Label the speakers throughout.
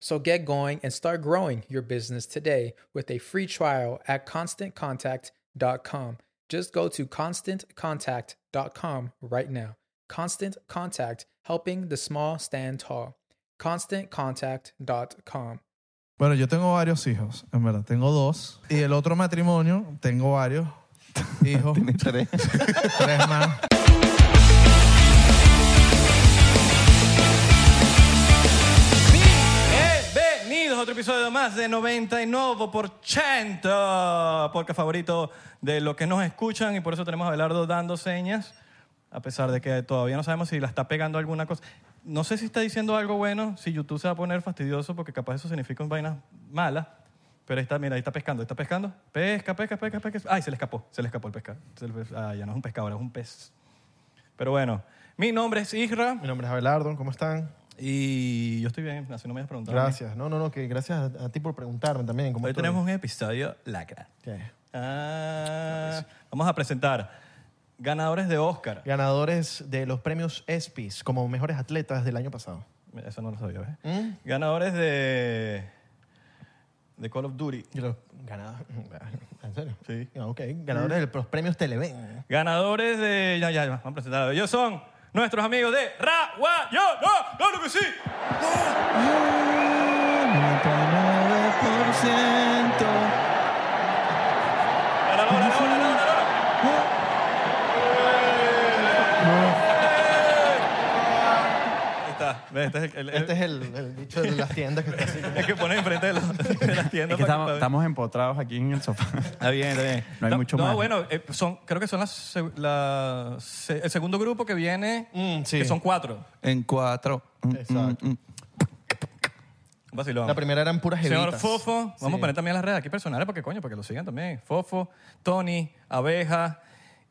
Speaker 1: So get going and start growing your business today with a free trial at constantcontact.com. Just go to constantcontact.com right now. Constant Contact, helping the small stand tall. ConstantContact.com.
Speaker 2: Bueno, yo tengo varios hijos, en verdad. Tengo dos. Y el otro matrimonio, tengo varios hijos.
Speaker 3: Tiene tres.
Speaker 2: tres más.
Speaker 4: Bienvenidos a otro episodio más de 99% podcast favorito de los que nos escuchan y por eso tenemos a Belardo dando señas a pesar de que todavía no sabemos si la está pegando alguna cosa. No sé si está diciendo algo bueno, si YouTube se va a poner fastidioso porque capaz eso significa vainas malas, pero ahí está, mira, ahí está pescando, está pescando, pesca, pesca, pesca, pesca. Ay, se le escapó, se le escapó el pescado. Ah, ya no es un pescado, ahora es un pez. Pero bueno, mi nombre es Isra
Speaker 2: Mi nombre es Abelardo, ¿cómo están?
Speaker 4: y yo estoy bien, así no me hayas preguntado.
Speaker 2: Gracias. No, no, no, que gracias a, a ti por preguntarme también. ¿cómo
Speaker 4: Hoy
Speaker 2: estoy?
Speaker 4: tenemos un E episodio lacra.
Speaker 2: ¿Qué?
Speaker 4: Ah, vamos a presentar ganadores de Oscar.
Speaker 2: Ganadores de los premios E ESPYs como mejores atletas del año pasado.
Speaker 4: Eso no lo sabía, ¿ves?
Speaker 2: ¿Mm?
Speaker 4: Ganadores de, de Call of Duty.
Speaker 2: Yo los ganadores. ¿En serio?
Speaker 4: Sí. Mm.
Speaker 2: Ah, Ok, ganadores de los premios Televen.
Speaker 4: Ganadores de... Ya, ya, ya, vamos a presentar. Ellos son nuestros amigos de Raguayo. ¡No, no, lo que sí! Ganador, ganador, ganador, ganador. Ahí está. Ve, Este es el, el-
Speaker 2: Este es el, el bicho de las tiendas que está así.
Speaker 4: el que pone enfrente de, los- de las
Speaker 3: Es
Speaker 4: tiendas.
Speaker 3: que
Speaker 4: para
Speaker 3: estamos,
Speaker 4: para-
Speaker 3: estamos empotrados aquí en el sofá.
Speaker 4: Está bien, está bien.
Speaker 3: No hay mucho
Speaker 4: no,
Speaker 3: más.
Speaker 4: bueno, eh, son, creo que son las, se- la se- el segundo grupo que viene,
Speaker 2: Mm, sí.
Speaker 4: que son cuatro.
Speaker 3: En cuatro. Mm,
Speaker 2: Exacto.
Speaker 3: mm, mm.
Speaker 4: Vacilón.
Speaker 2: La primera eran puras jevitas.
Speaker 4: Señor Fofo, vamos
Speaker 2: Sí.
Speaker 4: a poner también las redes aquí personales porque coño, para que lo sigan también. Fofo, Tony, Abeja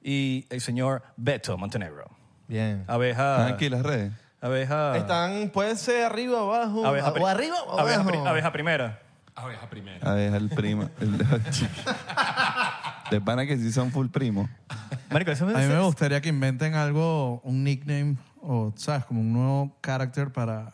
Speaker 4: y el señor Beto Montenegro.
Speaker 2: Bien.
Speaker 4: Abeja.
Speaker 3: ¿Están aquí las redes?
Speaker 4: Abeja.
Speaker 2: Están, puede ser arriba, abajo,
Speaker 4: Ah. abeja pri-
Speaker 2: o arriba o
Speaker 4: abeja,
Speaker 2: abajo.
Speaker 4: pri- abeja primera.
Speaker 3: A ver, el prima. El de- De pana que sí son full primo.
Speaker 4: Marico, eso me,
Speaker 2: A mí me gustaría que inventen algo, un nickname o, ¿sabes? Como un nuevo carácter para,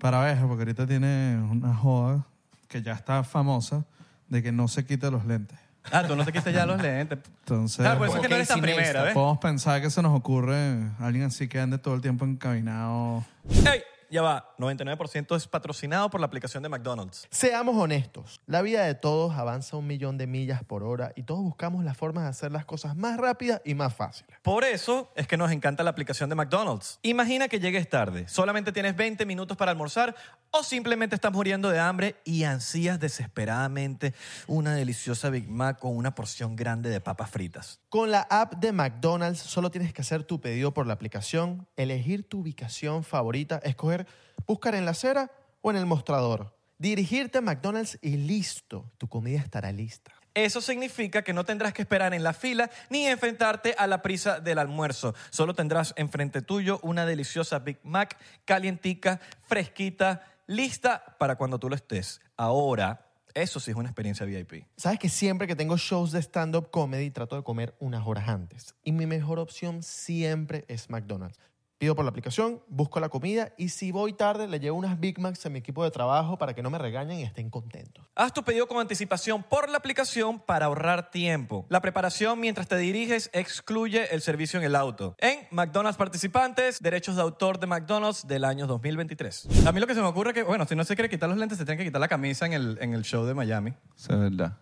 Speaker 2: para abeja, porque ahorita tiene una joda que ya está famosa de que no se quita los lentes.
Speaker 4: Ah, tú no te quites ya los lentes.
Speaker 2: Entonces,
Speaker 4: Claro, por Ah, pues
Speaker 5: pues,
Speaker 4: eso es que no eres la
Speaker 1: Casey
Speaker 4: primera,
Speaker 1: Neistat.
Speaker 4: ¿ves?
Speaker 2: podemos pensar que se nos ocurre alguien así que ande todo el tiempo encaminado.
Speaker 4: ¡Ey! Ya va, 99% es patrocinado por la aplicación de McDonald's.
Speaker 6: Seamos honestos, la vida de todos avanza un millón de millas por hora y todos buscamos las formas de hacer las cosas más rápidas y más fáciles.
Speaker 4: Por eso es que nos encanta la aplicación de McDonald's. Imagina que llegues tarde, solamente tienes 20 minutos para almorzar o simplemente estás muriendo de hambre y ansías desesperadamente una deliciosa Big Mac con una porción grande de papas fritas.
Speaker 6: Con la app de McDonald's solo tienes que hacer tu pedido por la aplicación, elegir tu ubicación favorita, escoger buscar en la acera o en el mostrador, dirigirte a McDonald's y listo, tu comida estará lista.
Speaker 4: Eso significa que no tendrás que esperar en la fila ni enfrentarte a la prisa del almuerzo. Solo tendrás enfrente tuyo una deliciosa Big Mac calientica, fresquita, lista para cuando tú lo estés. Ahora, eso sí es una experiencia VIP.
Speaker 6: Sabes que siempre que tengo shows de stand-up comedy trato de comer unas horas antes. Y mi mejor opción siempre es McDonald's. Pido por la aplicación, busco la comida y si voy tarde le llevo unas Big Macs a mi equipo de trabajo para que no me regañen y estén contentos.
Speaker 4: Haz tu pedido con anticipación por la aplicación para ahorrar tiempo. La preparación mientras te diriges excluye el servicio en el auto. En McDonald's participantes, derechos de autor de McDonald's del año 2023. A mí lo que se me ocurre es que, bueno, si no se quiere quitar los lentes, se tiene que quitar la camisa en el, en el show de Miami.
Speaker 3: Eso es verdad.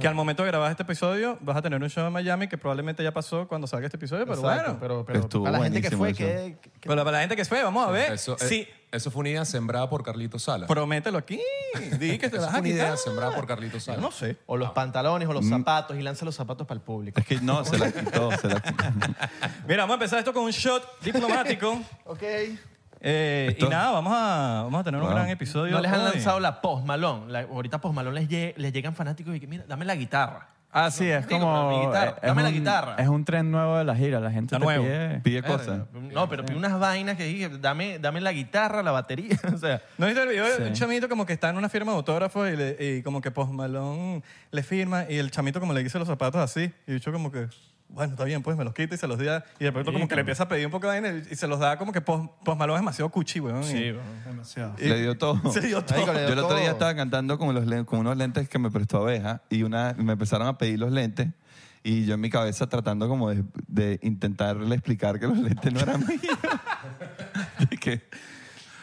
Speaker 4: Que al momento de grabar este episodio vas a tener un show en Miami que probablemente ya pasó cuando salga este episodio, pero bueno. Pero,
Speaker 6: pero, pero
Speaker 3: Estuvo
Speaker 6: para la gente que
Speaker 3: buenísimo
Speaker 6: fue,
Speaker 3: eso.
Speaker 6: que,
Speaker 4: para la gente que fue, vamos a ver.
Speaker 7: Eso, es-
Speaker 4: sí,
Speaker 7: eso fue una idea sembrada por Carlito Sala.
Speaker 4: promételo aquí. Di que te
Speaker 7: Eso
Speaker 4: vas
Speaker 7: fue
Speaker 4: a
Speaker 7: una idea
Speaker 4: quitar.
Speaker 7: sembrada por Carlito Sala.
Speaker 4: No sé.
Speaker 6: o los pantalones o los zapatos y lanza los zapatos para el público.
Speaker 3: Es que no, se la quitó, se la quitó.
Speaker 4: Mira, vamos a empezar esto con un shot diplomático.
Speaker 6: Ok. Ah.
Speaker 4: Eh, y
Speaker 3: Esto-
Speaker 4: nada, vamos a, vamos a tener un
Speaker 3: Wow.
Speaker 4: gran episodio.
Speaker 6: No les han
Speaker 4: hoy.
Speaker 6: lanzado la Post Malone. La- ahorita Post Malone les, lle- les llegan fanáticos y que mira, dame la guitarra.
Speaker 5: Ah, sí, es
Speaker 6: Digo,
Speaker 5: como.
Speaker 6: pero mi guitarra,
Speaker 5: es
Speaker 6: dame la
Speaker 5: un-
Speaker 6: guitarra.
Speaker 5: Es un tren nuevo de la gira. La gente
Speaker 4: Está
Speaker 5: te
Speaker 4: nuevo.
Speaker 5: pide.
Speaker 3: Pide cosas.
Speaker 6: Eh, No, pero pide unas vainas que dije, dame, dame la guitarra, la batería. O sea,
Speaker 4: ¿No viste el video de un chamito como que está en una firma de autógrafos y, le- y como que Post Malone le firma y el chamito como le dice los zapatos así y yo como que, bueno, está bien, pues me los quita y se los da y de pronto como que le empieza a pedir un poco de vaina y se los da como que Post, Post Malone es demasiado cuchi, weón. Sí,
Speaker 2: Demasiado.
Speaker 3: Le dio todo.
Speaker 4: Se dio todo.
Speaker 6: Marico, le dio
Speaker 3: Yo el otro día
Speaker 6: todo.
Speaker 3: estaba cantando con, los, len- con unos lentes que me prestó Abeja y una, me empezaron a pedir los lentes y yo en mi cabeza tratando como de, de intentarle explicar que los lentes no eran míos. Y que-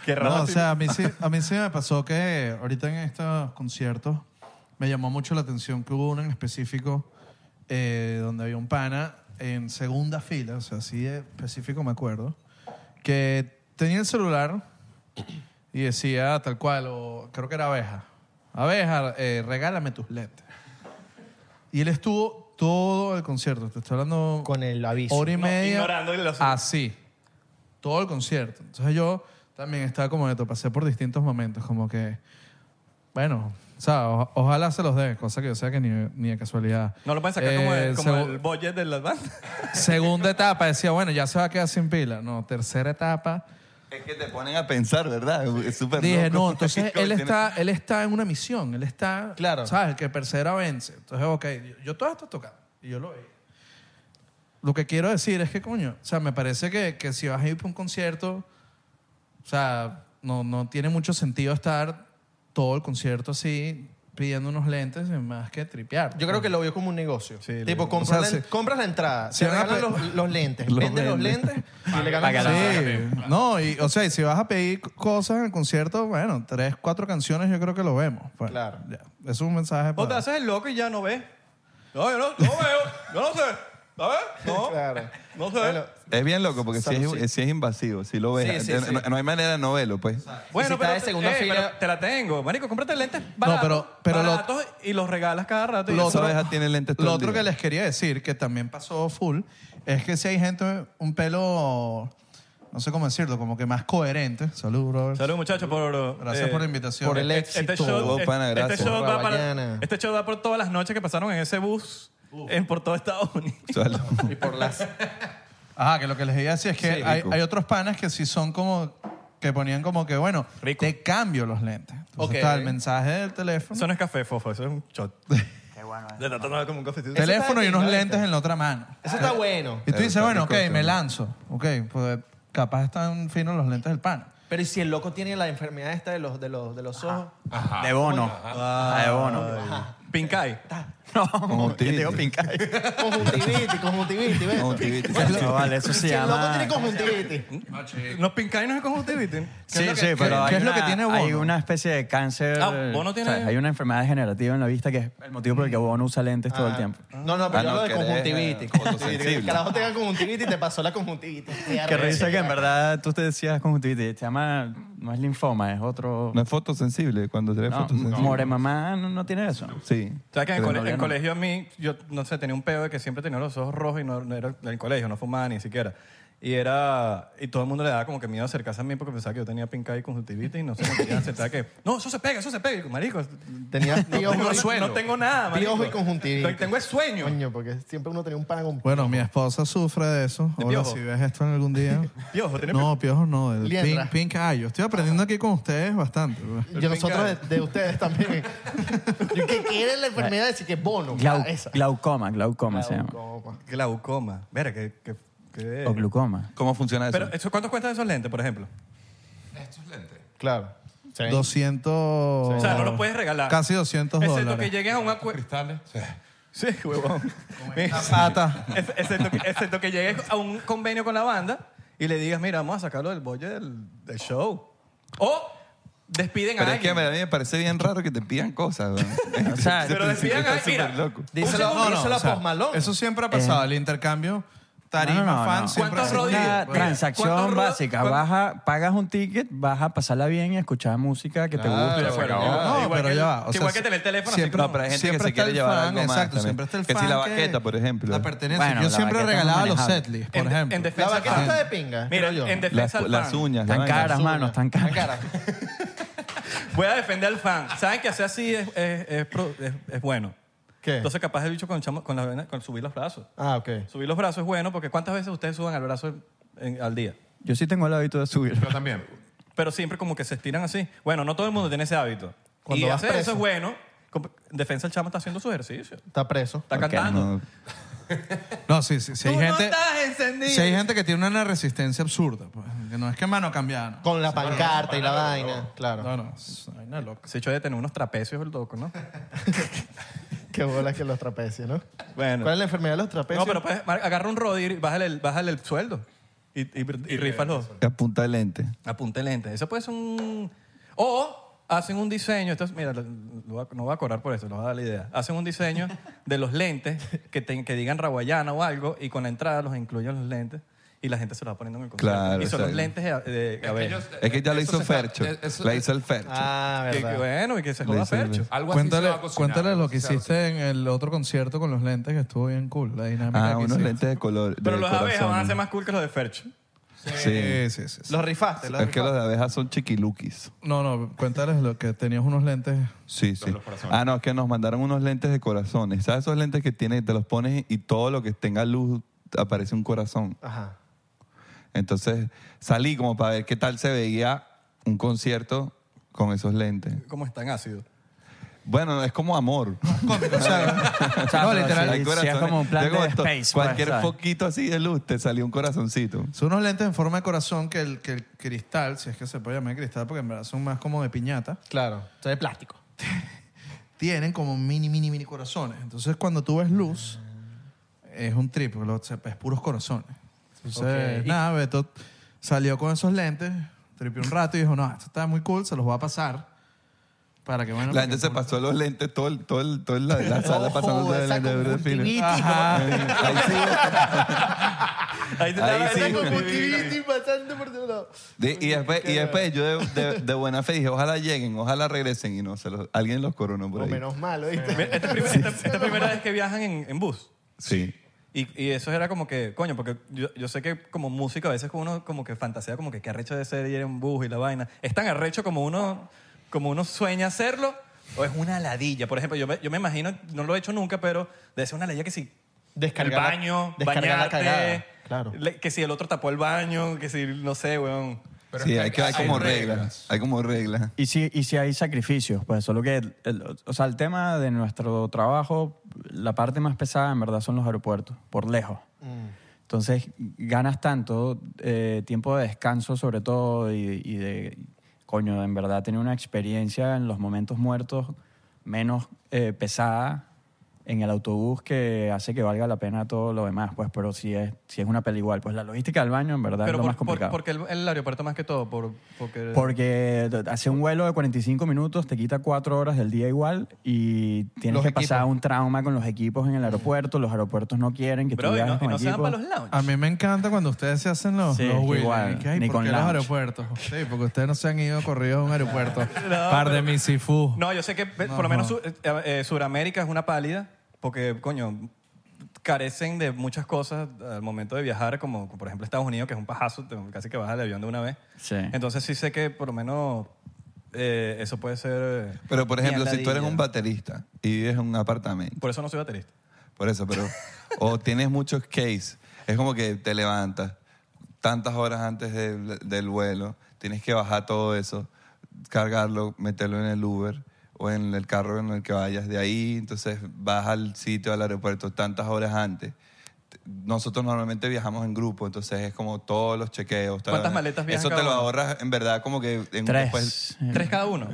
Speaker 4: Qué raro.
Speaker 2: No, o sea, a mí, sí, a mí sí me pasó que ahorita en estos conciertos me llamó mucho la atención que hubo uno en específico eh, donde había un pana en segunda fila, o sea, así de específico me acuerdo, que tenía el celular y decía tal cual, o creo que era abeja, abeja, eh, regálame tus lentes. Y él estuvo todo el concierto, te estoy hablando
Speaker 6: con el aviso.
Speaker 2: hora y media
Speaker 4: ignorando el asunto.
Speaker 2: así todo el concierto entonces yo también estaba como esto pasé por distintos momentos como que bueno o sea o- ojalá se los den cosa que yo sea que ni, ni de casualidad
Speaker 4: no lo pueden sacar como,
Speaker 2: Eh,
Speaker 4: el, como
Speaker 2: segu-
Speaker 4: el budget de las bandas.
Speaker 2: segunda etapa decía bueno ya se va a quedar sin pila no tercera etapa
Speaker 3: es que te ponen a pensar, ¿verdad? Es súper
Speaker 2: dije
Speaker 3: loco.
Speaker 2: no entonces él está él está en una misión él está
Speaker 6: Claro.
Speaker 2: sabes el que persevera vence entonces ok yo, yo todo esto tocando y yo lo veía lo que quiero decir es que, coño, o sea, me parece que, que si vas a ir para un concierto, o sea, no, no tiene mucho sentido estar todo el concierto así pidiendo unos lentes más que tripear.
Speaker 6: Yo creo que lo vio como un negocio. tipo,
Speaker 2: O sea,
Speaker 6: compras, la,
Speaker 2: sí.
Speaker 6: compras la entrada,
Speaker 2: Sí,
Speaker 6: se
Speaker 2: van a
Speaker 6: regalan
Speaker 2: pe-
Speaker 6: los, los lentes,
Speaker 3: Los
Speaker 6: venden los
Speaker 3: venden.
Speaker 6: lentes y le
Speaker 2: Sí,
Speaker 6: ganan
Speaker 2: no, y, o sea, y si vas a pedir c- cosas en el concierto, bueno, tres, cuatro canciones yo creo que lo vemos. Pues,
Speaker 6: Claro.
Speaker 2: ya. Eso es un mensaje
Speaker 4: O te
Speaker 2: para...
Speaker 4: haces el loco y ya no ves. No, yo no, no veo. Yo no sé. ¿Sabes? No.
Speaker 6: Claro.
Speaker 4: No sé.
Speaker 6: Bueno,
Speaker 3: Es bien loco porque si
Speaker 6: Saludcita.
Speaker 3: es, sí es invasivo, si lo ves.
Speaker 6: Sí, sí,
Speaker 3: Eh,
Speaker 6: sí.
Speaker 3: No, no hay manera de no verlo, pues.
Speaker 6: Y si está de segunda
Speaker 4: eh,
Speaker 6: fila-
Speaker 4: pero te la tengo. Marico, cómprate lentes baratos,
Speaker 2: pero- pero lo-
Speaker 4: baratos y los regalas cada rato. y
Speaker 3: Lo
Speaker 4: eso-
Speaker 3: otro- abeja tiene lentes todo
Speaker 2: lo
Speaker 3: el
Speaker 2: otro
Speaker 3: día.
Speaker 2: que les quería decir, que también pasó full, es que si hay gente un pelo, no sé cómo decirlo, como que más coherente. Salud, brother.
Speaker 4: Salud, muchachos, por...
Speaker 2: Gracias
Speaker 4: eh,
Speaker 2: por la invitación.
Speaker 6: por el
Speaker 4: eh,
Speaker 6: éxito.
Speaker 4: Este show,
Speaker 3: Oh, pana,
Speaker 4: este
Speaker 3: gracias.
Speaker 4: show va para,
Speaker 6: Rabayana.
Speaker 4: este show va por todas las noches que pasaron en ese bus en, por todo Estados Unidos.
Speaker 3: Salud.
Speaker 6: y por las...
Speaker 2: Ajá, que lo que les decía es que hay,
Speaker 3: rico.
Speaker 2: hay otros panas que sí son como que ponían como que, bueno, te cambio los lentes. Entonces
Speaker 6: Ok.
Speaker 2: está el mensaje del teléfono.
Speaker 4: Eso no es café, fofo, eso es un shot.
Speaker 5: bueno.
Speaker 6: eh.
Speaker 4: De tratarnos como un cafecito.
Speaker 2: Teléfono y
Speaker 6: está
Speaker 2: unos
Speaker 6: bien,
Speaker 2: lentes en la otra mano. Eh,
Speaker 6: Eso está bueno.
Speaker 2: Y tú dices,
Speaker 3: Pero
Speaker 2: bueno, ok,
Speaker 3: Eh, está rico,
Speaker 2: me
Speaker 3: ¿no?
Speaker 2: lanzo. Ok, pues capaz están finos los lentes del pan.
Speaker 6: Pero ¿y si el loco tiene la enfermedad esta de los, de los, de los ojos?
Speaker 5: De bono. Ah, de bono.
Speaker 4: Pincay.
Speaker 5: No, yo
Speaker 3: Conjuntivitis.
Speaker 5: digo pincay.
Speaker 6: Conjuntivitis, conjuntivitis, ¿ves?
Speaker 3: Conjuntivitis.
Speaker 5: No, vale, eso se
Speaker 6: Si el loco
Speaker 5: llama...
Speaker 6: tiene conjuntivitis.
Speaker 4: Los Pincay no es conjuntivitis.
Speaker 5: Sí,
Speaker 2: lo que-
Speaker 5: sí,
Speaker 2: qué-
Speaker 5: pero hay,
Speaker 2: qué es lo
Speaker 5: una,
Speaker 2: que tiene
Speaker 5: hay
Speaker 2: Bono?
Speaker 5: una especie de cáncer.
Speaker 4: Ah, Bono tiene-
Speaker 5: o sea, hay una enfermedad degenerativa en la vista que es el motivo por el que Bono usa lentes todo el tiempo.
Speaker 6: No, no, pero
Speaker 3: Ah,
Speaker 6: yo
Speaker 3: no,
Speaker 6: hablo de
Speaker 3: que eres,
Speaker 6: conjuntivitis.
Speaker 3: eh,
Speaker 6: conjuntivitis. Que El
Speaker 3: fotosensible.
Speaker 6: carajo tenga conjuntivitis y te pasó la conjuntivitis.
Speaker 5: Que revisa que en verdad tú te decías conjuntivitis. Se llama... No es linfoma, es otro...
Speaker 3: No es fotosensible cuando eres
Speaker 5: No,
Speaker 3: fotosensible.
Speaker 5: More mamá no, no tiene eso.
Speaker 3: Sí.
Speaker 4: ¿Sabes que en,
Speaker 3: Pero
Speaker 4: el cole-
Speaker 5: no, yo
Speaker 4: en
Speaker 5: no.
Speaker 4: colegio a mí, yo no sé, tenía un pedo de que siempre tenía los ojos rojos y no, no era del colegio, no fumaba ni siquiera. Y era, y todo el mundo le daba como que miedo acercarse a mí porque pensaba que yo tenía pinca y conjuntivitis y no se me querían aceptar que, no, eso se pega, eso se pega. Y yo, marico,
Speaker 6: Tenías
Speaker 4: no tengo, no tengo nada, marico.
Speaker 6: Piojo y conjuntivitis.
Speaker 4: Lo que Tengo es sueño.
Speaker 6: Coño, porque siempre uno tenía un pan con
Speaker 2: Bueno, mi esposa sufre de eso.
Speaker 4: ¿De
Speaker 2: Ahora,
Speaker 4: piojo?
Speaker 2: si ves esto en algún día.
Speaker 4: Piojo, ¿tiene
Speaker 2: ¿eh? No, piojos no. El
Speaker 6: Liendra.
Speaker 2: pink, pink eye. Yo estoy aprendiendo aquí con ustedes bastante. pues. güey.
Speaker 6: Y nosotros de, de ustedes también. Yo, ¿Qué quiere la enfermedad? Decir que es bono.
Speaker 5: Glau-
Speaker 6: ah, esa.
Speaker 5: glaucoma, glaucoma se llama.
Speaker 6: Glaucoma.
Speaker 4: Glaucoma. Mira, que... que, que-
Speaker 5: O glucoma.
Speaker 3: ¿Cómo funciona eso?
Speaker 4: Pero, eso, ¿cuánto cuestan esos lentes, por ejemplo?
Speaker 7: Estos lentes.
Speaker 6: Claro. Sí.
Speaker 2: 200.
Speaker 4: O sea, no los puedes regalar.
Speaker 2: Casi 200
Speaker 4: Excepto que
Speaker 2: dólares.
Speaker 4: llegues a un acuerdo...
Speaker 7: Cristales.
Speaker 4: Sí, huevón.
Speaker 2: Pata.
Speaker 4: Ex- Excepto que, excepto que llegues a un convenio con la banda y le digas, mira, vamos a sacarlo del bolle del, del show. O despiden
Speaker 3: Pero
Speaker 4: a
Speaker 3: es que
Speaker 4: alguien.
Speaker 3: a mí me parece bien raro que te pidan cosas. güey.
Speaker 5: O sea,
Speaker 3: Ese
Speaker 4: pero
Speaker 3: principio
Speaker 4: decían,
Speaker 3: está
Speaker 4: ay,
Speaker 3: súper
Speaker 4: mira.
Speaker 3: loco.
Speaker 6: Díselo,
Speaker 2: No, no,
Speaker 6: díselo
Speaker 2: o sea,
Speaker 6: a Post Malone.
Speaker 2: Eso siempre ha pasado.
Speaker 3: Eh,
Speaker 2: El intercambio tarima
Speaker 5: No, no, no,
Speaker 2: fan
Speaker 5: no.
Speaker 2: siempre
Speaker 4: ¿Cuántos
Speaker 2: ha existido,
Speaker 4: rodillos?
Speaker 5: una
Speaker 2: güey.
Speaker 4: ¿cuántos
Speaker 5: transacción
Speaker 4: rodas-
Speaker 5: básica.
Speaker 4: cuán-
Speaker 5: Baja, pagas un ticket, vas a pasarla bien y escuchar música que te gusta.
Speaker 4: de
Speaker 5: se
Speaker 4: acuerdo.
Speaker 5: acabó.
Speaker 4: Ah,
Speaker 2: No,
Speaker 4: igual
Speaker 2: pero
Speaker 4: que-
Speaker 2: ya va. O
Speaker 4: igual
Speaker 2: sea,
Speaker 4: que tener el teléfono así
Speaker 2: siempre,
Speaker 4: como-
Speaker 3: No, pero hay gente
Speaker 2: siempre
Speaker 3: que se
Speaker 2: está
Speaker 3: quiere
Speaker 2: el
Speaker 3: llevar
Speaker 2: fan,
Speaker 3: algo más
Speaker 2: Exacto,
Speaker 3: también.
Speaker 2: siempre está el
Speaker 3: Que
Speaker 2: fan.
Speaker 3: si la baqueta, por ejemplo.
Speaker 2: La pertenencia.
Speaker 5: Bueno,
Speaker 2: Yo
Speaker 5: la
Speaker 2: siempre
Speaker 5: baqueta es
Speaker 2: regalaba los
Speaker 5: manejable.
Speaker 2: setlists, por
Speaker 4: En,
Speaker 2: ejemplo.
Speaker 4: en
Speaker 6: La
Speaker 4: defensa al
Speaker 6: vaqueta
Speaker 4: fan.
Speaker 6: está de pinga.
Speaker 4: Mira,
Speaker 6: creo yo.
Speaker 4: en
Speaker 3: Las,
Speaker 4: defensa al
Speaker 3: las
Speaker 4: fan.
Speaker 3: uñas. la
Speaker 5: Tan
Speaker 3: vaina.
Speaker 5: caras, mano, tan
Speaker 6: Tan
Speaker 5: caras.
Speaker 6: cara.
Speaker 4: Voy a defender al fan. ¿Saben que hacer así es, es, es pro- es- es bueno?
Speaker 6: ¿Qué?
Speaker 4: Entonces, capaz el bicho con, chamo- con, la vena- con subir los brazos.
Speaker 6: Ah, ok.
Speaker 4: Subir los brazos es bueno porque ¿cuántas veces ustedes suban al brazo en- en- al día?
Speaker 5: Yo sí tengo el hábito de subir.
Speaker 7: Yo también.
Speaker 4: pero siempre como que se estiran así. Bueno, no todo el mundo tiene ese hábito.
Speaker 6: Cuando
Speaker 4: y
Speaker 6: vas
Speaker 4: hacer
Speaker 6: preso.
Speaker 4: eso es bueno. Com- En defensa, el chamo está haciendo su ejercicio. Está
Speaker 6: Está preso.
Speaker 3: Ok,
Speaker 4: cantando.
Speaker 3: no.
Speaker 2: No, sí, sí. Si hay,
Speaker 4: Tú no
Speaker 2: gente,
Speaker 4: estás encendido.
Speaker 2: si hay gente que tiene una resistencia absurda, pues, que no es que mano cambiar.
Speaker 6: Con la pancarta y la vaina. Claro.
Speaker 2: No, no, es una vaina loca.
Speaker 4: Se echó de tener unos trapecios el loco, ¿no?
Speaker 6: Qué bola que los trapecios, ¿no? ¿Cuál es
Speaker 4: Bueno.
Speaker 6: la enfermedad de los
Speaker 4: No,
Speaker 6: trapecios?
Speaker 4: pero puedes, mar- agarra un rodir y bájale el, bájale el sueldo. Y, y, y rífalo.
Speaker 3: Que Apunta el lente.
Speaker 4: Apunte lente. Eso puede ser un... O hacen un diseño. Esto es- mira, lo- lo voy a- no voy a cobrar por eso, no voy a dar la idea. Hacen un diseño de los lentes que, te- que digan raguayana o algo y con la entrada los incluyen los lentes y la gente se los va poniendo en el concierto.
Speaker 3: Claro,
Speaker 4: y son los
Speaker 3: exacto.
Speaker 4: lentes de, de abeja.
Speaker 3: Es que ya lo hizo Fercho.
Speaker 7: Fercho.
Speaker 3: La hizo el Fercho.
Speaker 6: Ah,
Speaker 4: Que- que
Speaker 6: verdad.
Speaker 4: bueno, y que se joda
Speaker 3: hice el-
Speaker 4: Fercho.
Speaker 7: Algo así se
Speaker 2: Cuéntale,
Speaker 7: va a cocinar,
Speaker 2: cuéntale lo
Speaker 7: así
Speaker 2: que
Speaker 7: se va a cocinar.
Speaker 2: hiciste en el otro concierto con los lentes que estuvo bien cool. La dinámica
Speaker 3: Ah,
Speaker 2: que
Speaker 3: unos
Speaker 2: hiciste.
Speaker 3: lentes de color. de
Speaker 4: Pero los
Speaker 3: corazón.
Speaker 4: abejas van a ser más cool que los de Fercho.
Speaker 3: Sí.
Speaker 2: Sí, sí, sí. sí.
Speaker 6: Los rifaste, los
Speaker 3: Es que
Speaker 6: rifaste.
Speaker 3: los de abejas son chiquiluquis.
Speaker 2: No, no, cuéntales lo que tenías unos lentes.
Speaker 3: Sí, sí. Ah, no, es que nos mandaron unos lentes de corazones. ¿Sabes esos lentes que tienes, te los pones y todo lo que tenga luz aparece un corazón?
Speaker 4: Ah.
Speaker 6: Ajá.
Speaker 3: Entonces salí como para ver qué tal se veía un concierto con esos lentes.
Speaker 4: ¿Cómo están ácidos?
Speaker 3: Bueno, es como amor.
Speaker 2: O sea,
Speaker 5: O sea,
Speaker 2: no,
Speaker 5: pero
Speaker 2: literal,
Speaker 5: sí,
Speaker 3: Hay
Speaker 5: sí es
Speaker 3: corazones.
Speaker 5: como un plan
Speaker 3: Luego
Speaker 5: de
Speaker 3: esto-
Speaker 5: space. pues,
Speaker 3: Cualquier
Speaker 5: ¿sabes?
Speaker 3: foquito así de luz te salió un corazoncito.
Speaker 2: son unos lentes en forma de corazón que el, que el cristal, si es que se puede llamar cristal, porque en verdad son más como de piñata,
Speaker 6: Claro. Entonces de plástico.
Speaker 2: tienen como mini, mini, mini corazones. Entonces cuando tú ves luz, es un trip, porque lo- se- es puros corazones. Entonces,
Speaker 6: Ok.
Speaker 2: nada, Beto salió con esos lentes, tripió un rato y dijo, no, esto está muy cool, se los voy a pasar. Para que bueno.
Speaker 3: La
Speaker 2: para
Speaker 3: gente
Speaker 2: que-
Speaker 3: se pasó los lentes, todo, el- todo, el- todo el- la, la sala
Speaker 6: Ojo,
Speaker 3: pasando los
Speaker 6: esa
Speaker 3: lentes de verdad fino.
Speaker 6: conjuntivitis.
Speaker 3: Ajá. Ahí sí.
Speaker 4: Ahí te
Speaker 3: Ahí sí.
Speaker 6: Esa conjuntivitis pasando por todos lados.
Speaker 3: De- y, después, y después yo de, de- de buena fe dije, ojalá lleguen, ojalá regresen y no, se los, alguien los coronó por
Speaker 6: O
Speaker 3: ahí.
Speaker 6: menos malo, ¿viste?
Speaker 4: Esta es prim- esta- esta es primera vez que viajan en, en bus.
Speaker 3: Sí.
Speaker 4: Y, y eso era como que, coño, porque yo, yo sé que como músico a veces uno como que fantasea como que qué arrecho de ser ir en bus y la vaina. ¿Es tan arrecho como uno, como uno sueña hacerlo o es una ladilla? Por ejemplo, yo me, yo me imagino, no lo he hecho nunca, pero debe ser una ladilla que si
Speaker 6: Descargar la-
Speaker 4: el baño,
Speaker 6: descargar la
Speaker 4: bañarte,
Speaker 6: cagada, claro.
Speaker 4: le- que si el otro tapó el baño, que si, no sé, weón.
Speaker 7: Pero
Speaker 3: sí,
Speaker 7: es
Speaker 3: hay, que, hay como reglas. Hay como reglas.
Speaker 5: Y si, y si hay sacrificios, pues solo que, el- el- o sea, el tema de nuestro trabajo la parte más pesada en verdad son los aeropuertos, por lejos.
Speaker 6: Mm.
Speaker 5: Entonces ganas tanto eh, tiempo de descanso sobre todo y, y de, coño, en verdad tener una experiencia en los momentos muertos menos eh, pesada en el autobús que hace que valga la pena todo lo demás, pues, pero si es, si es una peli igual, pues la logística del baño en verdad es
Speaker 4: Pero
Speaker 5: lo
Speaker 4: por-
Speaker 5: más
Speaker 4: por-
Speaker 5: complicado.
Speaker 4: porque el, el aeropuerto más que todo, por, porque...
Speaker 5: Porque hace un vuelo de 45 minutos, te quita cuatro horas del día igual y tienes
Speaker 6: Los
Speaker 5: que
Speaker 6: equipos.
Speaker 5: pasar un trauma con los equipos en el aeropuerto. Los aeropuertos no quieren que tú
Speaker 4: Bro, y
Speaker 5: viajes
Speaker 4: no, y
Speaker 5: con
Speaker 4: no se dan
Speaker 5: equipos.
Speaker 4: para los lounge.
Speaker 2: A mí me encanta cuando ustedes se hacen los,
Speaker 5: Sí,
Speaker 2: los Willy,
Speaker 5: igual,
Speaker 2: y que, ay,
Speaker 5: ni
Speaker 2: ¿por
Speaker 5: con
Speaker 2: qué los
Speaker 5: lounge.
Speaker 2: aeropuertos? Sí, porque ustedes no se han ido corridos a un aeropuerto. Par de misifú.
Speaker 4: No, yo sé que pe- por lo menos su- eh, eh, Suramérica es una pálida, porque, coño, carecen de muchas cosas al momento de viajar, como por ejemplo Estados Unidos, que es un pajazo, te- casi que bajas el avión de una vez.
Speaker 5: Sí.
Speaker 4: Entonces sí sé que por lo menos eh, eso puede ser... eh,
Speaker 3: Pero, por ejemplo, si tú eres
Speaker 4: mierdadilla.
Speaker 3: un baterista y vives en un apartamento,
Speaker 4: Por eso no soy baterista.
Speaker 3: por eso, pero... o tienes muchos case, es como que te levantas tantas horas antes del, del vuelo, tienes que bajar todo eso, cargarlo, meterlo en el Uber o en el carro en el que vayas de ahí, entonces vas al sitio, al aeropuerto tantas horas antes. Nosotros normalmente viajamos en grupo, entonces es como todos los chequeos. tal-
Speaker 4: ¿Cuántas maletas viajan
Speaker 3: Eso te
Speaker 4: cada
Speaker 3: lo
Speaker 4: uno?
Speaker 3: ahorras, en verdad, como que en un- después-
Speaker 5: Tres.
Speaker 4: Tres cada uno.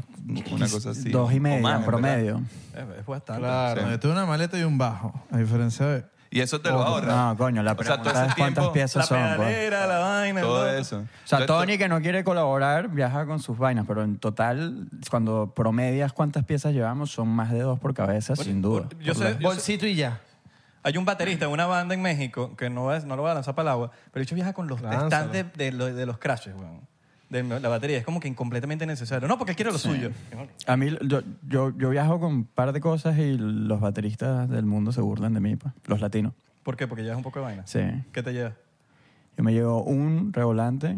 Speaker 3: una cosa así.
Speaker 5: Dos
Speaker 3: o
Speaker 5: y medio,
Speaker 3: más, en verdad.
Speaker 5: promedio.
Speaker 4: Es, es bastante.
Speaker 2: Claro. Yo tuve una maleta y un bajo, a diferencia de...
Speaker 3: Y eso te lo ahorra.
Speaker 5: No, coño, la
Speaker 3: O sea, todo
Speaker 5: pregunta
Speaker 3: ese
Speaker 5: es cuántas
Speaker 3: tiempo,
Speaker 5: piezas
Speaker 4: La
Speaker 5: son. pues.
Speaker 4: pedalera, la vaina,
Speaker 3: Todo
Speaker 4: el-
Speaker 3: eso.
Speaker 5: O sea,
Speaker 3: Entonces,
Speaker 5: Tony que no quiere colaborar viaja con sus vainas, pero en total, cuando promedias cuántas piezas llevamos, son más de dos por cabeza, sin duda.
Speaker 4: Yo sé, yo sé-
Speaker 6: Bolsito y ya.
Speaker 4: hay un baterista de una banda en México que no, va- no lo voy a lanzar para el agua, pero el hecho viaja con los
Speaker 6: Lánzalo.
Speaker 4: estantes de, lo- de los crashes, weón. De la batería. Es como que incompletamente necesario. No, porque él quiere lo suyo.
Speaker 5: A mí, yo, yo, yo viajo con un par de cosas y los bateristas del mundo se burlan de mí, pues, los latinos.
Speaker 4: ¿Por qué? Porque llevas un poco de vaina.
Speaker 5: Sí.
Speaker 4: ¿Qué te llevas?
Speaker 5: Yo me llevo un revolante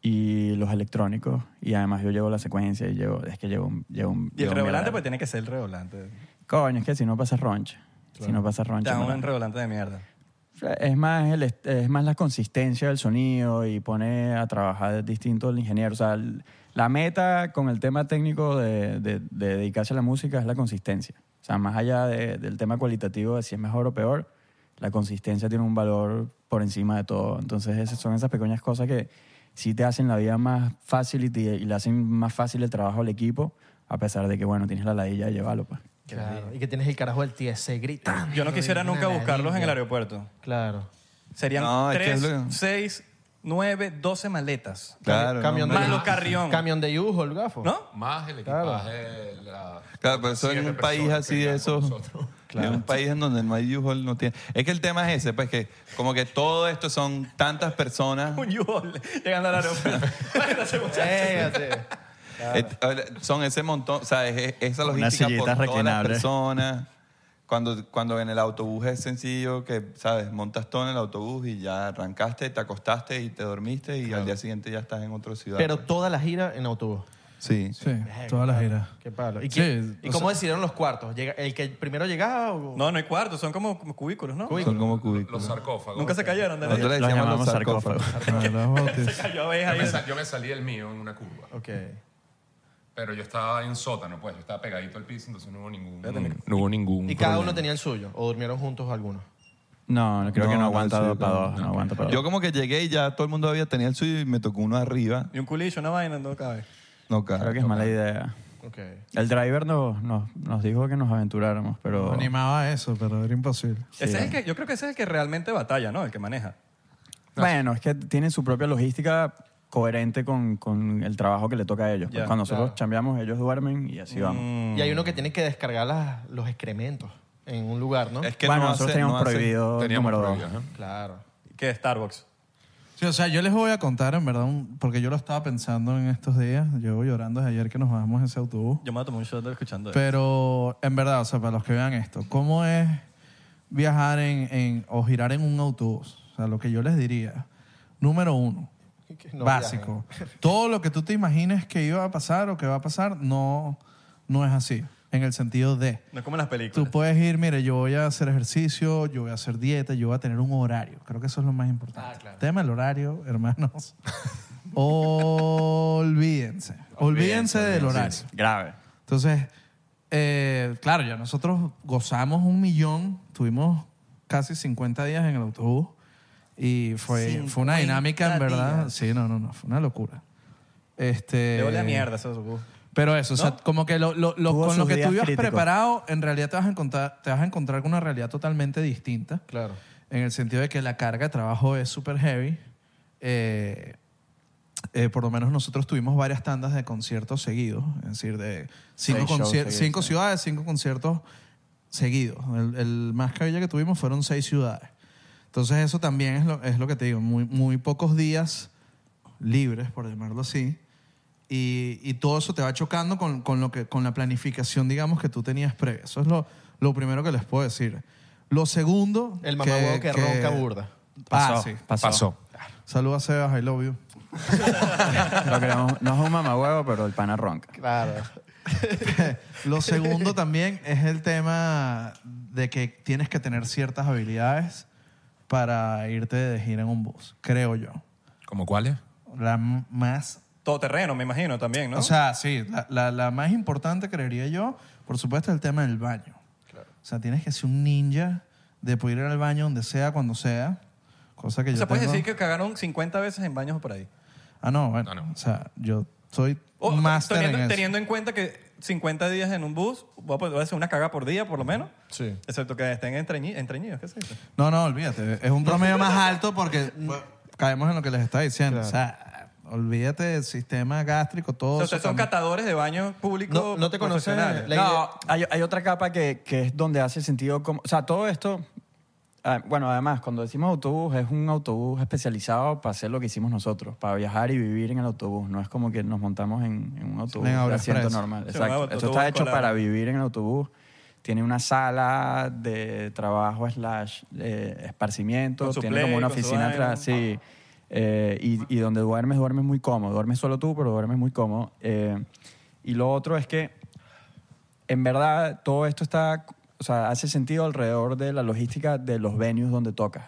Speaker 5: y los electrónicos. Y además yo llevo la secuencia y llevo... Es que llevo un... Llevo un
Speaker 4: Y el
Speaker 5: llevo mi
Speaker 4: revolante,
Speaker 5: alarma.
Speaker 4: pues tiene que ser el revolante.
Speaker 5: Coño, es que si no pasa roncha. Si no pasa
Speaker 4: Te
Speaker 5: roncha...
Speaker 4: dan
Speaker 5: no la-
Speaker 4: un revolante de mierda.
Speaker 5: Es más, el est- es más la consistencia del sonido y pone a trabajar distinto el ingeniero. O sea, el- la meta con el tema técnico de, de- de dedicarse a la música es la consistencia. O sea, más allá de- del tema cualitativo de si es mejor o peor, la consistencia tiene un valor por encima de todo. Entonces, esas son esas pequeñas cosas que sí te hacen la vida más fácil y, te- y le hacen más fácil el trabajo al equipo, a pesar de que, bueno, tienes la ladilla de llevarlo. Pues.
Speaker 6: Claro. Y que tienes el carajo del TSE gritando.
Speaker 4: Yo no quisiera
Speaker 6: y una
Speaker 4: nunca buscarlos en el
Speaker 6: ladilla.
Speaker 4: aeropuerto.
Speaker 6: Claro.
Speaker 4: Serían
Speaker 3: No, es que
Speaker 4: tres,
Speaker 3: es lo-
Speaker 4: seis, nueve, doce maletas.
Speaker 3: Claro,
Speaker 6: Camión
Speaker 3: no,
Speaker 6: de
Speaker 3: hombre.
Speaker 4: Malo carrión.
Speaker 6: Camión de yujo, el gafo.
Speaker 4: ¿No?
Speaker 7: Más el equipaje. La,
Speaker 3: Claro, pero eso en
Speaker 7: siete
Speaker 3: un país
Speaker 7: personas
Speaker 3: así
Speaker 7: que
Speaker 3: de
Speaker 7: viajan con
Speaker 3: eso.
Speaker 7: nosotros.
Speaker 3: En un país en donde no hay U-Haul, no tiene. Es que el tema es ese, pues que como que todo esto son tantas personas.
Speaker 4: Un U-Haul llegando al aeropuerto. Ese muchacho.
Speaker 6: Fíjate.
Speaker 3: Et- ahora, eh, son ese montón, o sea, es, es esa logística por
Speaker 5: sillita
Speaker 3: todas las
Speaker 5: reclinable.
Speaker 3: personas. Cuando, cuando en el autobús es sencillo que, ¿sabes? Montas todo en el autobús y ya arrancaste, te acostaste y te dormiste y al día siguiente ya estás en otra ciudad.
Speaker 6: Pero
Speaker 3: pues.
Speaker 6: toda la gira en autobús.
Speaker 3: Sí.
Speaker 2: Sí, todas las giras.
Speaker 6: Qué palo. ¿Y,
Speaker 2: Sí,
Speaker 6: quién- ¿y
Speaker 2: o
Speaker 6: cómo decidieron los cuartos? ¿Llega- ¿El que primero llegaba o...?
Speaker 4: No, no hay cuartos, son como, como cubículos, ¿no?
Speaker 3: Son como cubículos.
Speaker 7: Los sarcófagos.
Speaker 4: Nunca se cayeron de nadie.
Speaker 3: Nosotros le
Speaker 5: Los
Speaker 3: decíamos
Speaker 5: llamamos
Speaker 3: los sarcófagos.
Speaker 5: sarcófagos.
Speaker 2: Ah, los
Speaker 4: Se
Speaker 2: bautiz.
Speaker 4: cayó abeja
Speaker 7: Yo
Speaker 4: ahí.
Speaker 7: me, sa- yo me salí del mío en una curva.
Speaker 6: Ok.
Speaker 7: Pero yo estaba en sótano, pues. Yo estaba pegadito al piso, entonces no hubo ningún. No hubo ningún.
Speaker 6: ¿Y cada uno
Speaker 7: problema.
Speaker 6: tenía el suyo? ¿O durmieron juntos algunos?
Speaker 5: No, creo
Speaker 3: No,
Speaker 5: que no
Speaker 3: no,
Speaker 5: aguanta
Speaker 3: sí,
Speaker 5: dos para
Speaker 3: no,
Speaker 5: dos. No, aguanta para
Speaker 3: Yo
Speaker 5: dos.
Speaker 3: como que llegué y ya todo el mundo había tenido el suyo y me tocó uno arriba.
Speaker 4: Y un culillo, una vaina, no cabe.
Speaker 3: No, claro.
Speaker 5: Creo que es mala idea.
Speaker 6: Ok.
Speaker 5: El driver nos, nos, nos dijo que nos aventuráramos, pero...
Speaker 2: Animaba a eso, pero era imposible.
Speaker 4: Ese es el que, yo creo que ese es el que realmente batalla, ¿no? El que maneja.
Speaker 5: Bueno, es que tienen su propia logística coherente con, con el trabajo que le toca a ellos.
Speaker 4: Ya,
Speaker 5: Cuando nosotros chambeamos, ellos duermen y
Speaker 2: Mm.
Speaker 5: así vamos.
Speaker 6: Mm. Y hay uno que tiene que descargar las- los excrementos en un lugar, ¿no?
Speaker 3: Es que
Speaker 5: bueno,
Speaker 3: no
Speaker 5: nosotros
Speaker 3: hace-
Speaker 5: teníamos
Speaker 3: no hace-
Speaker 5: prohibido el
Speaker 7: Teníamos
Speaker 5: número dos.
Speaker 7: prohibido, ajá.
Speaker 6: Claro.
Speaker 4: Que es Starbucks.
Speaker 2: Sí, o sea, yo les voy a contar, en verdad, un- porque yo lo estaba pensando en estos días. Llevo llorando desde ayer que nos bajamos en ese autobús.
Speaker 4: Yo me voy a tomar un shot escuchando eso.
Speaker 2: Pero, en verdad, o sea, para los que vean esto, ¿cómo es viajar en, en- o girar en un autobús? O sea, lo que yo les diría. Número uno,
Speaker 6: Que no
Speaker 2: básico. Todo lo que tú te imagines que iba a pasar o que va a pasar, no, no es así. En el sentido de...
Speaker 4: No es como en las películas.
Speaker 2: Tú puedes ir, mire, yo voy a hacer ejercicio, yo voy a hacer dieta, yo voy a tener un horario. Creo que eso es lo más
Speaker 6: Ah,
Speaker 2: importante. Tema del horario, hermanos. olvídense. Olvídense del horario.
Speaker 5: Grave.
Speaker 2: Entonces, eh, claro, ya nosotros gozamos un millón, tuvimos casi 50 días en el autobús y fue, fue una dinámica, en
Speaker 4: 50
Speaker 2: verdad.
Speaker 4: días.
Speaker 2: Sí, no, no, no, fue una locura. Este,
Speaker 4: Le
Speaker 6: eh,
Speaker 4: huele a mierda eso, supongo.
Speaker 2: Pero eso, o sea, como que lo, lo- lo-
Speaker 5: Tuvo
Speaker 2: con lo
Speaker 5: sus
Speaker 2: que tú
Speaker 5: días
Speaker 2: ibas
Speaker 5: críticos.
Speaker 2: preparado, en realidad te vas, a encontrar, te vas a encontrar con una realidad totalmente distinta. Claro. En el sentido de que la carga de trabajo es súper heavy. Eh, eh, por lo menos nosotros tuvimos varias tandas de conciertos seguidos, es decir, de cinco,
Speaker 5: Seis shows
Speaker 2: conci-
Speaker 5: seguidos,
Speaker 2: cinco
Speaker 5: sí.
Speaker 2: ciudades, cinco conciertos seguidos. El, el más cabilla que tuvimos fueron seis ciudades. Entonces eso también es lo, es lo que te digo, muy, muy pocos días libres, por llamarlo así, y, y todo eso te va chocando con, con lo que, con la planificación, digamos, que tú tenías previa. Eso es lo, lo primero que les puedo decir. Lo segundo...
Speaker 6: El mamahuevo que, ronca burda.
Speaker 2: Ah,
Speaker 5: Pasó,
Speaker 2: sí.
Speaker 5: pasó.
Speaker 2: Saludos a Sebas, I love you.
Speaker 5: Lo queremos- no es un mamahuevo, pero el pana ronca.
Speaker 6: Claro.
Speaker 2: Lo segundo también es el tema de que tienes que tener ciertas habilidades para irte de gira en un bus, creo yo.
Speaker 7: ¿Como cuáles?
Speaker 2: La m- más...
Speaker 4: Todo terreno, me imagino, también, ¿no?
Speaker 2: O sea, sí, la, la- la más importante, creería yo, por supuesto, es el tema del baño. O sea, tienes que ser un ninja de poder ir al baño donde sea, cuando sea. Cosa que
Speaker 4: O
Speaker 2: yo
Speaker 4: sea, puedes
Speaker 2: tengo-
Speaker 4: decir que cagaron 50 veces en baños por ahí.
Speaker 2: Ah, no, bueno.
Speaker 7: No, no.
Speaker 2: O sea, yo soy
Speaker 4: O,
Speaker 2: máster en
Speaker 4: Oh, teniendo,
Speaker 2: eso.
Speaker 4: teniendo en cuenta que 50 días en un bus, voy a poner- voy a hacer una cagada por día, por lo menos.
Speaker 6: Sí.
Speaker 4: Excepto que estén entreñi- entreñidos, ¿qué se dice?
Speaker 2: No, no, olvídate. Es un promedio más alto porque bueno, caemos en lo que les estaba diciendo. O sea, olvídate del sistema gástrico, todo
Speaker 4: O sea,
Speaker 2: eso
Speaker 4: ustedes son
Speaker 2: también.
Speaker 4: catadores de baños públicos
Speaker 6: No- no te conoces
Speaker 4: profesionales.
Speaker 6: la
Speaker 5: no, hay, hay otra capa que, que es donde hace sentido. como- o sea, todo esto. ah, Bueno, además, cuando decimos autobús, es un autobús especializado para hacer lo que hicimos nosotros, para viajar y vivir en el autobús. No es como que nos montamos en, en un autobús
Speaker 2: En
Speaker 5: de
Speaker 2: Aura
Speaker 5: asiento
Speaker 2: Express.
Speaker 5: normal.
Speaker 4: Sí,
Speaker 5: Exacto.
Speaker 4: un
Speaker 5: Esto
Speaker 4: autobús
Speaker 5: está hecho
Speaker 4: escolar.
Speaker 5: para vivir en el autobús. Tiene una sala de trabajo slash eh, esparcimiento.
Speaker 4: Con su
Speaker 5: Tiene
Speaker 4: play,
Speaker 5: como una
Speaker 4: con su
Speaker 5: oficina
Speaker 4: vaina.
Speaker 5: atrás. Sí. Eh, y, y donde duermes, duermes muy cómodo. Duermes solo tú, pero duermes muy cómodo. Eh, y lo otro es que en verdad todo esto está, o sea, hace sentido alrededor de la logística de los venues donde tocas,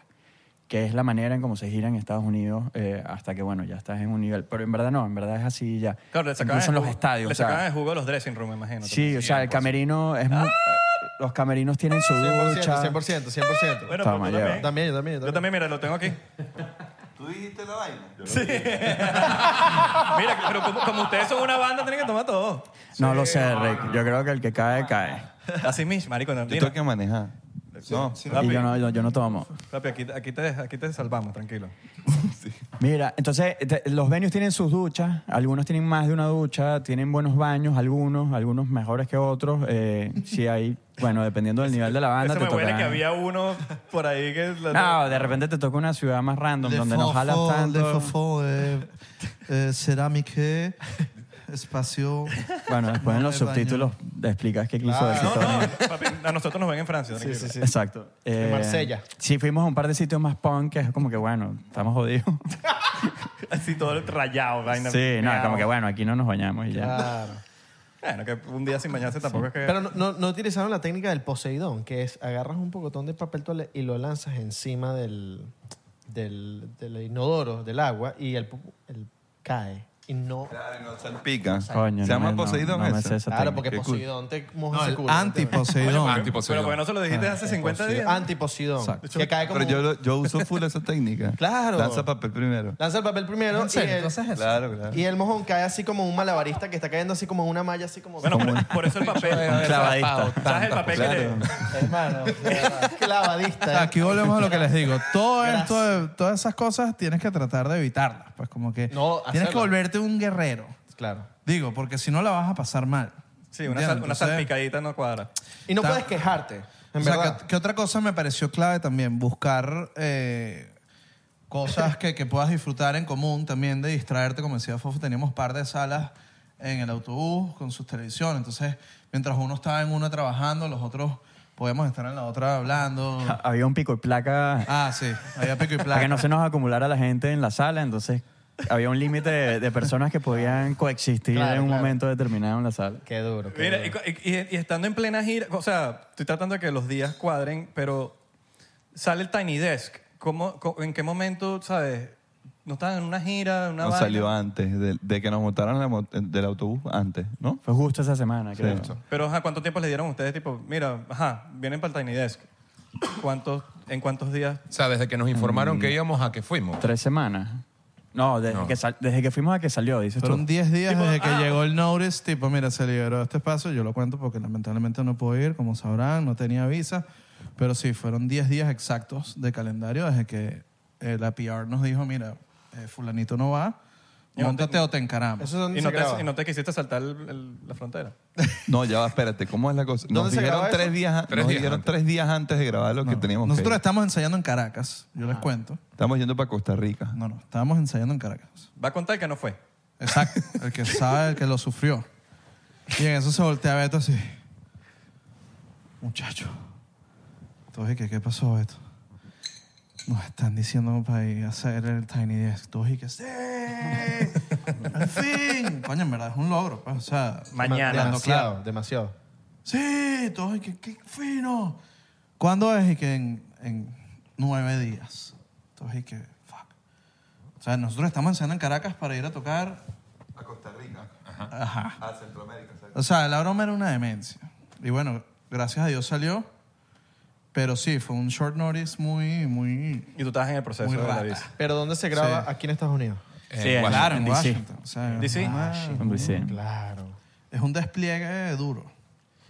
Speaker 5: que es la manera en cómo se gira en Estados Unidos eh, hasta que, bueno, ya estás en un nivel. Pero en verdad no, en verdad es así ya.
Speaker 4: Claro, le sacaban
Speaker 5: Incluso
Speaker 4: el
Speaker 5: en los
Speaker 4: jugo-
Speaker 5: estadios.
Speaker 4: Le
Speaker 5: o sea,
Speaker 4: sacaban el jugo a los dressing room, me imagino.
Speaker 5: sí,
Speaker 4: también.
Speaker 5: o sea, el camerino es
Speaker 4: ¡Ah!
Speaker 5: muy... Los camerinos tienen su
Speaker 6: 100%,
Speaker 5: ducha.
Speaker 6: 100%, 100%.
Speaker 4: Bueno,
Speaker 5: Toma,
Speaker 4: pero tú también.
Speaker 5: lleva.
Speaker 6: también, yo también, yo
Speaker 4: Yo
Speaker 6: también.
Speaker 4: también, mira, lo tengo aquí.
Speaker 3: ¿Tú dijiste la vaina?
Speaker 4: Mira, pero como, como ustedes son una banda, tienen que tomar todo.
Speaker 5: No lo sé, Rick. Yo creo que el que cae, cae.
Speaker 4: Así mismo, marico. no,
Speaker 3: Yo
Speaker 4: Mira,
Speaker 3: tengo que manejar. No,
Speaker 5: Y yo no, yo- yo no tomo.
Speaker 4: papi, aquí, aquí te, aquí te salvamos, tranquilo.
Speaker 5: Mira, entonces te- los venues tienen sus duchas, algunos tienen más de una ducha, tienen buenos baños, algunos, algunos mejores que otros. Eh, si hay, bueno, dependiendo del nivel de la banda,
Speaker 4: Eso
Speaker 5: Ah, te
Speaker 4: me huele
Speaker 5: tocarán-
Speaker 4: que había uno por ahí que... Ah,
Speaker 5: No, de repente te toca una ciudad más random
Speaker 2: De
Speaker 5: donde nos jalas
Speaker 2: fofo, De
Speaker 5: tanto.
Speaker 2: fofo, de eh, cerámica, espacio.
Speaker 5: Bueno, después en los
Speaker 2: de baño.
Speaker 5: subtítulos te explicas qué quiso decir.
Speaker 4: No,
Speaker 5: todo en
Speaker 4: no, papi, a nosotros nos ven en Francia, tranquilo.
Speaker 5: Exacto. Eh,
Speaker 6: Marsella.
Speaker 5: Sí, fuimos a un par de sitios más punk, que es como que, bueno, estamos jodidos.
Speaker 4: Así todo rayado, vaina.
Speaker 5: Sí, no,
Speaker 4: pegado.
Speaker 5: como que, bueno, aquí no nos bañamos y ya.
Speaker 6: Claro.
Speaker 4: Bueno, que un día sin bañarse tampoco es que...
Speaker 6: Pero no, no, no utilizaron la técnica del Poseidón, que es agarras un pocotón de papel toalé y lo lanzas encima del, del, del inodoro, del agua, y el, pu- el cae. Y no.
Speaker 3: Claro, no salpica.
Speaker 5: Coño,
Speaker 3: Se
Speaker 5: no
Speaker 3: llama
Speaker 5: me- no-
Speaker 3: Poseidón
Speaker 5: no me
Speaker 3: eso?
Speaker 5: sé esa
Speaker 6: Claro,
Speaker 5: técnica.
Speaker 6: porque
Speaker 3: Qué cool.
Speaker 6: Poseidón te moja
Speaker 2: No,
Speaker 6: ese
Speaker 2: el
Speaker 6: culo.
Speaker 2: antiposeidón.
Speaker 4: Pero porque no se lo dijiste hace 50 días.
Speaker 6: Antiposeidón. Ah, Que cae como.
Speaker 3: Pero yo, lo- yo uso full esa técnica.
Speaker 6: Claro.
Speaker 3: Lanza papel primero.
Speaker 6: Lanza el papel primero.
Speaker 2: ¿En serio?
Speaker 6: Y, el,
Speaker 2: ¿Tú haces eso?
Speaker 3: Claro, claro.
Speaker 6: y el mojón cae así como un malabarista que está cayendo así como una malla, así como.
Speaker 4: Bueno, por, por eso el papel.
Speaker 5: Un clavadista.
Speaker 4: ¿Sabes el papel que le...
Speaker 3: Claro.
Speaker 6: hermano. de verdad, Clavadista. ¿eh?
Speaker 2: Aquí volvemos a lo que les digo. Todo esto, de- todas esas cosas tienes que tratar de evitarlas. Pues como que
Speaker 6: No,
Speaker 2: tienes que
Speaker 6: hacerlo.
Speaker 2: volverte un guerrero.
Speaker 6: Claro.
Speaker 2: Digo, porque si no la vas a pasar mal.
Speaker 4: Sí, una,
Speaker 2: ¿Entiendes?
Speaker 4: sal- una
Speaker 2: Entonces,
Speaker 4: salpicadita no cuadra.
Speaker 6: Y no
Speaker 2: Ta-
Speaker 6: puedes quejarte. En
Speaker 2: o sea,
Speaker 6: verdad.
Speaker 2: que, que otra cosa me pareció clave también, buscar eh, cosas que, que puedas disfrutar en común también, de distraerte. Como decía Fofo, teníamos par de salas en el autobús con sus televisiones. Entonces, mientras uno estaba en una trabajando, los otros podíamos estar en la otra hablando.
Speaker 5: Había un pico y placa
Speaker 2: Ah, sí, había pico y
Speaker 5: para
Speaker 2: placa.
Speaker 5: que no se nos acumulara la gente en la sala, entonces había un límite de, de personas que podían coexistir
Speaker 6: Claro,
Speaker 5: en un
Speaker 6: claro.
Speaker 5: momento determinado en la sala.
Speaker 6: Qué duro. qué
Speaker 4: Mira,
Speaker 6: duro.
Speaker 4: y, cu- y- y- y estando en plena gira, o sea, estoy tratando de que los días cuadren, pero sale el Tiny Desk. ¿Cómo, co- ¿En qué momento, sabes? no estaban en una gira, una
Speaker 3: No
Speaker 4: vaina.
Speaker 3: salió antes, de, de que nos montaran en la mo- en- del autobús antes, ¿no?
Speaker 5: Fue justo esa semana, creo.
Speaker 3: Sí.
Speaker 4: Pero, ajá, ¿cuánto tiempo le dieron ustedes? Tipo, mira, ajá, vienen para el Tiny Desk. ¿Cuántos, ¿En cuántos días? Eh,
Speaker 7: O sea, desde que nos informaron
Speaker 3: Mm.
Speaker 7: que íbamos a que fuimos.
Speaker 5: Tres semanas. No, desde,
Speaker 7: No.
Speaker 5: Que sal- desde que fuimos a que salió, dices tú.
Speaker 2: Fueron 10 días desde que
Speaker 4: ah.
Speaker 2: llegó el notice, tipo, mira, se liberó este espacio, yo lo cuento porque lamentablemente no puedo ir, como sabrán, no tenía visa, pero sí, fueron 10 días exactos de calendario desde que eh, la PR nos dijo, mira, eh, fulanito no va, montate o te encaramos.
Speaker 6: Eso es donde
Speaker 4: Y
Speaker 6: se
Speaker 4: no, te,
Speaker 6: graba.
Speaker 4: y no te quisiste saltar el- el- la frontera.
Speaker 3: No, ya va, espérate, ¿cómo es la cosa? Nos
Speaker 6: ¿Dónde se
Speaker 3: dijeron
Speaker 6: graba
Speaker 3: tres
Speaker 6: eso?
Speaker 3: días, an-
Speaker 7: Tres
Speaker 3: nos
Speaker 7: días
Speaker 3: dijeron
Speaker 7: antes.
Speaker 3: tres días antes de grabar lo que teníamos que
Speaker 2: Nosotros
Speaker 3: ir.
Speaker 2: estamos ensayando en Caracas, yo
Speaker 6: Ah.
Speaker 2: les cuento.
Speaker 3: Estamos yendo para Costa Rica.
Speaker 2: No, no, estábamos ensayando en Caracas.
Speaker 4: Va a contar que no fue.
Speaker 2: Exacto, el que sabe, el que lo sufrió. Y en eso se voltea Beto así. Muchacho. Entonces, ¿qué, ¿qué pasó, Beto? Nos están diciendo para ir a hacer el Tiny Desk. Entonces, que sí. ¡Al fin! Coño, en verdad es un logro. pues, o sea,
Speaker 6: Demasiado,
Speaker 2: hablando claro.
Speaker 6: demasiado.
Speaker 2: Sí, todo, y que, qué fino. ¿Cuándo es? Y que en, en nueve días. Entonces, y que, fuck. O sea, nosotros estamos ensayando en Caracas para ir a tocar.
Speaker 3: A Costa Rica,
Speaker 2: Ajá.
Speaker 3: a Centroamérica.
Speaker 2: O sea, la broma era una demencia. Y bueno, gracias a Dios salió. Pero sí, fue un short notice muy, muy.
Speaker 4: Y tú estabas en el proceso
Speaker 2: Muy
Speaker 4: de la
Speaker 2: rata.
Speaker 4: visa.
Speaker 6: Pero ¿dónde se graba? Aquí en Estados Unidos.
Speaker 7: Eh,
Speaker 5: Sí,
Speaker 7: Washington.
Speaker 2: Claro,
Speaker 5: en
Speaker 2: en
Speaker 5: DC.
Speaker 2: Washington. O sea,
Speaker 4: DC.
Speaker 2: una-
Speaker 5: Hombre, sí.
Speaker 6: Claro.
Speaker 2: es un despliegue duro.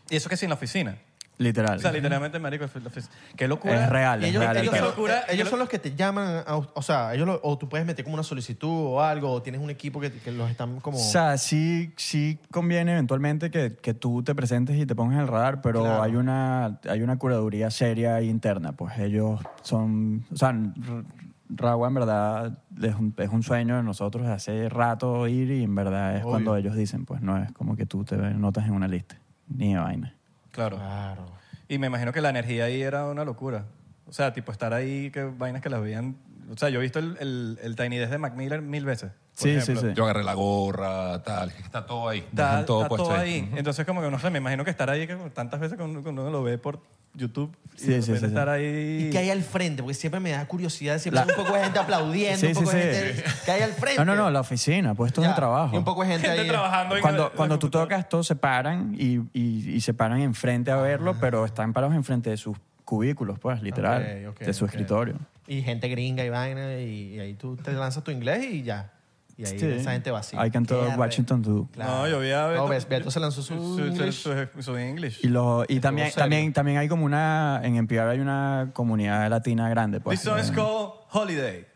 Speaker 4: Y eso que sí, en la oficina.
Speaker 5: Literal.
Speaker 4: O sea, literalmente, marico, en la oficina. Qué locura.
Speaker 5: es real,
Speaker 6: Y
Speaker 5: es
Speaker 6: ellos,
Speaker 5: real. el
Speaker 6: ellos
Speaker 4: qué
Speaker 5: pedo.
Speaker 6: son,
Speaker 4: locura,
Speaker 6: eh, ellos
Speaker 4: qué
Speaker 6: son
Speaker 4: lo-
Speaker 6: los que te llaman, a- o sea, ellos lo- o tú puedes meter como una solicitud o algo, o tienes un equipo que, que los están como...
Speaker 5: O sea, sí, sí conviene eventualmente que, que tú te presentes y te pongas en el radar, pero
Speaker 6: Claro.
Speaker 5: hay, una, hay una curaduría seria e interna. Pues ellos son... O sea, R- Rawa en verdad es un, es un sueño de nosotros de hace rato ir y en verdad es
Speaker 6: Obvio.
Speaker 5: cuando ellos dicen, pues no es como que tú te notas en una lista. Ni de vaina.
Speaker 4: Claro.
Speaker 6: claro.
Speaker 4: Y me imagino que la energía ahí era una locura. O sea, tipo, estar ahí, que vainas que las veían. O sea, yo he visto el, el, el Tiny Desk de Mac Miller mil veces. por
Speaker 5: Sí, sí,
Speaker 4: ejemplo.
Speaker 5: sí.
Speaker 7: Yo agarré la gorra, tal, está todo ahí.
Speaker 4: Está,
Speaker 7: Dejan todo
Speaker 4: está
Speaker 7: puesto
Speaker 4: todo ahí.
Speaker 7: Ujú.
Speaker 4: Entonces, como que no sé, me imagino que estar ahí que tantas veces que uno, que uno lo ve por YouTube.
Speaker 5: Sí,
Speaker 4: y de
Speaker 5: sí, sí,
Speaker 4: repente
Speaker 5: sí.
Speaker 4: Estar ahí.
Speaker 6: ¿Y qué hay al frente? Porque siempre me da curiosidad, siempre hay un poco de gente aplaudiendo,
Speaker 5: Sí,
Speaker 6: un
Speaker 5: sí,
Speaker 6: poco de
Speaker 5: sí.
Speaker 6: gente... ¿Qué hay al frente?
Speaker 5: No, no, no, la oficina, puestos
Speaker 6: Ya,
Speaker 5: de trabajo.
Speaker 6: Y un poco de gente,
Speaker 4: Gente
Speaker 6: ahí.
Speaker 4: trabajando en la-
Speaker 5: Cuando,
Speaker 4: en la
Speaker 5: cuando tú
Speaker 4: computadora.
Speaker 5: tocas, todos se paran y, y- y se paran enfrente a
Speaker 6: Ah.
Speaker 5: verlo, pero están parados enfrente de sus cubículos, pues, literal,
Speaker 6: Ok, ok,
Speaker 5: de su
Speaker 6: ok.
Speaker 5: escritorio.
Speaker 6: Y gente gringa y vaina, y, y ahí tú te lanzas tu inglés y ya. Y ahí
Speaker 5: Sí.
Speaker 6: esa gente vacía.
Speaker 5: I can talk Washington too.
Speaker 4: No, yo vi a Beto.
Speaker 6: No, ves, Beto se lanzó su...
Speaker 4: su, su,
Speaker 6: English.
Speaker 4: su- su English.
Speaker 5: Y, los y también,
Speaker 6: serio.
Speaker 5: también, también hay como una, en NPR hay una comunidad latina grande, pues.
Speaker 4: This song is
Speaker 5: Eh,
Speaker 4: called Holiday.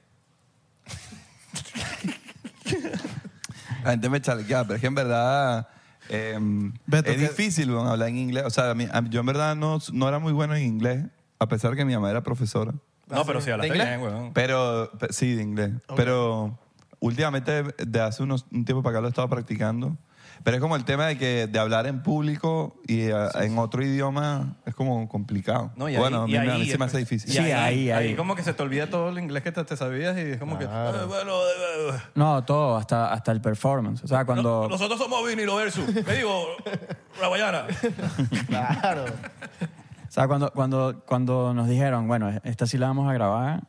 Speaker 3: La gente me chalequea, pero es que en verdad eh,
Speaker 2: Beto,
Speaker 3: es
Speaker 2: ¿qué-
Speaker 3: difícil weón, hablar en inglés. O sea, a mí- a mí- yo en verdad no, no era muy bueno en inglés, a pesar de que mi mamá era profesora.
Speaker 4: No, pero sí, hablaste
Speaker 6: ¿De
Speaker 4: bien,
Speaker 6: inglés?
Speaker 4: eh, weón.
Speaker 3: Pero, pe- sí, de inglés. Pero últimamente, de hace unos, un tiempo para acá lo he estado practicando. Pero es como el tema de que de hablar en público y eh, en otro idioma es como complicado.
Speaker 4: No, y ahí-
Speaker 3: bueno, a mí,
Speaker 4: y
Speaker 3: me- a mí
Speaker 4: ahí- pues,
Speaker 3: se me hace difícil.
Speaker 4: y
Speaker 5: Sí, ahí, ahí.
Speaker 4: como que se te olvida todo el inglés que te, te sabías y es como que. "Eh, bueno, eh, eh,
Speaker 5: No, todo, hasta, hasta el performance. O sea, cuando...
Speaker 4: Nosotros somos vinilo versus. Me digo, la guayana.
Speaker 6: Claro.
Speaker 5: O sea, cuando, cuando, cuando nos dijeron, bueno, esta sí la vamos a grabar,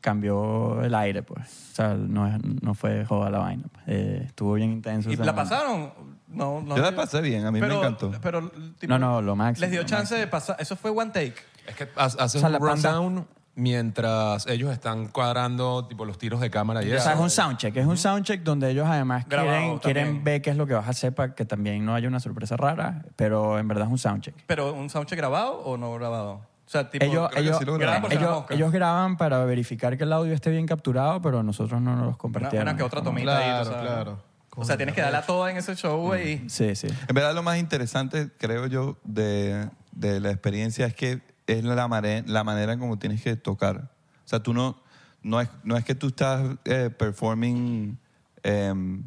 Speaker 5: cambió el aire, pues. O sea, no, es- no fue joda la vaina. pues. Eh, estuvo bien intenso.
Speaker 4: ¿Y
Speaker 5: esa
Speaker 4: la
Speaker 5: vaina.
Speaker 4: pasaron? No, no.
Speaker 3: Yo la pasé bien, a mí me
Speaker 4: Pero-
Speaker 3: encantó.
Speaker 4: Pero, tipo,
Speaker 5: No, no, lo máximo,
Speaker 4: Les dio
Speaker 5: lo
Speaker 4: chance de pasar. Eso fue one take.
Speaker 7: Es que ha- haces
Speaker 5: O sea,
Speaker 7: un
Speaker 5: la pasa-
Speaker 7: rundown mientras ellos están cuadrando tipo los tiros de cámara y
Speaker 5: O
Speaker 7: eso.
Speaker 5: sea, es un soundcheck. Es un soundcheck donde ellos además
Speaker 4: Grabado
Speaker 5: quieren,
Speaker 4: también.
Speaker 5: quieren ver qué es lo que vas a hacer para que también no haya una sorpresa rara, pero en verdad es un soundcheck.
Speaker 4: ¿Pero un soundcheck grabado o no grabado? O sea, tipo.
Speaker 5: Ellos,
Speaker 3: creo que
Speaker 5: ellos,
Speaker 3: sí lo
Speaker 4: grabaron.
Speaker 5: ellos,
Speaker 4: Oscar.
Speaker 5: ellos graban para verificar que el audio esté bien capturado, pero nosotros no nos los
Speaker 4: Una,
Speaker 5: compartieron.
Speaker 4: una que otra
Speaker 5: Como-
Speaker 4: tomita ahí.
Speaker 6: Claro,
Speaker 4: tú sabes.
Speaker 6: claro.
Speaker 4: O sea, tienes que darla toda en ese show, güey. y-
Speaker 5: Sí, sí.
Speaker 3: En verdad lo más interesante, creo yo, de, de la experiencia es que es la, mare- la manera en como tienes que tocar. O sea, tú no, no, es, no es que tú estás eh, performing em,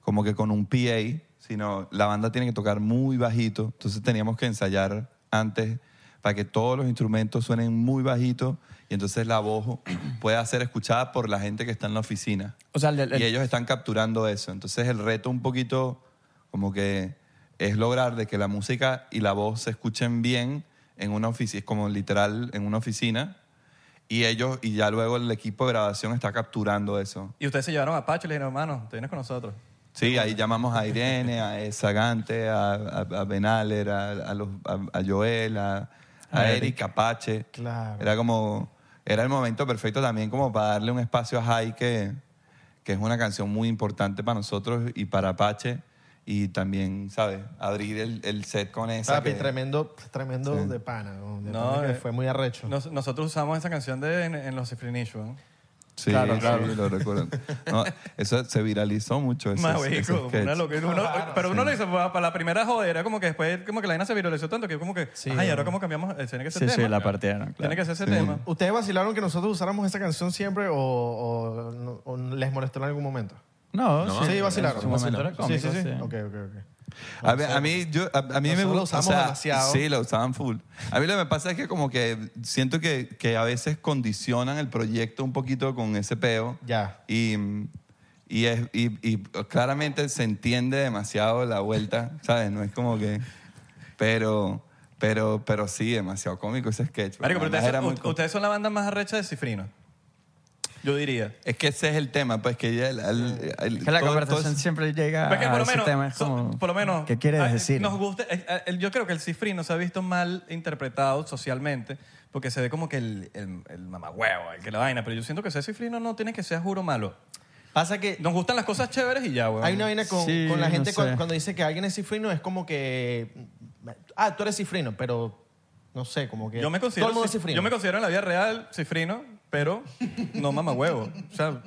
Speaker 3: como que con un PA, sino la banda tiene que tocar muy bajito. Entonces teníamos que ensayar antes para que todos los instrumentos suenen muy bajito y entonces la voz pueda ser escuchada por la gente que está en la oficina
Speaker 5: O sea, el- el-
Speaker 3: y ellos están capturando eso. Entonces el reto un poquito como que es lograr de que la música y la voz se escuchen bien en una oficina, como literal en una oficina y, Y ellos, y ya luego el equipo de grabación está capturando eso.
Speaker 4: Y ustedes se llevaron a Pacho y le dijeron, hermano, te vienes con nosotros.
Speaker 3: Sí, ahí llamamos a Irene, a Sagante, a, a, a Benaler, a, a los- a- a Joel, a, a Eric, Apache.
Speaker 6: Claro.
Speaker 3: Era como, era el momento perfecto también como para darle un espacio a Jai, que, que es una canción muy importante para nosotros y para Apache. Y también, ¿sabes? Abrir el, el set con esa.
Speaker 6: Papi,
Speaker 3: que-
Speaker 6: tremendo, tremendo de pana. ¿no? De
Speaker 4: No,
Speaker 6: pana que
Speaker 4: eh,
Speaker 6: fue muy arrecho.
Speaker 4: Nos- nosotros usamos esa canción de, en, en los Cifrinish, weón.
Speaker 3: Sí,
Speaker 6: Claro,
Speaker 3: sí,
Speaker 6: claro.
Speaker 3: lo recuerdo. No, eso se viralizó mucho. Pues ese-
Speaker 4: Marico,
Speaker 3: ese sketch.
Speaker 4: una locura. Uno- pero uno lo hizo pues, para, para la primera joder, era como que después como que la vaina se viralizó tanto que como que, ay, ahora cómo cambiamos, Eh, tiene que ser
Speaker 5: Sí,
Speaker 4: tema.
Speaker 5: sí, la partieron. claro.
Speaker 4: Tiene que ser ese tema.
Speaker 6: ¿Ustedes vacilaron que nosotros usáramos esa canción siempre o, o no- o les molestó en algún momento?
Speaker 5: No,
Speaker 7: No,
Speaker 5: sí,
Speaker 6: sí, vacilaron.
Speaker 5: en su momento era
Speaker 6: Sí,
Speaker 5: cómico,
Speaker 6: sí, sí.
Speaker 5: sí.
Speaker 6: Ok, ok, ok.
Speaker 3: A, ver, a mí, yo, a, a mí me
Speaker 6: Nosotros
Speaker 3: gusta.
Speaker 6: lo usamos demasiado.
Speaker 3: Sí, lo usaban full. A mí lo que me pasa es que, como que siento que, que a veces condicionan el proyecto un poquito con ese peo.
Speaker 6: Ya.
Speaker 3: Y, y, es, y, y claramente se entiende demasiado la vuelta, ¿sabes? No es como que. Pero, pero, pero sí, demasiado cómico ese sketch.
Speaker 4: Marico, pero
Speaker 3: Además,
Speaker 4: ustedes,
Speaker 3: era
Speaker 4: son-
Speaker 3: muy
Speaker 4: u- ustedes son la banda más arrecha de Cifrino. Yo diría.
Speaker 3: Es que ese es el tema, pues que ya. el- el- el-
Speaker 5: Es que la
Speaker 3: todo- todo
Speaker 5: conversación
Speaker 3: es-
Speaker 5: siempre llega
Speaker 4: Porque
Speaker 5: a
Speaker 4: por lo
Speaker 5: ese
Speaker 4: menos,
Speaker 5: tema. Es
Speaker 4: so-
Speaker 5: como,
Speaker 4: por lo menos
Speaker 5: ¿Qué quieres
Speaker 4: ah,
Speaker 5: decir?
Speaker 4: Nos gusta, eh, eh, el- yo creo que el cifrino se ha visto mal interpretado socialmente porque se ve como que el, el, el mamagüevo, el que la vaina, pero yo siento que ser cifrino no tiene que ser juro malo.
Speaker 6: Pasa que
Speaker 4: Nos gustan las cosas chéveres y ya, weón.
Speaker 6: hay una vaina con,
Speaker 5: Sí,
Speaker 6: con la
Speaker 5: no
Speaker 6: gente cu-
Speaker 5: sé.
Speaker 6: cuando, dice que alguien es cifrino, es como que. Ah, tú eres cifrino, pero no sé, como que.
Speaker 4: yo me
Speaker 6: Todo
Speaker 4: considero
Speaker 6: el mundo es
Speaker 4: cif-
Speaker 6: cifrino.
Speaker 4: yo me considero en la vida real cifrino, pero no mamagüevo. O sea,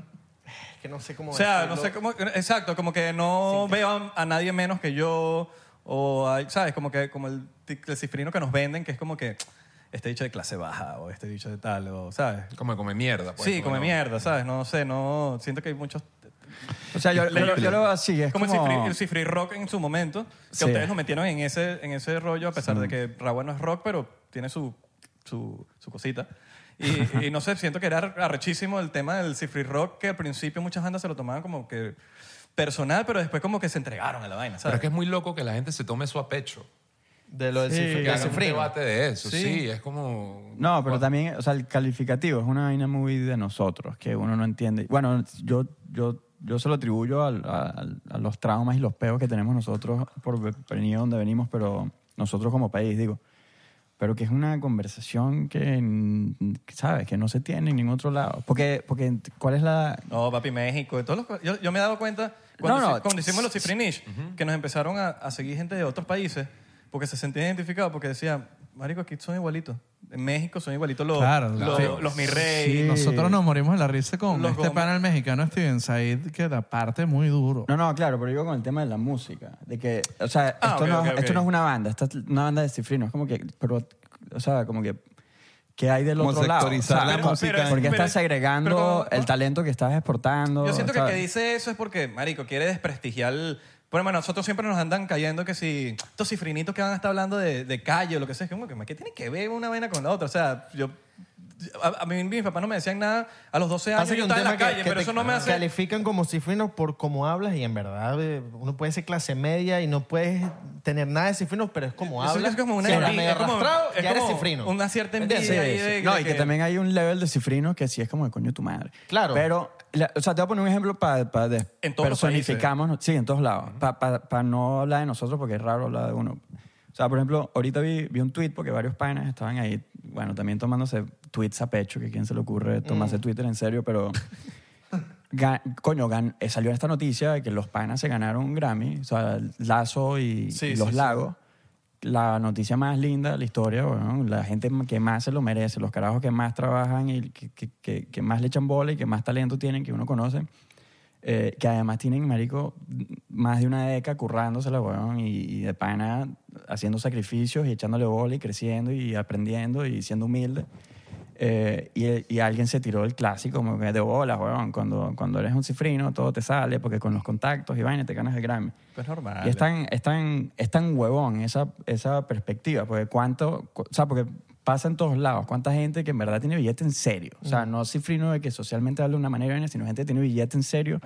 Speaker 6: Es que no sé cómo.
Speaker 4: o sea,
Speaker 6: decirlo.
Speaker 4: no sé cómo exacto, como que no veo a, a nadie menos que yo o hay- sabes, como que como el, tic- el cifrino que nos venden que es como que este dicho de clase baja o este dicho de tal o sabes.
Speaker 7: Como come mierda. Pues,
Speaker 4: sí, come
Speaker 7: no.
Speaker 4: mierda, ¿sabes? No sé, no. Siento que hay muchos.
Speaker 5: O sea, yo, yo lo- yo lo veo así. Es
Speaker 4: como,
Speaker 5: como,
Speaker 4: el cifri- el cifri rock en su momento, que
Speaker 5: Sí.
Speaker 4: ustedes nos metieron en ese, en ese rollo, a pesar de que Rawa no es rock, pero tiene su, su, su cosita. Y, y no sé, siento que era arrechísimo el tema del cifri rock, que al principio muchas bandas se lo tomaban como que personal, pero después como que se entregaron a la vaina,
Speaker 7: Pero
Speaker 4: ¿sabes?
Speaker 7: es que es muy loco que la gente se tome eso a pecho.
Speaker 6: De lo del
Speaker 5: Sí.
Speaker 6: cifrino.
Speaker 7: Que hagan un
Speaker 6: cifrino.
Speaker 7: debate de eso. Sí, es como...
Speaker 5: No, pero también, o sea, el calificativo es una vaina muy de nosotros, que uno no entiende. Bueno, yo, yo, yo se lo atribuyo al- al- a, los traumas y los peos que tenemos nosotros por ve- venir de donde venimos, pero nosotros como país, digo. Pero que es una conversación que, mm, que, ¿sabes? Que no se tiene en ningún otro lado. Porque, porque ¿cuál es la...?
Speaker 4: No, papi, México. en todos los- yo, yo me he dado cuenta cuando,
Speaker 5: No, no.
Speaker 4: hici- cuando hicimos los Cifrinish, que nos empezaron a, a seguir gente de otros países porque se sentían identificados, porque decían, marico, aquí son igualitos. En México son igualitos los,
Speaker 2: Claro,
Speaker 4: los,
Speaker 2: claro.
Speaker 4: los mi
Speaker 2: Y
Speaker 4: rey.
Speaker 2: Nosotros nos morimos de la risa con
Speaker 4: Los
Speaker 2: este
Speaker 4: Gómez.
Speaker 2: panel mexicano Steven Said, que da parte muy duro.
Speaker 5: No, no, claro, pero yo con el tema de la música. De que, o sea,
Speaker 4: Ah,
Speaker 5: esto,
Speaker 4: ok,
Speaker 5: no,
Speaker 4: ok, ok.
Speaker 5: esto no es una banda, esto es una banda de cifrinos. Como que, pero, o sea, como que, ¿qué hay del
Speaker 3: Como
Speaker 5: otro lado?
Speaker 3: sectorizar la
Speaker 5: como-
Speaker 3: música.
Speaker 5: porque
Speaker 4: Pero-
Speaker 5: estás segregando
Speaker 4: pero-
Speaker 5: el talento que estás exportando.
Speaker 4: Yo siento que el
Speaker 5: ¿sabes?
Speaker 4: que dice eso es porque, marico, quiere desprestigiar... Por ejemplo, nosotros siempre nos andan cayendo que si estos cifrinitos que van a estar hablando de, de calle o lo que sea, es como que, ¿qué tiene que ver una vaina con la otra? O sea, yo... A, a mí mis papás no me decían nada a los 12 años
Speaker 6: Pasa
Speaker 4: yo
Speaker 6: que un
Speaker 4: estaba en
Speaker 6: tema
Speaker 4: la
Speaker 6: que,
Speaker 4: calle,
Speaker 6: que
Speaker 4: pero
Speaker 6: te
Speaker 4: eso no me hace...
Speaker 6: califican como cifrino por cómo hablas y en verdad eh, uno puede ser clase media y no puedes tener nada de cifrino, pero es como
Speaker 4: Eso
Speaker 6: hablas.
Speaker 4: es como una
Speaker 6: si hablas
Speaker 4: envidia,
Speaker 6: medio
Speaker 4: es como-
Speaker 6: arrastrado,
Speaker 4: es
Speaker 6: ya eres
Speaker 4: como
Speaker 6: cifrino.
Speaker 4: una cierta
Speaker 6: ¿Entiendes?
Speaker 4: envidia ahí
Speaker 6: Sí,
Speaker 4: de-
Speaker 5: No, y que,
Speaker 4: que-
Speaker 5: también hay un level de cifrinos que sí es como de coño tu madre.
Speaker 6: Claro.
Speaker 5: Pero, la- o sea, te voy a poner un ejemplo para
Speaker 4: En todos los
Speaker 5: personificamos, sí, en todos lados, para no hablar de nosotros porque es raro hablar de uno. O sea, por ejemplo, ahorita vi, vi un tweet porque varios panas estaban ahí, bueno, también tomándose tweets a pecho, que quién se le
Speaker 6: Mm.
Speaker 5: ocurre tomarse Twitter en serio, pero ga- coño, gan- eh, salió esta noticia de que los panas se ganaron un Grammy, o sea, Lazo y,
Speaker 6: Sí,
Speaker 5: y
Speaker 6: sí,
Speaker 5: los
Speaker 6: sí.
Speaker 5: Lagos. La noticia más linda de la historia, bueno, la gente que más se lo merece, los carajos que más trabajan y que, que- que- que más le echan bola y que más talento tienen, que uno conoce, eh, que además tienen, marico, más de una década currándosela, weón, y, y de pana haciendo sacrificios y echándole bola y creciendo y aprendiendo y siendo humilde. Eh, y, y alguien se tiró el clásico como que de bolas, weón. Cuando, cuando eres un cifrino, todo te sale porque con los contactos y vaina te ganas el Grammy.
Speaker 4: Pues normal.
Speaker 5: Y es tan, es tan- es tan huevón esa, esa perspectiva, porque cuánto, cu- o sea, porque pasa en todos lados, cuánta gente que en verdad tiene billete en serio, o sea, no cifrino de que socialmente habla de una manera, sino gente que tiene billete en serio,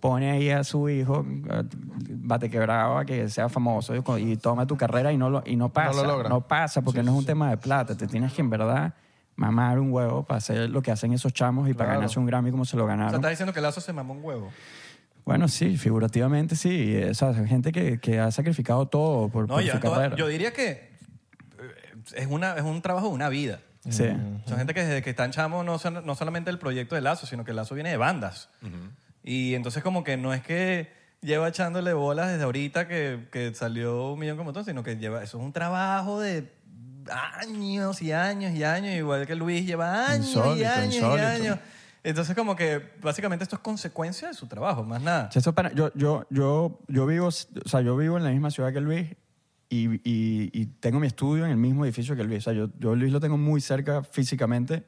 Speaker 5: pone ahí a su hijo, eh, bate quebrado, a que sea famoso y, co- y toma tu carrera y no, lo, y no pasa,
Speaker 6: logra.
Speaker 5: pasa porque no es un tema de plata, te tienes que en verdad mamar un huevo para hacer lo que hacen esos chamos y para
Speaker 6: Claro.
Speaker 5: ganarse un Grammy como se lo
Speaker 4: O sea,
Speaker 5: ganaron.
Speaker 4: estás diciendo que Lazo se mamó un huevo.
Speaker 5: Bueno, sí, figurativamente sí. O sea, gente que, que ha sacrificado todo por,
Speaker 4: No,
Speaker 5: por
Speaker 4: yo,
Speaker 5: su
Speaker 4: toda-
Speaker 5: carrera.
Speaker 4: yo diría que eh, es, una, es un trabajo de una vida.
Speaker 5: sí.
Speaker 4: Son gente que desde que están chamos no, son- no solamente el proyecto de Lazo, sino que Lazo viene de bandas. Y entonces como que no es que lleva echándole bolas desde ahorita que, que salió un millón como todo, sino que lleva, eso es un trabajo de años y años y años, igual que Luis lleva años y
Speaker 5: Insólito,
Speaker 4: años y
Speaker 5: insólito.
Speaker 4: años. Entonces como que básicamente esto es consecuencia de su trabajo, más nada.
Speaker 5: O sea, eso para- yo, yo, yo, yo, vivo, o sea, yo vivo en la misma ciudad que Luis y, y- y tengo mi estudio en el mismo edificio que Luis. O sea, yo, yo a Luis lo tengo muy cerca físicamente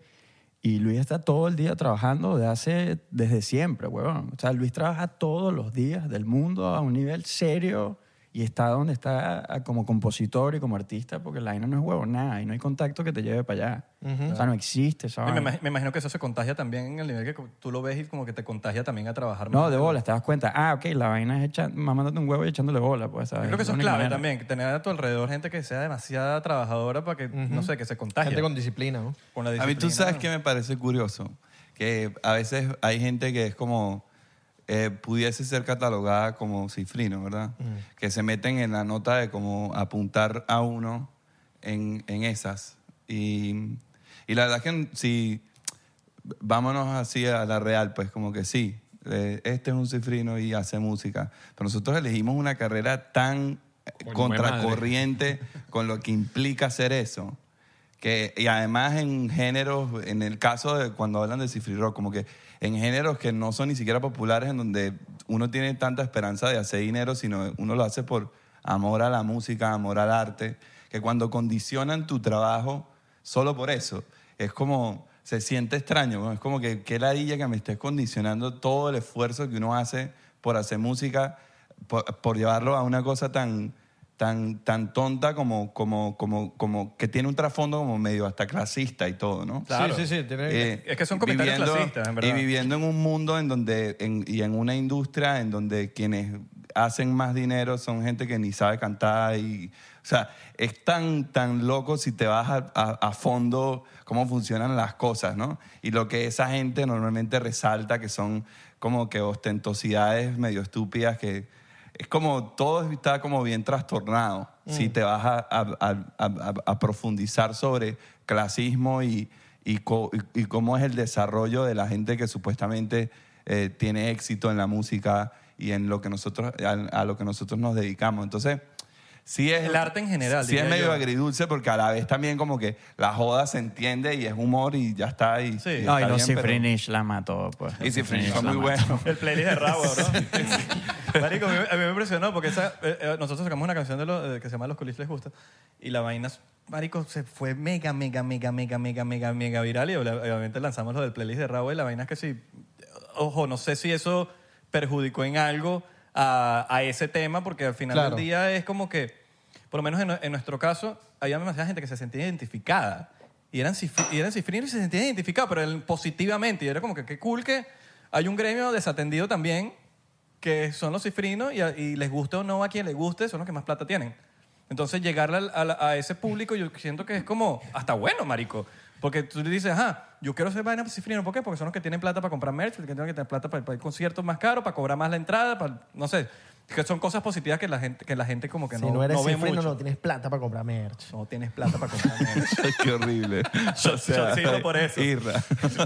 Speaker 5: y Luis está todo el día trabajando desde, hace, desde siempre, huevón. O sea, Luis trabaja todos los días del mundo a un nivel serio y está donde está ah, como compositor y como artista porque la vaina no es huevo, nada, y no hay contacto que te lleve para allá. O sea, no existe,
Speaker 4: Y
Speaker 5: ¿sabes?
Speaker 4: me, imag- me imagino que eso se contagia también en el nivel que co- tú lo ves y como que te contagia también a trabajar más.
Speaker 5: No, de bolas, te das cuenta. Ah, ok, la vaina es echa- mamándote un huevo y echándole bola, pues, ¿sabes?
Speaker 4: Yo creo que eso es
Speaker 5: No hay
Speaker 4: clave
Speaker 5: manera.
Speaker 4: también, que tener a tu alrededor gente que sea demasiada trabajadora para que, no sé, que se contagie
Speaker 6: Gente
Speaker 4: con,
Speaker 6: con disciplina, ¿no?
Speaker 4: la
Speaker 3: A mí
Speaker 4: disciplina.
Speaker 3: tú sabes que me parece curioso, que a veces hay gente que es como, eh, pudiese ser catalogada como cifrino, ¿verdad?
Speaker 5: Mm,
Speaker 3: Que se meten en la nota de como apuntar a uno en, en esas. Y, y la verdad es que si vámonos así a la real, pues como que sí, eh, este es un cifrino y hace música. Pero nosotros elegimos una carrera tan eh,
Speaker 7: Coño,
Speaker 3: contracorriente con lo que implica hacer eso. Que, y además en géneros, en el caso de cuando hablan de Cifri Rock, como que en géneros que no son ni siquiera populares, en donde uno tiene tanta esperanza de hacer dinero, sino uno lo hace por amor a la música, amor al arte, que cuando condicionan tu trabajo solo por eso, es como, se siente extraño, ¿no? es como que qué ladilla que me estés condicionando todo el esfuerzo que uno hace por hacer música, por, por llevarlo a una cosa tan, tan, tan tonta como, como, como, como que tiene un trasfondo como medio hasta clasista y todo, ¿no?
Speaker 4: Claro.
Speaker 6: Sí, sí, sí. tiene-
Speaker 3: Eh,
Speaker 4: Es que son comentarios clasistas, en verdad.
Speaker 3: Y viviendo en un mundo en donde, en- y en una industria en donde quienes hacen más dinero son gente que ni sabe cantar y, o sea, es tan, tan loco si te vas a, a- a fondo cómo funcionan las cosas, ¿no? Y lo que esa gente normalmente resalta que son como que ostentosidades medio estúpidas que es como todo está como bien trastornado si
Speaker 4: Mm.
Speaker 3: te vas a, a- a- a- a- a profundizar sobre clasismo y, y, co- y- y cómo es el desarrollo de la gente que supuestamente eh, tiene éxito en la música y en lo que nosotros a, a lo que nosotros nos dedicamos entonces sí es
Speaker 4: El arte en general,
Speaker 3: sí es
Speaker 4: diría
Speaker 3: medio
Speaker 4: yo.
Speaker 3: agridulce porque a la vez también como que la joda se entiende y es humor y ya está y,
Speaker 4: Sí.
Speaker 3: y
Speaker 5: No, y
Speaker 3: está
Speaker 5: los
Speaker 3: bien, pero-
Speaker 5: Cifrinish la mató, pues.
Speaker 3: y Cifrinish fue
Speaker 5: la
Speaker 3: muy
Speaker 5: mató.
Speaker 3: bueno
Speaker 4: El playlist de Rabo, ¿no? Marico, a mí, a mí me impresionó porque esa- eh, eh, nosotros sacamos una canción de lo- eh, que se llama Los culis les gusta y la vaina, marico, se fue mega, mega, mega, mega, mega, mega, mega viral y obla- obviamente lanzamos lo del playlist de Rabo y la vaina es que sí, ojo, no sé si eso perjudicó en algo a, a ese tema porque al final
Speaker 6: Claro.
Speaker 4: del día es como que, por lo menos en, en nuestro caso, había demasiada gente que se sentía identificada y eran, cif- y eran cifrinos y se sentían identificados, pero el- positivamente y era como que qué cool que hay un gremio desatendido también que son los cifrinos y, a- y les guste o no a quien le guste, son los que más plata tienen. Entonces, llegar al- al- a, ese público, yo siento que es como hasta bueno, marico. Porque tú le dices, ajá, yo quiero ser vaina cifrino. ¿Por qué? Porque son los que tienen plata para comprar merch, los que tienen que tener plata para, para ir a conciertos más caros, para cobrar más la entrada, para, no sé. Que son cosas positivas que la gente, que la gente como que
Speaker 6: si
Speaker 4: no,
Speaker 6: no, eres
Speaker 4: no ve
Speaker 6: cifrino,
Speaker 4: mucho.
Speaker 6: no tienes plata para comprar merch.
Speaker 4: No tienes plata para comprar merch.
Speaker 3: qué horrible
Speaker 4: Yo- yo sigo por eso.
Speaker 3: Irra.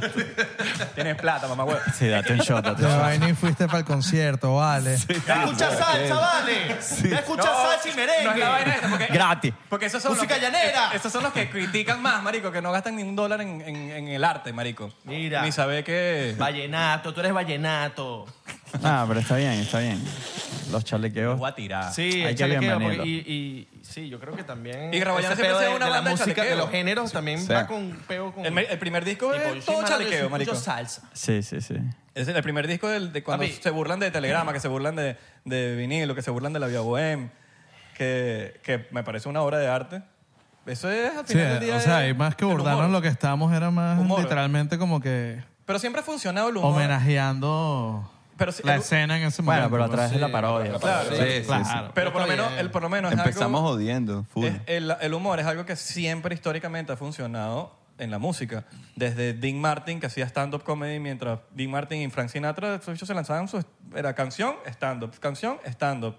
Speaker 4: tienes plata, mamá huevo.
Speaker 5: Sí, date un shot, date un
Speaker 2: Ya
Speaker 5: shot.
Speaker 2: vaina y fuiste para el concierto, vale.
Speaker 6: ¡Ya escucha salsa, vale! ¡Ya escucha salsa y merengue!
Speaker 4: No es la vaina esa, porque,
Speaker 5: Gratis.
Speaker 4: Porque esos son
Speaker 6: Música
Speaker 4: los que,
Speaker 6: llanera.
Speaker 4: Esos son los que critican más, marico, que no gastan ni un dólar en, en- en el arte, marico.
Speaker 6: Mira.
Speaker 4: Ni sabe que...
Speaker 6: Vallenato, tú eres vallenato.
Speaker 5: Ah, pero está bien, está bien. Los chalequeos.
Speaker 4: Voy a tirar.
Speaker 6: Sí,
Speaker 5: Hay
Speaker 6: el
Speaker 5: que
Speaker 6: chalequeo. porque-
Speaker 5: bienvenido.
Speaker 6: y, y- sí, yo creo que también.
Speaker 4: Y Rabayana
Speaker 6: ese
Speaker 4: siempre
Speaker 6: peo
Speaker 4: ha sido
Speaker 6: de-
Speaker 4: una
Speaker 6: de
Speaker 4: banda de
Speaker 6: la música, de
Speaker 4: chalequeo.
Speaker 6: los géneros también
Speaker 3: sea,
Speaker 6: va con peo con.
Speaker 4: El, me- el primer disco
Speaker 6: tipo,
Speaker 4: es
Speaker 6: yo
Speaker 4: todo
Speaker 6: soy
Speaker 4: chalequeo,
Speaker 6: malo, yo
Speaker 4: marico.
Speaker 6: escucho salsa.
Speaker 5: Sí, sí, sí.
Speaker 4: Es el primer disco del- de cuando
Speaker 6: Papi.
Speaker 4: se burlan de Telegrama, que se burlan de, de vinilo, que se burlan de la Vía Bohem, que, que me parece una obra de arte. Eso es al
Speaker 2: Sí,
Speaker 4: final del día.
Speaker 2: o sea,
Speaker 4: es-
Speaker 2: y más que
Speaker 4: el humor.
Speaker 2: burlarnos lo que estábamos era más
Speaker 4: Humor.
Speaker 2: literalmente como que
Speaker 4: Pero siempre ha funcionado el humor.
Speaker 2: homenajeando
Speaker 4: Pero sí,
Speaker 2: la
Speaker 4: el-
Speaker 2: escena en ese
Speaker 5: Bueno,
Speaker 2: momento.
Speaker 5: pero a través de la parodia. pues.
Speaker 4: Claro.
Speaker 3: Sí, sí, sí.
Speaker 2: Claro.
Speaker 4: Pero por lo
Speaker 6: Está
Speaker 4: menos,
Speaker 6: bien.
Speaker 4: el, por lo menos es algo-
Speaker 3: empezamos jodiendo full.
Speaker 4: Es- el, el humor es algo que siempre históricamente ha funcionado en la música. Desde Dean Martin, que hacía stand-up comedy, mientras Dean Martin y Frank Sinatra esos bichos se lanzaban su... Era canción, stand-up, canción, stand-up.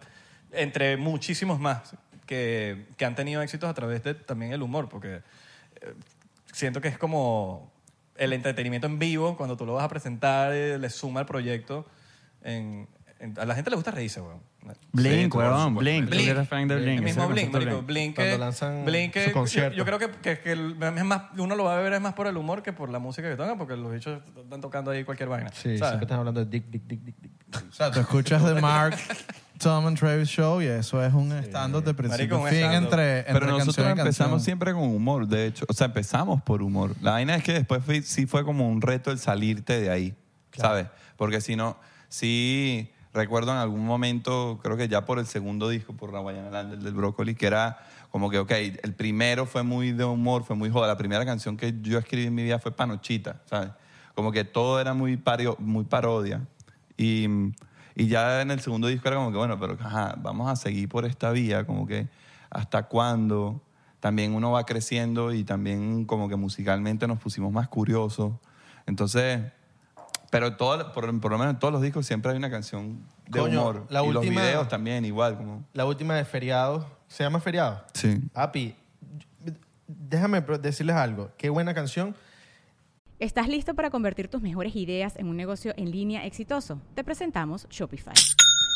Speaker 4: Entre muchísimos más que, que han tenido éxitos a través de también el humor, porque eh, siento que es como el entretenimiento en vivo, cuando tú lo vas a presentar, eh, le suma al proyecto. En, en- a la gente le gusta reírse, weón.
Speaker 5: Blink,
Speaker 7: Sí,
Speaker 5: weón,
Speaker 7: por
Speaker 5: Blink.
Speaker 4: Blink.
Speaker 5: Tú eres fan de Blink.
Speaker 4: El mismo
Speaker 5: ese
Speaker 4: Blink,
Speaker 5: concepto de
Speaker 4: marico. Blink,
Speaker 6: Cuando
Speaker 4: eh,
Speaker 6: lanzan
Speaker 4: Blink,
Speaker 6: su
Speaker 4: eh,
Speaker 6: concierto.
Speaker 4: Yo, yo creo que, que- que el- es más, uno lo va a ver es más por el humor que por la música que tocan, porque los bichos están tocando ahí cualquier vaina.
Speaker 6: Sí,
Speaker 4: ¿sabes?
Speaker 6: siempre están hablando de dick, dick, dick, dick. dick.
Speaker 2: O sea, tú escuchas The Mark, Tom and Travis Show y eso es un stand-up de principio
Speaker 4: Marico,
Speaker 2: a
Speaker 4: un
Speaker 2: fin
Speaker 4: stand-up.
Speaker 2: entre, entre
Speaker 3: Pero nosotros
Speaker 2: canción y
Speaker 3: empezamos
Speaker 2: canción.
Speaker 3: siempre con humor, de hecho. O sea, empezamos por humor. La vaina es que después fui- sí fue como un reto el salirte de ahí, ¿sabes? Porque si no, sí recuerdo en algún momento, creo que ya por el segundo disco, por La Guayana Land, el del Brócoli, que era como que, ok, el primero fue muy de humor, fue muy joda. La primera canción que yo escribí en mi vida fue Panochita, ¿sabes? Como que todo era muy, pario- muy parodia. Y, y ya en el segundo disco era como que, bueno, pero ajá, vamos a seguir por esta vía, como que hasta cuándo. También uno va creciendo y también como que musicalmente nos pusimos más curiosos. Entonces, pero todo, por, por lo menos en todos los discos siempre hay una canción de
Speaker 6: Coño,
Speaker 3: humor.
Speaker 6: la
Speaker 3: y
Speaker 6: última-
Speaker 3: los videos también, igual. Como,
Speaker 6: La última de feriado. ¿Se llama feriado?
Speaker 3: sí.
Speaker 6: Api, déjame pro- decirles algo. Qué buena canción.
Speaker 8: ¿Estás listo para convertir tus mejores ideas en un negocio en línea exitoso? Te presentamos Shopify.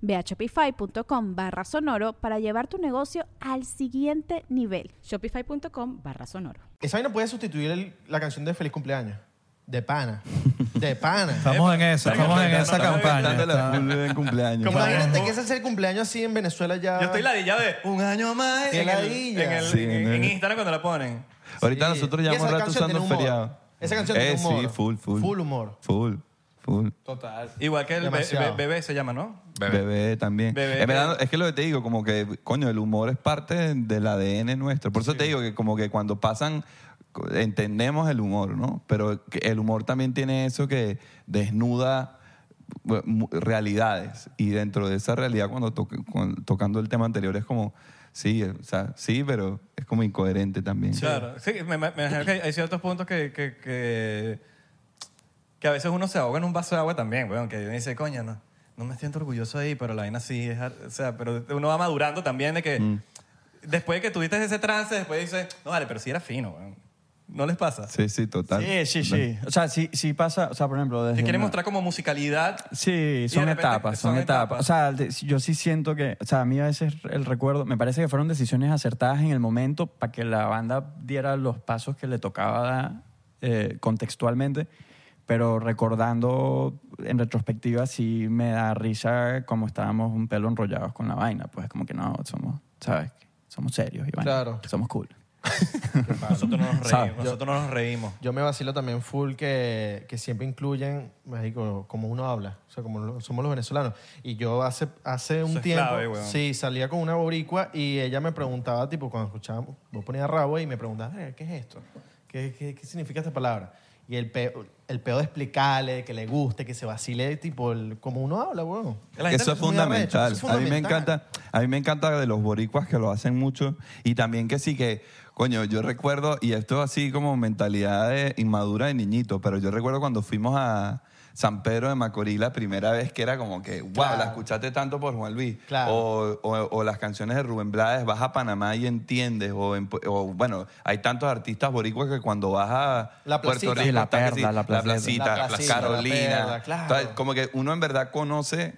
Speaker 9: Ve a shopify.com barra sonoro para llevar tu negocio al siguiente nivel.
Speaker 8: Shopify.com barra sonoro.
Speaker 6: Esa vaina puede sustituir el- la canción de Feliz Cumpleaños. De pana. De pana.
Speaker 2: Estamos en eso, estamos en esa campaña.
Speaker 3: Dándole la
Speaker 2: está-
Speaker 3: full en cumpleaños.
Speaker 6: Imagínate que ese es el cumpleaños así en Venezuela ya.
Speaker 4: Yo estoy ladillado de un año más
Speaker 6: Qué
Speaker 4: en, el,
Speaker 6: ladilla.
Speaker 4: en el-
Speaker 3: Sí,
Speaker 4: en-
Speaker 3: en
Speaker 4: en
Speaker 3: el-
Speaker 4: Instagram cuando la ponen.
Speaker 3: Ahorita
Speaker 6: Sí.
Speaker 3: nosotros
Speaker 6: Y
Speaker 3: llevamos
Speaker 6: esa
Speaker 3: rato
Speaker 6: canción
Speaker 3: usando
Speaker 6: tiene humor.
Speaker 3: feriado.
Speaker 6: Esa canción tiene
Speaker 3: Eh,
Speaker 6: humor.
Speaker 3: Sí, full, full.
Speaker 6: Full humor.
Speaker 3: Full, full.
Speaker 6: Total.
Speaker 4: Igual que el be-
Speaker 6: Demasiado.
Speaker 4: be- bebé se llama, ¿no?
Speaker 7: Bebé.
Speaker 3: Bebé también.
Speaker 4: Bebé,
Speaker 3: En verdad,
Speaker 4: bebé.
Speaker 3: es que lo que te digo, como que, coño, el humor es parte del ADN nuestro. Por eso te digo que como que cuando pasan, co- entendemos el humor, ¿no? Pero que el humor también tiene eso que desnuda bu- mu- realidades. Y dentro de esa realidad, cuando toque- cuando- tocando el tema anterior, es como, sí, o sea, sí, pero es como incoherente también.
Speaker 4: Claro, sí, me, me- me imagino que hay- hay ciertos puntos que, que, que, que a veces uno se ahoga en un vaso de agua también, weón, que uno dice, coño, no, no me siento orgulloso ahí, pero la vaina sí es, ar- o sea, pero uno va madurando también de que
Speaker 5: Mm.
Speaker 4: después de que tuviste ese trance, después dices, no vale, pero sí era fino, weón. ¿No les pasa?
Speaker 3: Sí, sí, total.
Speaker 5: Sí, sí, sí. O sea, sí, sí pasa, o sea, por ejemplo, desde...
Speaker 4: Te quiere
Speaker 5: una-
Speaker 4: mostrar como musicalidad.
Speaker 5: Sí,
Speaker 4: Y
Speaker 5: son
Speaker 4: de repente
Speaker 5: etapas, son,
Speaker 4: son
Speaker 5: etapas.
Speaker 4: etapas.
Speaker 5: O sea, de- yo sí siento que, o sea, a mí a veces el recuerdo, me parece que fueron decisiones acertadas en el momento para que la banda diera los pasos que le tocaba dar, eh, contextualmente, pero recordando en retrospectiva sí me da risa como estábamos un pelo enrollados con la vaina, pues como que no, somos, ¿sabes? Somos serios, Iván.
Speaker 6: Claro.
Speaker 5: Somos cool.
Speaker 4: Nosotros no nos
Speaker 5: ¿Sabes?
Speaker 4: reímos. Nosotros no nos reímos.
Speaker 6: Yo me vacilo también full que, que siempre incluyen, marico, como uno habla, o sea, como lo- somos los venezolanos. Y yo hace, hace un
Speaker 4: es
Speaker 6: tiempo,
Speaker 4: clave, weón.
Speaker 6: sí, salía con una boricua y ella me preguntaba, tipo, cuando escuchábamos, vos ponías rabo y me preguntaba, "Verga, ¿qué es esto? ¿Qué, qué, qué significa esta palabra? Y el peo, el peo de explicarle, que le guste, que se vacile, tipo, el- como uno habla, weón.
Speaker 4: La gente
Speaker 3: Eso es
Speaker 6: es muy
Speaker 3: fundamental.
Speaker 6: arrecho, eso es
Speaker 3: A mí me
Speaker 6: fundamental.
Speaker 3: encanta, a mí me encanta de los boricuas que lo hacen mucho y también que sí que coño, yo recuerdo y esto así como mentalidad de inmadura de niñito, pero yo recuerdo cuando fuimos a San Pedro de Macorís la primera vez que era como que, wow, la escuchaste tanto por Juan Luis.
Speaker 6: Claro.
Speaker 3: O, o- o las canciones de Rubén Blades, vas a Panamá y entiendes. O, en Pu- o, bueno, hay tantos artistas boricuas que cuando vas a
Speaker 6: La
Speaker 3: Puerto
Speaker 6: placita.
Speaker 3: Rico,
Speaker 6: Sí,
Speaker 5: la
Speaker 3: están que
Speaker 5: perla, la placita.
Speaker 6: La
Speaker 3: la
Speaker 6: placita,
Speaker 3: placita
Speaker 6: la
Speaker 3: Carolina.
Speaker 6: perla, claro.
Speaker 3: Entonces, como que uno en verdad conoce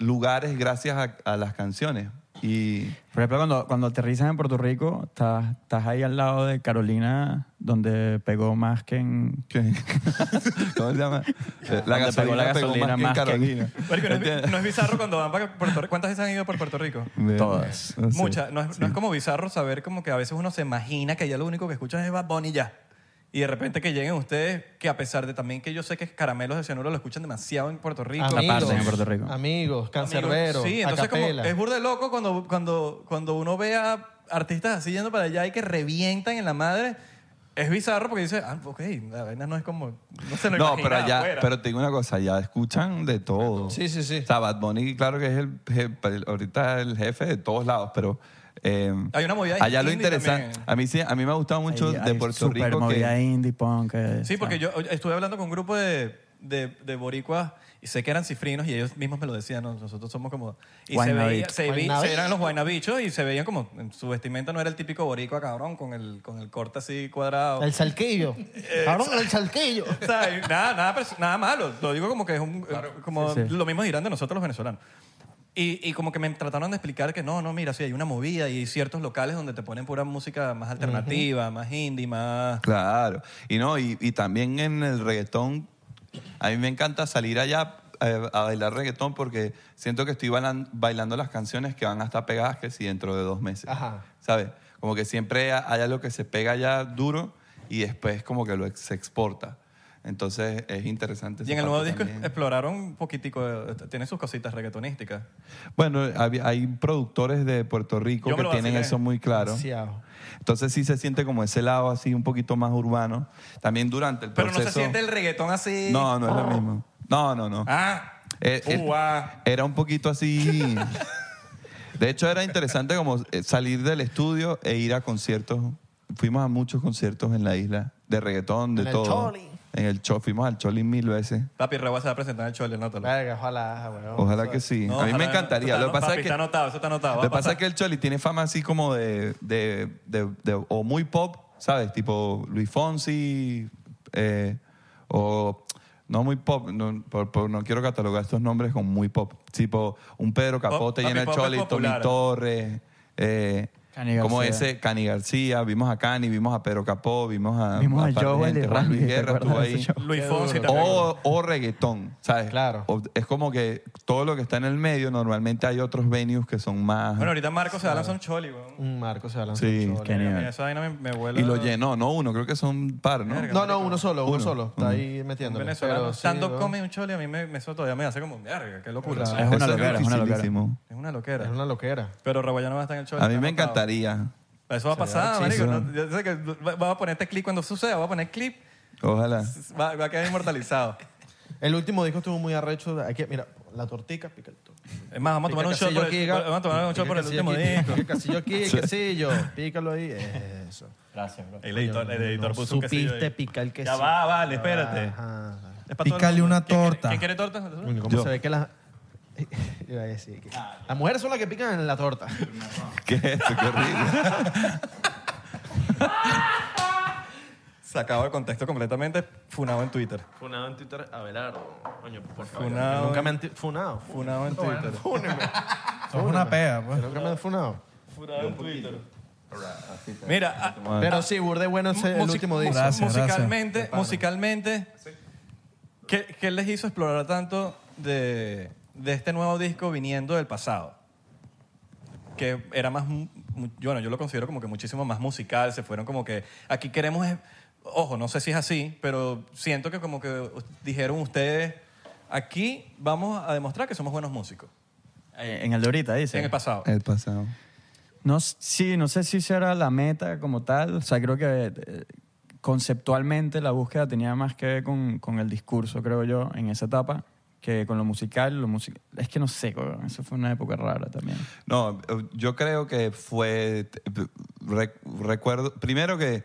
Speaker 3: lugares gracias a, a las canciones. Y
Speaker 5: Por ejemplo, cuando, cuando aterrizas en Puerto Rico, estás, estás ahí al lado de Carolina, donde pegó más que en...
Speaker 3: ¿Cómo se llama? Eh, La
Speaker 5: Donde pegó
Speaker 3: gasolina,
Speaker 5: la
Speaker 3: pegó más que
Speaker 5: gasolina
Speaker 3: en
Speaker 5: más que en-
Speaker 3: Carolina. Este-
Speaker 4: Marico, no, es,
Speaker 3: ¿Entiendes?
Speaker 4: no es bizarro cuando van para Puerto Rico. ¿Cuántas veces han ido por Puerto Rico?
Speaker 3: Bien.
Speaker 5: Todas.
Speaker 3: No sé.
Speaker 4: Muchas. No es, no es como bizarro saber como que a veces uno se imagina que ya lo único que escuchas es Bad Bunny ya. Y de repente que lleguen ustedes, que a pesar de también que yo sé que caramelos de cianuro lo escuchan demasiado en Puerto Rico.
Speaker 5: Ah, parte en Puerto Rico.
Speaker 6: Amigos, cancerberos,
Speaker 4: Sí, entonces como
Speaker 6: acapela.
Speaker 4: es burda de loco cuando, cuando, cuando uno ve a artistas así yendo para allá y que revientan en la madre. Es bizarro porque dice, ah, ok, la vaina no es como. No se lo
Speaker 3: No,
Speaker 4: imagina
Speaker 3: pero allá,
Speaker 4: afuera.
Speaker 3: pero te digo una cosa, allá escuchan de todo.
Speaker 1: Sí, sí, sí.
Speaker 3: O sea, Bad Bunny, claro que es el, jefe- el- ahorita el jefe de todos lados, pero. eh,
Speaker 4: Hay una movida
Speaker 3: Allá lo
Speaker 4: indie
Speaker 3: interesante.
Speaker 4: también.
Speaker 3: A mí sí, a mí me ha gustado mucho
Speaker 5: Ahí
Speaker 3: de
Speaker 5: hay
Speaker 3: Puerto
Speaker 5: super
Speaker 3: Rico. que-
Speaker 5: movida indie punk. eh,
Speaker 4: Sí, porque
Speaker 5: ¿sabes?
Speaker 4: yo estuve hablando con un grupo de, de, de boricuas y sé que eran cifrinos y ellos mismos me lo decían, ¿no? nosotros somos como... Y se,
Speaker 5: Guaynabitos.
Speaker 4: veía, se, vi-
Speaker 6: Guaynabitos.
Speaker 4: se eran los guaynabichos y se veían como... Su vestimenta no era el típico boricua, cabrón, con el, con el corte así cuadrado. Eh,
Speaker 6: El salquillo. Cabrón, el salquillo.
Speaker 4: ¿Sabes? Nada, nada, pers- nada malo. Lo digo como que es un, eh, como
Speaker 5: Sí, sí.
Speaker 4: lo mismo dirán de nosotros los venezolanos. Y, y como que me trataron de explicar que no, no, mira, sí hay una movida y ciertos locales donde te ponen pura música más alternativa, más indie, más...
Speaker 3: Claro. Y no, y, y también en el reggaetón, a mí me encanta salir allá eh, a bailar reggaetón porque siento que estoy bailan- bailando las canciones que van a estar pegadas que si dentro de dos meses.
Speaker 6: Ajá.
Speaker 3: ¿Sabes? Como que siempre ha- hay algo que se pega allá duro y después como que lo ex- se exporta. Entonces es interesante.
Speaker 4: Y
Speaker 3: esa
Speaker 4: en el nuevo
Speaker 3: parte
Speaker 4: disco
Speaker 3: también.
Speaker 4: exploraron un poquitico, eh, tiene sus cositas reggaetonísticas.
Speaker 3: Bueno, había- hay productores de Puerto Rico
Speaker 4: Yo
Speaker 3: que
Speaker 4: me lo
Speaker 3: tienen
Speaker 4: vacilé.
Speaker 3: eso muy claro.
Speaker 4: ah.
Speaker 6: Demasiado.
Speaker 3: Entonces sí se siente como ese lado así un poquito más urbano. También durante el
Speaker 4: Pero
Speaker 3: proceso.
Speaker 4: no se siente el reggaetón así.
Speaker 3: No, no es
Speaker 6: Oh. Ah.
Speaker 3: lo mismo. No, no, no.
Speaker 4: Ah,
Speaker 3: Eh, eh,
Speaker 4: Ua.
Speaker 3: era un poquito así. De hecho, era interesante como eh, salir del estudio e ir a conciertos. Fuimos a muchos conciertos en la isla, de reggaetón, de
Speaker 6: En el
Speaker 3: todo.
Speaker 6: Choli.
Speaker 3: En el Choli. Fuimos al Choli mil veces.
Speaker 4: papi Reba se va a presentar en el Chole, anótalo.
Speaker 6: Verga, ojalá, weón.
Speaker 3: Ojalá que sí.
Speaker 4: No,
Speaker 3: a mí me
Speaker 4: ojalá-
Speaker 3: encantaría.
Speaker 4: eso
Speaker 3: Lo
Speaker 4: está-
Speaker 3: que pasa
Speaker 4: papi,
Speaker 3: es que
Speaker 4: Está anotado, eso está anotado. va
Speaker 3: lo que
Speaker 4: a
Speaker 3: pasa es
Speaker 4: pasar.
Speaker 3: que el Choli tiene fama así como de, de- de- de- o muy pop, ¿sabes? Tipo Luis Fonsi, eh, o no muy pop, no, por- por- no quiero catalogar estos nombres con muy pop. Tipo un Pedro Capote
Speaker 4: papi,
Speaker 3: llena el
Speaker 4: pop es
Speaker 3: Choli, Tommy
Speaker 4: popular.
Speaker 3: Torres, eh,
Speaker 5: Cani
Speaker 3: como
Speaker 5: García.
Speaker 3: ese Cani García, vimos a Cani, vimos a Pedro Capó, vimos a,
Speaker 5: Vimos a
Speaker 3: par de
Speaker 5: Joel
Speaker 3: gente.
Speaker 5: y
Speaker 3: Juan Luis
Speaker 5: Randy, ¿te
Speaker 3: Guerra estuvo
Speaker 5: acuerdas de
Speaker 3: ahí.
Speaker 5: ese show?
Speaker 4: Luis Fonsi también.
Speaker 3: O, o reggaetón, ¿sabes?
Speaker 6: Claro.
Speaker 3: O- es como que todo lo que está en el medio, normalmente hay otros venues que son más...
Speaker 4: Bueno, ahorita Marco se va a lanzar un Chole, weón.
Speaker 6: Un Marco se va a lanzar
Speaker 3: Sí,
Speaker 6: un solo.
Speaker 5: qué nivel.
Speaker 4: Mira, Esa vaina me, me vuela.
Speaker 3: y lo llenó, no uno, creo que son par, ¿no?
Speaker 4: Verga.
Speaker 6: No, no, uno solo, uno,
Speaker 3: Uno.
Speaker 6: solo. Está
Speaker 3: Mm.
Speaker 6: ahí
Speaker 4: Un
Speaker 6: metiéndole.
Speaker 4: venezolano.
Speaker 6: Pero sí,
Speaker 4: Stand-up
Speaker 6: weón,
Speaker 4: comedy, un Chole, a mí me, me- eso todavía me hace como, verga, qué locura.
Speaker 6: Claro.
Speaker 5: Es una
Speaker 3: Eso
Speaker 5: loquera, es una loquera.
Speaker 3: dificilísimo.
Speaker 4: Es una loquera.
Speaker 6: Es una loquera.
Speaker 4: Pero Reguayana va a estar en el Chole.
Speaker 3: A mí
Speaker 4: está
Speaker 3: me
Speaker 4: anotado.
Speaker 3: encantaría.
Speaker 4: Eso va a
Speaker 6: Sería
Speaker 4: pasar, marico.
Speaker 3: chimbo.
Speaker 4: ¿no? Yo sé que va- va a poner este clip cuando suceda, va a poner clip,
Speaker 3: Ojalá.
Speaker 4: va, va a quedar inmortalizado.
Speaker 6: El último disco estuvo muy arrecho. Aquí, mira, la tortica, pica el to-
Speaker 4: Es más, vamos a tomar un
Speaker 6: pica
Speaker 4: shot
Speaker 6: el
Speaker 4: por
Speaker 6: casillo
Speaker 4: el,
Speaker 6: aquí,
Speaker 4: vamos a tomar un
Speaker 6: pica
Speaker 4: shot por el
Speaker 6: casillo
Speaker 4: último
Speaker 6: aquí,
Speaker 4: disco.
Speaker 6: Pica el casillo aquí, el quesillo. Pícalo ahí. Eso.
Speaker 5: Gracias, bro.
Speaker 4: El editor, el editor
Speaker 6: No
Speaker 4: puso un quesillo
Speaker 6: supiste
Speaker 4: ahí.
Speaker 6: picar el quesillo.
Speaker 4: Ya va, vale, espérate.
Speaker 6: Ajá.
Speaker 4: Es para todo el
Speaker 2: Pícale
Speaker 4: mundo.
Speaker 2: una
Speaker 4: ¿Quién quiere-
Speaker 2: torta.
Speaker 4: ¿Quién Ah, quiere torta?
Speaker 6: Coño, ¿Cómo
Speaker 3: Yo.
Speaker 6: se ve que las... Iba a decir que- Las mujeres son las que pican en la torta.
Speaker 3: ¿Qué es esto? Qué horrible.
Speaker 4: Sacado de contexto completamente, funado en Twitter.
Speaker 10: Funado en Twitter, Abelardo. Coño, por favor.
Speaker 4: Funado,
Speaker 6: Nunca
Speaker 4: en-
Speaker 6: me han ti- funado.
Speaker 4: funado en Twitter.
Speaker 2: Son una pea, pues.
Speaker 6: Nunca me han funado.
Speaker 4: Funado en Twitter. Mira, ah,
Speaker 6: Pero sí, burde bueno ese el
Speaker 4: Musi-
Speaker 6: último
Speaker 4: mu-
Speaker 6: disco.
Speaker 2: Gracias,
Speaker 4: musicalmente, musicalmente ¿qué, qué les hizo explorar tanto de, de este nuevo disco viniendo del pasado? Que era más, mu- mu- bueno, yo lo considero como que muchísimo más musical, se fueron como que, aquí queremos, es- ojo, no sé si es así, pero siento que como que us- dijeron ustedes, aquí vamos a demostrar que somos buenos músicos,
Speaker 5: Eh, En el de ahorita, dice.
Speaker 4: en el pasado.
Speaker 3: El pasado.
Speaker 5: No, s- sí, no sé si será la meta como tal. O sea, creo que eh, conceptualmente la búsqueda tenía más que ver con, con el discurso, creo yo, en esa etapa, que con lo musical. Lo musi- es que no sé, cabrón, eso fue una época rara también.
Speaker 3: No, eh, yo creo que fue. eh, re- recuerdo. Primero que.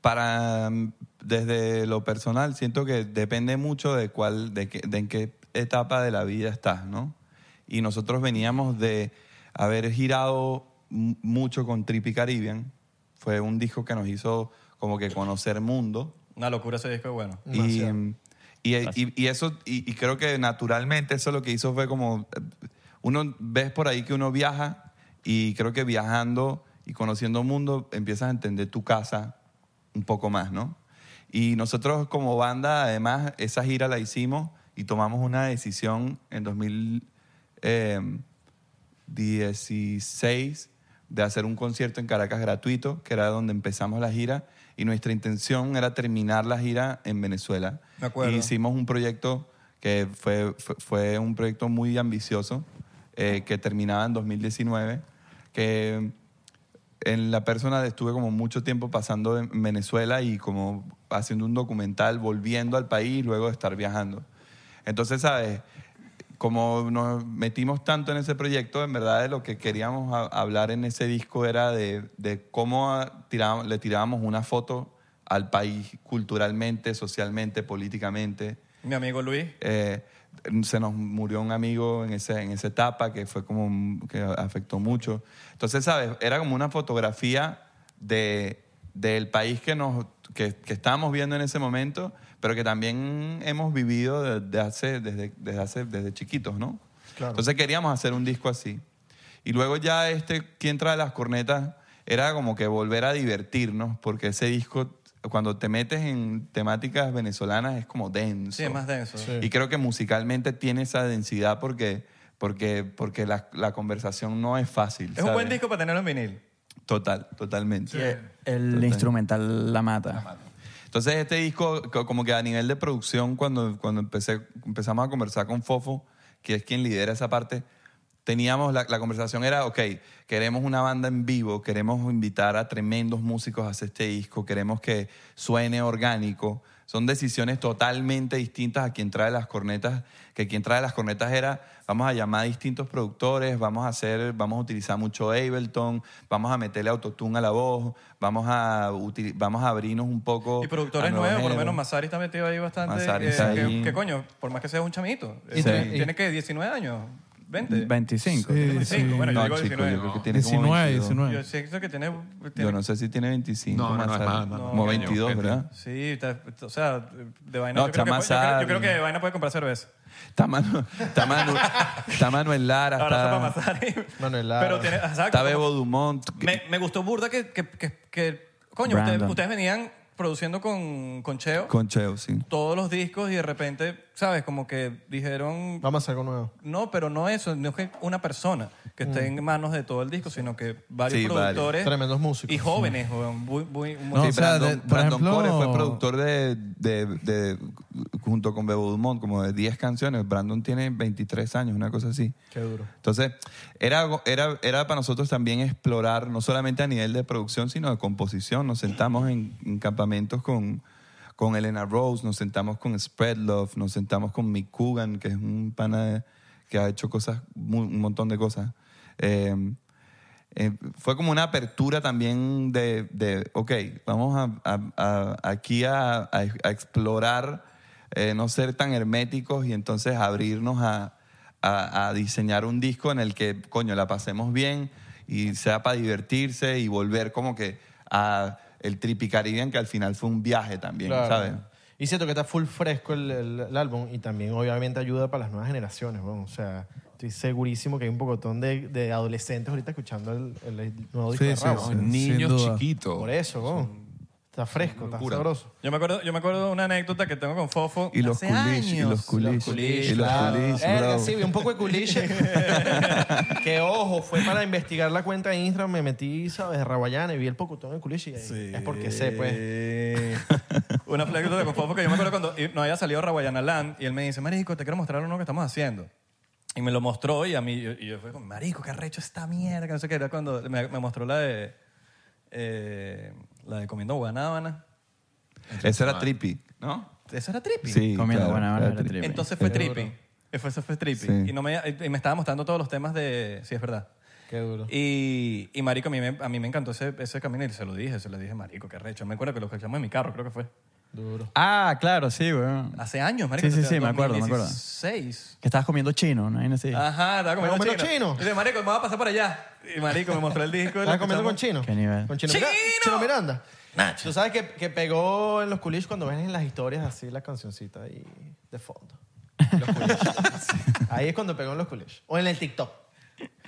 Speaker 3: Para. mm, Desde lo personal, siento que depende mucho de cuál. De, qué- de en qué etapa de la vida estás, ¿no? Y nosotros veníamos de haber girado m- mucho con Trippy Caribbean. Fue un disco que nos hizo como que conocer mundo.
Speaker 4: Una locura ese disco, bueno.
Speaker 3: Y, y, y- y eso, y, y creo que naturalmente eso lo que hizo fue como, eh, uno ves por ahí que uno viaja Y creo que viajando y conociendo el mundo empiezas a entender tu casa un poco más, ¿no? Y nosotros como banda, además, esa gira la hicimos y tomamos una decisión en eh, 2016 de hacer un concierto en Caracas gratuito, que era donde empezamos la gira, y nuestra intención era terminar la gira en Venezuela.
Speaker 4: De acuerdo.
Speaker 3: Y hicimos un proyecto que fue, fue, fue un proyecto muy ambicioso, eh, que terminaba en 2019, que en la persona estuve como mucho tiempo pasando en Venezuela y como haciendo un documental, volviendo al país luego de estar viajando. Entonces, ¿sabes? Como nos metimos tanto en ese proyecto, en verdad de lo que queríamos a- hablar en ese disco era de, de cómo a- tiraba- le tirábamos una foto al país culturalmente, socialmente, políticamente.
Speaker 4: Mi amigo Luis.
Speaker 3: Eh, se nos murió un amigo en, ese, en esa etapa que fue como un- que afectó mucho. Entonces, ¿sabes? Era como una fotografía de, del país que, nos, que, que estábamos viendo en ese momento, pero que también hemos vivido desde, hace, desde, desde, hace, desde chiquitos, ¿no? Entonces queríamos hacer un disco así. Y luego ya este, ¿Quién trae las cornetas? Era como que volver a divertirnos, porque ese disco, cuando te metes en temáticas venezolanas, es como denso.
Speaker 4: Sí, es más denso. Sí.
Speaker 3: Y creo que musicalmente tiene esa densidad porque, porque, porque la, la conversación no es fácil.
Speaker 4: Es un buen disco para tenerlo en vinil.
Speaker 3: Total, totalmente.
Speaker 5: Eh, El instrumental La Mata.
Speaker 3: Entonces este disco, co- como que a nivel de producción, cuando, cuando empecé, empezamos a conversar con Fofo, que es quien lidera esa parte, teníamos, la, la conversación era, ok, queremos una banda en vivo, queremos invitar a tremendos músicos a hacer este disco, queremos que suene orgánico. Son decisiones totalmente distintas a quien trae las cornetas, que quien trae las cornetas era, vamos a llamar a distintos productores, vamos a hacer, vamos a utilizar mucho Ableton, vamos a meterle autotune a la voz, vamos a, util- vamos a abrirnos un poco.
Speaker 4: Y
Speaker 3: a
Speaker 4: productores nuevos, por lo
Speaker 3: géneros.
Speaker 4: menos Masari está metido ahí bastante.
Speaker 3: Masari
Speaker 4: eh,
Speaker 3: está
Speaker 4: que,
Speaker 3: ahí.
Speaker 4: que coño, por más que sea un chamito.
Speaker 3: Y
Speaker 4: eh,
Speaker 3: tre- y-
Speaker 4: Tiene que 19 años, 20.
Speaker 5: 25.
Speaker 3: Sí,
Speaker 4: Tiene
Speaker 3: sí.
Speaker 4: 25, Bueno, yo
Speaker 3: No,
Speaker 4: digo
Speaker 3: chico,
Speaker 4: 19.
Speaker 3: yo creo que tiene como 19, 22. 19.
Speaker 4: Yo siento que tiene.
Speaker 3: Yo
Speaker 4: tiene-
Speaker 3: no sé si tiene 25
Speaker 4: No, no, no, es
Speaker 3: Masari.
Speaker 4: más, más, más.
Speaker 3: Como
Speaker 4: No,
Speaker 3: 22, ¿verdad?
Speaker 4: Sí, está- o sea, de vaina.
Speaker 3: No,
Speaker 4: yo, creo que,
Speaker 3: está
Speaker 4: puede-
Speaker 3: Masari.
Speaker 4: yo, creo, yo creo que de vaina puede comprar cerveza.
Speaker 3: Está, Manu- está Manu- está Manuel Lara,
Speaker 4: Abrazo
Speaker 3: está,
Speaker 6: Manuel
Speaker 4: Pero tiene. exacto,
Speaker 3: está
Speaker 4: como-
Speaker 3: Bebo Dumont.
Speaker 4: Me, me gustó burda que, que, que, que- coño, ustedes,
Speaker 3: Brandon.
Speaker 4: ustedes venían produciendo con, con Cheo
Speaker 3: Con Cheo, sí.
Speaker 4: todos los discos y de repente, ¿sabes? Como que dijeron,
Speaker 6: Vamos a hacer algo nuevo. Mm.
Speaker 4: no, pero no eso, no es que una persona que esté en manos de todo el disco, sino que varios
Speaker 3: Sí, varios.
Speaker 4: productores
Speaker 3: Tremendos músicos.
Speaker 4: y jóvenes, weón, muy, muy, muy-
Speaker 3: No, Brandon, Brandon Core fue productor de, de- de- junto con Bebo Dumont, como de 10 canciones. Brandon tiene 23 años, una cosa así.
Speaker 6: Qué duro.
Speaker 3: Entonces, era, algo- era, era para nosotros también explorar, no solamente a nivel de producción, sino de composición. Nos sentamos en, en campamentos con, con Elena Rose, nos sentamos con Spread Love, nos sentamos con Mick Coogan, que es un pana de- que ha hecho cosas, mu- un montón de cosas. Eh, eh, fue como una apertura también de, de ok, vamos a, a- a- aquí a, a- a explorar, eh, no ser tan herméticos y entonces abrirnos a, a- a diseñar un disco en el que, coño, la pasemos bien y sea para divertirse y volver como que a el Tripicaribian, que al final fue un viaje también,
Speaker 6: Claro.
Speaker 3: ¿sabes?
Speaker 6: Y siento que está full fresco el, el- el álbum y también obviamente ayuda para las nuevas generaciones, weón. O sea, estoy segurísimo que hay un pocotón de, de adolescentes ahorita escuchando el, el nuevo disco
Speaker 4: Sí,
Speaker 6: de
Speaker 4: sí,
Speaker 6: Rabo.
Speaker 4: sí, sin Niños duda. chiquitos.
Speaker 6: Por eso, weón. Está fresco, está sabroso.
Speaker 4: Yo me acuerdo, yo me acuerdo de una anécdota que tengo con Fofo
Speaker 3: Y los
Speaker 4: hace
Speaker 3: culiches, y
Speaker 4: años.
Speaker 3: los culiches, y los
Speaker 6: Claro.
Speaker 3: culiches,
Speaker 6: Verga,
Speaker 3: bravo.
Speaker 6: sí, vi un poco de culiche. que ojo, fue para investigar la cuenta de Instagram, me metí, ¿sabes? De Raguayana y vi el pocotón de culiche. y ahí, Es porque sé, pues.
Speaker 4: Una anécdota con Fofo que yo me acuerdo cuando no había salido Raguayana Land y él me dice, marico, te quiero mostrar uno que estamos haciendo. Y me lo mostró y a mí, y yo fui como, marico, qué arrecho esta mierda, que no sé qué. Era cuando me, me mostró la de, eh, la de Comiendo Guanábana.
Speaker 3: Eso era Trippy, ¿no?
Speaker 4: Eso era trippy.
Speaker 3: ah, Sí, Comiendo claro, Guanábana era era trippy. trippy.
Speaker 4: Entonces fue
Speaker 3: Qué duro.
Speaker 4: trippy. Fue- Eso fue trippy.
Speaker 3: Sí.
Speaker 4: Y, no me, y me estaba mostrando todos los temas de... Sí, es verdad.
Speaker 6: Qué duro.
Speaker 4: Y, y marico, a mí, me, a mí me encantó ese, ese camino y se lo dije, se lo dije, marico, qué recho. Me acuerdo que lo escuchamos en mi carro, creo que fue.
Speaker 6: Duro.
Speaker 5: Ah, claro, sí, weón.
Speaker 4: Hace años, marico.
Speaker 5: Sí, sí,
Speaker 4: o sea,
Speaker 5: sí, me acuerdo, me acuerdo.
Speaker 4: 2016.
Speaker 5: Que estabas comiendo chino, ¿no? Vaina así.
Speaker 4: Ajá, estaba comiendo,
Speaker 5: ¿Estaba comiendo
Speaker 4: chino. Dice, marico, me va a pasar para allá. Y marico, me mostró el disco.
Speaker 6: ¿Estás comiendo con chino?
Speaker 5: ¿Qué nivel?
Speaker 6: Con Chino, Mira- Chino Miranda. Tú sabes que, que pegó en los culiches cuando ven en las historias así la cancioncita ahí de fondo. Los culiches. ahí es cuando pegó en los culiches. O en el TikTok.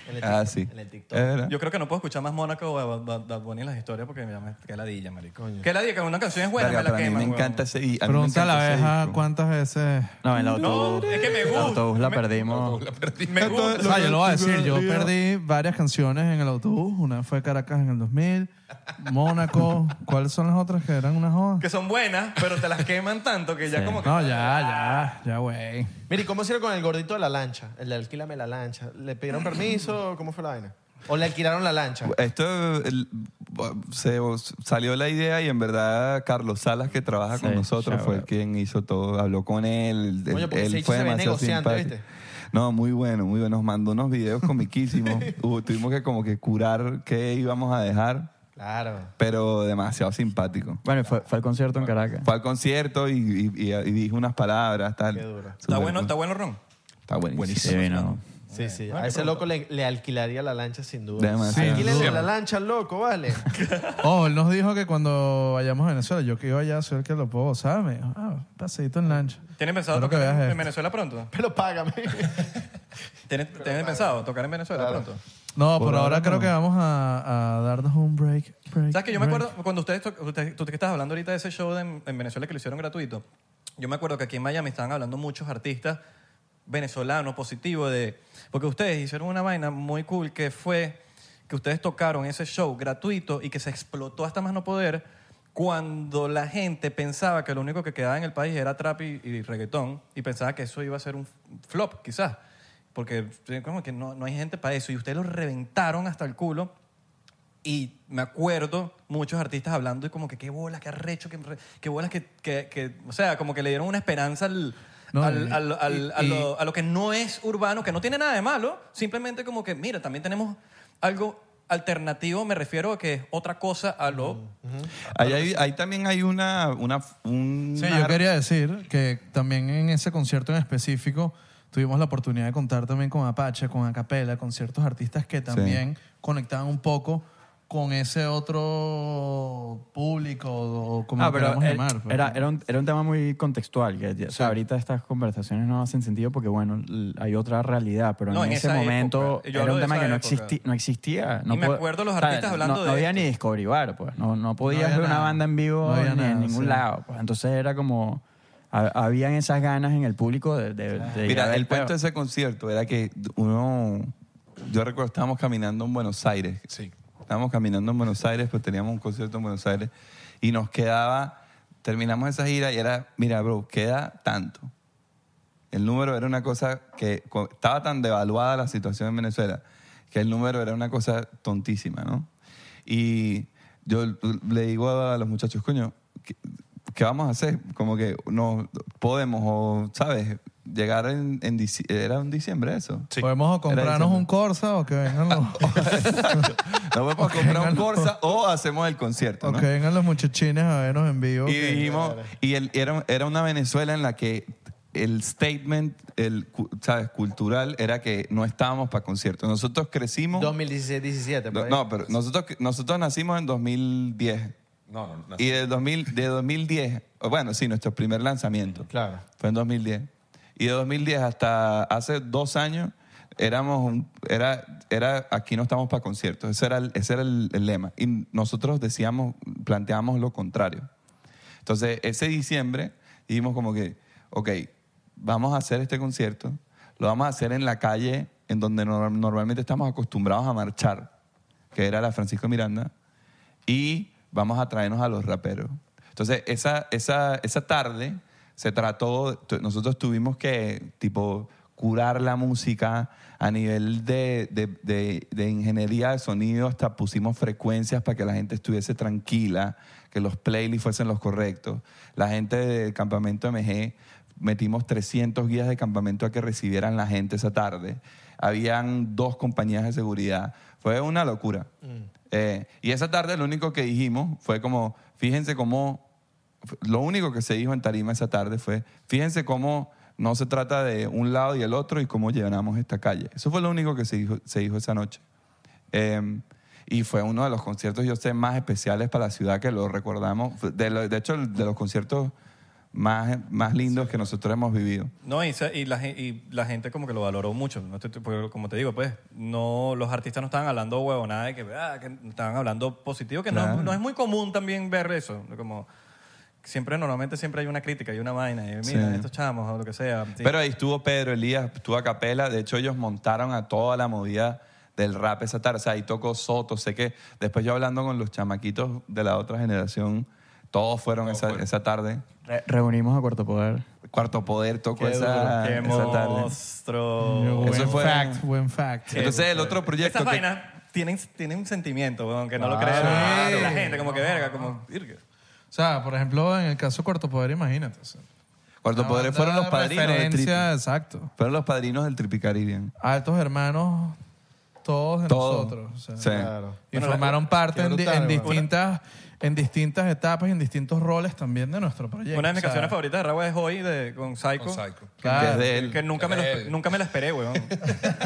Speaker 6: En el
Speaker 3: Ah,
Speaker 6: TikTok,
Speaker 3: sí.
Speaker 6: En el TikTok.
Speaker 3: Es verdad.
Speaker 4: Yo creo que no puedo escuchar más Mónaco o Bad- Bad Bad Bunny en las historias porque me llama que ladilla, marico.
Speaker 3: Coño.
Speaker 4: Que ladilla, que una canción es buena,
Speaker 3: Verga,
Speaker 4: me
Speaker 3: pero
Speaker 4: la
Speaker 3: a mí
Speaker 4: queman.
Speaker 3: me
Speaker 4: weón.
Speaker 3: encanta ese. y a mí me
Speaker 2: Pregunta a la
Speaker 3: encanta ese
Speaker 2: abeja
Speaker 3: disco.
Speaker 2: cuántas veces.
Speaker 5: No, el autobús.
Speaker 4: es que me gusta.
Speaker 5: El autobús la perdimos. Ah,
Speaker 4: Me
Speaker 2: O sea, Ah, yo lo voy a decir. Yo perdí varias canciones en el autobús. Una fue Caracas en el 2000, Mónaco. ¿Cuáles son las otras que eran una joda?
Speaker 4: Que son buenas, pero te las queman tanto que ya como que.
Speaker 2: No, Ah, ya, ya, ya, güey.
Speaker 6: Mire, ¿y ¿cómo hicieron con el gordito de la lancha? El de alquílame la lancha. ¿Le pidieron permiso? ¿Cómo fue la vaina? ¿O le alquilaron la lancha?
Speaker 3: Esto el- se os- salió la idea y en verdad Carlos Salas, que trabaja con
Speaker 5: Sí,
Speaker 3: nosotros,
Speaker 5: shout
Speaker 3: fue
Speaker 5: out.
Speaker 3: quien hizo todo, habló con él. el-
Speaker 6: Coño, porque
Speaker 3: él
Speaker 6: ese bicho
Speaker 3: fue
Speaker 6: se ve
Speaker 3: demasiado
Speaker 6: negociante,
Speaker 3: simpático.
Speaker 6: ¿viste?
Speaker 3: No, muy bueno, muy bueno. Nos mandó unos videos comiquísimos. Hubo- tuvimos que como que curar qué íbamos a dejar,
Speaker 6: Claro.
Speaker 3: pero demasiado simpático.
Speaker 5: Bueno, fue, fue al concierto en Caracas.
Speaker 3: Fue al concierto y, y- y- y dijo unas palabras, tal.
Speaker 6: Qué duro.
Speaker 4: Está
Speaker 3: Súper
Speaker 4: bueno,
Speaker 3: cool.
Speaker 4: está bueno el ron.
Speaker 3: Está buenísimo.
Speaker 5: Sí, vino.
Speaker 6: Sí, sí. A ese loco le, le alquilaría la lancha sin duda.
Speaker 3: Demasiado.
Speaker 6: Alquílenle
Speaker 2: Sin
Speaker 6: la
Speaker 2: duda.
Speaker 6: lancha al loco, vale.
Speaker 2: Oh, él nos dijo que cuando vayamos a Venezuela, yo que iba allá, soy el que lo puedo gozar. Me dijo, ah, paseíto en lancha.
Speaker 4: ¿Tienen pensado
Speaker 2: Espero que
Speaker 4: tocar
Speaker 2: veas
Speaker 4: en, en
Speaker 2: esto.
Speaker 4: Venezuela pronto?
Speaker 6: Pero págame.
Speaker 4: ¿Tienen, tienen pensado tocar en Venezuela pronto?
Speaker 2: No,
Speaker 3: Por
Speaker 2: por, ahora,
Speaker 3: ahora
Speaker 2: creo
Speaker 3: no.
Speaker 2: que vamos a, a darnos un break. break,
Speaker 4: ¿Sabes que yo me
Speaker 2: break.
Speaker 4: acuerdo cuando ustedes, to- ustedes- tú que estás hablando ahorita de ese show de- en Venezuela que lo hicieron gratuito? Yo me acuerdo que aquí en Miami estaban hablando muchos artistas venezolanos positivos de porque ustedes hicieron una vaina muy cool que fue que ustedes tocaron ese show gratuito y que se explotó hasta más no poder cuando la gente pensaba que lo único que quedaba en el país era trap y, y reggaetón y pensaba que eso iba a ser un flop quizás porque eh, como que no, no hay gente para eso y ustedes lo reventaron hasta el culo y me acuerdo muchos artistas hablando y como que qué bolas, qué arrecho, qué, re- qué bolas, que, que, que- o sea, como que le dieron una esperanza al,
Speaker 2: No,
Speaker 4: al-
Speaker 2: y-
Speaker 4: al- al-
Speaker 2: y-
Speaker 4: a, lo,
Speaker 2: y-
Speaker 4: a lo que no es urbano, que no tiene nada de malo, simplemente como que, mira, también tenemos algo alternativo, me refiero a que es otra cosa a lo...
Speaker 3: Ahí, hay- ahí también hay una... Ah, una un-
Speaker 2: Sí, yo quería decir que también en ese concierto en específico tuvimos la oportunidad de contar también con Apache, con Acapella, con ciertos artistas que también conectaban un poco con ese otro público o como
Speaker 5: Ah,
Speaker 2: lo
Speaker 5: pero
Speaker 2: queramos
Speaker 5: era-
Speaker 2: llamar. pues.
Speaker 5: era, era un, era un tema muy contextual. Que, ya- o sea,
Speaker 2: Sí.
Speaker 5: ahorita estas conversaciones no hacen sentido porque, bueno, l- hay otra realidad. Pero
Speaker 4: No,
Speaker 5: en,
Speaker 4: en
Speaker 5: ese
Speaker 4: esa
Speaker 5: momento
Speaker 4: época. Yo
Speaker 5: era
Speaker 4: hablo
Speaker 5: un
Speaker 4: de
Speaker 5: tema
Speaker 4: esa
Speaker 5: que no,
Speaker 4: época.
Speaker 5: existi- no existía. No
Speaker 4: Y me
Speaker 5: pod-
Speaker 4: acuerdo los
Speaker 5: o sea,
Speaker 4: artistas hablando
Speaker 5: no,
Speaker 4: de
Speaker 5: No había
Speaker 4: esto.
Speaker 5: ni Discovery Bar, pues. No, no
Speaker 2: No
Speaker 5: podías
Speaker 2: había
Speaker 5: ver una
Speaker 2: nada.
Speaker 5: banda en vivo
Speaker 2: No había
Speaker 5: ni en
Speaker 2: nada,
Speaker 5: ningún
Speaker 2: sí.
Speaker 5: lado. Pues. Entonces era como... ha- habían esas ganas en el público de... de- de ir a
Speaker 3: Mira,
Speaker 5: ver,
Speaker 3: el
Speaker 5: pero-
Speaker 3: cuento de ese concierto era que uno... Yo recuerdo, estábamos caminando en Buenos Aires.
Speaker 7: Sí.
Speaker 3: Estábamos caminando en Buenos Aires, pues teníamos un concierto en Buenos Aires. Y nos quedaba... Terminamos esa gira y era, mira, bro, queda tanto. El número era una cosa que... co- Estaba tan devaluada la situación en Venezuela que el número era una cosa tontísima, ¿no? Y yo le digo a los muchachos, coño, ¿qué, qué vamos a hacer? Como que no podemos, o, ¿sabes? Llegar en, en dici- era en diciembre eso.
Speaker 2: Podemos o comprarnos
Speaker 3: diciembre.
Speaker 2: un Corsa o que vengan los,
Speaker 3: No podemos comprar un Corsa o hacemos el concierto.
Speaker 2: o
Speaker 3: Este, ¿no?
Speaker 2: que vengan los muchachines a vernos en vivo.
Speaker 3: Y
Speaker 2: que-
Speaker 3: dijimos, y el- era, era una Venezuela en la que el statement, el, cu- ¿sabes? Cultural era que no estábamos para conciertos. Nosotros crecimos.
Speaker 6: 2016, 17. por ahí.
Speaker 3: no, pero nosotros, nosotros nacimos en 2010.
Speaker 7: No, no, no.
Speaker 3: Y de, 2000, de 2010, o bueno, sí, nuestro primer lanzamiento.
Speaker 6: Claro.
Speaker 3: Fue en 2010. Y de 2010 hasta hace dos años, éramos un- era, era aquí no estamos para conciertos. Ese era, el, ese era el, el lema. Y nosotros decíamos, planteamos lo contrario. Entonces, ese diciembre dijimos como que, ok, vamos a hacer este concierto, lo vamos a hacer en la calle en donde nor- normalmente estamos acostumbrados a marchar, que era la Francisco Miranda, y vamos a traernos a los raperos. Entonces, esa, esa, esa tarde se trató, tu- nosotros tuvimos que, tipo, curar la música a nivel de, de- de- de ingeniería de sonido, hasta pusimos frecuencias para que la gente estuviese tranquila, que los playlists fuesen los correctos. La gente del campamento MG metimos 300 guías de campamento a que recibieran la gente esa tarde. Habían dos compañías de seguridad. Fue una locura.
Speaker 2: Mm.
Speaker 3: Eh, y esa tarde lo único que dijimos fue como, fíjense cómo, lo único que se dijo en Tarima esa tarde fue, fíjense cómo no se trata de un lado y el otro y cómo llenamos esta calle. Eso fue lo único que se dijo, se dijo esa noche. Eh, y fue uno de los conciertos, yo sé, más especiales para la ciudad que lo recordamos. De, lo- de hecho, de los conciertos más, más lindos que nosotros hemos vivido.
Speaker 4: No, y, se- y la, gen- y la gente como que lo valoró mucho. No estoy- porque como te digo, pues, no, los artistas no estaban hablando huevo, nada de que, ah, que estaban hablando positivo, que no-
Speaker 3: Claro.
Speaker 4: no, es muy común también ver eso. Como siempre, normalmente siempre hay una crítica y una vaina. Y mira,
Speaker 3: Sí.
Speaker 4: estos chamos o lo que sea. Sí.
Speaker 3: Pero ahí estuvo Pedro Elías, estuvo a capela. De hecho, ellos montaron a toda la movida del rap esa tarde. O sea, ahí tocó Soto. Sé que después yo hablando con los chamaquitos de la otra generación, todos fueron esa, esa tarde.
Speaker 5: Re- reunimos a Cuarto Poder.
Speaker 3: Cuarto Poder tocó
Speaker 5: Qué
Speaker 3: esa,
Speaker 5: duro, qué
Speaker 3: esa tarde.
Speaker 4: monstruo.
Speaker 3: Eso
Speaker 2: Buen
Speaker 3: fue.
Speaker 2: fact, buen fact.
Speaker 3: Entonces, el otro proyecto
Speaker 4: Esas
Speaker 3: que-
Speaker 4: vainas tienen, tienen un sentimiento, aunque no lo
Speaker 2: Ah,
Speaker 4: crean
Speaker 2: sí.
Speaker 4: la gente, como que verga, como... "Virga".
Speaker 2: O sea, por ejemplo, en el caso de Cuarto Poder, imagínate. o sea,
Speaker 3: Cuarto
Speaker 2: una
Speaker 3: Poder
Speaker 2: banda
Speaker 3: fueron los padrinos del
Speaker 2: referencia,
Speaker 3: Tripi.
Speaker 2: Exacto.
Speaker 3: Fueron los padrinos del Tripi Caribbean.
Speaker 2: Altos hermanos, todos de
Speaker 3: Todos.
Speaker 2: nosotros. o sea,
Speaker 3: Sí.
Speaker 2: Y formaron parte en, di- en
Speaker 4: brutal, bueno.
Speaker 2: distintas, en distintas etapas y en distintos roles también de nuestro proyecto.
Speaker 4: Una de mis
Speaker 2: o sea,
Speaker 4: canciones favoritas de Rawa es Hoy, de, con Psycho.
Speaker 2: Claro.
Speaker 3: Que es de él.
Speaker 4: Que nunca me, lo- nunca me la esperé, weón.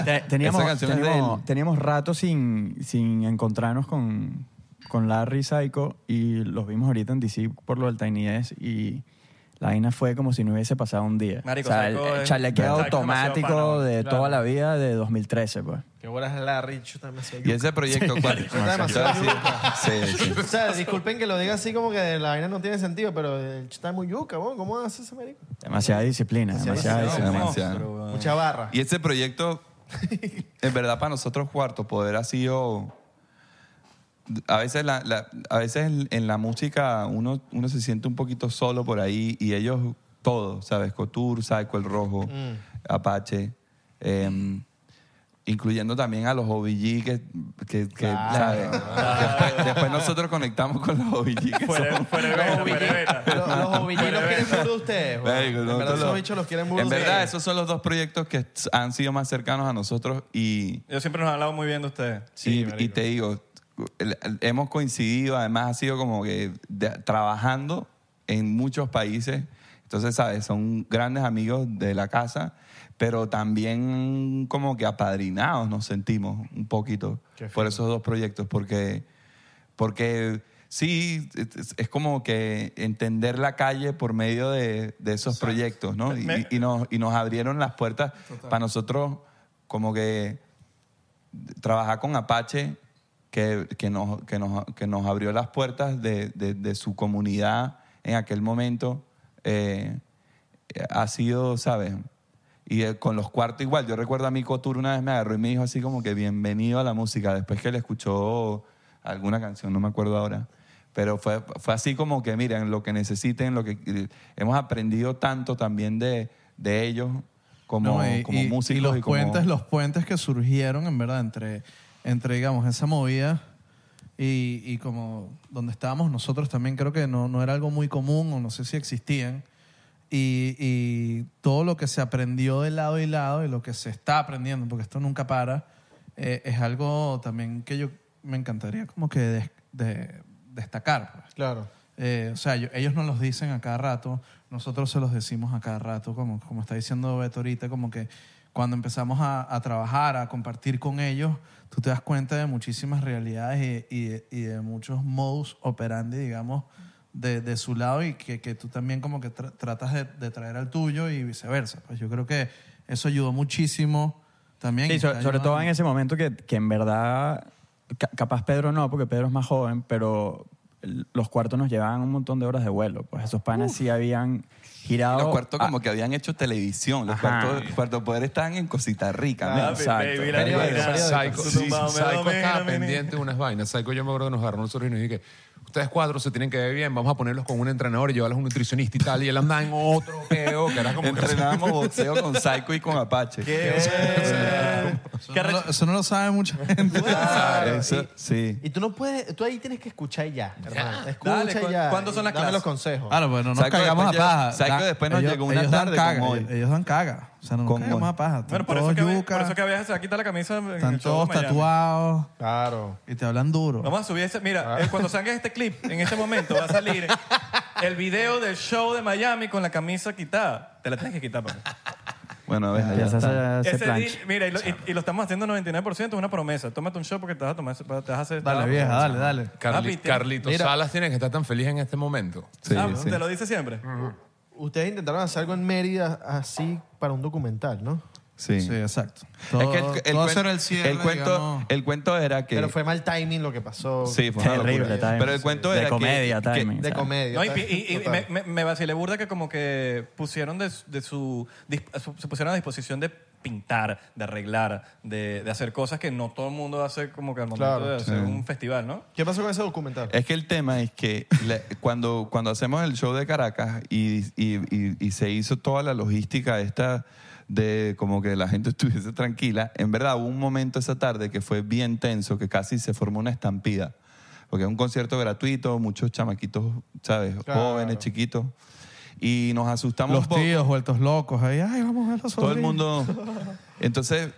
Speaker 5: Te- Teníamos,
Speaker 3: Esa canción es de
Speaker 5: teníamos,
Speaker 3: él.
Speaker 5: teníamos rato sin, sin encontrarnos con, con Larry y Psycho y los vimos ahorita en DC por lo del Tiny Desk y la vaina fue como si no hubiese pasado un día.
Speaker 4: Marico,
Speaker 5: o sea, el,
Speaker 4: Psycho
Speaker 5: el
Speaker 4: es-
Speaker 5: chalequeo
Speaker 4: Psycho es demasiado
Speaker 5: automático
Speaker 4: pana,
Speaker 5: de
Speaker 6: claro.
Speaker 5: toda la vida de 2013, pues.
Speaker 6: Qué buena es la Richo también. soy
Speaker 3: Y ese proyecto,
Speaker 5: Sí.
Speaker 3: ¿cuál?
Speaker 5: Está
Speaker 6: demasiado
Speaker 3: Sí, sí, sí.
Speaker 6: O sea, disculpen que lo diga así como que la vaina no tiene sentido, pero el chita es muy yuca, ¿no? ¿cómo hace ese marico?
Speaker 5: Demasiada disciplina, demasiada disciplina.
Speaker 3: Demasiado.
Speaker 4: uh,
Speaker 6: Mucha barra.
Speaker 3: Y este proyecto, en verdad, para nosotros, Cuarto Poder ha sido. A veces, la- la- a veces en, en la música uno, uno se siente un poquito solo por ahí y ellos, todos, ¿sabes? Cotur, Psycho, El Rojo,
Speaker 4: Mm.
Speaker 3: Apache, em, incluyendo también a los OBG que, que, que, ¿sabes? Después, después nosotros conectamos con los OBG. Que
Speaker 4: Fuera,
Speaker 3: son-
Speaker 4: fuera de beta, fuera de beta.
Speaker 6: Los, los ovillinos
Speaker 4: Bueno,
Speaker 6: quieren
Speaker 4: bueno.
Speaker 6: burro de ustedes. güey.
Speaker 3: Marico,
Speaker 6: En
Speaker 3: no,
Speaker 6: verdad,
Speaker 3: no,
Speaker 6: esos
Speaker 3: no.
Speaker 6: bichos los quieren burro
Speaker 3: En
Speaker 6: ustedes.
Speaker 3: verdad, esos son los dos proyectos que han sido más cercanos a nosotros y...
Speaker 4: Ellos siempre nos han hablado muy bien de ustedes.
Speaker 3: y, y te digo, el- el- hemos coincidido, además ha sido como que de- trabajando en muchos países. Entonces, ¿sabes? Son grandes amigos de la casa, pero también como que apadrinados nos sentimos un poquito por esos dos proyectos, porque, porque sí, es, es como que entender la calle por medio de, de esos proyectos, ¿no? Y-
Speaker 4: Me-
Speaker 3: y, nos, y nos abrieron las puertas para nosotros como que trabajar con Apache, que, que nos, que, nos, que nos abrió las puertas de, de- de su comunidad en aquel momento, eh, ha sido, ¿sabes? Y eh, con los cuartos igual. Yo recuerdo a mi Couture una vez me agarró y me dijo así como que bienvenido a la música, después que le escuchó alguna canción, no me acuerdo ahora. Pero fue, fue así como que, miren, lo que necesiten, lo que hemos aprendido tanto también de, de ellos como,
Speaker 2: No, y,
Speaker 3: como
Speaker 2: y-
Speaker 3: músicos.
Speaker 2: y los
Speaker 3: como-
Speaker 2: puentes los puentes que surgieron en verdad entre entre digamos esa movida y, y como donde estábamos nosotros también creo que no, no era algo muy común o no sé si existían y, y todo lo que se aprendió de lado y lado y lo que se está aprendiendo porque esto nunca para eh, es algo también que yo me encantaría como que des- de- destacar pues.
Speaker 6: Claro.
Speaker 2: Eh, o sea, yo- ellos nos los dicen a cada rato, nosotros se los decimos a cada rato, como, como está diciendo Beto ahorita, como que cuando empezamos a, a trabajar, a compartir con ellos, tú te das cuenta de muchísimas realidades y, y de- y de muchos modus operandi, digamos, de, de su lado y que, que tú también como que tra- tratas de, de traer al tuyo y viceversa. Pues yo creo que eso ayudó muchísimo también.
Speaker 5: Sí,
Speaker 2: y
Speaker 5: so-
Speaker 2: está
Speaker 5: sobre todo en
Speaker 2: ayudando.
Speaker 5: ese momento que, que en verdad, ca- capaz Pedro no, porque Pedro es más joven, pero l- los cuartos nos llevaban un montón de horas de vuelo. Pues esos panas sí habían girado.
Speaker 3: Los cuartos
Speaker 5: a-
Speaker 3: como que habían hecho televisión. Los
Speaker 5: Ajá.
Speaker 3: cuartos, cuartos poder estaban en Cosita Rica.
Speaker 5: Ah,
Speaker 3: ¿no?
Speaker 5: exacto.
Speaker 4: baby, la
Speaker 5: Periódico,
Speaker 4: vaina.
Speaker 7: Psycho,
Speaker 5: periódico.
Speaker 4: Tú
Speaker 7: sí,
Speaker 4: tumbado, me
Speaker 7: Psycho
Speaker 4: domina,
Speaker 7: estaba
Speaker 4: mi
Speaker 7: pendiente de unas vainas. Psycho, yo me acuerdo que nos agarró nosotros y nos dije que ustedes cuatro se tienen que ver bien, vamos a ponerlos con un entrenador y llevarlos a un nutricionista y tal. Y él andaba en otro peo, que era como que
Speaker 3: Entrenábamos boxeo con Psycho y con Apache.
Speaker 2: Eso no, lo, eso no lo sabe mucha gente.
Speaker 6: Claro.
Speaker 3: Eso,
Speaker 6: Y-
Speaker 3: sí.
Speaker 6: Y tú no puedes, tú ahí tienes que escuchar ya, hermano. Escucha
Speaker 4: Dale, ¿cu-
Speaker 6: ya.
Speaker 4: cuándo son las
Speaker 6: Dame
Speaker 4: clases?
Speaker 6: los consejos.
Speaker 3: Ah,
Speaker 2: Claro, bueno, nos
Speaker 3: Psycho
Speaker 2: cagamos a
Speaker 3: después llegó-
Speaker 2: paja.
Speaker 3: Psycho
Speaker 2: Da-
Speaker 3: después nos llegó una
Speaker 2: ellos dan
Speaker 3: tarde
Speaker 2: caga,
Speaker 3: con hoy.
Speaker 2: ellos, ellos dan caga. O sea, no nos
Speaker 3: Con
Speaker 2: cagamos
Speaker 3: hoy.
Speaker 2: a paja.
Speaker 4: Bueno,
Speaker 2: Están
Speaker 4: por eso,
Speaker 2: todos
Speaker 4: que, ve-
Speaker 2: yuca,
Speaker 4: por eso que a veces se va a quitar la camisa. en el show
Speaker 2: están
Speaker 4: de
Speaker 2: todos
Speaker 4: Miami.
Speaker 2: tatuados
Speaker 6: Claro.
Speaker 2: y te hablan duro.
Speaker 4: Vamos a subir ese. Mira,
Speaker 3: Ah.
Speaker 4: eh, cuando salga este clip, en este momento va a salir el video del show de Miami con la camisa quitada. Te la tienes que quitar, papá.
Speaker 3: Bueno, a ver, allá
Speaker 5: Empiezas
Speaker 3: está.
Speaker 2: Ah,
Speaker 5: a hacer
Speaker 4: Ese
Speaker 5: plancha.
Speaker 4: deal, mira, y lo, y- y lo estamos haciendo 99%, es una promesa. Tómate un show porque te vas a tomar, ese- te vas a hacer. Ah,
Speaker 2: Dale, vieja, dale, dale.
Speaker 7: Carli-
Speaker 4: Papi, te-
Speaker 7: Carlitos Salas tiene que estar tan feliz en este momento.
Speaker 3: Sí,
Speaker 4: Ah,
Speaker 3: sí.
Speaker 4: ¿Te lo dice siempre?
Speaker 6: Ustedes intentaron hacer algo en Mérida así para un documental, ¿no?
Speaker 3: Sí.
Speaker 2: Sí, exacto.
Speaker 3: es que el, el
Speaker 2: todo
Speaker 3: cuen-
Speaker 2: eso era el cierre,
Speaker 3: cuento,
Speaker 2: digamos.
Speaker 3: el cuento era que...
Speaker 6: Pero fue mal timing lo que pasó.
Speaker 3: Sí, fue una
Speaker 5: Terrible
Speaker 3: locura.
Speaker 5: timing,
Speaker 3: Pero el
Speaker 5: sí.
Speaker 3: cuento
Speaker 5: De
Speaker 3: era que-
Speaker 5: comedia
Speaker 3: que,
Speaker 5: timing.
Speaker 6: De comedia.
Speaker 4: No, y,
Speaker 6: tal.
Speaker 4: y- y-
Speaker 6: Total.
Speaker 4: me, me- me vacilé burda que como que pusieron de, su- de su, dis- a su- se pusieron a disposición de pintar, de arreglar, de, de hacer cosas que no todo el mundo hace como que al momento
Speaker 6: Claro,
Speaker 4: de hacer
Speaker 3: sí.
Speaker 4: un festival, ¿no?
Speaker 6: ¿Qué pasó con ese documental?
Speaker 3: Es que el tema es que la- cuando, cuando hacemos el show de Caracas y, y- y- y se hizo toda la logística esta de como que la gente estuviese tranquila, en verdad hubo un momento esa tarde que fue bien tenso, que casi se formó una estampida. Porque es un concierto gratuito, muchos chamaquitos, ¿sabes?
Speaker 6: Claro.
Speaker 3: Jóvenes, chiquitos. Y nos asustamos un
Speaker 2: Los
Speaker 3: poco.
Speaker 2: tíos vueltos locos ahí. Ay, vamos a ver los
Speaker 3: Todo el
Speaker 2: sobrinos".
Speaker 3: mundo. Entonces,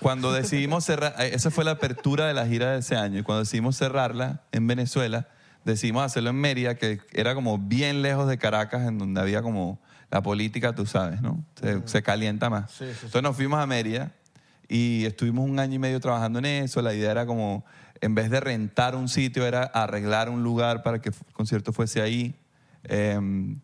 Speaker 3: cuando decidimos cerrar, eh, esa fue la apertura de la gira de ese año. Y cuando decidimos cerrarla en Venezuela, decidimos hacerlo en Mérida, que era como bien lejos de Caracas, en donde había como la política, tú sabes, ¿no? Se, se calienta más. Entonces nos fuimos a Mérida y estuvimos un año y medio trabajando en eso. La idea era como, en vez de rentar un sitio, era arreglar un lugar para que el concierto fuese ahí. Em,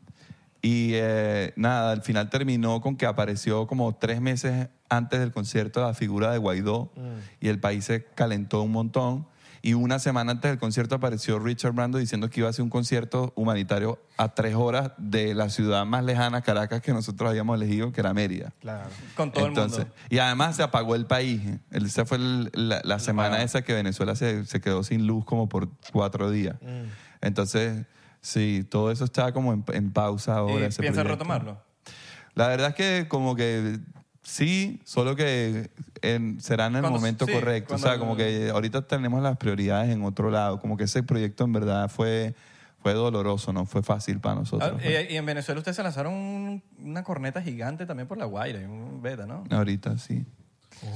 Speaker 3: y eh, nada, al final terminó con que apareció como tres meses antes del concierto la figura de Guaidó
Speaker 4: Mm.
Speaker 3: y el país se calentó un montón. Y una semana antes del concierto apareció Richard Brando diciendo que iba a hacer un concierto humanitario a tres horas de la ciudad más lejana, Caracas, que nosotros habíamos elegido, que era Mérida.
Speaker 6: Claro.
Speaker 4: Con todo el mundo.
Speaker 3: Y además se apagó el país. El- Esa fue el- la, la semana esa que Venezuela se, se quedó sin luz como por cuatro
Speaker 4: Mm.
Speaker 3: días.
Speaker 6: Mm.
Speaker 3: Entonces, sí, todo eso está como en, en pausa ahora.
Speaker 4: ¿Y
Speaker 3: ese
Speaker 4: piensas
Speaker 3: proyecto.
Speaker 4: retomarlo?
Speaker 3: La verdad es que como que sí, solo que en- será en el
Speaker 4: Cuando-
Speaker 3: momento
Speaker 4: sí,
Speaker 3: correcto. O
Speaker 4: cuando
Speaker 3: sea,
Speaker 4: el-
Speaker 3: como que ahorita tenemos las prioridades en otro lado. Como que ese proyecto en verdad fue, fue doloroso, no fue fácil para
Speaker 4: Ah,
Speaker 3: nosotros.
Speaker 4: y, y en Venezuela ustedes se lanzaron un- una corneta gigante también por la Guaira, y un beta, ¿no?
Speaker 3: Ahorita sí.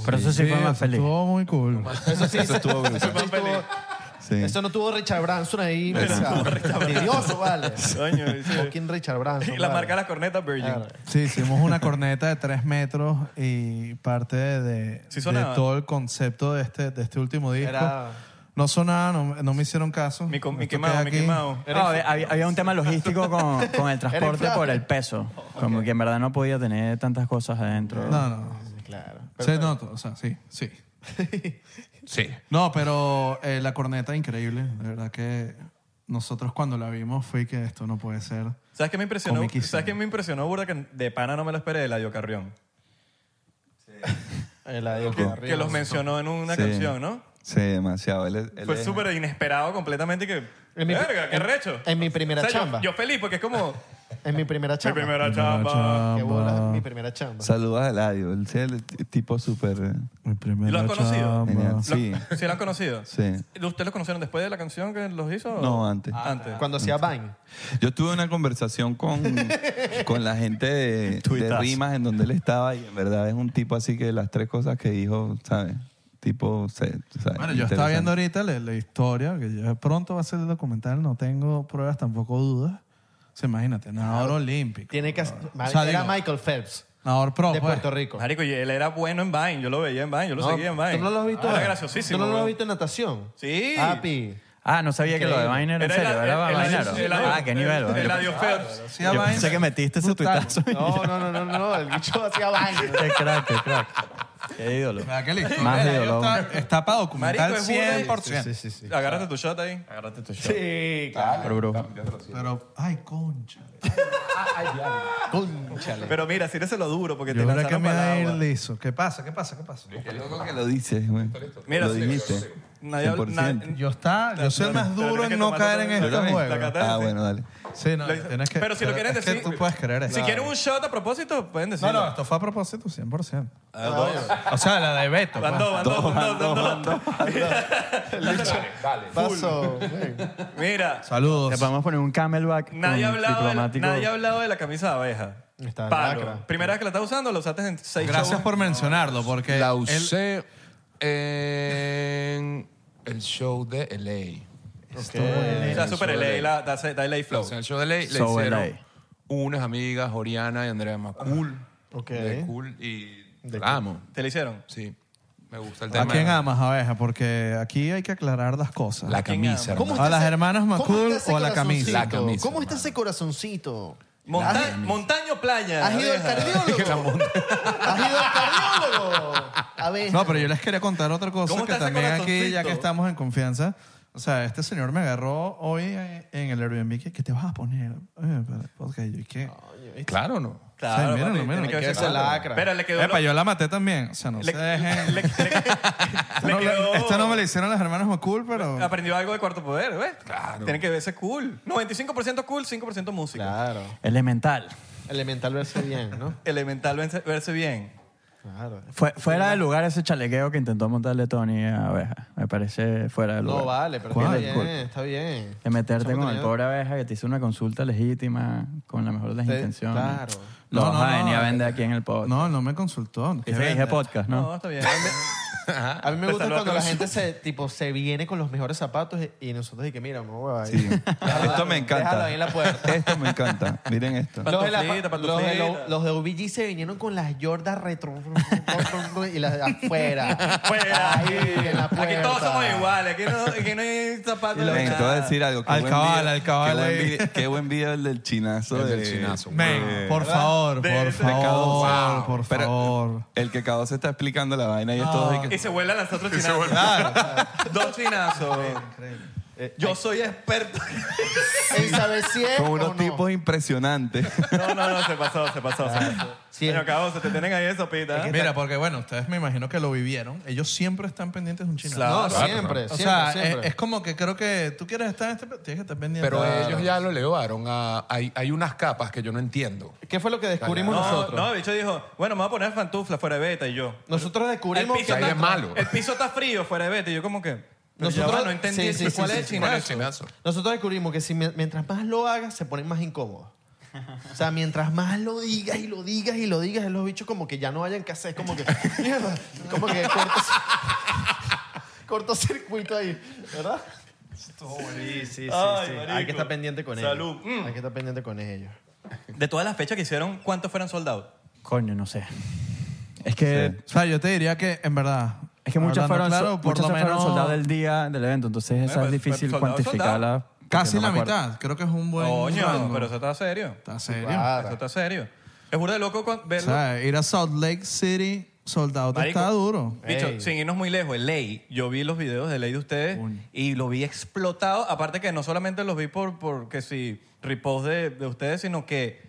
Speaker 5: Pero eso sí, fue más
Speaker 2: eso
Speaker 5: feliz.
Speaker 2: Estuvo muy cool.
Speaker 6: Eso
Speaker 3: Eso
Speaker 6: sí, eso,
Speaker 3: estuvo brutal.
Speaker 6: no estuvo-
Speaker 3: Sí.
Speaker 6: eso no tuvo Richard Branson ahí. o sea, Envidioso, vale.
Speaker 4: Coño, y sí.
Speaker 6: Fucking Richard Branson.
Speaker 4: Y la
Speaker 6: vale.
Speaker 4: marca de las cornetas Virgin.
Speaker 6: Claro.
Speaker 2: Sí, hicimos una corneta de tres metros y parte de, de-
Speaker 4: Sí
Speaker 2: de
Speaker 4: sonaba.
Speaker 2: todo el concepto de este, de este último disco.
Speaker 6: Era-
Speaker 2: No sonaba, no, no me hicieron caso.
Speaker 4: Mi, co- mi
Speaker 2: Esto
Speaker 4: quemado,
Speaker 2: queda
Speaker 4: mi
Speaker 2: aquí.
Speaker 4: quemado.
Speaker 5: No, había, había- había un tema logístico con, con el transporte por el peso. Como que en verdad no podía tener tantas cosas adentro.
Speaker 2: No, no.
Speaker 6: Claro.
Speaker 2: Se nota, o sea, sí, sí.
Speaker 7: Sí.
Speaker 2: No, pero eh, la corneta increíble. De verdad que nosotros cuando la vimos fue que esto no puede ser.
Speaker 4: ¿Sabes qué me impresionó?
Speaker 2: Comiquísimo.
Speaker 4: ¿Sabes qué me impresionó, burda? Que de pana no me lo esperé de Ladio Carrión.
Speaker 6: El adiós
Speaker 4: Que,
Speaker 6: con
Speaker 4: que
Speaker 6: arriba.
Speaker 4: los mencionó en una
Speaker 3: Sí.
Speaker 4: canción, ¿no?
Speaker 3: Sí, demasiado. Él es- él
Speaker 4: Fue
Speaker 3: es-
Speaker 4: súper inesperado completamente y que...
Speaker 6: En mi-
Speaker 4: verga, qué
Speaker 6: en-
Speaker 4: recho.
Speaker 6: en mi primera
Speaker 4: O sea, yo-
Speaker 6: chamba.
Speaker 4: Yo, feliz porque es como...
Speaker 6: En mi primera
Speaker 4: Mi
Speaker 6: chamba.
Speaker 4: primera chamba.
Speaker 6: Qué bola, mi primera chamba.
Speaker 3: Saludos a Eladio. Él es el t- tipo súper... eh,
Speaker 2: Mi primera
Speaker 4: ¿Lo han conocido?
Speaker 2: chamba.
Speaker 3: genial.
Speaker 4: ¿Lo-
Speaker 3: Sí,
Speaker 4: ¿Sí la han conocido?
Speaker 3: sí.
Speaker 4: ¿Ustedes los conocieron después de la canción que los hizo? o-
Speaker 3: No, antes.
Speaker 4: Antes.
Speaker 6: Cuando hacía Vine.
Speaker 3: Yo tuve una conversación con, Mm. con la gente de, de
Speaker 5: Tuitazo.
Speaker 3: Rimas en donde él estaba y en verdad es un tipo así que las tres cosas que dijo, ¿sabes? Tipo, se- ¿sabes?
Speaker 2: Bueno, yo
Speaker 3: Interesante.
Speaker 2: estaba viendo ahorita la, la historia, que ya pronto va a ser el documental, no tengo pruebas, tampoco dudas. O sea, imagínate, nadador olímpico.
Speaker 6: Tiene que hacer-
Speaker 2: O sea,
Speaker 6: era
Speaker 2: digo,
Speaker 6: Michael Phelps
Speaker 2: nadador pro.
Speaker 6: de
Speaker 2: pues.
Speaker 6: Puerto Rico.
Speaker 4: Marico, y él era bueno en Vine. Yo lo veía en Vine. Yo lo seguía en Vine.
Speaker 6: ¿Tú no lo has visto?
Speaker 4: Ah, Era graciosísimo.
Speaker 6: ¿Tú no lo has
Speaker 4: weón.
Speaker 6: visto en natación?
Speaker 4: Sí.
Speaker 6: Api.
Speaker 5: Ah, no sabía que lo de Vine era en
Speaker 4: Era
Speaker 5: serio.
Speaker 4: el-
Speaker 5: Era
Speaker 4: el- el-
Speaker 5: vainero.
Speaker 4: el-
Speaker 5: Ah, qué nivel.
Speaker 4: El,
Speaker 5: ¿vale?
Speaker 4: el Eladio Phelbs.
Speaker 2: Sí,
Speaker 5: Yo
Speaker 2: vaina.
Speaker 5: pensé que metiste ese
Speaker 2: Brutal.
Speaker 5: tuitazo. y-
Speaker 6: No, no, no, no, no. El bicho hacía Vine.
Speaker 5: Qué crack, qué crack. Qué ídolo.
Speaker 2: ¿Verdad que la historia
Speaker 5: Más
Speaker 2: de
Speaker 5: de
Speaker 2: Eladio
Speaker 5: dolor.
Speaker 2: está, está para documentar
Speaker 4: Marico, es burda y-
Speaker 2: 100%.
Speaker 4: Agárrate tu shot ahí. Agárrate tu shot.
Speaker 6: Sí, claro.
Speaker 5: Pero, bro.
Speaker 2: Pero, ay, concha.
Speaker 6: Cónchale.
Speaker 4: Pero mira, lo duro porque
Speaker 2: Yo
Speaker 4: te
Speaker 2: creo que
Speaker 4: lanzaron
Speaker 2: me
Speaker 4: para
Speaker 2: da a
Speaker 4: el
Speaker 2: ir
Speaker 4: agua.
Speaker 2: liso. ¿Qué pasa? ¿Qué pasa? ¿Qué pasa?
Speaker 3: Qué loco que lo dices, güey.
Speaker 4: Mira,
Speaker 3: lo
Speaker 4: sí,
Speaker 3: dijiste.
Speaker 4: Nadie habla-
Speaker 3: 100%.
Speaker 4: na-
Speaker 2: Yo, está, yo soy el más
Speaker 4: Pero
Speaker 2: duro
Speaker 4: tienes que
Speaker 2: en no
Speaker 4: tomarlo
Speaker 2: caer en
Speaker 4: todo.
Speaker 3: ¿Yo
Speaker 2: estos
Speaker 3: también?
Speaker 2: juegos.
Speaker 4: cataste,
Speaker 3: Ah,
Speaker 4: sí.
Speaker 3: bueno, dale.
Speaker 2: Sí, no, tienes que,
Speaker 4: pero si lo quieren
Speaker 2: es
Speaker 4: decir.
Speaker 2: Que tú puedes creer eso.
Speaker 4: Si quieren un shot a propósito, pueden
Speaker 2: No,
Speaker 4: decirlo.
Speaker 2: no, esto fue a propósito 100%.
Speaker 4: Ah, dos.
Speaker 2: O sea, la de Beto.
Speaker 4: Van
Speaker 2: pues.
Speaker 4: dos, van dos, van dos, van dos.
Speaker 6: Paso. güey.
Speaker 4: Mira,
Speaker 5: Le
Speaker 2: Saludos.
Speaker 5: podemos poner un camelback.
Speaker 4: nadie ha
Speaker 5: con
Speaker 4: hablado de la,
Speaker 5: diplomático.
Speaker 4: nadie ha hablado de la camisa de abeja.
Speaker 6: Está en
Speaker 4: Palo.
Speaker 6: lacra.
Speaker 4: Primera vez que la estás usando, la usaste en seis
Speaker 2: Gracias
Speaker 4: shows.
Speaker 2: por mencionarlo, porque
Speaker 7: La
Speaker 2: él-
Speaker 7: usé en el show de LA.
Speaker 4: Está súper LA, la, da, da LA Flow.
Speaker 7: O sea, en el show de LA le
Speaker 5: So
Speaker 7: hicieron
Speaker 5: LA.
Speaker 7: unas amigas, Oriana y Andrea Macul.
Speaker 6: Ok.
Speaker 7: De Cool y
Speaker 6: De
Speaker 7: la amo.
Speaker 4: ¿Te la hicieron?
Speaker 7: Sí, me gusta el tema.
Speaker 2: ¿A quién amas, abeja? Porque aquí hay que aclarar las cosas.
Speaker 7: La
Speaker 4: quién
Speaker 7: camisa.
Speaker 4: amas?
Speaker 7: hermano.
Speaker 2: ¿A las hermanas
Speaker 6: ¿Cómo
Speaker 2: Macul
Speaker 6: está ese
Speaker 2: o a la camisa?
Speaker 6: corazoncito?
Speaker 7: La camisa,
Speaker 6: ¿Cómo está
Speaker 7: hermano.
Speaker 6: ese corazoncito?
Speaker 4: Monta-
Speaker 6: Gracias, amigo.
Speaker 4: montaño playa.
Speaker 6: ¿Has ido al
Speaker 4: Deja.
Speaker 6: cardiólogo? ¿Has ido al cardiólogo? A ver.
Speaker 2: No, pero yo les quería contar otra cosa
Speaker 4: ¿Cómo
Speaker 2: que
Speaker 4: está ese
Speaker 2: también aquí, ya
Speaker 4: corazoncito?
Speaker 2: que estamos en confianza. O sea, este señor me agarró hoy en en el Airbnb que ¿qué te vas a poner. Oye, para el podcast. Yo, ¿y ¿qué?
Speaker 7: Claro, ¿no?
Speaker 2: o sea,
Speaker 4: Claro,
Speaker 2: míralo,
Speaker 4: papi, tiene
Speaker 2: míralo.
Speaker 4: que
Speaker 2: Qué
Speaker 4: verse
Speaker 2: se
Speaker 4: lacra. Pero le quedó.
Speaker 2: Epa,
Speaker 4: lo-
Speaker 2: yo la maté también. O sea, no
Speaker 4: le-
Speaker 2: se dejen.
Speaker 4: le- le-
Speaker 2: No,
Speaker 4: le quedó-
Speaker 2: Esta no me la hicieron las hermanas McCool, pero...
Speaker 4: Aprendió algo de cuarto poder, ¿ves? Claro. Tiene que verse cool. 95% cool, 5% música.
Speaker 6: Claro.
Speaker 5: Elemental.
Speaker 6: Elemental verse bien, ¿no?
Speaker 4: Elemental verse, verse bien.
Speaker 6: Claro.
Speaker 5: Fue, fuera de lugar ese chalequeo que intentó montarle Tony a Abeja. Me parece fuera de lugar.
Speaker 6: No vale, pero está
Speaker 5: ¿Cuál?
Speaker 6: bien,
Speaker 5: ¿Cuál?
Speaker 6: está bien.
Speaker 5: De meterte
Speaker 6: Chamo
Speaker 5: con el
Speaker 6: tenía-
Speaker 5: pobre Abeja que te hizo una consulta legítima con la mejor de las
Speaker 6: Sí,
Speaker 5: intenciones.
Speaker 6: Eh, claro.
Speaker 5: Lo
Speaker 2: No,
Speaker 5: vas
Speaker 2: no,
Speaker 5: a venir
Speaker 2: no. eh,
Speaker 5: a vender aquí en el podcast.
Speaker 2: No, no me consultó. ¿Qué
Speaker 5: Dice que dije
Speaker 2: vende?
Speaker 5: podcast, ¿no?
Speaker 4: No, está bien.
Speaker 6: A mí me gusta
Speaker 4: Saluda
Speaker 6: cuando
Speaker 4: con
Speaker 6: la
Speaker 4: su-
Speaker 6: gente se, tipo, se viene con los mejores zapatos y y nosotros dije, mira, no, hueva, ahí.
Speaker 3: Sí. Esto me
Speaker 6: Déjalo
Speaker 3: encanta.
Speaker 6: ahí en la puerta.
Speaker 3: Esto me encanta. Miren esto.
Speaker 6: Los de, la-
Speaker 4: Pantuflita,
Speaker 6: los, de lo-
Speaker 4: pantuflita.
Speaker 6: los de OBG se vinieron con las Jordas retro y las de afuera.
Speaker 4: Fuera.
Speaker 6: Ahí, en la
Speaker 4: Aquí todos
Speaker 6: puerta.
Speaker 4: somos iguales. Aquí no, aquí no hay zapatos. de
Speaker 3: Ven, te voy a
Speaker 4: nada.
Speaker 3: decir algo. Qué
Speaker 2: Al
Speaker 3: buen
Speaker 2: cabal,
Speaker 3: video-
Speaker 2: al cabal
Speaker 3: Qué buen,
Speaker 2: ahí.
Speaker 3: video, qué buen video el del chinazo.
Speaker 7: El
Speaker 3: de-
Speaker 7: del chinazo.
Speaker 2: Men, por favor,
Speaker 4: De- de
Speaker 2: por favor,
Speaker 3: K2.
Speaker 2: por
Speaker 3: Pero-
Speaker 2: favor.
Speaker 3: El que acabó se está explicando la
Speaker 6: Ah.
Speaker 3: vaina y es todo. de
Speaker 4: Y
Speaker 3: que-
Speaker 4: se vuelan las otras chinazos. Dos chinazos. Yo soy experto.
Speaker 6: En saber si es
Speaker 3: Con
Speaker 6: Ah. o
Speaker 3: unos
Speaker 6: no.
Speaker 3: tipos impresionantes.
Speaker 4: No, no, no, se pasó, se pasó, se pasó.
Speaker 6: Sí.
Speaker 4: Pero acabó, se te tienen ahí eso, pita.
Speaker 2: Mira, porque bueno, ustedes me imagino que lo vivieron. Ellos siempre están pendientes de un chinazo.
Speaker 6: No,
Speaker 4: Claro.
Speaker 6: siempre,
Speaker 2: O
Speaker 6: siempre,
Speaker 2: sea,
Speaker 6: siempre.
Speaker 2: Es, es como que creo que tú quieres estar en este... pe- Tienes que estar pendiente.
Speaker 7: Pero
Speaker 2: Claro.
Speaker 7: ellos ya lo elevaron a... Hay, hay unas capas que yo no entiendo.
Speaker 6: ¿Qué fue lo que
Speaker 3: pues,
Speaker 6: descubrimos
Speaker 4: No,
Speaker 6: nosotros?
Speaker 4: no, el bicho dijo, bueno, me voy a poner pantufla fuera de beta y yo.
Speaker 6: Nosotros
Speaker 4: El
Speaker 6: descubrimos
Speaker 4: piso,
Speaker 7: ahí
Speaker 4: está,
Speaker 7: es malo.
Speaker 4: el piso está frío fuera de beta y yo como que... pero ya
Speaker 6: Nosotros-
Speaker 4: va, no entendí
Speaker 6: sí, sí, sí,
Speaker 4: cuál
Speaker 6: sí,
Speaker 4: es el
Speaker 6: sí.
Speaker 7: ¿Cuál es el
Speaker 4: chinazo.
Speaker 7: chinazo?
Speaker 6: Nosotros descubrimos que si mi- mientras más lo hagas, se ponen más incómodos. O sea, mientras más lo digas y lo digas y lo digas, los bichos como que ya no hayan que hacer, como que, mierda, como que cortos, cortocircuito ahí, ¿verdad? Sí, sí, sí.
Speaker 4: Ay, marico.
Speaker 6: Hay que estar pendiente con
Speaker 4: Salud.
Speaker 6: ellos.
Speaker 4: Mm.
Speaker 6: Hay que estar pendiente con ellos.
Speaker 4: De todas las fechas que hicieron, ¿cuántos fueron soldados?
Speaker 5: Coño, no sé. Es que,
Speaker 2: O sea, yo te diría que, en verdad...
Speaker 5: es que muchas
Speaker 2: hablando
Speaker 5: fueron,
Speaker 2: claro,
Speaker 5: sol-
Speaker 2: por
Speaker 5: muchas
Speaker 2: lo
Speaker 5: fueron
Speaker 2: menos Eh,
Speaker 5: soldados del día del evento, entonces esa
Speaker 4: pues,
Speaker 5: es difícil
Speaker 4: soldado,
Speaker 5: cuantificarla. porque
Speaker 2: Casi
Speaker 5: no
Speaker 2: la
Speaker 5: me acuerdo.
Speaker 2: mitad. Creo que es un buen...
Speaker 4: Coño,
Speaker 2: rango.
Speaker 4: pero eso está serio.
Speaker 2: Está serio.
Speaker 4: Eso está serio. Es burda de loco cuan-
Speaker 2: O
Speaker 4: verlo.
Speaker 2: sea, ir a Salt Lake City soldado te
Speaker 4: Marico.
Speaker 2: está duro.
Speaker 4: Bicho,
Speaker 6: Ey.
Speaker 4: sin irnos muy lejos, el Ley, yo vi los videos de Ley de ustedes y lo vi explotado. Aparte que no solamente los vi por, por que si repost de, de ustedes, sino que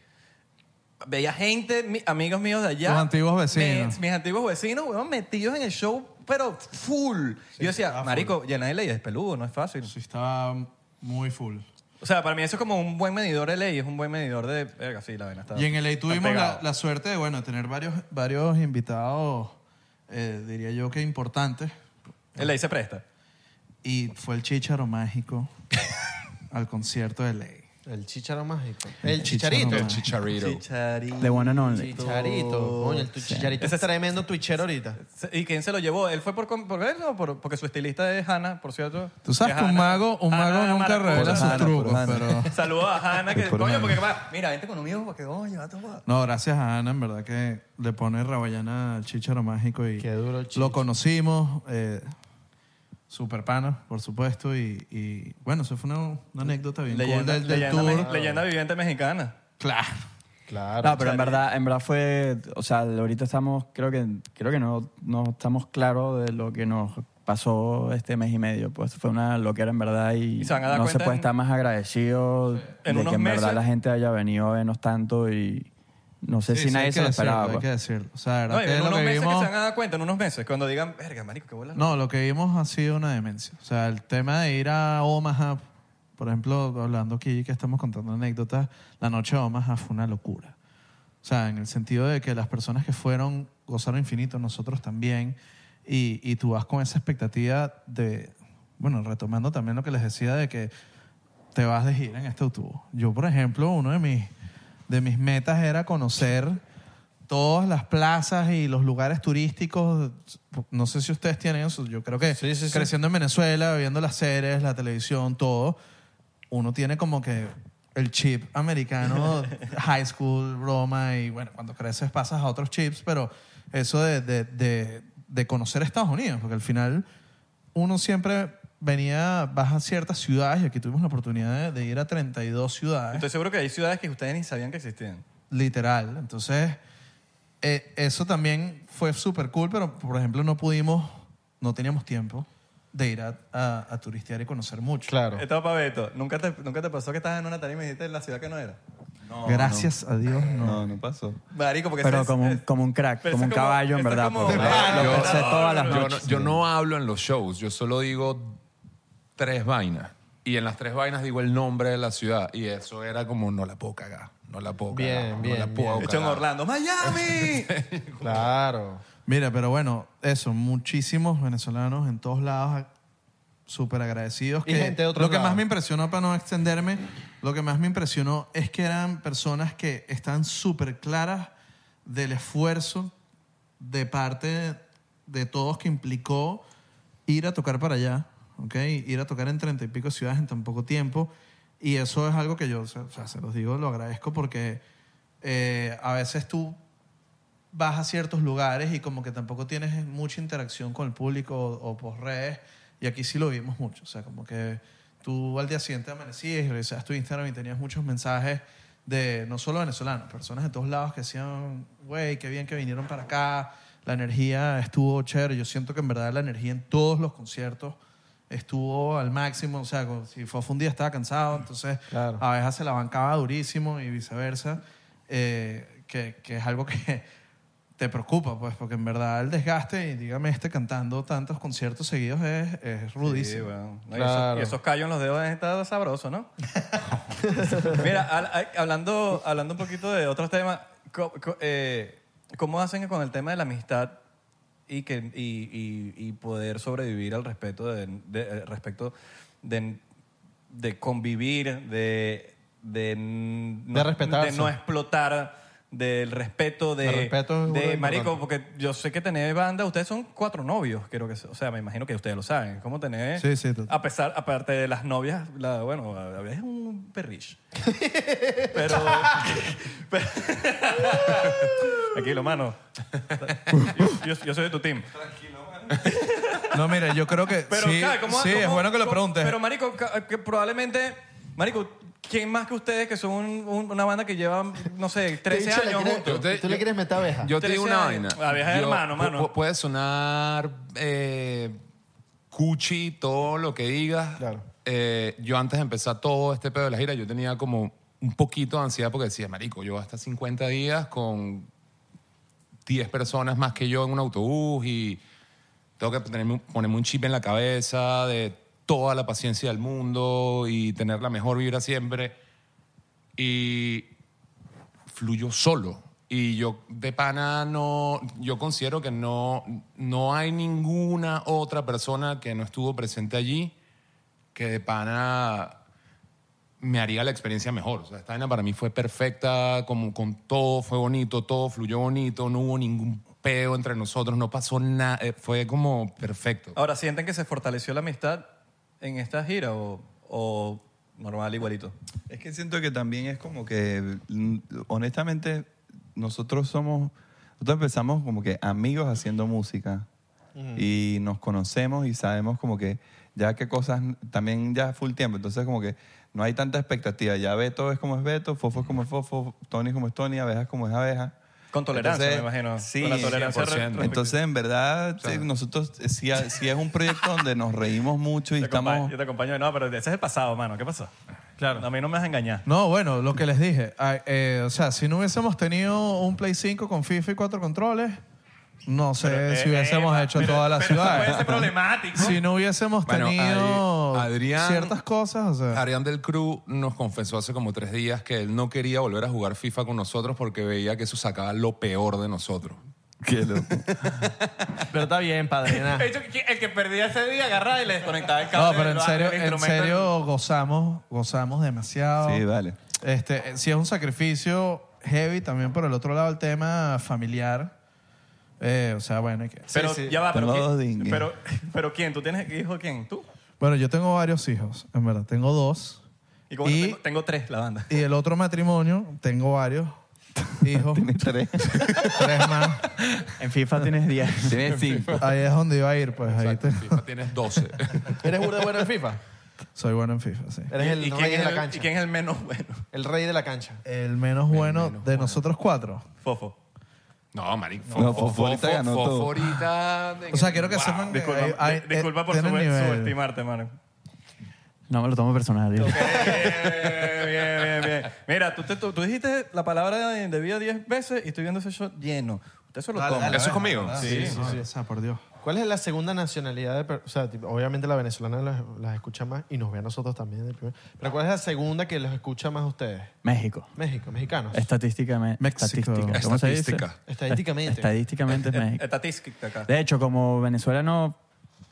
Speaker 4: veía gente, mi- amigos míos de allá.
Speaker 2: Tus antiguos vecinos.
Speaker 4: Mis, mis antiguos vecinos, weón, metidos en el show, pero full. yo decía, marico, llenar de Ley es peludo, no es fácil.
Speaker 2: Sí, está muy full.
Speaker 4: O sea, para mí eso es como un buen medidor de Ley, es un buen medidor de... Verga, sí, la vaina está...
Speaker 2: Y en LA tuvimos la,
Speaker 4: pegado.
Speaker 2: la suerte de, bueno, tener varios, varios invitados, eh, diría yo que importantes.
Speaker 4: El Ley se presta.
Speaker 2: Y fue el chicharo mágico al concierto de LA.
Speaker 6: El chicharo mágico. El
Speaker 2: chicharo
Speaker 6: chicharito.
Speaker 7: El
Speaker 2: mágico.
Speaker 7: chicharito.
Speaker 4: Chicharito.
Speaker 5: The one and only.
Speaker 6: Chicharito. Coño, el tu- chicharito
Speaker 4: Ese
Speaker 6: es
Speaker 4: es-
Speaker 6: tremendo twitchero ahorita.
Speaker 4: Se- ¿Y quién se lo llevó? ¿Él fue por, com- por él o por- porque su estilista es Hanna, por cierto?
Speaker 2: Tú sabes
Speaker 4: Es
Speaker 2: que un
Speaker 4: Hanna.
Speaker 2: mago, un mago
Speaker 4: Hanna
Speaker 2: nunca
Speaker 4: Maracuja.
Speaker 2: revela
Speaker 3: Por
Speaker 2: sus
Speaker 3: Hanna, por
Speaker 2: trucos,
Speaker 3: Hanna.
Speaker 2: pero...
Speaker 4: Saludos a Hanna, que
Speaker 3: Por
Speaker 4: coño,
Speaker 3: Hanna.
Speaker 4: porque va, mira, vente conmigo porque coño, va tu madre.
Speaker 2: No, gracias a Ana, en verdad que le pone rabayana al chicharo mágico y
Speaker 6: Qué duro, chicho.
Speaker 2: lo conocimos, eh, super pana, por supuesto, y, y, bueno, eso fue una, una anécdota bien cool
Speaker 4: Leyenda,
Speaker 2: del, del
Speaker 4: leyenda
Speaker 2: tour.
Speaker 4: me- leyenda viviente mexicana.
Speaker 2: Claro.
Speaker 6: Claro.
Speaker 5: No, pero en
Speaker 4: eh,
Speaker 5: verdad, en verdad fue, o sea, ahorita estamos, creo que, creo que no, no estamos claros de lo que nos pasó este mes y medio. Pues fue una loquera en verdad y,
Speaker 4: Y se van a dar
Speaker 5: no se
Speaker 4: cuenta
Speaker 5: puede
Speaker 4: en-
Speaker 5: estar más agradecido de
Speaker 4: En
Speaker 5: que
Speaker 4: unos
Speaker 5: en verdad
Speaker 4: meses.
Speaker 5: la gente haya venido a vernos tanto y no sé
Speaker 2: Sí,
Speaker 5: si
Speaker 2: sí, hay
Speaker 5: nadie
Speaker 2: que
Speaker 5: se lo
Speaker 2: decirlo,
Speaker 5: esperaba.
Speaker 2: Hay
Speaker 5: pues.
Speaker 2: que decirlo. O sea, la
Speaker 4: No,
Speaker 2: verdad
Speaker 4: y
Speaker 2: que
Speaker 4: en
Speaker 2: lo
Speaker 4: unos
Speaker 2: que
Speaker 4: meses
Speaker 2: vimos-
Speaker 4: que se van a dar cuenta, en unos meses, cuando digan, verga, marico, qué bola.
Speaker 2: No, lo que vimos ha sido una demencia. O sea, el tema de ir a Omaha, por ejemplo, hablando aquí que estamos contando anécdotas, la noche de Omaha fue una locura. O sea, en el sentido de que las personas que fueron gozaron infinito, nosotros también, y, y tú vas con esa expectativa de, bueno, retomando también lo que les decía de que te vas de gira en este autobús. Yo, por ejemplo, uno de mis, de mis metas era conocer todas las plazas y los lugares turísticos. No sé si ustedes tienen eso. Yo creo que
Speaker 6: Sí, sí, sí.
Speaker 2: creciendo en Venezuela, viendo las series, la televisión, todo, uno tiene como que el chip americano, high school, broma, y bueno, cuando creces pasas a otros chips, pero eso de, de, de, de conocer Estados Unidos, porque al final uno siempre venía, vas a ciertas ciudades, y aquí tuvimos la oportunidad de, de ir a 32 ciudades,
Speaker 4: Estoy seguro que hay ciudades que ustedes ni sabían que existían.
Speaker 2: literal. Entonces, eh, eso también fue súper cool, pero por ejemplo no pudimos, no teníamos tiempo de ir a, a- a turistear y conocer mucho.
Speaker 6: Claro.
Speaker 4: Etapa Beto, ¿nunca te, ¿nunca te pasó que estabas en una tarima y dijiste la ciudad que no era?
Speaker 2: Gracias a Dios, no.
Speaker 3: No, no pasó.
Speaker 4: Marico, porque
Speaker 5: Pero
Speaker 4: eso es-
Speaker 5: como, un- como un crack,
Speaker 4: pero
Speaker 5: como un
Speaker 4: eso es como-
Speaker 5: caballo, en
Speaker 4: eso es
Speaker 5: verdad.
Speaker 4: como-
Speaker 5: porque
Speaker 4: Claro,
Speaker 5: lo pensé
Speaker 4: claro,
Speaker 5: todas las
Speaker 4: claro.
Speaker 7: Yo
Speaker 5: noches.
Speaker 7: no, yo no hablo en los shows, yo solo digo tres vainas. Y en las tres vainas digo el nombre de la ciudad. Y eso era como, no la puedo cagar, no la puedo cagar,
Speaker 6: Bien,
Speaker 7: no
Speaker 6: bien,
Speaker 7: la puedo
Speaker 6: bien.
Speaker 4: Hecho en
Speaker 7: cagar.
Speaker 4: Orlando, Miami.
Speaker 6: Claro.
Speaker 2: Mira, pero bueno, eso, muchísimos venezolanos en todos lados a- súper agradecidos.
Speaker 6: Y
Speaker 2: que-
Speaker 6: gente de otros
Speaker 2: Lo que
Speaker 6: lados.
Speaker 2: más me impresionó, para no extenderme, lo que más me impresionó es que eran personas que están súper claras del esfuerzo de parte de todos que implicó ir a tocar para allá, ¿ok? Ir a tocar en treinta y pico ciudades en tan poco tiempo. Y eso es algo que yo, o sea, se los digo, lo agradezco porque eh, a veces tú vas a ciertos lugares y como que tampoco tienes mucha interacción con el público o, o por redes. Y aquí sí lo vimos mucho. O sea, como que tú al día siguiente amanecías y revisabas tu Instagram y tenías muchos mensajes de no solo venezolanos, personas de todos lados que decían, güey, qué bien que vinieron para acá. La energía estuvo chévere. Yo siento que en verdad la energía en todos los conciertos estuvo al máximo. O sea, como si fue un día estaba cansado, entonces
Speaker 6: Claro.
Speaker 2: a veces se la bancaba durísimo y viceversa. eh, que, que es algo que te preocupa, pues, porque en verdad el desgaste, y dígame, este cantando tantos conciertos seguidos es,
Speaker 4: Sí,
Speaker 2: es rudísimo.
Speaker 4: weón. No, y
Speaker 6: Claro.
Speaker 4: esos- y, esos, callos en los dedos está sabroso, ¿no? Mira, al- ay, hablando, hablando un poquito de otros temas, co- co- eh, ¿cómo hacen con el tema de la amistad y, que, y, y- y poder sobrevivir al respeto de, de- eh, respecto de, de convivir, de, de, n- no,
Speaker 6: De respetarse.
Speaker 4: de no explotar, del respeto, de,
Speaker 6: El respeto es
Speaker 4: de-
Speaker 6: muy
Speaker 4: marico,
Speaker 6: importante.
Speaker 4: porque yo sé que tener banda, ustedes son cuatro novios, creo que, o sea, me imagino que ustedes lo saben, cómo tener,
Speaker 2: Sí, sí, total.
Speaker 4: a pesar, aparte de las novias, la, bueno, a veces es un perrish, pero, pero- tranquilo, mano, yo, yo- yo soy de tu team,
Speaker 2: No, mira, yo creo que
Speaker 4: pero
Speaker 2: sí,
Speaker 4: claro, ¿cómo-
Speaker 2: sí, es
Speaker 4: cómo-
Speaker 2: bueno que lo
Speaker 4: cómo-
Speaker 2: preguntes.
Speaker 4: pero marico, ca- eh, que probablemente, marico, ¿quién más que ustedes que son un- un- una banda que llevan, no sé, 13
Speaker 6: Te he dicho, le
Speaker 4: años
Speaker 6: quieres-
Speaker 4: juntos?
Speaker 7: Yo te-
Speaker 6: ¿Tú le
Speaker 7: yo-
Speaker 6: quieres meter abeja?
Speaker 7: Yo te digo
Speaker 4: 13
Speaker 7: una vaina.
Speaker 4: años. La vieja de
Speaker 7: Yo-
Speaker 4: hermano,
Speaker 7: pu-
Speaker 4: mano.
Speaker 7: pu- Puede sonar eh, cuchi, todo lo que digas.
Speaker 6: Claro.
Speaker 7: Eh, yo antes de empezar todo este pedo de la gira, yo tenía como un poquito de ansiedad porque decía, marico, yo hasta 50 días con 10 personas más que yo en un autobús y tengo que tenerme un- ponerme un chip en la cabeza de toda la paciencia del mundo y tener la mejor vibra siempre. Y fluyó solo. Y yo de pana no, yo considero que no, no hay ninguna otra persona que no estuvo presente allí que de pana me haría la experiencia mejor. O sea, esta vaina para mí fue perfecta, como con todo fue bonito, todo fluyó bonito, no hubo ningún peo entre nosotros, no pasó nada, eh, fue como perfecto.
Speaker 4: Ahora, ¿sienten que se fortaleció la amistad en esta gira o, o normal, igualito?
Speaker 3: Es que siento que también es como que, mm, honestamente, nosotros somos, nosotros empezamos como que amigos haciendo música
Speaker 4: Mm.
Speaker 3: y nos conocemos y sabemos como que ya que cosas también ya full tiempo, entonces como que no hay tanta expectativa, ya Beto es como es Beto, Fofo es como es Fofo, Tony es como es Tony, Abeja es como es Abeja.
Speaker 4: Con tolerancia,
Speaker 3: Entonces,
Speaker 4: me imagino.
Speaker 3: Sí,
Speaker 4: Con la tolerancia.
Speaker 7: 100%.
Speaker 4: re-
Speaker 3: Entonces, en verdad, sí, nosotros, eh, si, ha- si es un proyecto donde nos reímos mucho y
Speaker 4: Te acompaño-
Speaker 3: estamos...
Speaker 4: Yo te acompaño. No, pero ese es el pasado, mano. ¿Qué pasó? Claro. A mí no me vas a engañar.
Speaker 2: No, bueno, lo que les dije. ah, eh, o sea, si no hubiésemos tenido un Play 5 con FIFA y cuatro controles, no sé
Speaker 4: eh,
Speaker 2: si hubiésemos hecho todas las ciudades.
Speaker 4: Puede ser problemático.
Speaker 2: Si no hubiésemos
Speaker 7: Bueno,
Speaker 2: tenido
Speaker 7: Adri- Adrián-
Speaker 2: ciertas cosas, o sea,
Speaker 7: Arián del Cruz nos confesó hace como tres días que él no quería volver a jugar FIFA con nosotros porque veía que eso sacaba lo peor de nosotros.
Speaker 3: Qué loco.
Speaker 6: Pero está bien, padrina.
Speaker 4: El que- el que perdía ese día agarraba y le desconectaba el
Speaker 2: no,
Speaker 4: cable.
Speaker 2: pero en
Speaker 4: lo-
Speaker 2: serio,
Speaker 4: el
Speaker 2: en
Speaker 4: instrumento.
Speaker 2: serio gozamos, gozamos demasiado.
Speaker 3: Sí, vale.
Speaker 2: Este, eh, sí es un sacrificio heavy también por el otro lado el tema familiar. Eh, o sea, bueno, hay que-
Speaker 4: Pero
Speaker 3: sí.
Speaker 4: ya va, pero
Speaker 3: Tengo dos
Speaker 4: ¿quién?
Speaker 3: dingues.
Speaker 4: Pero, pero ¿quién? ¿Tú tienes hijo quién? ¿Tú?
Speaker 2: bueno, yo tengo varios hijos, en verdad, tengo dos.
Speaker 4: ¿Y cómo
Speaker 2: Y-
Speaker 4: Tengo, tengo tres, la banda.
Speaker 2: Y el otro matrimonio, tengo varios. Hijo.
Speaker 3: Tienes tres.
Speaker 2: Tres más.
Speaker 5: En FIFA tienes 10.
Speaker 3: Tienes cinco.
Speaker 2: Ahí es donde iba a ir, pues. Ahí
Speaker 7: Exacto,
Speaker 2: te...
Speaker 7: en FIFA tienes 12.
Speaker 6: ¿Eres burda bueno en FIFA?
Speaker 2: Soy bueno en FIFA, sí.
Speaker 6: Eres el
Speaker 4: ¿Y
Speaker 6: rey
Speaker 4: quién
Speaker 6: de
Speaker 4: es
Speaker 6: la
Speaker 4: el-
Speaker 6: cancha.
Speaker 4: y quién es el menos bueno? Eh,
Speaker 6: El rey de la cancha.
Speaker 2: El menos bueno de nosotros cuatro.
Speaker 4: Fofo.
Speaker 7: No, marico.
Speaker 3: No, Foforita ganó todo.
Speaker 7: Foforita de-
Speaker 2: O sea, quiero que
Speaker 7: Wow.
Speaker 6: eh,
Speaker 2: sepan que
Speaker 4: Disculpa,
Speaker 2: hay- hay-
Speaker 4: di- disculpa por
Speaker 2: tienen
Speaker 4: sube-
Speaker 2: nivel.
Speaker 4: subestimarte, mano.
Speaker 5: No me lo tomo personal. Dios.
Speaker 4: bien, bien, bien, bien. Mira, tú, te- tú- tú dijiste la palabra indebida 10 veces y estoy viendo ese shot lleno. Usted se lo
Speaker 2: Dale,
Speaker 4: toma.
Speaker 2: dale,
Speaker 7: ¿Eso es
Speaker 2: dale.
Speaker 7: conmigo?
Speaker 2: Ah,
Speaker 7: Sí,
Speaker 2: sí, sí. O sea, por Dios.
Speaker 6: ¿Cuál es la segunda nacionalidad? De, per- o sea, tipo, obviamente la venezolana las, las escucha más y nos ve a nosotros también. de primer- pero ¿cuál es la segunda que los escucha más a ustedes?
Speaker 5: México.
Speaker 6: México, mexicanos.
Speaker 5: Estadísticamente.
Speaker 2: México.
Speaker 5: Estadística. ¿Cómo se dice?
Speaker 7: Estadística.
Speaker 6: Estadísticamente.
Speaker 5: Estadísticamente es México.
Speaker 4: Estatística acá.
Speaker 5: De hecho, como Venezuela no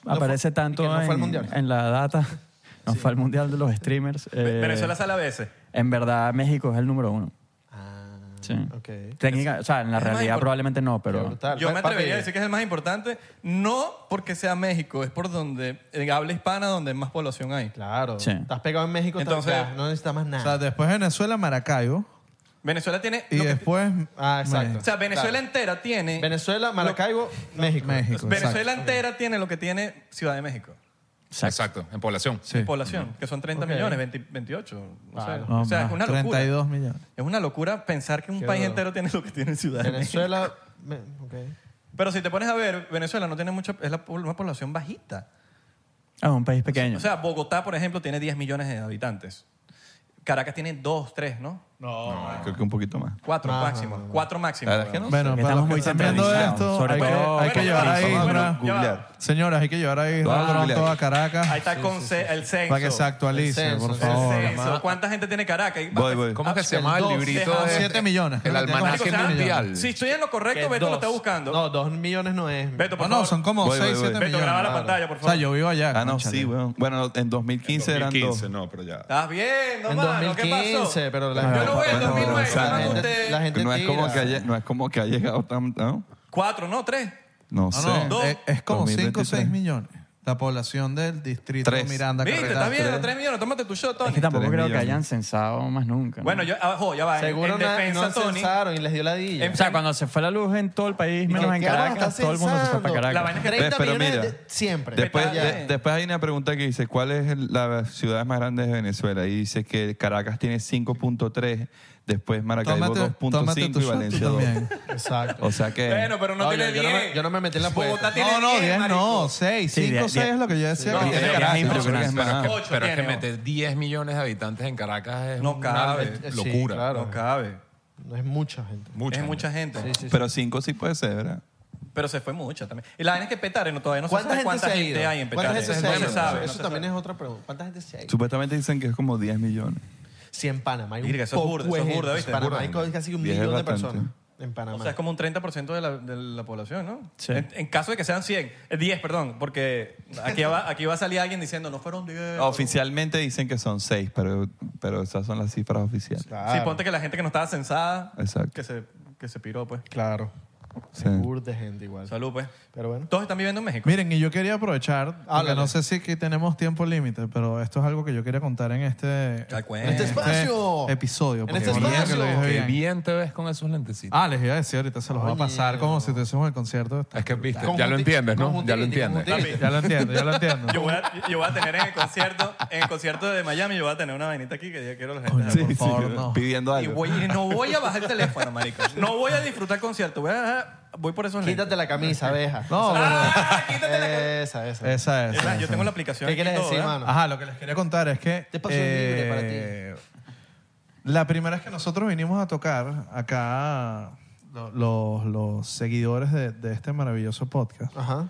Speaker 5: aparece
Speaker 6: fue-
Speaker 5: tanto
Speaker 6: y que no fue al
Speaker 5: en,
Speaker 6: mundial.
Speaker 5: en la data, no fue al mundial de los streamers. eh,
Speaker 4: Venezuela sale a veces.
Speaker 5: En verdad, México es el número uno.
Speaker 6: Ah,
Speaker 5: Sí.
Speaker 6: ok.
Speaker 5: Técnica, o sea, en la
Speaker 4: Es más
Speaker 5: realidad
Speaker 4: impor-
Speaker 5: probablemente no,
Speaker 6: Qué
Speaker 5: pero
Speaker 6: brutal.
Speaker 4: Yo me
Speaker 6: Papi,
Speaker 4: atrevería a decir que es el más importante, no porque sea México, es por donde eh, habla hispana, donde más población hay.
Speaker 6: Claro.
Speaker 5: Sí.
Speaker 6: Estás pegado en México,
Speaker 4: Entonces-
Speaker 6: Entonces, no necesitas más
Speaker 2: O sea,
Speaker 6: nada.
Speaker 2: después Venezuela, Maracaibo.
Speaker 4: Venezuela tiene.
Speaker 2: Y
Speaker 4: lo que-
Speaker 2: después.
Speaker 6: Ah, exacto.
Speaker 4: o sea, Venezuela
Speaker 6: Claro.
Speaker 4: entera tiene.
Speaker 6: Venezuela, Maracaibo, México.
Speaker 2: México.
Speaker 4: Venezuela entera tiene lo que tiene Ciudad de México.
Speaker 7: Exacto, en población.
Speaker 2: Sí.
Speaker 4: Población, que son 30
Speaker 6: Ok.
Speaker 4: millones, 20 28. no sé.
Speaker 6: Claro.
Speaker 2: No,
Speaker 4: o sea, es
Speaker 2: más,
Speaker 4: una locura.
Speaker 2: 32 millones.
Speaker 4: Es una locura pensar que un
Speaker 6: Qué
Speaker 4: país
Speaker 6: duro.
Speaker 4: entero tiene lo que tiene Ciudad de México.
Speaker 6: Venezuela. me- ok.
Speaker 4: Pero si te pones a ver, Venezuela no tiene mucha. Es la, po- una población bajita.
Speaker 5: es un país pequeño.
Speaker 4: O sea, Bogotá, por ejemplo, tiene 10 millones de habitantes. Caracas tiene 2, 3, ¿no?
Speaker 3: Creo que un poquito más.
Speaker 4: 4
Speaker 6: Ajá,
Speaker 4: máximo.
Speaker 6: ajá.
Speaker 4: 4 máximo.
Speaker 3: La verdad es que no sé.
Speaker 2: Bueno,
Speaker 5: Que
Speaker 2: para los
Speaker 5: estamos
Speaker 2: que
Speaker 5: muy
Speaker 2: están viendo
Speaker 5: centralizados,
Speaker 2: esto,
Speaker 5: sobre
Speaker 2: hay que,
Speaker 5: todo-
Speaker 2: hay que
Speaker 4: Bueno,
Speaker 2: llevar a
Speaker 4: sí, bueno,
Speaker 2: Isra.
Speaker 4: ya va.
Speaker 3: Googlear.
Speaker 2: Señoras, hay que llevar a
Speaker 3: Vamos
Speaker 2: Isra
Speaker 3: a
Speaker 2: pronto
Speaker 3: googlear.
Speaker 2: a Caracas
Speaker 4: Ahí está con ce- el censo.
Speaker 2: para que se
Speaker 6: El
Speaker 2: actualice,
Speaker 6: censo,
Speaker 2: por
Speaker 6: sí.
Speaker 2: favor.
Speaker 4: El censo. ¿Cuánta gente tiene Caracas? Y-
Speaker 3: Voy, voy.
Speaker 7: ¿Cómo que se llama el
Speaker 2: dos,
Speaker 7: librito?
Speaker 2: deja-
Speaker 7: de-
Speaker 2: siete millones, creo
Speaker 7: El
Speaker 2: que tiene.
Speaker 4: Marico,
Speaker 7: almanaque
Speaker 4: o sea,
Speaker 7: mundial.
Speaker 4: Si estoy en lo correcto,
Speaker 6: Que
Speaker 4: Beto lo está
Speaker 6: dos.
Speaker 4: buscando.
Speaker 6: No, dos millones no es.
Speaker 4: Beto,
Speaker 2: No,
Speaker 4: por
Speaker 2: no,
Speaker 4: favor.
Speaker 2: son como
Speaker 3: Voy,
Speaker 2: 6,
Speaker 3: voy,
Speaker 2: 7
Speaker 3: voy.
Speaker 2: millones.
Speaker 4: Beto, graba la
Speaker 2: claro.
Speaker 4: pantalla, por
Speaker 2: O sea,
Speaker 4: favor.
Speaker 2: yo vivo allá.
Speaker 3: Ah, no,
Speaker 2: cónchale.
Speaker 3: sí, weón. Bueno, en 2015, eran dos.
Speaker 7: no, pero ya.
Speaker 4: Estás bien, no
Speaker 6: En
Speaker 4: mano, ¿qué
Speaker 6: 2015,
Speaker 4: pasó?
Speaker 6: pero la
Speaker 4: Yo lo veo en
Speaker 3: Bueno,
Speaker 4: 2009,
Speaker 3: esa
Speaker 4: hermano,
Speaker 3: gente-
Speaker 4: Pues, usted-
Speaker 6: la gente
Speaker 3: No es, como
Speaker 6: tira.
Speaker 3: que haya, no es como que ha llegado tan... ¿no?
Speaker 4: Cuatro, no, Ah, tres.
Speaker 3: No sé.
Speaker 2: No, no,
Speaker 4: Sí.
Speaker 2: es, es como 5 o
Speaker 3: 2023.
Speaker 2: 6 millones. La población del distrito
Speaker 3: Tres.
Speaker 2: Miranda
Speaker 4: Viste,
Speaker 2: Carretera.
Speaker 4: está bien, a tres millones, tómate tu shot,
Speaker 5: es
Speaker 4: Tony.
Speaker 5: que tampoco
Speaker 3: Tres
Speaker 5: creo que
Speaker 3: millones.
Speaker 5: hayan censado más nunca. ¿no?
Speaker 4: Bueno, yo, abajo, ya va. en-
Speaker 6: Seguro
Speaker 4: en
Speaker 6: na-
Speaker 4: defensa,
Speaker 6: no
Speaker 4: Tony.
Speaker 6: censaron y les dio la dilla.
Speaker 4: En-
Speaker 5: o sea, cuando se fue la luz en todo el país, menos en
Speaker 6: ¿Qué vamos a
Speaker 5: Caracas,
Speaker 6: estar
Speaker 5: todo el mundo se fue para
Speaker 6: censando?
Speaker 5: Caracas.
Speaker 4: La vaina es que-
Speaker 6: 30
Speaker 3: Pero
Speaker 6: millones
Speaker 3: mira,
Speaker 6: de- siempre.
Speaker 3: Después,
Speaker 4: Ya.
Speaker 3: de- después hay una pregunta que dice, ¿cuál es el- la ciudad más grande de Venezuela? Y dice que Caracas tiene 5.3, después Maracaibo
Speaker 2: Tómate, tómate
Speaker 3: 2.5
Speaker 2: tu
Speaker 3: y
Speaker 2: shot tú
Speaker 3: Valencia 2.
Speaker 2: también.
Speaker 6: Exacto.
Speaker 3: O sea que...
Speaker 4: Bueno, pero no,
Speaker 6: No,
Speaker 4: tiene
Speaker 6: yo- yo no me-
Speaker 4: diez.
Speaker 6: yo no me metí en la
Speaker 4: Bogotá
Speaker 6: puerta.
Speaker 4: tiene
Speaker 2: no, no,
Speaker 4: diez,
Speaker 2: 10 no,
Speaker 4: marico.
Speaker 2: 6.
Speaker 5: Sí,
Speaker 2: 5
Speaker 5: diez,
Speaker 2: 6 es
Speaker 5: diez.
Speaker 2: lo que yo decía.
Speaker 4: No,
Speaker 2: que
Speaker 4: diez es
Speaker 2: tiene Caracas.
Speaker 3: Yo creo que es más.
Speaker 7: Pero,
Speaker 4: Ocho
Speaker 7: pero es que
Speaker 4: tiene, ¿no?
Speaker 7: meter 10 millones de habitantes en Caracas es
Speaker 4: No cabe.
Speaker 7: una eh,
Speaker 6: Sí,
Speaker 7: locura.
Speaker 6: claro.
Speaker 4: No cabe.
Speaker 6: No es mucha gente.
Speaker 7: Mucha
Speaker 4: es
Speaker 7: gente.
Speaker 4: mucha gente.
Speaker 3: Pero 5 sí puede ser, ¿verdad?
Speaker 4: Pero se fue mucha también. Y la vaina es que Petare no, todavía no se
Speaker 6: ¿Cuánta
Speaker 4: sabe
Speaker 6: gente
Speaker 4: cuánta
Speaker 6: se ha
Speaker 4: gente,
Speaker 6: ido?
Speaker 4: hay en Petare.
Speaker 6: ¿Cuánta gente se
Speaker 7: es
Speaker 6: ha
Speaker 7: bueno,
Speaker 6: ido?
Speaker 7: no sabe,
Speaker 6: Eso también es otra pregunta. ¿Cuánta gente se ha ido?
Speaker 3: Supuestamente dicen que es como 10 millones.
Speaker 6: Si en Panamá hay un
Speaker 4: Mira, eso es
Speaker 6: poco
Speaker 4: burda, eso
Speaker 6: de
Speaker 4: es
Speaker 6: gente.
Speaker 4: burda, ¿viste?
Speaker 6: En Panamá
Speaker 7: Burda.
Speaker 6: hay co- casi un
Speaker 3: Y es
Speaker 6: millón de
Speaker 3: bastante.
Speaker 6: personas. En Panamá.
Speaker 4: O sea, es como un 30% de la, de la población, ¿no?
Speaker 5: Sí.
Speaker 4: En, en caso de que sean 100, eh, 10, perdón, porque aquí va, aquí va a salir alguien diciendo, no fueron
Speaker 7: Ah,
Speaker 4: 10.
Speaker 3: Oficialmente dicen que son 6, pero, pero esas son las cifras oficiales.
Speaker 4: Sí, ponte que la gente que no estaba censada,
Speaker 3: Exacto.
Speaker 4: que se, que se piró, pues.
Speaker 6: Claro.
Speaker 3: Sí.
Speaker 6: Burda de gente igual.
Speaker 4: Salud, pues.
Speaker 6: Pero bueno.
Speaker 4: Todos están viviendo en México.
Speaker 2: Miren, y yo quería aprovechar, porque
Speaker 6: Háblale.
Speaker 2: no sé si aquí tenemos tiempo límite, pero esto es algo que yo quería contar en este,
Speaker 4: Tal cual.
Speaker 2: en
Speaker 4: Este
Speaker 6: espacio.
Speaker 2: episodio.
Speaker 6: En
Speaker 2: porque
Speaker 6: este
Speaker 2: olvidé que
Speaker 6: espacio.
Speaker 2: lo dije
Speaker 7: Qué
Speaker 2: bien.
Speaker 7: bien te ves con esos lentecitos.
Speaker 2: Ah, les iba a decir, ahorita se los voy a pasar como si estuviésemos en el concierto.
Speaker 7: es que viste, ya lo
Speaker 6: Conjunti-
Speaker 7: entiendes, ¿no?
Speaker 6: conjuntivitis,
Speaker 7: Ya lo entiendes.
Speaker 6: conjuntivitis.
Speaker 2: Ya lo entiendo, ya lo entiendo.
Speaker 4: Yo voy, a, yo voy a tener en el concierto, en el concierto de Miami, yo voy a tener una vainita aquí que yo quiero la gente.
Speaker 2: Por favor, no.
Speaker 3: Pidiendo
Speaker 4: Y,
Speaker 3: algo.
Speaker 4: voy- y no voy a bajar el teléfono, marico. No voy a disfrutar el concierto. Voy, a- voy por esos lentes.
Speaker 6: Quítate la camisa, abeja.
Speaker 2: No,
Speaker 4: Ah, quítate la camisa.
Speaker 6: Esa, esa.
Speaker 2: Esa es.
Speaker 4: Es más,
Speaker 2: esa
Speaker 4: Yo
Speaker 2: es.
Speaker 4: tengo la aplicación.
Speaker 6: ¿Qué
Speaker 4: aquí
Speaker 6: quieres
Speaker 4: y todo, ¿eh?
Speaker 6: decir,
Speaker 4: ¿verdad?
Speaker 6: mano?
Speaker 2: Ajá, lo que les quería contar es que. eh,
Speaker 6: Este espacio es libre para ti.
Speaker 2: La primera vez que nosotros vinimos a tocar acá, lo- los, los seguidores de, de este maravilloso podcast,
Speaker 6: Ajá.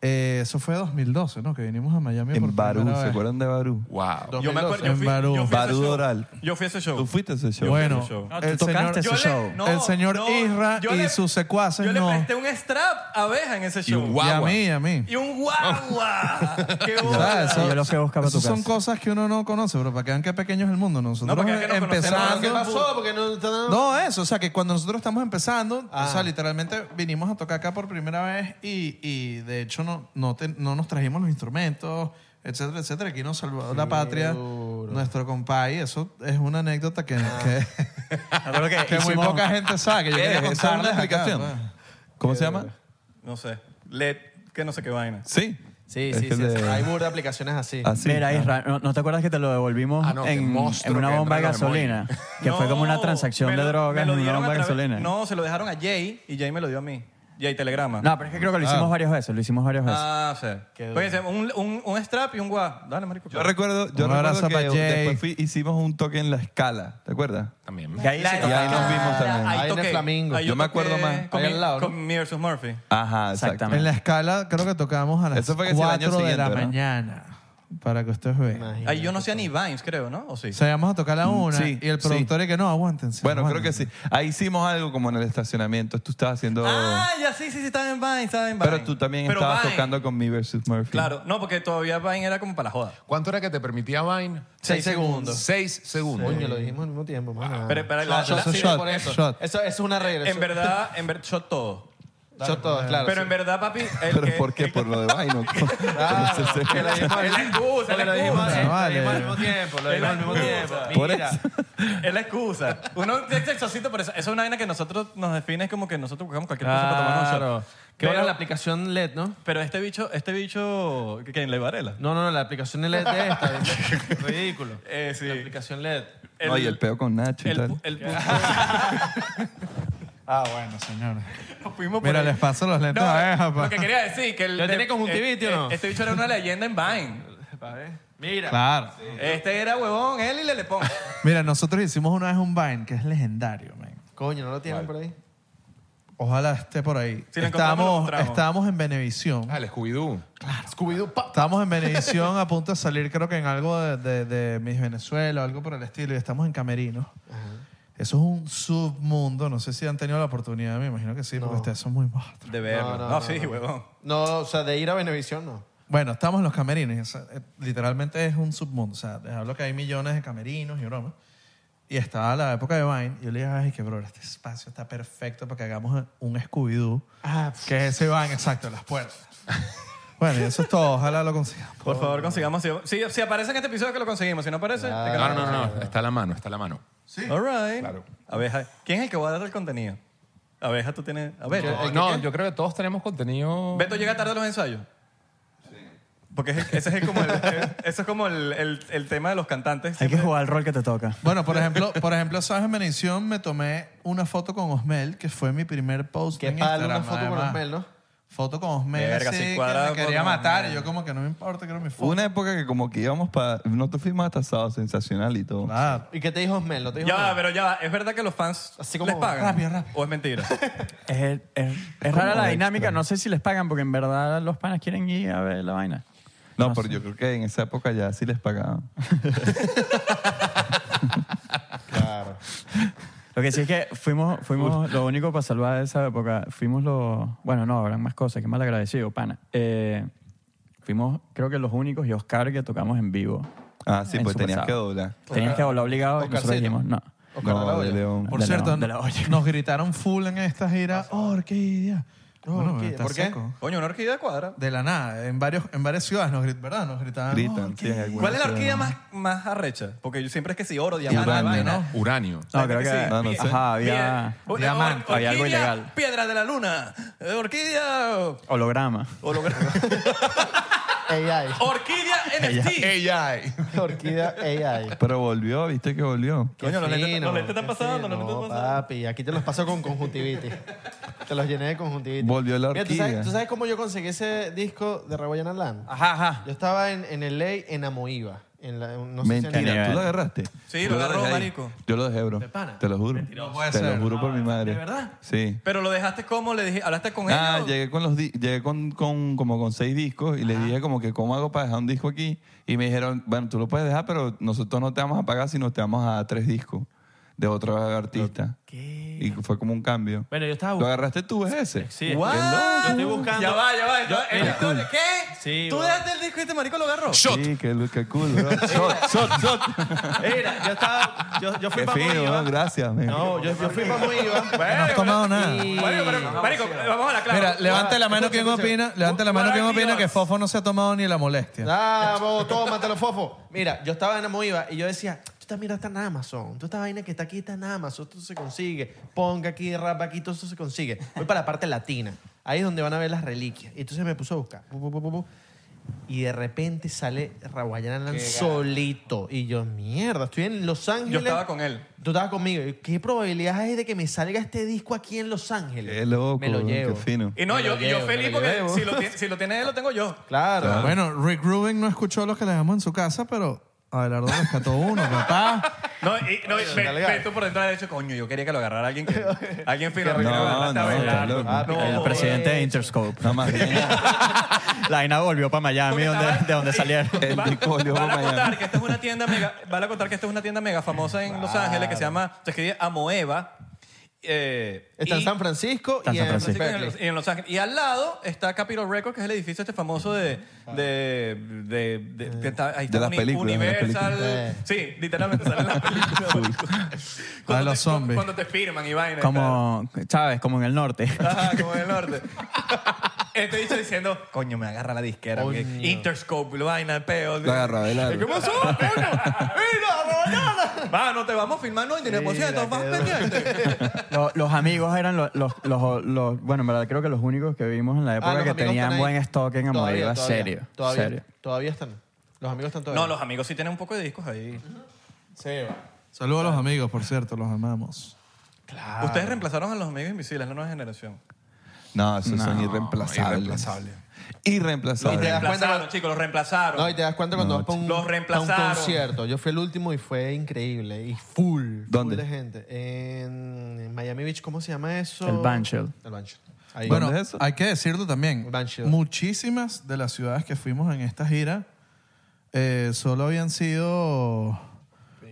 Speaker 2: eh, eso fue 2012, ¿no? Que vinimos a Miami por
Speaker 3: En Barú,
Speaker 2: primera
Speaker 3: ¿se
Speaker 2: vez.
Speaker 3: acuerdan de Barú?
Speaker 7: Wow.
Speaker 4: Yo me acuerdo. Yo fui,
Speaker 2: En Barú.
Speaker 4: yo fui a ese
Speaker 3: Barú
Speaker 4: show.
Speaker 3: Doral.
Speaker 4: Yo fui a ese show.
Speaker 3: ¿Tú fuiste a ese show?
Speaker 2: Bueno,
Speaker 4: Yo
Speaker 5: No, tú
Speaker 2: el señor,
Speaker 5: tocaste ese
Speaker 4: Yo le-
Speaker 5: show.
Speaker 4: no,
Speaker 2: el señor
Speaker 4: no,
Speaker 2: Isra
Speaker 4: yo
Speaker 2: y
Speaker 4: le-
Speaker 2: sus secuaces
Speaker 4: Yo le
Speaker 2: no.
Speaker 4: presté un strap a abeja en ese
Speaker 7: Y
Speaker 4: show.
Speaker 7: un
Speaker 2: Y a
Speaker 7: guagua.
Speaker 2: mí, y a mí.
Speaker 4: Y un guagua. ¡Qué
Speaker 2: Ah,
Speaker 4: bola!
Speaker 5: eso- yo lo fui a buscar para tu
Speaker 2: esas son
Speaker 5: casa.
Speaker 2: cosas que uno no conoce, pero para que vean qué pequeño es el mundo. Nosotros
Speaker 4: porque es que no
Speaker 2: empezando.
Speaker 4: conocemos
Speaker 6: ¿Qué pasó? Porque no... eh,
Speaker 2: No, eh, eso, o sea, que cuando nosotros estamos empezando, o
Speaker 3: Ah.
Speaker 2: sea, literalmente vinimos a tocar acá por primera vez y, y de hecho no, no, te- no nos trajimos los instrumentos, etcétera, etcétera. Aquí nos salvó la patria,
Speaker 6: duro.
Speaker 3: Ah.
Speaker 2: nuestro compay. Eso es una anécdota que... que-
Speaker 5: Acuerdo que
Speaker 2: Que muy
Speaker 5: hicimos-
Speaker 2: poca gente sabe que yo
Speaker 3: ¿Qué?
Speaker 2: quería
Speaker 3: ¿Esa es una
Speaker 2: contarles acá,
Speaker 3: explicación?
Speaker 2: pues.
Speaker 3: ¿Cómo se llama?
Speaker 4: No sé. LED, que no sé qué vaina.
Speaker 3: Sí.
Speaker 6: Sí,
Speaker 3: Es
Speaker 6: sí,
Speaker 3: que
Speaker 6: sí.
Speaker 3: de-
Speaker 6: sí. Hay burda de aplicaciones así.
Speaker 3: Así.
Speaker 5: Mira,
Speaker 3: ah.
Speaker 5: Isra, ¿no, no te acuerdas que te lo devolvimos
Speaker 7: Ah, no, qué
Speaker 5: en,
Speaker 7: monstruo
Speaker 5: en una
Speaker 7: que
Speaker 5: bomba de
Speaker 7: entra en los
Speaker 5: gasolina? Que fue como una
Speaker 4: No,
Speaker 5: transacción
Speaker 4: me
Speaker 5: de
Speaker 4: lo-
Speaker 5: drogas
Speaker 4: me
Speaker 5: en
Speaker 4: lo
Speaker 5: una
Speaker 4: dieron
Speaker 5: bomba
Speaker 4: a
Speaker 5: de
Speaker 4: través-
Speaker 5: gasolina.
Speaker 4: No, se lo dejaron a Jay y Jay me lo dio a mí. Jay Telegrama.
Speaker 5: No, pero es que creo que lo hicimos
Speaker 3: Ah.
Speaker 5: varias veces, lo hicimos varias veces.
Speaker 4: Ah, sí.
Speaker 6: Qué
Speaker 4: Oye, un, un, un strap y un guá. Dale, marico.
Speaker 3: Yo recuerdo, yo
Speaker 2: Un abrazo
Speaker 3: recuerdo que
Speaker 2: para Jay.
Speaker 3: después fui- hicimos un toque en la escala, ¿te acuerdas?
Speaker 7: También.
Speaker 5: Que ahí
Speaker 4: La-
Speaker 5: se
Speaker 3: Y ahí nos vimos también.
Speaker 6: Ah, Ahí en el
Speaker 4: toqué.
Speaker 6: Flamingo.
Speaker 3: Yo me acuerdo
Speaker 4: toqué
Speaker 3: más.
Speaker 4: Con,
Speaker 6: Ahí
Speaker 4: mi-
Speaker 6: al lado, ¿no?
Speaker 4: con mi versus Murphy.
Speaker 3: Ajá,
Speaker 5: Exactamente.
Speaker 3: exactamente.
Speaker 2: En la escala creo que tocamos a las
Speaker 3: Eso fue que sí, el año
Speaker 2: 4 de la
Speaker 3: siguiente, ¿no?
Speaker 2: mañana. Para que ustedes vean.
Speaker 6: Imagínate.
Speaker 4: Ahí yo no hacía ni Vines, creo, ¿no? ¿O sí?
Speaker 2: O sea, íbamos a tocar a una
Speaker 3: Mm, sí,
Speaker 2: y el
Speaker 3: sí.
Speaker 2: productor y que no, aguántense.
Speaker 3: Bueno, creo que
Speaker 2: aguántense".
Speaker 3: sí. Ahí hicimos algo como en el estacionamiento. Tú estabas haciendo.
Speaker 4: Ah, ya sí, sí, sí, estaba en Vines, estaba en Vines.
Speaker 3: pero tú también
Speaker 4: Pero
Speaker 3: estabas
Speaker 4: Vine,
Speaker 3: tocando con me versus Murphy.
Speaker 4: Claro, no, porque todavía Vine era como para la joda.
Speaker 7: ¿Cuánto era que te permitía Vine?
Speaker 6: Seis segundos.
Speaker 7: Seis segundos.
Speaker 6: Coño, lo dijimos al mismo tiempo. mano.
Speaker 4: Pero, pero la-
Speaker 6: Shot,
Speaker 4: la-
Speaker 6: shot,
Speaker 4: sí,
Speaker 6: shot,
Speaker 4: por eso.
Speaker 2: shot.
Speaker 6: Eso eso es una regla.
Speaker 4: En verdad, en verdad, yo todo.
Speaker 6: Yo todo, claro.
Speaker 4: Pero
Speaker 6: sí.
Speaker 4: en verdad, papi, el
Speaker 3: ¿Pero
Speaker 4: que,
Speaker 3: por qué?
Speaker 4: el que-
Speaker 3: Por lo de Vino.
Speaker 4: Ah,
Speaker 6: Claro, que lo dijimos-
Speaker 4: Es la excusa, es la
Speaker 6: lo dijimos-
Speaker 4: excusa.
Speaker 6: eh, lo
Speaker 2: Vale.
Speaker 6: dijimos al mismo tiempo. Lo dijimos al mismo tiempo.
Speaker 3: Por
Speaker 6: Mira.
Speaker 3: eso.
Speaker 4: Es la excusa. Uno es sexosito, pero eso, eso es una vaina que nosotros nos define es como que nosotros buscamos cualquier cosa para tomar un
Speaker 6: Claro.
Speaker 4: shot.
Speaker 6: Que ahora
Speaker 4: Pero,
Speaker 6: la aplicación LED, ¿no?
Speaker 4: pero este bicho, este bicho, ¿quién? ¿Ley Varela?
Speaker 6: No, no, no, la aplicación LED de esta. Ridículo.
Speaker 4: Eh, sí.
Speaker 6: La aplicación LED.
Speaker 3: No, y el peo con Nacho y
Speaker 4: el,
Speaker 3: tal.
Speaker 4: pu- el pu-
Speaker 2: Ah, bueno, señores.
Speaker 4: nos fuimos por
Speaker 2: Mira,
Speaker 4: ahí.
Speaker 2: les paso los lentes
Speaker 4: No,
Speaker 2: a Eja, pa.
Speaker 4: lo que quería decir que el,
Speaker 6: ¿Ya tiene
Speaker 4: de-
Speaker 6: conjuntivitis
Speaker 4: eh,
Speaker 6: o no?
Speaker 4: Este bicho era una leyenda en Vine.
Speaker 6: Mira.
Speaker 2: Claro.
Speaker 4: Este era huevón, él y le le pongo.
Speaker 2: Mira, nosotros hicimos una vez un Vine que es legendario, man.
Speaker 6: Coño, ¿no lo tienen por ahí?
Speaker 2: Ojalá esté por ahí.
Speaker 4: Si lo encontramos, lo
Speaker 2: estábamos,
Speaker 4: mostramos.
Speaker 2: estábamos en Benevisión.
Speaker 7: Ah, el Scooby-Doo.
Speaker 6: Scooby-Doo, pa.
Speaker 2: Estábamos en Benevisión a punto de salir, creo que en algo de, de, de Miss Venezuela, algo por el estilo, y estamos en Camerinos. Eso es un submundo. No sé si han tenido la oportunidad, me imagino que sí, porque ustedes son muy monstruos.
Speaker 4: De verlo. No, sí, huevón.
Speaker 6: No, o sea, de ir a Benevisión, no.
Speaker 2: Bueno, estamos en los camerinos. y eso, eh, literalmente es un submundo. O sea, les hablo que hay millones de camerinos y bromas. Y estaba la época de Vine. Y yo le dije, ay, que bro, este espacio está perfecto para que hagamos un Scooby-Doo.
Speaker 6: Ah,
Speaker 2: Que es ese Vine, exacto, en las puertas. bueno, y eso es todo. Ojalá lo consigamos.
Speaker 4: Por favor, consigamos. Si, si, si aparece en este episodio, que lo conseguimos. Si no aparece, te
Speaker 7: No, no,
Speaker 4: ganamos.
Speaker 7: no, no. Está a la mano, está a la mano.
Speaker 4: All right.
Speaker 7: Claro.
Speaker 4: Abeja. ¿Quién es el que va a dar el contenido? Abeja, tú tienes. Abeja.
Speaker 7: No, yo creo que todos tenemos contenido.
Speaker 4: Beto llega tarde a los ensayos. Porque es el- ese es el- como el, el- eso es como el, el- el tema de los cantantes.
Speaker 5: Hay que
Speaker 4: Siempre-
Speaker 5: jugar el rol que te toca.
Speaker 2: Bueno, por ejemplo, por ejemplo, sabes, en Benevisión me tomé una foto con Osmel, que fue mi primer post
Speaker 6: Qué
Speaker 2: en
Speaker 6: palo
Speaker 2: Instagram,
Speaker 6: una foto con
Speaker 2: además.
Speaker 6: Osmel, ¿no?
Speaker 2: Foto con Osmel,
Speaker 4: Verga,
Speaker 2: así,
Speaker 4: sí,
Speaker 2: que
Speaker 4: cuadrado
Speaker 2: me quería
Speaker 4: con
Speaker 2: matar. Y
Speaker 4: Osmel.
Speaker 2: yo como que no me importa, quiero mi foto.
Speaker 3: Una época que como que íbamos para... Nosotros fuimos hasta Sábado Sensacional y todo.
Speaker 2: Claro.
Speaker 6: ¿Y qué te dijo Osmel? ¿No te dijo
Speaker 4: Ya, va,
Speaker 6: nada?
Speaker 4: pero ya, va. ¿es verdad que los fans
Speaker 6: Así como-
Speaker 4: les pagan?
Speaker 2: Rápido, rápido.
Speaker 4: ¿O es mentira?
Speaker 5: Es, es- es rara la dinámica, no sé si les pagan porque en verdad los panas quieren ir a ver la vaina.
Speaker 3: No,
Speaker 5: No
Speaker 3: pero
Speaker 5: sé.
Speaker 3: yo creo que en esa época ya sí les pagaban.
Speaker 6: Claro.
Speaker 5: Lo que sí es que fuimos, fuimos lo único para salvar esa época, fuimos los... Bueno, no, habrán más cosas, qué mal agradecido, pana. Eh, fuimos, creo que los únicos y Oscar que tocamos en vivo.
Speaker 3: Ah, sí,
Speaker 5: En
Speaker 3: pues
Speaker 5: Super
Speaker 3: tenías
Speaker 5: Sábado.
Speaker 3: que doblar.
Speaker 5: Tenías que hablar obligado y nosotros
Speaker 6: Oscarcito.
Speaker 5: dijimos, no.
Speaker 6: Oscar de la
Speaker 3: No,
Speaker 6: Hoya.
Speaker 3: de León.
Speaker 2: Por
Speaker 5: De la-
Speaker 2: cierto,
Speaker 5: de la olla.
Speaker 2: nos gritaron full en esta gira, orquídea.
Speaker 3: Oh,
Speaker 2: Bueno,
Speaker 6: Orquídea,
Speaker 2: está
Speaker 6: ¿por qué?
Speaker 2: seco.
Speaker 4: Coño, una orquídea de cuadra.
Speaker 2: De la nada, en, varios, en varias ciudades nos, grit- ¿verdad? nos gritaban. "Oh,
Speaker 3: Gritan, sí, en
Speaker 2: "Orquídea".
Speaker 3: alguna
Speaker 4: ¿Cuál es la
Speaker 3: ciudad.
Speaker 4: orquídea más, más arrecha? Porque yo siempre es que si oro, diamante,
Speaker 3: Urania,
Speaker 4: vaina.
Speaker 3: ¿no?
Speaker 7: Uranio.
Speaker 5: No, creo que...
Speaker 4: Sí,
Speaker 3: Ah, no, no sé.
Speaker 5: Ajá, había
Speaker 4: Piedra-
Speaker 2: diamante,
Speaker 4: or-
Speaker 5: había algo
Speaker 4: orquídea,
Speaker 5: ilegal.
Speaker 4: Piedra de la luna. eh, Orquídea.
Speaker 5: holograma.
Speaker 4: o lo-
Speaker 6: AI.
Speaker 4: orquídea NFT.
Speaker 7: AI.
Speaker 6: Orquídea AI.
Speaker 3: Pero volvió, ¿viste que volvió?
Speaker 4: Coño, los lentes- los lentes están pasando, los
Speaker 6: no,
Speaker 4: lentes están pasando.
Speaker 6: papi, aquí te los paso con conjuntivitis. te los llené de conjuntivitis.
Speaker 3: Volvió la
Speaker 6: Mira, ¿tú
Speaker 3: orquídea.
Speaker 6: sabes, tú sabes cómo yo conseguí ese disco de Raguayana Land?
Speaker 5: Ajá, ajá.
Speaker 6: Yo estaba en, en LA, en Amoiba. En la, no sé si en-
Speaker 3: Mentira, ¿tú lo agarraste?
Speaker 4: Sí,
Speaker 3: Yo
Speaker 4: lo agarró,
Speaker 3: dejé ahí.
Speaker 4: marico.
Speaker 3: Yo lo dejé, bro. Te lo juro. Te lo juro
Speaker 11: Ah,
Speaker 3: por mi madre. ¿De verdad? Sí.
Speaker 4: Pero lo dejaste como le dije, hablaste con
Speaker 3: Ah,
Speaker 4: ellos.
Speaker 3: llegué con los di- llegué con, con- como con seis discos y les dije como que cómo hago para dejar un disco aquí y me dijeron, bueno, tú lo puedes dejar, pero nosotros no te vamos a pagar sino te vamos a dar tres discos de otro artista. Y fue como un cambio.
Speaker 11: Bueno, yo estaba
Speaker 3: ¿Lo agarraste tú es ese?
Speaker 11: Sí,
Speaker 4: What?
Speaker 11: yo estoy buscando.
Speaker 4: Ya va, ya va. ya-
Speaker 11: mira.
Speaker 4: esto- ¿Qué?
Speaker 11: Sí,
Speaker 4: ¿Tú
Speaker 11: bro.
Speaker 4: dejaste el disco y este marico lo agarró?
Speaker 3: Sí, qué, lu- qué cool, bro. Shot, shot, shot.
Speaker 11: Mira, yo estaba. Yo, yo fui
Speaker 3: Qué
Speaker 11: para
Speaker 3: fino, bro,
Speaker 11: Bolívar.
Speaker 3: gracias, man.
Speaker 11: No, yo, yo fui para Bolívar.
Speaker 2: No
Speaker 6: Eh,
Speaker 2: has tomado nada.
Speaker 4: Marico, pero- marico, vamos a la clave.
Speaker 2: Mira, levante la mano quien opina, levante la mano quien opina
Speaker 4: Maravilloso.
Speaker 2: que Fofo no se ha tomado ni la molestia.
Speaker 6: Ah, vos, tómatelo, fofo. Mira, yo estaba en Amoiba y yo decía, yo esta mierda está en Amazon. Toda esta vaina que está aquí está en Amazon. Esto se consigue. Ponga aquí, rapa aquí, todo eso se consigue. Voy para la parte latina. Ahí es donde van a ver las reliquias. Y entonces me puso a buscar. Pu, pu, pu, pu, pu. Y de repente sale Rawayana
Speaker 7: Qué
Speaker 6: solito. Y yo, mierda, estoy en Los Ángeles.
Speaker 7: Yo estaba con él.
Speaker 6: Tú estabas conmigo. ¿Qué probabilidades hay de que me salga este disco aquí en Los Ángeles?
Speaker 3: Qué loco,
Speaker 6: Me lo llevo.
Speaker 3: qué fino.
Speaker 4: Y no,
Speaker 6: Me lo
Speaker 4: yo, y yo
Speaker 6: llevo,
Speaker 4: feliz
Speaker 6: me lo
Speaker 4: porque
Speaker 6: llevo.
Speaker 4: si lo, tiene, si lo tiene él, lo tengo yo.
Speaker 6: Claro.
Speaker 2: Bueno, Rick Rubin no escuchó los que le dejamos en su casa, pero Abelardo rescató uno, papá.
Speaker 4: No, y, no, y ve-
Speaker 6: legal.
Speaker 4: ve tú por dentro de hecho, coño, yo quería que lo agarrara alguien que. Alguien fino.
Speaker 3: No,
Speaker 4: porque
Speaker 3: no,
Speaker 4: agarraste a
Speaker 3: está
Speaker 4: bailar.
Speaker 3: loco.
Speaker 5: El presidente de Interscope.
Speaker 3: No, más bien.
Speaker 5: La INA volvió para Miami,
Speaker 4: Porque
Speaker 5: donde,
Speaker 4: estaba-
Speaker 5: de donde salieron.
Speaker 3: El bicolio
Speaker 4: Van a contar
Speaker 3: mañana.
Speaker 4: que esta es una tienda mega, van a contar que esta es una tienda mega famosa en Los Ángeles que se llama, se escribe Amoeba. eh,
Speaker 6: Está en
Speaker 4: y-
Speaker 6: San Francisco
Speaker 5: Está en
Speaker 6: y
Speaker 5: San
Speaker 6: en
Speaker 5: Francisco.
Speaker 4: Francisco y en
Speaker 6: Berkeley.
Speaker 4: Los- y en Los Ángeles. Y al lado está Capitol Records, que es el edificio este famoso de.
Speaker 6: Ah.
Speaker 4: de, de, de, que está- ahí
Speaker 3: De
Speaker 4: está
Speaker 3: las
Speaker 4: Uni-
Speaker 3: películas, de las
Speaker 4: Universal.
Speaker 6: películas.
Speaker 4: Sí, literalmente salen las películas.
Speaker 2: La de los
Speaker 4: te-
Speaker 2: zombies.
Speaker 4: Cuando te firman y vaina. y tal.
Speaker 5: Como, ¿sabes? Como en el norte.
Speaker 4: Ajá, como en el norte. Este bicho diciendo, coño, me agarra la disquera. porque
Speaker 6: Coño.
Speaker 4: Interscope, lo vaina, el peo.
Speaker 3: Lo agarra Abelardo.
Speaker 4: ¿Qué pasó, coño? ¡Mira, mañana! Mano, te vamos a firmar 99%, vas pendiente.
Speaker 5: Lo- los amigos eran los, los, los- los- Bueno, en verdad creo que los únicos que vimos en la
Speaker 6: Ah,
Speaker 5: época
Speaker 6: los
Speaker 5: que
Speaker 6: amigos están
Speaker 5: tenían
Speaker 6: ahí.
Speaker 5: buen stock
Speaker 6: Todavía,
Speaker 5: en Amoriva.
Speaker 6: todavía,
Speaker 5: Serio.
Speaker 6: Todavía,
Speaker 5: serio.
Speaker 6: todavía están. Los amigos están todavía.
Speaker 4: No, los amigos sí tienen un poco de discos ahí.
Speaker 6: Sí, va.
Speaker 2: Saludos a los amigos, por cierto, los amamos.
Speaker 6: Claro.
Speaker 4: Ustedes reemplazaron a los amigos invisibles, la nueva generación.
Speaker 3: No, esos son
Speaker 5: No,
Speaker 3: irreemplazables.
Speaker 7: irreemplazables.
Speaker 6: Y te
Speaker 3: Irreemplazables.
Speaker 6: das cuenta
Speaker 4: Reemplazaron,
Speaker 6: cuando-
Speaker 4: chicos, los reemplazaron.
Speaker 6: No, y te das cuenta cuando vas para un,
Speaker 4: Los
Speaker 6: pa' un
Speaker 4: reemplazaron.
Speaker 6: concierto. Yo fui el último y fue increíble. Y full.
Speaker 3: ¿Dónde?
Speaker 6: Full de gente. En, en Miami Beach, ¿cómo se llama eso?
Speaker 5: El Banshell.
Speaker 6: El Banshell. Ahí.
Speaker 2: Bueno,
Speaker 3: ¿Dónde es eso?
Speaker 2: hay que decirlo también.
Speaker 6: Banshee.
Speaker 2: Muchísimas de las ciudades que fuimos en esta gira eh, solo habían sido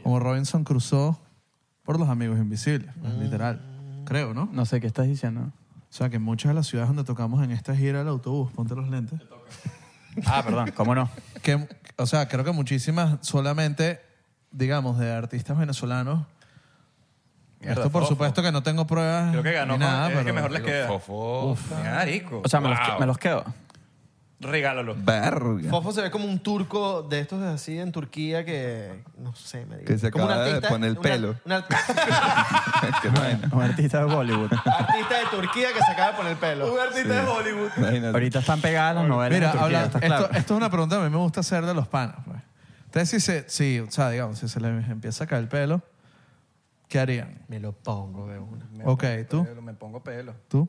Speaker 2: como Robinson Crusoe por los amigos invisibles, pues,
Speaker 4: Mm.
Speaker 2: literal. Creo, ¿no?
Speaker 5: No sé qué estás diciendo.
Speaker 2: O sea, que en muchas de las ciudades donde tocamos en esta gira el autobús, ponte los lentes.
Speaker 5: Ah, perdón. ¿Cómo no?
Speaker 2: Que, o sea, creo que muchísimas solamente, digamos, de artistas venezolanos.
Speaker 4: Mierda,
Speaker 2: Esto, por
Speaker 4: fofo.
Speaker 2: supuesto, que no tengo pruebas.
Speaker 4: Creo que ganó.
Speaker 2: ni
Speaker 4: con-
Speaker 2: nada,
Speaker 4: es
Speaker 2: pero
Speaker 4: que mejor les queda.
Speaker 7: Fofo.
Speaker 4: Marico.
Speaker 5: O sea, me, los, que- me los quedo.
Speaker 4: Regálalo.
Speaker 3: Verga.
Speaker 6: Fofo se ve como un turco de estos así en Turquía que. No sé, me digo.
Speaker 3: Que se
Speaker 6: como un
Speaker 3: acaba de
Speaker 6: artista-
Speaker 3: poner el
Speaker 6: un ar-
Speaker 3: pelo.
Speaker 6: Un artista,
Speaker 3: Qué vaina.
Speaker 5: Un artista de Bollywood.
Speaker 6: artista de Turquía que se acaba de poner el pelo.
Speaker 4: artista de Hollywood.
Speaker 3: Imagínate.
Speaker 5: Ahorita están pegadas las novelas.
Speaker 2: Mira,
Speaker 5: en Turquía,
Speaker 2: habla-
Speaker 5: ¿estás
Speaker 2: esto,
Speaker 5: claro?
Speaker 2: esto es una pregunta que a mí me gusta hacer de los panas. Pues. Entonces, si se, si, o sea, digamos, si se les empieza a caer el pelo, ¿qué harían?
Speaker 6: Me lo pongo de una.
Speaker 2: Ok, ¿tú?
Speaker 4: Pelo, me pongo pelo.
Speaker 2: ¿Tú?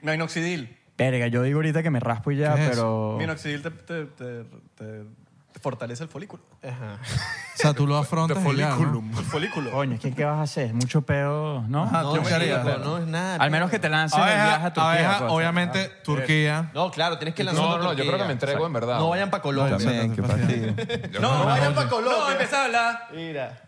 Speaker 4: Minoxidil.
Speaker 5: Verga, yo digo ahorita que me raspo y ya,
Speaker 2: ¿Qué es
Speaker 5: pero.
Speaker 4: Minoxidil te, te, te, te- te fortalece el folículo.
Speaker 6: Ajá.
Speaker 2: O sea, tú lo afrontas y ya, ¿no?
Speaker 4: El folículo.
Speaker 5: Coño, es que ¿qué vas a hacer? Es mucho pedo, ¿no?
Speaker 2: Ajá,
Speaker 6: No,
Speaker 2: ¿tú qué harías?
Speaker 4: pues,
Speaker 6: chico, no es nada.
Speaker 5: Al menos que te lancen el
Speaker 2: Abeja,
Speaker 5: viaje a Turquía. pues,
Speaker 2: abeja,
Speaker 5: cosa.
Speaker 2: obviamente,
Speaker 5: ah,
Speaker 2: Turquía.
Speaker 6: No, claro, tienes que
Speaker 7: No,
Speaker 6: lanzarlo.
Speaker 7: no, no, yo creo que me entrego en verdad.
Speaker 6: No vayan para Colombia.
Speaker 3: También, qué fastidio.
Speaker 7: Yo
Speaker 4: No, no vayan
Speaker 6: pa' Colombia.
Speaker 4: No, empezá a hablar.
Speaker 6: Mira.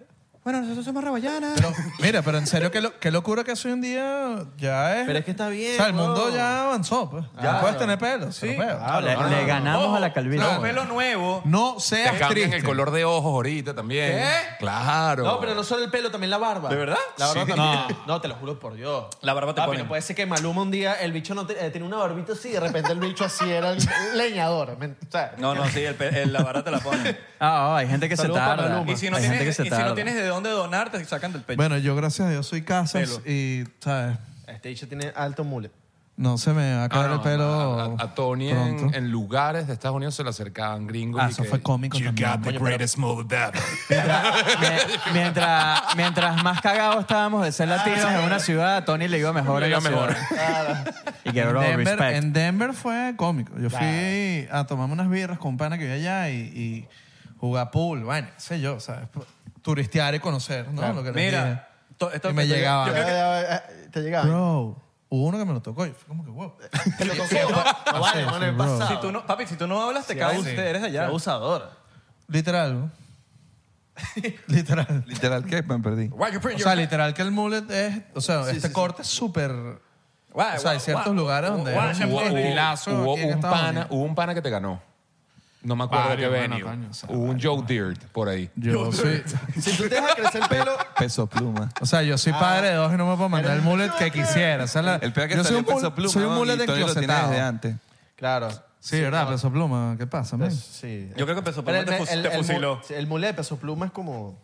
Speaker 4: Bueno, nosotros somos rabayanas.
Speaker 2: Pero, mira, pero en serio, qué, lo- qué locura que eso hoy en día ya es...
Speaker 6: Pero es que está bien.
Speaker 2: o sea, el mundo
Speaker 6: huevón.
Speaker 2: ya avanzó, pues. Ya puedes tener pelo, sí.
Speaker 5: Ah, le, le ganamos a la calvicie.
Speaker 4: Un pelo nuevo.
Speaker 2: No
Speaker 7: Te
Speaker 2: seas
Speaker 7: cambian
Speaker 2: triste.
Speaker 7: el color de ojos ahorita también.
Speaker 4: ¿Qué?
Speaker 7: Claro.
Speaker 6: No, pero no solo el pelo, también la barba.
Speaker 4: ¿De verdad?
Speaker 6: La barba
Speaker 4: Sí.
Speaker 6: también. No. te lo juro por Dios.
Speaker 4: La barba te
Speaker 6: Papi,
Speaker 4: ponen.
Speaker 6: no puede ser que Maluma un día el bicho no te- eh, tenía una barbita así y de repente el bicho así era el leñador. ¿me- o sea,
Speaker 4: No, no, sí, el, pe- el- la barra te la ponen.
Speaker 5: Ah, ah, hay gente que
Speaker 6: Saludos
Speaker 5: se
Speaker 6: para
Speaker 5: tarda.
Speaker 6: Maluma.
Speaker 4: Y si no,
Speaker 5: hay gente que
Speaker 4: tienes,
Speaker 5: se
Speaker 4: y si no
Speaker 5: tarda.
Speaker 4: tienes de dónde donar, te sacan del pecho.
Speaker 2: Bueno, yo gracias a Dios soy casas
Speaker 4: Pelo.
Speaker 2: y, ¿sabes?
Speaker 6: Este bicho tiene alto mullet.
Speaker 2: No se me va a
Speaker 7: Ah,
Speaker 2: caer
Speaker 7: no,
Speaker 2: el pelo
Speaker 7: a, a- a Tony en,
Speaker 2: pronto.
Speaker 7: en lugares de Estados Unidos se le acercaban gringos.
Speaker 2: Ah,
Speaker 7: y
Speaker 2: eso
Speaker 7: que,
Speaker 2: fue cómico
Speaker 7: You
Speaker 2: también,
Speaker 7: got the
Speaker 2: coño,
Speaker 7: greatest move ever".
Speaker 5: Me- mientras, mientras más cagados estábamos de ser latinos en una ciudad, a Tony le iba mejor.
Speaker 7: Le
Speaker 5: en la
Speaker 7: iba mejor.
Speaker 5: ciudad. y que,
Speaker 2: En
Speaker 5: bro,
Speaker 2: Denver,
Speaker 5: respect.
Speaker 2: en Denver fue cómico. Yo fui a tomarme unas birras con un pana que vivía allá y, y jugar pool, bueno, qué sé yo, ¿sabes? Turistear y conocer, ¿no? Lo que les dije.
Speaker 4: Mira, to- esto
Speaker 2: Y me llegaba.
Speaker 4: Yo creo que-
Speaker 6: Eh, eh, Te llegaba.
Speaker 2: Bro, hubo uno que me lo tocó y fue como que wow.
Speaker 6: Te lo tocó. No vale,
Speaker 2: Sí,
Speaker 6: mano,
Speaker 2: sí,
Speaker 6: el
Speaker 2: bro.
Speaker 6: pasado.
Speaker 4: si tú no, papi, si tú no hablas, te caes. te- Eres allá.
Speaker 6: abusador.
Speaker 2: Literal, ¿no? Literal.
Speaker 3: Literal, ¿qué? Me perdí.
Speaker 4: Why you print
Speaker 2: O
Speaker 4: your-
Speaker 2: sea, literal que el mullet es, o sea, este corte es súper...
Speaker 4: Why-
Speaker 2: O sea, hay
Speaker 4: why-
Speaker 2: ciertos
Speaker 4: why-
Speaker 2: lugares donde
Speaker 4: why-
Speaker 2: es
Speaker 4: why-
Speaker 7: Hubo,
Speaker 2: un
Speaker 7: hubo-
Speaker 2: estilazo
Speaker 7: hubo
Speaker 2: aquí en
Speaker 7: un
Speaker 2: Estados
Speaker 7: pana,
Speaker 2: Unidos.
Speaker 7: hubo un pana que te ganó. No me acuerdo
Speaker 2: Varios,
Speaker 7: qué
Speaker 2: bueno,
Speaker 7: venue.
Speaker 2: coño, o sea,
Speaker 7: hubo un Joe Dirt por ahí.
Speaker 2: Yo soy,
Speaker 6: Si tú te dejas crecer el pelo,
Speaker 3: Peso pluma.
Speaker 2: o sea, yo soy padre de dos y no me puedo mandar el mullet que quisiera. O sea, la-
Speaker 3: El peor que
Speaker 2: yo soy
Speaker 3: salió
Speaker 2: un,
Speaker 3: peso
Speaker 2: mul-
Speaker 3: pluma.
Speaker 2: soy un
Speaker 3: ¿no?
Speaker 2: mullet
Speaker 3: Y Tony lo tiene
Speaker 2: enclosetado.
Speaker 3: desde antes.
Speaker 6: claro.
Speaker 2: O Sí, ¿verdad? Peso pluma. ¿Qué pasa, man?
Speaker 6: Sí.
Speaker 4: Yo creo que Peso
Speaker 6: Pero
Speaker 4: Pluma te
Speaker 6: mu-
Speaker 4: fus- te
Speaker 6: mu-
Speaker 4: fusiló.
Speaker 6: El mulet peso pluma es como.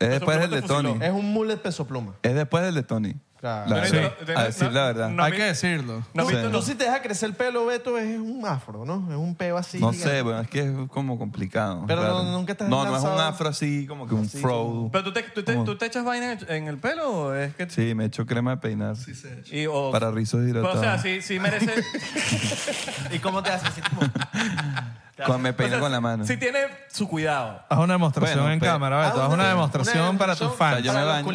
Speaker 3: Es después del de Tony.
Speaker 6: Es un mulet peso pluma.
Speaker 3: Es después del de Tony.
Speaker 6: Claro.
Speaker 3: La-
Speaker 6: Sí.
Speaker 3: A decir la verdad.
Speaker 2: Hay que decirlo.
Speaker 6: No,
Speaker 3: Sí.
Speaker 6: tú, tú si te dejas crecer el pelo, Beto, es un afro, ¿no? Es un peo así.
Speaker 3: No
Speaker 6: gigante.
Speaker 3: sé, bueno, es que es como complicado.
Speaker 6: Pero
Speaker 3: raro.
Speaker 6: no- nunca te has
Speaker 3: No, no es un
Speaker 6: lanzado-
Speaker 3: afro así, como que un
Speaker 6: Así
Speaker 3: fro.
Speaker 4: Pero tú te, tú te- tú te echas vaina en- en el pelo o es que...
Speaker 3: Sí, me he hecho crema de peinar.
Speaker 4: y- o-
Speaker 3: Para rizos
Speaker 4: Pero,
Speaker 3: hidratados.
Speaker 4: O sea, sí, sí merece...
Speaker 11: ¿Y cómo te haces? Así como-
Speaker 3: Con- me peino
Speaker 4: o sea,
Speaker 3: con la mano.
Speaker 4: Sí tiene su cuidado.
Speaker 2: Haz una demostración
Speaker 3: Bueno,
Speaker 2: en
Speaker 3: pero-
Speaker 2: cámara, Beto. Haz una demostración para tus
Speaker 3: O sea,
Speaker 2: fans.
Speaker 3: yo me baño.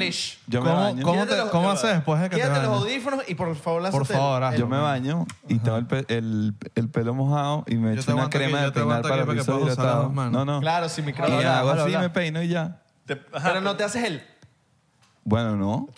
Speaker 3: Yo me
Speaker 2: ¿Cómo,
Speaker 3: baño.
Speaker 2: cómo,
Speaker 6: Quítate
Speaker 2: te-
Speaker 6: los-
Speaker 2: cómo haces después de que te
Speaker 6: Quédate los
Speaker 2: bañas?
Speaker 6: audífonos y por favor,
Speaker 2: Por
Speaker 6: lánzate
Speaker 2: favor,
Speaker 6: el-
Speaker 2: hazlo.
Speaker 3: Yo me baño y tengo el, pe- el, el pelo mojado y me
Speaker 2: Yo te
Speaker 3: echo una
Speaker 2: aguanto
Speaker 3: crema
Speaker 2: aquí,
Speaker 3: de
Speaker 2: yo te
Speaker 3: peinar
Speaker 2: aguanto aquí
Speaker 3: para
Speaker 2: para que
Speaker 3: rizos
Speaker 2: puedas usar
Speaker 3: hidratados.
Speaker 2: las manos.
Speaker 3: No, no.
Speaker 6: Claro, sin
Speaker 3: Y
Speaker 6: micrófono.
Speaker 3: hago
Speaker 6: Habla,
Speaker 3: así,
Speaker 6: habla.
Speaker 3: me peino y ya.
Speaker 4: Te- ajá,
Speaker 6: Pero no te haces el.
Speaker 3: Bueno, no.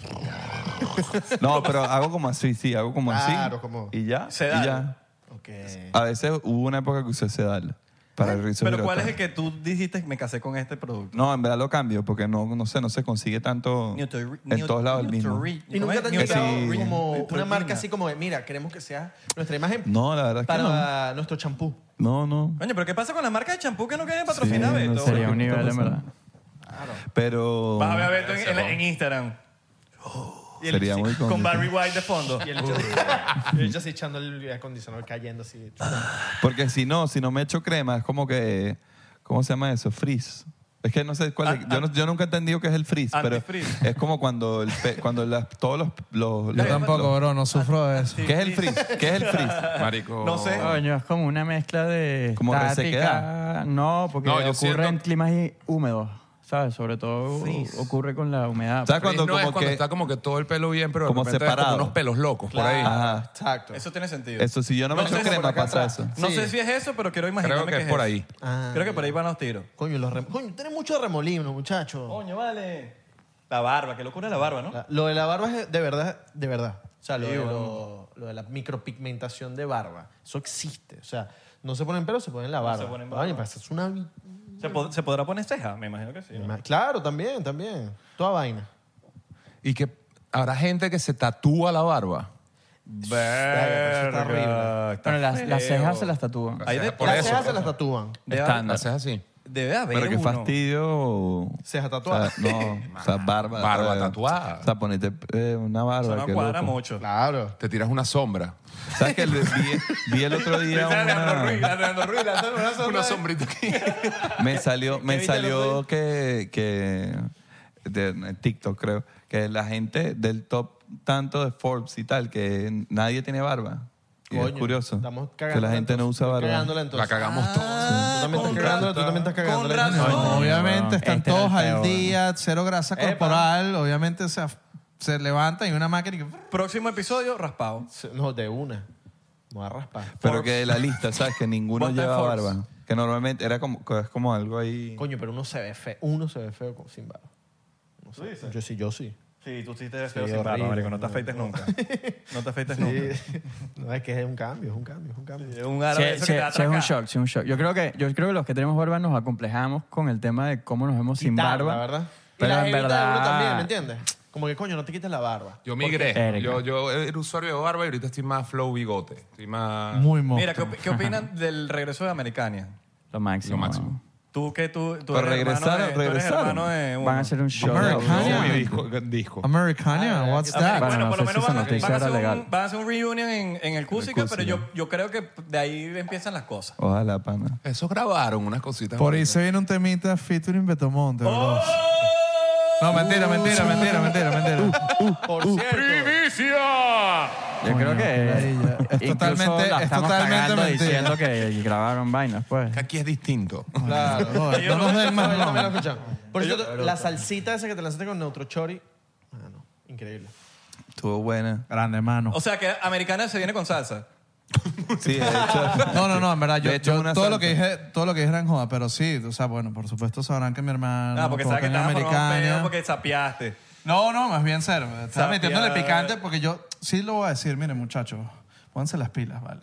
Speaker 3: No, pero hago como así, sí, hago como así.
Speaker 6: Claro, como-
Speaker 3: Y ya,
Speaker 4: Sedal.
Speaker 3: y ya.
Speaker 6: Ok.
Speaker 3: A veces hubo una época que usé sedal para el rizos
Speaker 4: Pero ¿cuál es
Speaker 3: hidratados.
Speaker 4: el que tú dijiste me casé con este producto?
Speaker 3: No, en verdad lo cambio porque no, no sé, no se consigue tanto
Speaker 4: Newton-
Speaker 3: en todos lados el mismo.
Speaker 4: Newton-
Speaker 6: Y nunca te han
Speaker 4: Newton-
Speaker 6: llegado
Speaker 3: Sí.
Speaker 6: como
Speaker 4: Newton-
Speaker 6: una marca así como de, mira, queremos que sea nuestra imagen
Speaker 3: No, la verdad es que
Speaker 6: para nuestro champú.
Speaker 3: no. No, no.
Speaker 4: Coño, pero ¿qué pasa con la marca de champú que no quieren patrocinar
Speaker 3: Sí,
Speaker 4: Beto?
Speaker 3: no sé.
Speaker 5: Sería un nivel, en verdad.
Speaker 3: Pero
Speaker 4: Vas a ver a Beto en, en- en Instagram. Y el-
Speaker 3: Oh. Sería
Speaker 4: sí,
Speaker 3: muy
Speaker 4: con
Speaker 3: cómico.
Speaker 4: Barry White de fondo.
Speaker 6: Y el yo yo así echando el acondicionador cayendo así.
Speaker 3: porque si no, si no me echo crema es como que ¿cómo se llama eso? Frizz. Es que no sé cuál es- yo, no- yo nunca he entendido qué es el frizz, pero
Speaker 4: Antifrizz.
Speaker 3: es como cuando el pe- cuando las- todos los, los-
Speaker 2: Yo
Speaker 3: los-
Speaker 2: tampoco, bro. No sufro de eso.
Speaker 3: los- ¿Qué es el frizz? ¿Qué es el frizz?
Speaker 7: Marico.
Speaker 4: No sé.
Speaker 5: Coño, es como una mezcla de
Speaker 3: Como
Speaker 5: estática.
Speaker 3: resequedad.
Speaker 5: No, porque
Speaker 7: No, yo
Speaker 5: ocurre
Speaker 7: siento-
Speaker 5: en climas hi- húmedos, ¿sabes? Sobre todo o- ocurre con la humedad.
Speaker 3: ¿Sabes
Speaker 7: Cuando,
Speaker 3: cuando
Speaker 7: Ah, no es
Speaker 3: como
Speaker 7: cuando
Speaker 3: que
Speaker 7: está como que todo el pelo bien, pero de
Speaker 3: Como
Speaker 7: repente ves
Speaker 3: separado.
Speaker 7: como unos pelos locos por ahí.
Speaker 3: Ajá.
Speaker 6: Exacto.
Speaker 4: Eso tiene sentido.
Speaker 3: Eso si yo no me
Speaker 4: No
Speaker 3: echo
Speaker 4: sé si
Speaker 3: crema pasa eso.
Speaker 4: No
Speaker 6: Sí.
Speaker 4: sé si es eso, pero quiero imaginarme
Speaker 7: Creo que
Speaker 4: que
Speaker 7: es por
Speaker 4: eso.
Speaker 7: ahí.
Speaker 6: Ah.
Speaker 4: Creo que por ahí van los tiros.
Speaker 6: Coño, los rem- Coño, tienes mucho remolino, muchacho.
Speaker 4: Coño, vale. La barba, qué locura la barba, ¿no?
Speaker 6: La- Lo de la barba es de verdad, de verdad. O sea, lo,
Speaker 4: Sí,
Speaker 6: de,
Speaker 4: bueno.
Speaker 6: lo- lo de la micropigmentación de barba. Eso existe. O sea, no se ponen pelo, se ponen la barba.
Speaker 4: se ponen barba.
Speaker 6: Oye, pero eso es una... vi-
Speaker 4: ¿Se, pod- se podrá poner ceja? Me imagino que sí. ¿no?
Speaker 6: Claro, también, también. Toda vaina.
Speaker 7: Y que habrá gente que se tatúa la barba.
Speaker 6: Verga, eso está horrible.
Speaker 4: está
Speaker 5: Bueno, las, las
Speaker 4: feo.
Speaker 5: cejas se las tatúan.
Speaker 4: Ahí de-
Speaker 7: Por
Speaker 6: Las
Speaker 7: eso.
Speaker 6: cejas se las tatúan.
Speaker 4: Debe,
Speaker 7: Estándar. Haces así.
Speaker 4: debe haber
Speaker 3: Pero qué
Speaker 4: uno.
Speaker 3: fastidio.
Speaker 6: Ceja
Speaker 3: O
Speaker 6: tatuada.
Speaker 3: sea, no, o sea, barba.
Speaker 7: Barba
Speaker 3: eh,
Speaker 7: tatuada.
Speaker 3: O sea, ponete eh, una
Speaker 4: Eso
Speaker 3: barba.
Speaker 4: no
Speaker 3: qué
Speaker 4: cuadra
Speaker 3: loco.
Speaker 4: mucho.
Speaker 6: Claro.
Speaker 7: Te tiras una sombra.
Speaker 3: ¿Sabes que vi, vi el otro día una,
Speaker 7: Una sombrita aquí.
Speaker 3: me salió me
Speaker 6: viste el
Speaker 3: salió que que de, en TikTok creo que la gente del top tanto de Forbes y tal que nadie tiene barba. Y es
Speaker 6: Coño,
Speaker 3: curioso
Speaker 6: Estamos
Speaker 3: que la
Speaker 6: cagándola,
Speaker 3: gente no usa
Speaker 6: entonces. Estoy
Speaker 3: barba.
Speaker 6: Cagándola
Speaker 7: La
Speaker 6: entonces.
Speaker 7: cagamos todos.
Speaker 6: Tú también estás cagándola, tú también estás
Speaker 4: Con
Speaker 6: cagándola.
Speaker 4: razón.
Speaker 2: No, obviamente están
Speaker 5: Este
Speaker 2: todos
Speaker 5: era el
Speaker 2: al
Speaker 5: peor.
Speaker 2: día, cero grasa
Speaker 6: Epa.
Speaker 2: corporal. Obviamente se, af- se levantan y una máquina y que-
Speaker 4: Próximo episodio, raspado.
Speaker 6: No, de una. Me voy a raspar.
Speaker 3: Pero que de la lista, ¿sabes? Que ninguno
Speaker 4: What the
Speaker 3: lleva
Speaker 4: Forbes?
Speaker 3: barba. Que normalmente era como, es como algo ahí.
Speaker 6: Coño, pero uno se ve feo. Uno se ve feo con- sin barba. No sé. Yo sí, yo sí.
Speaker 4: Sí, tú sí te ves
Speaker 6: Sí,
Speaker 4: feo sin barba,
Speaker 6: horrible.
Speaker 4: marico. No te afeites nunca. No te afeites nunca.
Speaker 6: no, es que es un cambio, es un cambio, es un cambio.
Speaker 4: Es un aro
Speaker 5: Sí,
Speaker 4: de eso
Speaker 5: sí,
Speaker 4: que te va a
Speaker 5: sí, es un
Speaker 4: atracar.
Speaker 5: shock, sí, es un shock. Yo creo que, yo creo que los que tenemos barba nos acomplejamos con el tema de cómo nos vemos sin
Speaker 6: Quitar,
Speaker 5: barba.
Speaker 6: La verdad.
Speaker 5: Pero
Speaker 6: y la
Speaker 5: en
Speaker 6: jevita de uno
Speaker 5: verdad.
Speaker 6: también, ¿me entiendes? Como que coño, no te quites la barba.
Speaker 7: Yo migré.
Speaker 5: Erika.
Speaker 7: Yo, yo era usuario de barba y ahorita estoy más flow bigote. Estoy más...
Speaker 2: Muy monstruo.
Speaker 4: Mira, ¿qué, op- qué opinan del regreso de Americania?
Speaker 5: Lo máximo.
Speaker 7: Lo máximo.
Speaker 5: weón.
Speaker 4: Tú que tú, tú
Speaker 3: Pero
Speaker 4: eres hermano de,
Speaker 3: regresaron,
Speaker 4: tú eres
Speaker 3: regresaron.
Speaker 4: hermano de uno.
Speaker 5: Van a hacer un show.
Speaker 2: American.
Speaker 5: Bueno,
Speaker 2: Coño.
Speaker 7: disco. disco.
Speaker 2: Americana, what's that?
Speaker 5: Bueno,
Speaker 4: Bueno, por
Speaker 5: no
Speaker 4: lo
Speaker 5: sé si
Speaker 4: menos
Speaker 5: esa
Speaker 4: van, a-
Speaker 5: noticia
Speaker 4: van a
Speaker 5: era
Speaker 4: hacer
Speaker 5: legal.
Speaker 4: un, van a hacer un reunion en, en el Cúsica,
Speaker 3: El
Speaker 4: pero yo, yo creo que de ahí empiezan las cosas.
Speaker 3: Ojalá, pana.
Speaker 7: Eso grabaron unas cositas.
Speaker 2: Por ahí
Speaker 7: bonitas.
Speaker 2: se viene un temita featuring Betomonte,
Speaker 4: ¡Oh!
Speaker 2: bro. No, mentira, mentira, mentira, mentira,
Speaker 4: Uh,
Speaker 2: mentira.
Speaker 6: Por
Speaker 7: Uh,
Speaker 6: cierto.
Speaker 5: Yo creo
Speaker 2: maravilla.
Speaker 5: que
Speaker 2: Es
Speaker 5: incluso
Speaker 2: totalmente-
Speaker 5: la
Speaker 2: es
Speaker 5: estamos
Speaker 2: totalmente
Speaker 5: cagando
Speaker 2: mentira.
Speaker 5: diciendo que grabaron vainas, pues.
Speaker 7: Que Aquí es distinto.
Speaker 6: Claro.
Speaker 2: No, no nos den más
Speaker 6: Yo también lo
Speaker 2: broma.
Speaker 6: escuchan. Por cierto, la salsita esa que te lanzaste con Neutrochori.
Speaker 2: Ah,
Speaker 6: Mano, increíble.
Speaker 3: Estuvo buena.
Speaker 2: Grande, mano.
Speaker 4: O sea que Americana se viene con salsa.
Speaker 3: Sí, de hecho.
Speaker 2: No, no, no, en verdad, yo,
Speaker 3: De hecho,
Speaker 2: yo
Speaker 3: una
Speaker 2: todo,
Speaker 3: salsa.
Speaker 2: lo que dije, todo lo que dije era en joda, pero sí, o sea, bueno, por supuesto sabrán que mi hermano...
Speaker 4: Ah, porque sabes que
Speaker 2: cocaína
Speaker 4: estabas por un
Speaker 2: americana.
Speaker 4: peo porque sapeaste.
Speaker 2: No, no, más bien cero. Estaba
Speaker 4: Sapear.
Speaker 2: metiéndole picante porque yo sí lo voy a decir, miren, muchachos, pónganse las pilas, ¿vale?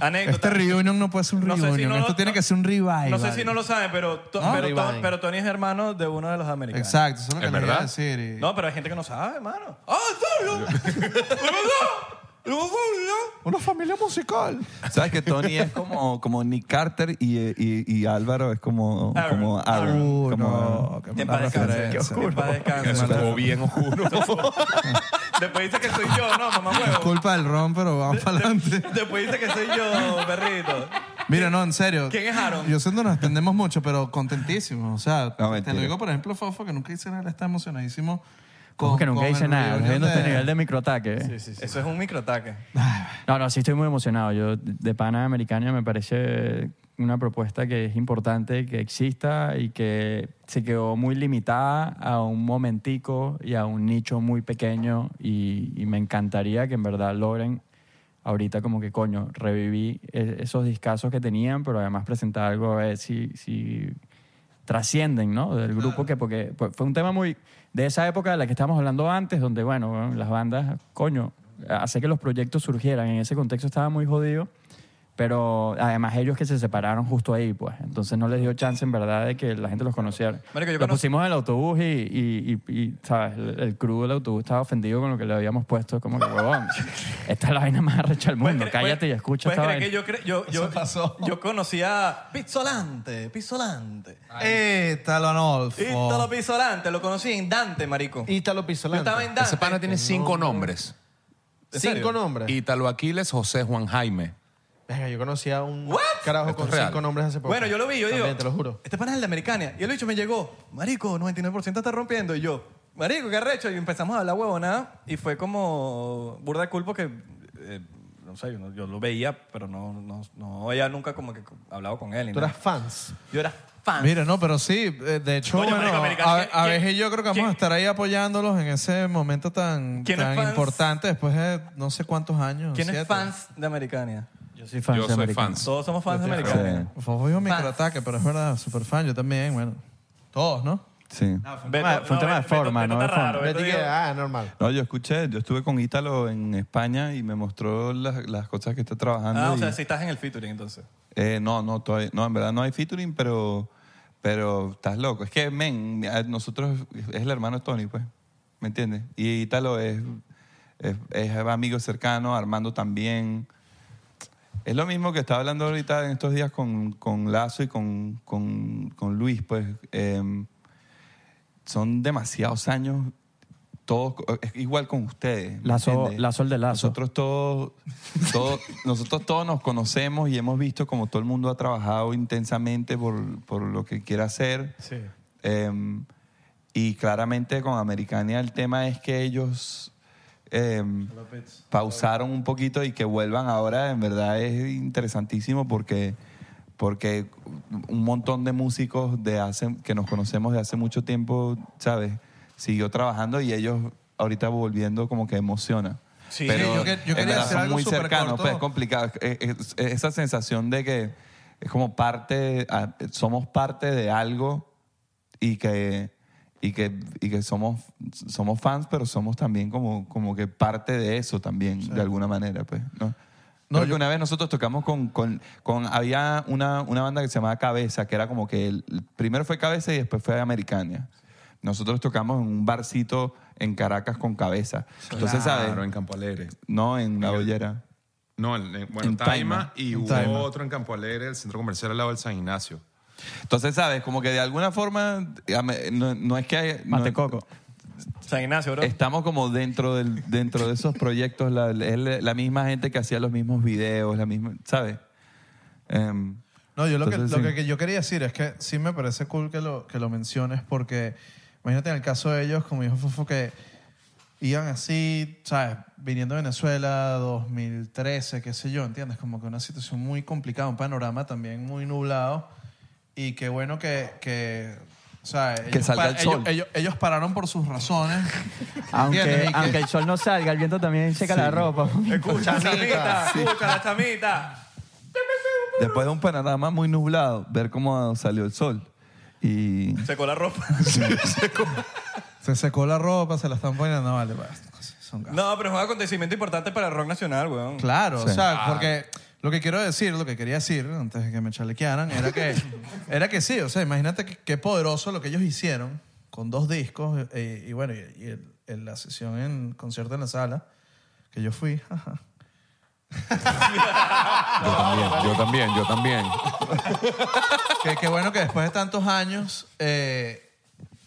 Speaker 4: Anécdota.
Speaker 2: Este reunion no puede ser un
Speaker 4: No sé si
Speaker 2: reunion,
Speaker 4: no
Speaker 2: esto
Speaker 4: lo-
Speaker 2: tiene que ser un revival.
Speaker 4: No sé si no lo saben, pero, to-
Speaker 2: ¿No?
Speaker 4: pero, to-
Speaker 6: Rewind.
Speaker 4: pero Tony es hermano de uno de los americanos.
Speaker 2: Exacto, eso es lo que
Speaker 7: ¿Es
Speaker 2: les iba a
Speaker 7: verdad?
Speaker 2: decir. y-
Speaker 4: No, pero hay gente que no sabe, hermano. ¡Ah, en serio! ¿De verdad?
Speaker 3: Una familia musical. ¿Sabes que Tony es como, como Nick Carter y, y, y Álvaro es como
Speaker 11: Aaron.
Speaker 3: como Aaron?
Speaker 11: Uh,
Speaker 3: como,
Speaker 11: Que en paz descanse, Ah, qué oscuro. En paz descanse.
Speaker 3: Eso estuvo bien oscuro.
Speaker 11: Después dice que soy yo, no, mamá
Speaker 2: Es
Speaker 11: huevo.
Speaker 2: culpa del ron, pero vamos para adelante.
Speaker 11: Después dice que soy yo, perrito.
Speaker 2: Mira, no, en serio.
Speaker 11: ¿Quién es Aaron?
Speaker 2: Yo siento que nos extendemos mucho, pero contentísimos. O sea, te
Speaker 3: mentira.
Speaker 2: lo digo, por ejemplo, Fofo, que nunca hice nada, está emocionadísimo.
Speaker 5: Como que nunca
Speaker 2: con
Speaker 5: hice
Speaker 2: el
Speaker 5: nada.
Speaker 2: reunión
Speaker 5: Viendo
Speaker 2: de-
Speaker 5: este nivel de microataque. ¿eh?
Speaker 11: Eso es un microataque.
Speaker 5: No, no, sí estoy muy emocionado. Yo, de pana americana, me parece una propuesta que es importante que exista y que se quedó muy limitada a un momentico y a un nicho muy pequeño y, y me encantaría que en verdad logren ahorita como que coño, reviví e- esos discazos que tenían, pero además presentar algo a ver si, si trascienden, ¿no? Del grupo que, porque pues, fue un tema muy de esa época de la que estábamos hablando antes, donde, bueno, bueno, las bandas, coño, hace que los proyectos surgieran. En ese contexto estaba muy jodido, pero además ellos que se separaron justo ahí, pues. Entonces no les dio chance, en verdad, de que la gente los conociera.
Speaker 11: Marico, yo
Speaker 5: los
Speaker 11: conocí-
Speaker 5: pusimos en el autobús y, y- y- y, ¿sabes? El, el crew del autobús estaba ofendido con lo que le habíamos puesto, como que, huevón, esta es la vaina más arrecha del mundo, cállate y escucha
Speaker 11: Puedes
Speaker 5: esta
Speaker 11: creer
Speaker 5: vaina.
Speaker 11: que yo, cre- yo, yo, yo conocía Pizzolante, Pizzolante.
Speaker 2: Ítalo Anolfo.
Speaker 11: Ítalo Pizzolante, lo conocí en Dante, marico.
Speaker 6: Ítalo
Speaker 11: Yo
Speaker 6: Pizzolante.
Speaker 11: estaba en Dante.
Speaker 7: Ese pana tiene cinco nombres.
Speaker 11: ¿En serio?
Speaker 6: Cinco nombres.
Speaker 7: Ítalo Aquiles, José Juan Jaime.
Speaker 6: Verga, Yo conocía a un
Speaker 11: What?
Speaker 6: carajo
Speaker 7: Esto
Speaker 6: con
Speaker 7: es real.
Speaker 6: cinco nombres hace poco.
Speaker 11: Bueno, yo lo vi, yo digo.
Speaker 6: También, te lo juro.
Speaker 11: Este pana es el de Americania. Y el bicho me llegó, marico, 99% está rompiendo. Y yo, marico, qué arrecho. Y empezamos a hablar huevonada. Y fue como burda de culpo que, eh, no sé, yo, no- yo lo veía, pero no, no, no había nunca como que hablado con él. ni
Speaker 6: Tú
Speaker 11: nada.
Speaker 6: eras fans.
Speaker 11: Yo era fan.
Speaker 2: Mira, no, pero sí, eh, de hecho,
Speaker 11: Coño,
Speaker 2: bueno,
Speaker 11: marico, americano,
Speaker 2: a,
Speaker 11: ¿quién-
Speaker 2: a
Speaker 11: quién-
Speaker 2: veces yo creo que vamos
Speaker 11: quién-
Speaker 2: a estar ahí apoyándolos en ese momento tan,
Speaker 11: ¿Quién es
Speaker 2: tan
Speaker 11: fans?
Speaker 2: importante después de no sé cuántos años.
Speaker 11: ¿Quién
Speaker 2: siete.
Speaker 11: es fans de Americania?
Speaker 5: Yo soy fan
Speaker 7: yo
Speaker 5: de
Speaker 7: soy
Speaker 5: Americana.
Speaker 7: fan.
Speaker 11: Todos somos fans de Ah,
Speaker 3: Sí,
Speaker 11: Americania.
Speaker 2: Fofo dijo microataque, pero es verdad, super fan, yo también, bueno. Todos, ¿no?
Speaker 3: sí.
Speaker 5: tema- fue un tema de forma, no de fondo.
Speaker 11: Beto
Speaker 6: Betty que,
Speaker 11: dijo-
Speaker 6: ah, normal.
Speaker 3: No, yo escuché, yo estuve con Ítalo en España y me mostró las, las cosas que está trabajando.
Speaker 11: Ah, o
Speaker 3: y-
Speaker 11: sea, si estás en el featuring entonces.
Speaker 3: Eh, no, no, todavía, no, en verdad no hay featuring, pero, pero estás loco. Es que, men, a nosotros es el hermano de Tony, pues, ¿me entiendes? Y Ítalo es, es, es amigo cercano, Armando también. Es lo mismo que estaba hablando ahorita en estos días con, con Lazo y con, con- con Luis, pues. em, son demasiados años, todos, co- es igual con ustedes. ¿me
Speaker 5: Lazo,
Speaker 3: entiendes?
Speaker 5: lazo el de lazo.
Speaker 3: Nosotros todos, todos- nosotros todos nos conocemos y hemos visto como todo el mundo ha trabajado intensamente por, por lo que quiere hacer. Em, y claramente con Americania el tema es que ellos em, pausaron un poquito y que vuelvan ahora en verdad es interesantísimo porque porque un montón de músicos de hace, que nos conocemos de hace mucho tiempo, ¿sabes? Siguió trabajando y ellos ahorita volviendo como que emociona.
Speaker 11: Sí,
Speaker 3: Pero
Speaker 2: yo que- yo
Speaker 3: en
Speaker 2: quería
Speaker 3: verdad
Speaker 2: hacer
Speaker 3: son
Speaker 2: algo
Speaker 3: muy
Speaker 2: súper
Speaker 3: cercanos,
Speaker 2: corto.
Speaker 3: pues es complicado. Es- es- es- esa sensación de que es como parte, ah, somos parte de algo y que, y que, y que somos, somos fans, pero somos también como, como que parte de eso también, de alguna manera, pues, ¿no?
Speaker 2: No,
Speaker 3: Creo que
Speaker 2: yo-
Speaker 3: una vez nosotros tocamos con... con, con- había una, una banda que se llamaba Cabeza, que era como que... el- primero fue Cabeza y después fue Americania. Nosotros tocamos en un barcito en Caracas con Cabeza. Entonces,
Speaker 7: Claro,
Speaker 3: ¿sabes?
Speaker 7: en Campo Alegre.
Speaker 3: No, en la bollera.
Speaker 7: No, en- en- bueno,
Speaker 3: En
Speaker 7: en
Speaker 3: Taima.
Speaker 7: Taima y
Speaker 2: En
Speaker 7: hubo
Speaker 2: Taima.
Speaker 7: otro en Campo Alegre, el centro comercial al lado del San Ignacio.
Speaker 3: Entonces, ¿sabes? Como que de alguna forma... a me- No, no es que... haya- no-
Speaker 5: Matecoco.
Speaker 11: San Ignacio, bro.
Speaker 3: Estamos como dentro del, dentro de esos proyectos, la, es la- la misma gente que hacía los mismos videos, la misma, ¿sabes? Em,
Speaker 2: No, yo lo, que,
Speaker 3: Entonces,
Speaker 2: lo
Speaker 3: sí.
Speaker 2: que yo quería decir es que sí me parece cool que lo, que lo menciones porque imagínate en el caso de ellos, como dijo Fofo, que iban así, ¿sabes? Viniendo de Venezuela 2013, qué sé yo, ¿entiendes? Como que una situación muy complicada, un panorama también muy nublado y qué bueno que... que ¿sabes?
Speaker 3: Que salga
Speaker 2: pa-
Speaker 3: el sol.
Speaker 2: Ellos, ellos- ellos pararon por sus razones. ¿entiendes?
Speaker 5: Aunque,
Speaker 2: Y que-
Speaker 5: aunque el sol no salga, el viento también seca la ropa.
Speaker 11: Escucha, chamita, escucha, la chamita.
Speaker 3: después de un panorama muy nublado, ver cómo salió el sol. Y
Speaker 11: Secó la ropa.
Speaker 2: Se secó la ropa, se la están poniendo, no, vale, pues, son gafas.
Speaker 11: No, pero es un acontecimiento importante para el rock nacional, weón.
Speaker 2: Claro, o
Speaker 3: Sí.
Speaker 4: Ah.
Speaker 2: sea, porque lo que quiero decir, lo que quería decir antes de que me chalequearan, era que, era que sí, o sea, imagínate que- qué poderoso lo que ellos hicieron con dos discos eh, y bueno, y, y el- el- la sesión en concierto en la sala, que yo fui, jaja,
Speaker 7: Yo también, yo también, yo también.
Speaker 2: que, que bueno que después de tantos años eh,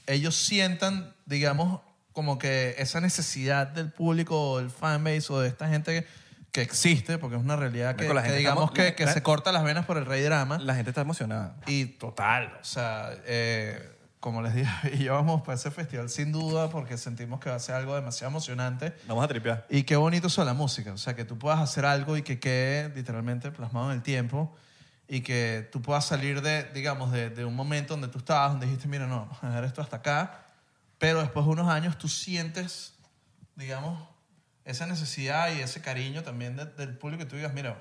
Speaker 2: ellos sientan, digamos, como que esa necesidad del público o del fanbase o de esta gente que, que existe, porque es una realidad que,
Speaker 11: Marico, la
Speaker 2: que
Speaker 11: gente
Speaker 2: digamos
Speaker 11: está mo-
Speaker 2: que, que
Speaker 11: la-
Speaker 2: se corta las venas por el rey drama.
Speaker 11: La gente está emocionada.
Speaker 2: Y total, o sea, eh, como les dije, y yo vamos para ese festival sin duda porque sentimos que va a ser algo demasiado emocionante.
Speaker 11: Vamos a tripear.
Speaker 2: Y qué bonito eso de la música, o sea, que tú puedas hacer algo y que quede literalmente plasmado en el tiempo y que tú puedas salir de, digamos, de, de un momento donde tú estabas, donde dijiste, mira, no, vamos a dejar esto hasta acá, pero después de unos años tú sientes, digamos, esa necesidad y ese cariño también de- del público que tú digas, mira,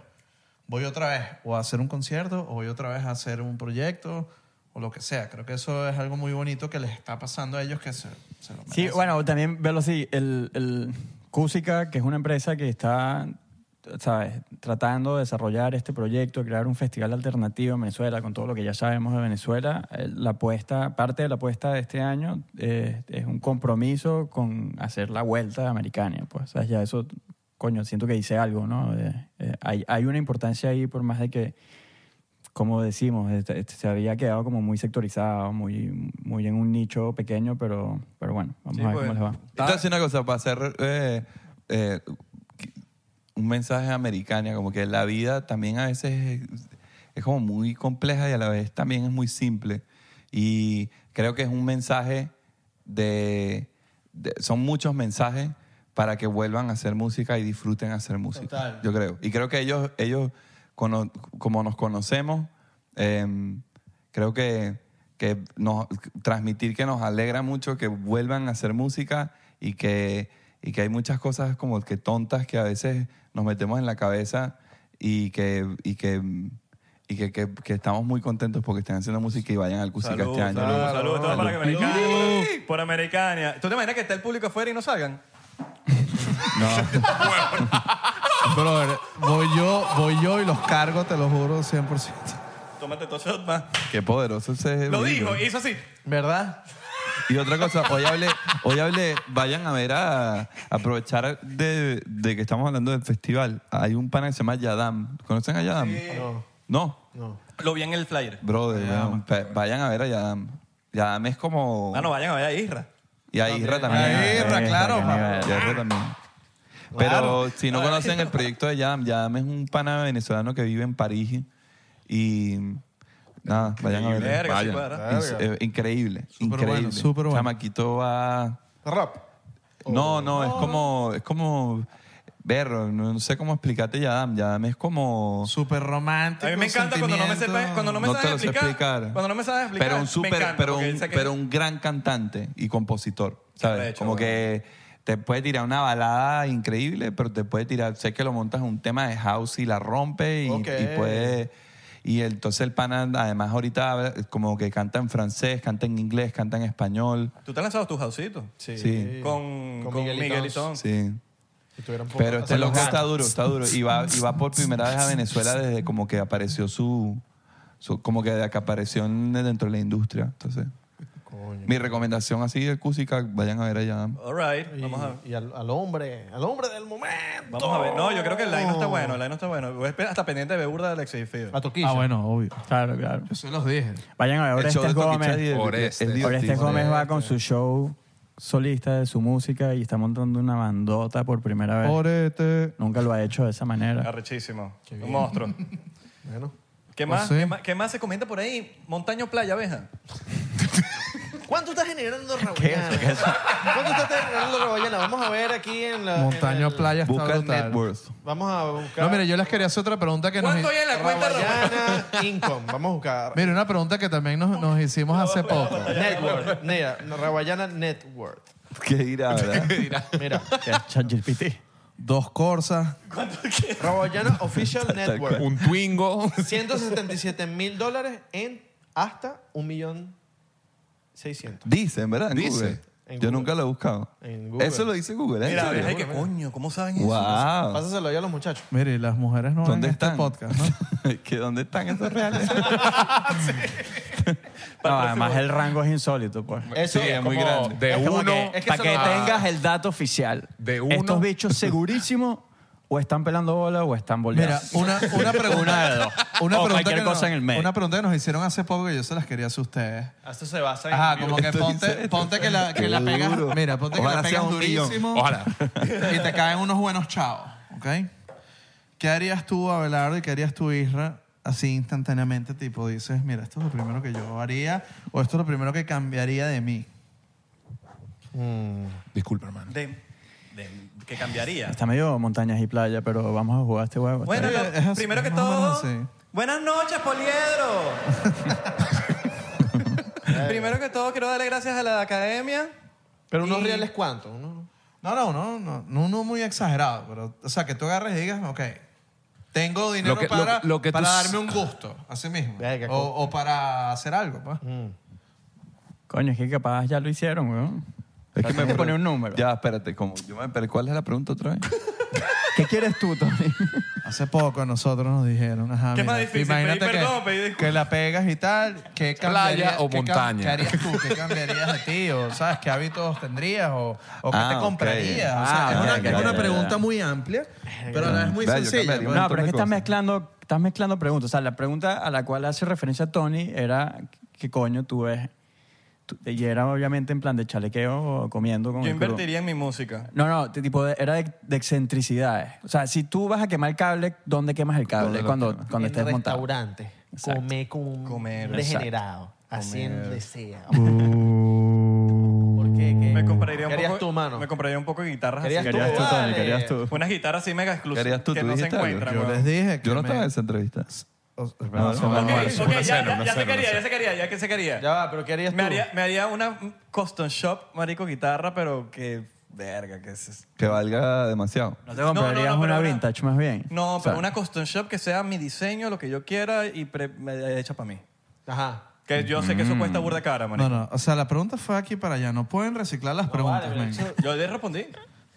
Speaker 2: voy otra vez o a hacer un concierto o voy otra vez a hacer un proyecto o lo que sea. Creo que eso es algo muy bonito que les está pasando a ellos que se, se lo
Speaker 5: Sí, bueno, también verlo así. El, el Cusica, que es una empresa que está ¿sabes? tratando de desarrollar este proyecto, de crear un festival alternativo en Venezuela, con todo lo que ya sabemos de Venezuela, eh, la apuesta, parte de la apuesta de este año eh, es un compromiso con hacer la vuelta a Americania. Pues, ¿sabes? Ya eso, coño, siento que hice algo, ¿no? Eh, eh, hay, hay una importancia ahí, por más de que como decimos, este- este se había quedado como muy sectorizado, muy, muy en un nicho pequeño, pero, pero bueno, vamos
Speaker 7: Sí,
Speaker 5: a ver
Speaker 7: pues.
Speaker 5: cómo les va.
Speaker 3: Entonces, una cosa, para hacer eh, eh, un mensaje americano, como que la vida también a veces es, es como muy compleja y a la vez también es muy simple. Y creo que es un mensaje de, de- Son muchos mensajes para que vuelvan a hacer música y disfruten hacer música.
Speaker 2: Total.
Speaker 3: Yo creo. Y creo que ellos, ellos cono- como nos conocemos, em, creo que, que nos, transmitir que nos alegra mucho que vuelvan a hacer música y que, y que hay muchas cosas como que tontas que a veces nos metemos en la cabeza y que, y que, y que, que- que estamos muy contentos porque estén haciendo música y vayan al Cusica
Speaker 11: Saludos,
Speaker 3: este año.
Speaker 11: saludos, saludos. Todo para que
Speaker 3: Salud.
Speaker 11: Americana. Por Americania. ¿Tú te imaginas que está el público afuera y no salgan?
Speaker 2: Brother, voy yo, voy yo y los cargo, te lo juro, 100%.
Speaker 11: Tómate dos shots más.
Speaker 3: Qué poderoso ese
Speaker 11: Lo
Speaker 3: video.
Speaker 11: dijo, hizo así.
Speaker 2: ¿Verdad?
Speaker 3: Y otra cosa, hoy hablé, hoy hablé, vayan a ver a, aprovechar de, de que estamos hablando del festival. Hay un pana que se llama Yadam. ¿Conocen a Yadam?
Speaker 6: No,
Speaker 3: No,
Speaker 6: no.
Speaker 11: Lo vi en el flyer.
Speaker 3: brother, weón, pe- vayan a ver a Yadam. Yadam es como.
Speaker 11: Ah, no, vayan a ver a Isra.
Speaker 3: Y a Isra también.
Speaker 2: A Isra, claro,
Speaker 3: A Isra también. Pero si no conocen el proyecto de Yadam, Yadam es un pana venezolano que vive en París y. Nada, vayan a verlo.
Speaker 11: Verga, sí,
Speaker 3: Vayan.
Speaker 11: cuadra.
Speaker 3: Es- eh, increíble, increíble.
Speaker 2: bueno, súper bueno.
Speaker 3: Chamaquito va.
Speaker 6: Rap.
Speaker 11: Oh.
Speaker 3: No, no, es como, es como, berro, no no sé cómo explicarte Yadam. Yadam es como,
Speaker 2: Súper romántico.
Speaker 11: A mí me encanta cuando no me sepa- cuando no me
Speaker 3: Este no
Speaker 11: sabes
Speaker 3: te lo sé
Speaker 11: explicar,
Speaker 3: explicar.
Speaker 11: Cuando no me sabes explicar.
Speaker 3: pero un
Speaker 11: me
Speaker 3: súper,
Speaker 11: encanta,
Speaker 3: pero
Speaker 11: porque
Speaker 3: un,
Speaker 11: sé que-
Speaker 3: pero un gran cantante y compositor, ¿sabes?
Speaker 11: arrecho,
Speaker 3: como
Speaker 11: weón.
Speaker 3: que te puede tirar una balada increíble, pero te puede tirar, sé que lo montas en un tema de house y la rompe y,
Speaker 6: Ok.
Speaker 3: y puede... Y el- entonces el pana, además ahorita habla- como que canta en francés, canta en inglés, canta en español.
Speaker 11: Tú te has lanzado tus jausitos.
Speaker 6: Sí.
Speaker 3: Sí.
Speaker 11: Con, con Miguelitón.
Speaker 3: Sí.
Speaker 6: Si tuviera un poco-
Speaker 3: Pero este
Speaker 6: hacer
Speaker 3: loco
Speaker 6: los
Speaker 3: está
Speaker 6: gatos.
Speaker 3: duro, está duro. Y va, y va por primera vez a Venezuela desde como que apareció su, su- como que de que apareció en- dentro de la industria. Entonces,
Speaker 6: Coño.
Speaker 3: mi recomendación así de Cusica, vayan a ver allá.
Speaker 11: All right. Vamos a ver.
Speaker 6: Y, y al, al hombre, al hombre del momento.
Speaker 11: Vamos a ver. No, yo creo que el line no está bueno. El line no está bueno. Voy a esperar hasta pendiente de Burda de Alexis y Feo.
Speaker 6: A Toquilla.
Speaker 2: Ah, bueno, obvio.
Speaker 5: Claro, claro.
Speaker 2: Yo se los dije.
Speaker 5: Vayan a ver
Speaker 3: El show
Speaker 5: Orestes
Speaker 3: de Toki
Speaker 5: Gómez.
Speaker 3: Chadi es-
Speaker 7: Orestes.
Speaker 3: es este. divertido.
Speaker 5: Orestes Gómez va con su show solista de su música y está montando una bandota por primera vez.
Speaker 2: Orete.
Speaker 5: Nunca lo ha hecho de esa manera.
Speaker 11: Arrechísimo. Un monstruo.
Speaker 6: Bueno.
Speaker 11: ¿Qué más,
Speaker 2: sé.
Speaker 11: ¿Qué más? qué más se comenta por ahí? Montaño Playa, abeja.
Speaker 6: ¿Cuánto está generando Raboyana? ¿Cuánto está generando Raboyana? Vamos a ver aquí en la. en
Speaker 2: Montaño
Speaker 6: el-
Speaker 2: Playa está
Speaker 3: Busca
Speaker 2: brutal.
Speaker 3: Net Worth.
Speaker 6: Vamos a buscar.
Speaker 2: No, mire, yo les quería hacer otra pregunta que nos
Speaker 11: ¿Cuánto hay
Speaker 2: hi-
Speaker 11: en la cuenta, Ramón?
Speaker 6: Raboyana Income. Vamos a buscar.
Speaker 2: Mire, una pregunta que también nos, nos hicimos hace poco.
Speaker 6: Network. Mira, Raboyana Network.
Speaker 3: ¿Qué dirá, verdad?
Speaker 6: Mira,
Speaker 5: ChatGPT.
Speaker 2: Dos corsas.
Speaker 6: Raboyana Official Network.
Speaker 7: Un Twingo.
Speaker 6: 177 mil dólares en hasta un millón 600.
Speaker 3: Dicen, ¿verdad? En
Speaker 7: Dice.
Speaker 3: Google.
Speaker 6: En
Speaker 3: Yo
Speaker 6: Google.
Speaker 3: nunca lo he busado.
Speaker 6: En Google.
Speaker 3: Eso lo dice Google, ¿eh?
Speaker 11: Mira,
Speaker 3: ¿En serio?
Speaker 11: abeja, ¿y qué coño? ¿Cómo saben eso?
Speaker 3: Wow.
Speaker 6: Pásaselo ya a los muchachos.
Speaker 2: Mire, las mujeres no
Speaker 3: ¿Dónde
Speaker 2: ven este
Speaker 3: están?
Speaker 2: podcast, ¿no?
Speaker 3: ¿Que ¿Dónde están esos reales?
Speaker 5: No, además el rango es insólito, pues.
Speaker 6: Eso
Speaker 7: Sí, es
Speaker 6: como-
Speaker 7: muy grande. De
Speaker 5: Es como
Speaker 7: uno.
Speaker 5: que-
Speaker 6: es que
Speaker 5: para
Speaker 6: eso
Speaker 5: que
Speaker 6: no-
Speaker 5: tengas el dato oficial.
Speaker 7: De uno.
Speaker 5: Estos bichos segurísimo o están pelando bola o están boleando.
Speaker 2: Mira, una, una pregunta.
Speaker 5: Una de dos.
Speaker 2: Una
Speaker 5: o
Speaker 2: pregunta
Speaker 5: cualquier
Speaker 2: que
Speaker 5: cosa
Speaker 2: nos,
Speaker 5: en el medio.
Speaker 2: Una pregunta que nos hicieron hace poco que yo se las quería hacer a ustedes.
Speaker 11: Ah,
Speaker 12: Esto se basa en.
Speaker 2: Ajá, como que ponte, ponte que la, que la pegas. Mira, ponte que la pegas durísimo. Y te caen unos buenos chavos, ¿ok? ¿Qué harías tú, Abelardo, y qué harías tú, Isra, así instantáneamente? Tipo, dices, mira, esto es lo primero que yo haría o esto es lo primero que cambiaría de mí.
Speaker 7: Disculpa, hermano.
Speaker 4: De, de- que cambiaría.
Speaker 5: Está medio montañas y playa, pero vamos a jugar este huevo.
Speaker 4: Bueno,
Speaker 5: Está
Speaker 4: lo-
Speaker 5: bien.
Speaker 4: primero que
Speaker 5: más o menos
Speaker 4: todo, buenas noches, Poliedro. primero que todo, quiero darle gracias a la academia.
Speaker 6: Pero unos
Speaker 4: Y-
Speaker 6: reales cuántos, ¿no?
Speaker 2: No, no, no, no, no, no muy exagerado, pero, o sea, que tú agarres y digas, ok, tengo dinero
Speaker 7: Lo que- lo-
Speaker 2: para,
Speaker 7: lo que tú
Speaker 2: para
Speaker 7: s-
Speaker 2: darme un gusto, así mismo,
Speaker 6: Verga,
Speaker 2: o, o para hacer algo, pues.
Speaker 5: Coño, es que capaz ya lo hicieron, weón.
Speaker 3: Es que
Speaker 5: Tienes
Speaker 3: me
Speaker 5: que poner un número.
Speaker 3: Ya, espérate, como yo me pero ¿cuál es la pregunta otra vez?
Speaker 5: ¿Qué quieres tú, Tony?
Speaker 2: Hace poco a nosotros nos dijeron, ajá,
Speaker 4: ¿Qué
Speaker 2: mira,
Speaker 4: más difícil,
Speaker 2: imagínate
Speaker 4: pedir
Speaker 2: que,
Speaker 4: perdón o pedir disculpas?
Speaker 2: que la pegas y tal, ¿qué
Speaker 7: Playa
Speaker 2: cambiaría-
Speaker 7: o
Speaker 2: qué cam-
Speaker 7: montaña.
Speaker 2: ¿Qué harías tú? ¿Qué cambiarías de ti? O, ¿sabes? ¿Qué hábitos tendrías? ¿O, o qué
Speaker 3: Ah,
Speaker 2: te
Speaker 3: ok.
Speaker 2: comprarías? O sea,
Speaker 5: Ah,
Speaker 2: es una,
Speaker 5: ok,
Speaker 2: es
Speaker 5: ok,
Speaker 2: una
Speaker 5: ok,
Speaker 2: pregunta
Speaker 5: ok.
Speaker 2: muy amplia, pero a la vez muy
Speaker 3: Vea, yo
Speaker 2: sencilla.
Speaker 3: cambiaría un
Speaker 2: pues.
Speaker 5: No, pero
Speaker 3: montón de
Speaker 5: es que estás
Speaker 3: cosas.
Speaker 5: mezclando, estás mezclando preguntas. O sea, la pregunta a la cual hace referencia Tony era qué coño tú ves. Tú- Y era obviamente en plan de chalequeo o comiendo con
Speaker 4: Yo
Speaker 5: el crew.
Speaker 4: invertiría en mi música.
Speaker 5: No, no, te- tipo de- era de, de excentricidades. O sea, si tú vas a quemar el cable, ¿dónde quemas el cable?
Speaker 3: ¿Dónde lo
Speaker 5: Cuando,
Speaker 3: quemas?
Speaker 5: cuando
Speaker 6: en
Speaker 5: estés montado.
Speaker 6: restaurante.
Speaker 5: Exacto.
Speaker 6: Come como un
Speaker 4: Comer.
Speaker 6: degenerado. Así en
Speaker 4: Comer.
Speaker 6: desea.
Speaker 5: Uh.
Speaker 6: ¿Por qué? ¿Qué?
Speaker 4: Me compraría un
Speaker 6: ¿Qué harías
Speaker 4: poco.
Speaker 6: tú, mano?
Speaker 4: Me compraría un poco de guitarras
Speaker 6: ¿Qué harías
Speaker 4: así.
Speaker 6: tú?
Speaker 5: Querías tú, Tony,
Speaker 6: Vale.
Speaker 5: querías tú.
Speaker 4: Unas guitarras así mega exclusivas
Speaker 3: harías tú?
Speaker 4: que
Speaker 3: ¿Tú
Speaker 4: no se
Speaker 3: dijiste algo?
Speaker 4: encuentran.
Speaker 2: Yo
Speaker 4: weón.
Speaker 2: les dije que
Speaker 3: Yo no
Speaker 2: me-
Speaker 3: estaba en esa entrevista.
Speaker 2: o-
Speaker 3: No, no,
Speaker 4: Ok,
Speaker 3: no,
Speaker 4: ok,
Speaker 3: eso.
Speaker 4: ya,
Speaker 7: cena,
Speaker 4: ya,
Speaker 7: una
Speaker 4: ya se
Speaker 7: cena,
Speaker 4: quería,
Speaker 7: una
Speaker 4: ya se quería, ya que se quería.
Speaker 6: Ya va, pero ¿qué harías
Speaker 4: Me
Speaker 6: tú?
Speaker 4: haría, me haría una custom shop, marico, guitarra, pero que... Verga, que es...
Speaker 3: Que valga demasiado.
Speaker 5: No te comprarías
Speaker 4: no, no, pero
Speaker 5: una
Speaker 4: una-
Speaker 5: vintage más bien.
Speaker 4: No,
Speaker 5: O sea,
Speaker 4: pero una custom shop que sea mi diseño, lo que yo quiera y pre- me- hecha para mí.
Speaker 6: Ajá.
Speaker 4: Que yo sé que eso cuesta burda cara,
Speaker 2: No,
Speaker 4: marico.
Speaker 2: no, o sea, la pregunta fue aquí para allá. No pueden reciclar las preguntas, men.
Speaker 4: Yo le respondí.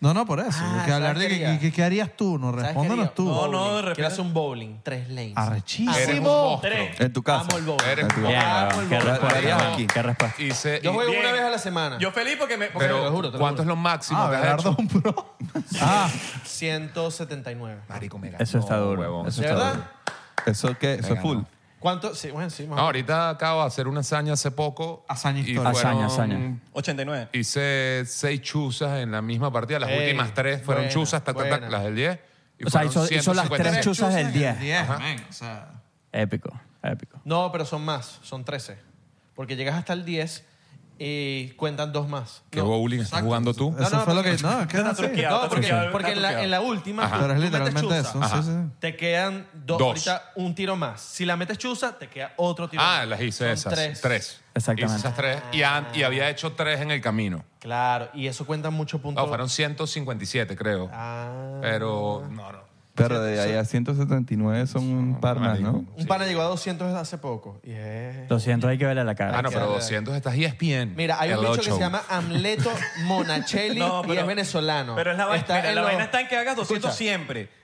Speaker 2: No, no, por eso.
Speaker 6: Ah,
Speaker 2: Hay que hablar de
Speaker 6: ¿sabes qué
Speaker 2: que,
Speaker 6: haría?
Speaker 2: que- qué harías tú, no respóndanos tú.
Speaker 4: No, no, de
Speaker 6: de repente.
Speaker 4: repente-
Speaker 6: Quiero hacer un bowling, tres lanes.
Speaker 2: Arrechísimo.
Speaker 7: Eres un
Speaker 6: ¡Arrechísimo!
Speaker 7: monstruo.
Speaker 3: En tu casa.
Speaker 6: Amo el bowl.
Speaker 7: Eres
Speaker 3: En tu
Speaker 7: un
Speaker 3: casa.
Speaker 5: Ya,
Speaker 6: Vamos,
Speaker 5: ¿Qué
Speaker 6: vamos.
Speaker 3: Harías
Speaker 5: respuesta?
Speaker 3: aquí.
Speaker 5: ¿Qué respuesta?
Speaker 7: Y se-
Speaker 6: Yo
Speaker 7: y-
Speaker 6: juego una
Speaker 4: Bien.
Speaker 6: vez a la semana.
Speaker 4: Yo feliz porque me... porque-
Speaker 7: pero,
Speaker 6: lo juro, te lo
Speaker 7: ¿cuánto
Speaker 6: juro.
Speaker 7: es lo máximo
Speaker 2: Ah,
Speaker 7: que has
Speaker 2: Abelardo,
Speaker 7: hecho?
Speaker 2: un pro.
Speaker 6: 179.
Speaker 7: Marico, me ganó,
Speaker 5: Eso está duro.
Speaker 7: huevón.
Speaker 3: Eso
Speaker 6: ¿De
Speaker 3: está
Speaker 6: verdad?
Speaker 3: duro. Eso que eso es
Speaker 7: Venga,
Speaker 3: full.
Speaker 7: no.
Speaker 6: ¿Cuánto? Sí, bueno, sí, más
Speaker 7: No,
Speaker 6: o menos.
Speaker 7: ahorita acabo de hacer una hazaña hace poco.
Speaker 2: Hazaña
Speaker 7: y
Speaker 2: histórica.
Speaker 7: fueron-
Speaker 5: Hazaña, hazaña.
Speaker 4: 89.
Speaker 7: Hice seis chuzas en la misma partida. Las
Speaker 6: Ey,
Speaker 7: últimas tres fueron
Speaker 6: buena,
Speaker 7: chuzas, tac, tac, tac,
Speaker 6: buena.
Speaker 7: las del 10. y
Speaker 5: O sea,
Speaker 7: fueron
Speaker 5: hizo, hizo las
Speaker 7: 150.
Speaker 5: tres chuzas del 10.
Speaker 2: 10, men. O sea,
Speaker 5: Épico, épico.
Speaker 6: No, pero son más, son 13. Porque llegas hasta el 10 y cuentan dos más.
Speaker 7: ¿Qué
Speaker 6: No.
Speaker 7: bowling estás jugando tú?
Speaker 2: eso
Speaker 6: no,
Speaker 2: fue lo
Speaker 6: pero-
Speaker 2: que. No, es que era así.
Speaker 4: truqueado.
Speaker 6: No, porque,
Speaker 4: Está
Speaker 6: porque en, la,
Speaker 4: truqueado.
Speaker 6: en la última.
Speaker 7: Ajá.
Speaker 6: tú
Speaker 2: Pero es
Speaker 6: metes
Speaker 2: literalmente
Speaker 6: chuza,
Speaker 2: eso. Sí, sí.
Speaker 6: Te quedan dos,
Speaker 7: Dos.
Speaker 6: Ahorita un tiro más. Si la metes chuza, te queda otro tiro más.
Speaker 7: Ah, las hice
Speaker 6: Son
Speaker 7: esas. Tres.
Speaker 5: Exactamente.
Speaker 7: Hice esas tres. Y, an- y había hecho tres en el camino.
Speaker 6: Claro, y eso cuentan mucho puntos.
Speaker 7: No, fueron 157, creo.
Speaker 6: Ah.
Speaker 7: Pero, no, no.
Speaker 3: Pero de ahí a 179 son un par más, ¿no?
Speaker 6: Un pana llegó a 200 hace poco. Y es-
Speaker 5: 200 hay que verle la cara.
Speaker 7: Ah, no, pero 200 estás ESPN.
Speaker 6: Mira, hay un
Speaker 7: El
Speaker 6: bicho que
Speaker 7: ocho.
Speaker 6: se llama Amleto Monachelli
Speaker 4: No,
Speaker 6: y es venezolano.
Speaker 4: Pero es la vaina.
Speaker 6: Está
Speaker 4: mira,
Speaker 6: en
Speaker 4: la
Speaker 6: los-
Speaker 4: vaina está en que hagas 200
Speaker 6: Escucha.
Speaker 4: siempre.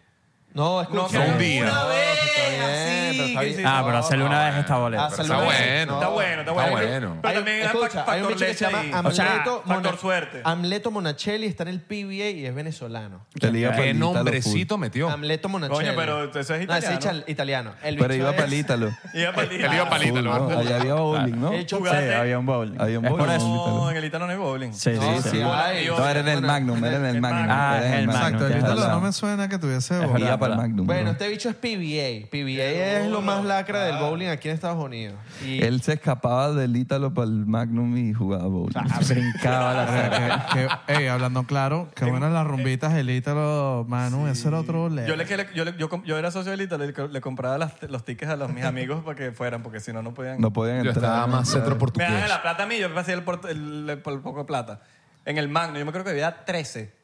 Speaker 6: No,
Speaker 4: No,
Speaker 6: escucha.
Speaker 7: que un día.
Speaker 4: Una vez, así, que sí.
Speaker 5: Ah, pero hacerle una vez esta
Speaker 6: Ah,
Speaker 5: boleta.
Speaker 6: hacerle
Speaker 7: Está
Speaker 6: una vez.
Speaker 7: bueno.
Speaker 4: Está bueno, está bueno.
Speaker 7: Está
Speaker 4: Pero-
Speaker 7: bueno.
Speaker 4: Pero
Speaker 6: Hay un-
Speaker 4: también hay
Speaker 6: escucha,
Speaker 4: factor
Speaker 6: hay un bicho que se
Speaker 4: leche
Speaker 6: llama
Speaker 4: ahí.
Speaker 6: Amleto,
Speaker 4: O sea,
Speaker 6: Mona-
Speaker 4: factor suerte.
Speaker 6: Amleto Monachelli, está en el PBA y es venezolano.
Speaker 3: Te liga
Speaker 7: ¿Qué
Speaker 3: palítalo full.
Speaker 7: nombrecito metió?
Speaker 6: Amleto Monachelli.
Speaker 4: Coño, pero eso es
Speaker 6: No, ese
Speaker 4: italiano.
Speaker 6: es ital- italiano. El
Speaker 3: Pero
Speaker 6: bicho
Speaker 3: iba
Speaker 6: es- Ah,
Speaker 3: palítalo.
Speaker 4: Y ya perdí.
Speaker 7: El iba palita,
Speaker 3: Full, ¿no? Allá había bowling, ¿no?
Speaker 6: El bicho-
Speaker 5: Sí, había un bowling.
Speaker 3: Había un
Speaker 5: Es por
Speaker 3: bowling.
Speaker 5: eso.
Speaker 4: No, en el italiano no hay bowling.
Speaker 5: Sí,
Speaker 6: No,
Speaker 5: sí, sí.
Speaker 6: sí, hay.
Speaker 3: No, era en el
Speaker 6: Bueno,
Speaker 3: Magnum, era en el Magnum.
Speaker 5: Ah,
Speaker 3: era en
Speaker 5: es el Magnum,
Speaker 2: Exacto,
Speaker 5: tienes
Speaker 2: ahorita
Speaker 5: razón.
Speaker 2: no me suena que tuviese bola.
Speaker 5: Es
Speaker 3: Iba
Speaker 5: verdad.
Speaker 3: para el Magnum.
Speaker 6: Bueno,
Speaker 3: bro.
Speaker 6: este bicho es PBA. PBA es lo más lacra
Speaker 4: Ah.
Speaker 6: del bowling aquí en Estados Unidos. Y
Speaker 3: Él se escapaba del Ítalo para el Magnum y jugaba bowling.
Speaker 5: Ah, Brincaba la
Speaker 2: Mira, que- que- ey, eh, hablando claro, qué buenas las rumbitas del Ítalo, Manu, ese era otro level.
Speaker 4: Yo, le, que le- yo, le- yo, com- yo era socio del Italo, le, co- le compraba las- los tickets a los, mis amigos para que fueran, porque si no, no podían.
Speaker 3: No podían
Speaker 7: Yo
Speaker 3: entrar.
Speaker 7: estaba más centro
Speaker 4: me daban
Speaker 7: portugués.
Speaker 4: la plata a mí, yo me hacía el, por, el, el- por poco de plata. En el Magno, yo me creo que había 13.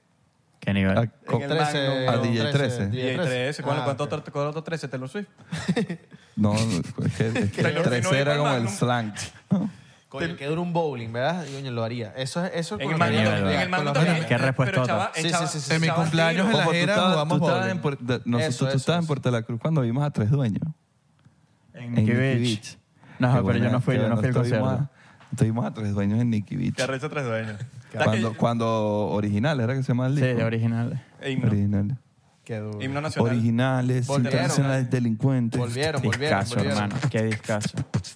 Speaker 5: Qué nivel.
Speaker 3: Ah,
Speaker 4: En
Speaker 3: con-
Speaker 4: el
Speaker 6: trece-
Speaker 3: A
Speaker 4: Magnum.
Speaker 3: DJ 13.
Speaker 4: Y hay 13.
Speaker 6: Ah,
Speaker 4: ¿Cuánto, cuánto,
Speaker 6: ok.
Speaker 4: otro- cuánto otro 13? Taylor Swift.
Speaker 3: No, es que, es que
Speaker 4: Taylor
Speaker 3: tres
Speaker 4: Swift no iba
Speaker 3: era
Speaker 4: al
Speaker 3: como el
Speaker 4: Magnum.
Speaker 3: slang.
Speaker 6: Coño, que dura un bowling, ¿verdad? Coño, lo haría. Eso es eso es
Speaker 4: En el
Speaker 6: con lo que
Speaker 4: Magno
Speaker 6: haría,
Speaker 4: también. En
Speaker 6: ¿verdad?
Speaker 4: el Magno
Speaker 6: Con lo que
Speaker 4: también.
Speaker 5: Qué
Speaker 4: pero
Speaker 5: respuestota.
Speaker 4: echaba-
Speaker 6: Sí, sí,
Speaker 4: echaba-
Speaker 6: sí, sí.
Speaker 4: echaba
Speaker 2: En mi cumpleaños
Speaker 4: tiros.
Speaker 2: en la era jugamos bowling.
Speaker 3: en, Puerto- de-
Speaker 6: Eso,
Speaker 3: nosotros, tú
Speaker 6: eso,
Speaker 3: estabas en
Speaker 6: eso.
Speaker 3: Puerto de la Cruz cuando vimos a tres dueños.
Speaker 5: En Nicky Beach. No,
Speaker 3: Qué
Speaker 5: pero yo
Speaker 3: buena-
Speaker 5: no fui,
Speaker 3: qué
Speaker 5: yo no fui al
Speaker 3: bueno, estuvimos
Speaker 5: concierto.
Speaker 3: a- Estuvimos a tres dueños en Nicky Beach.
Speaker 4: Que arrecho tres dueños.
Speaker 3: Cuando, cuando original, era que se llamaba el
Speaker 5: Sí,
Speaker 3: disco.
Speaker 5: original.
Speaker 4: Ey, no.
Speaker 3: Original.
Speaker 6: Qué duro.
Speaker 4: Himno nacional.
Speaker 3: Originales,
Speaker 6: Volvieron.
Speaker 3: internacionales, delincuentes.
Speaker 6: Volvieron, volvieron,
Speaker 5: Discaso,
Speaker 6: volvieron.
Speaker 5: hermano. Qué discaso.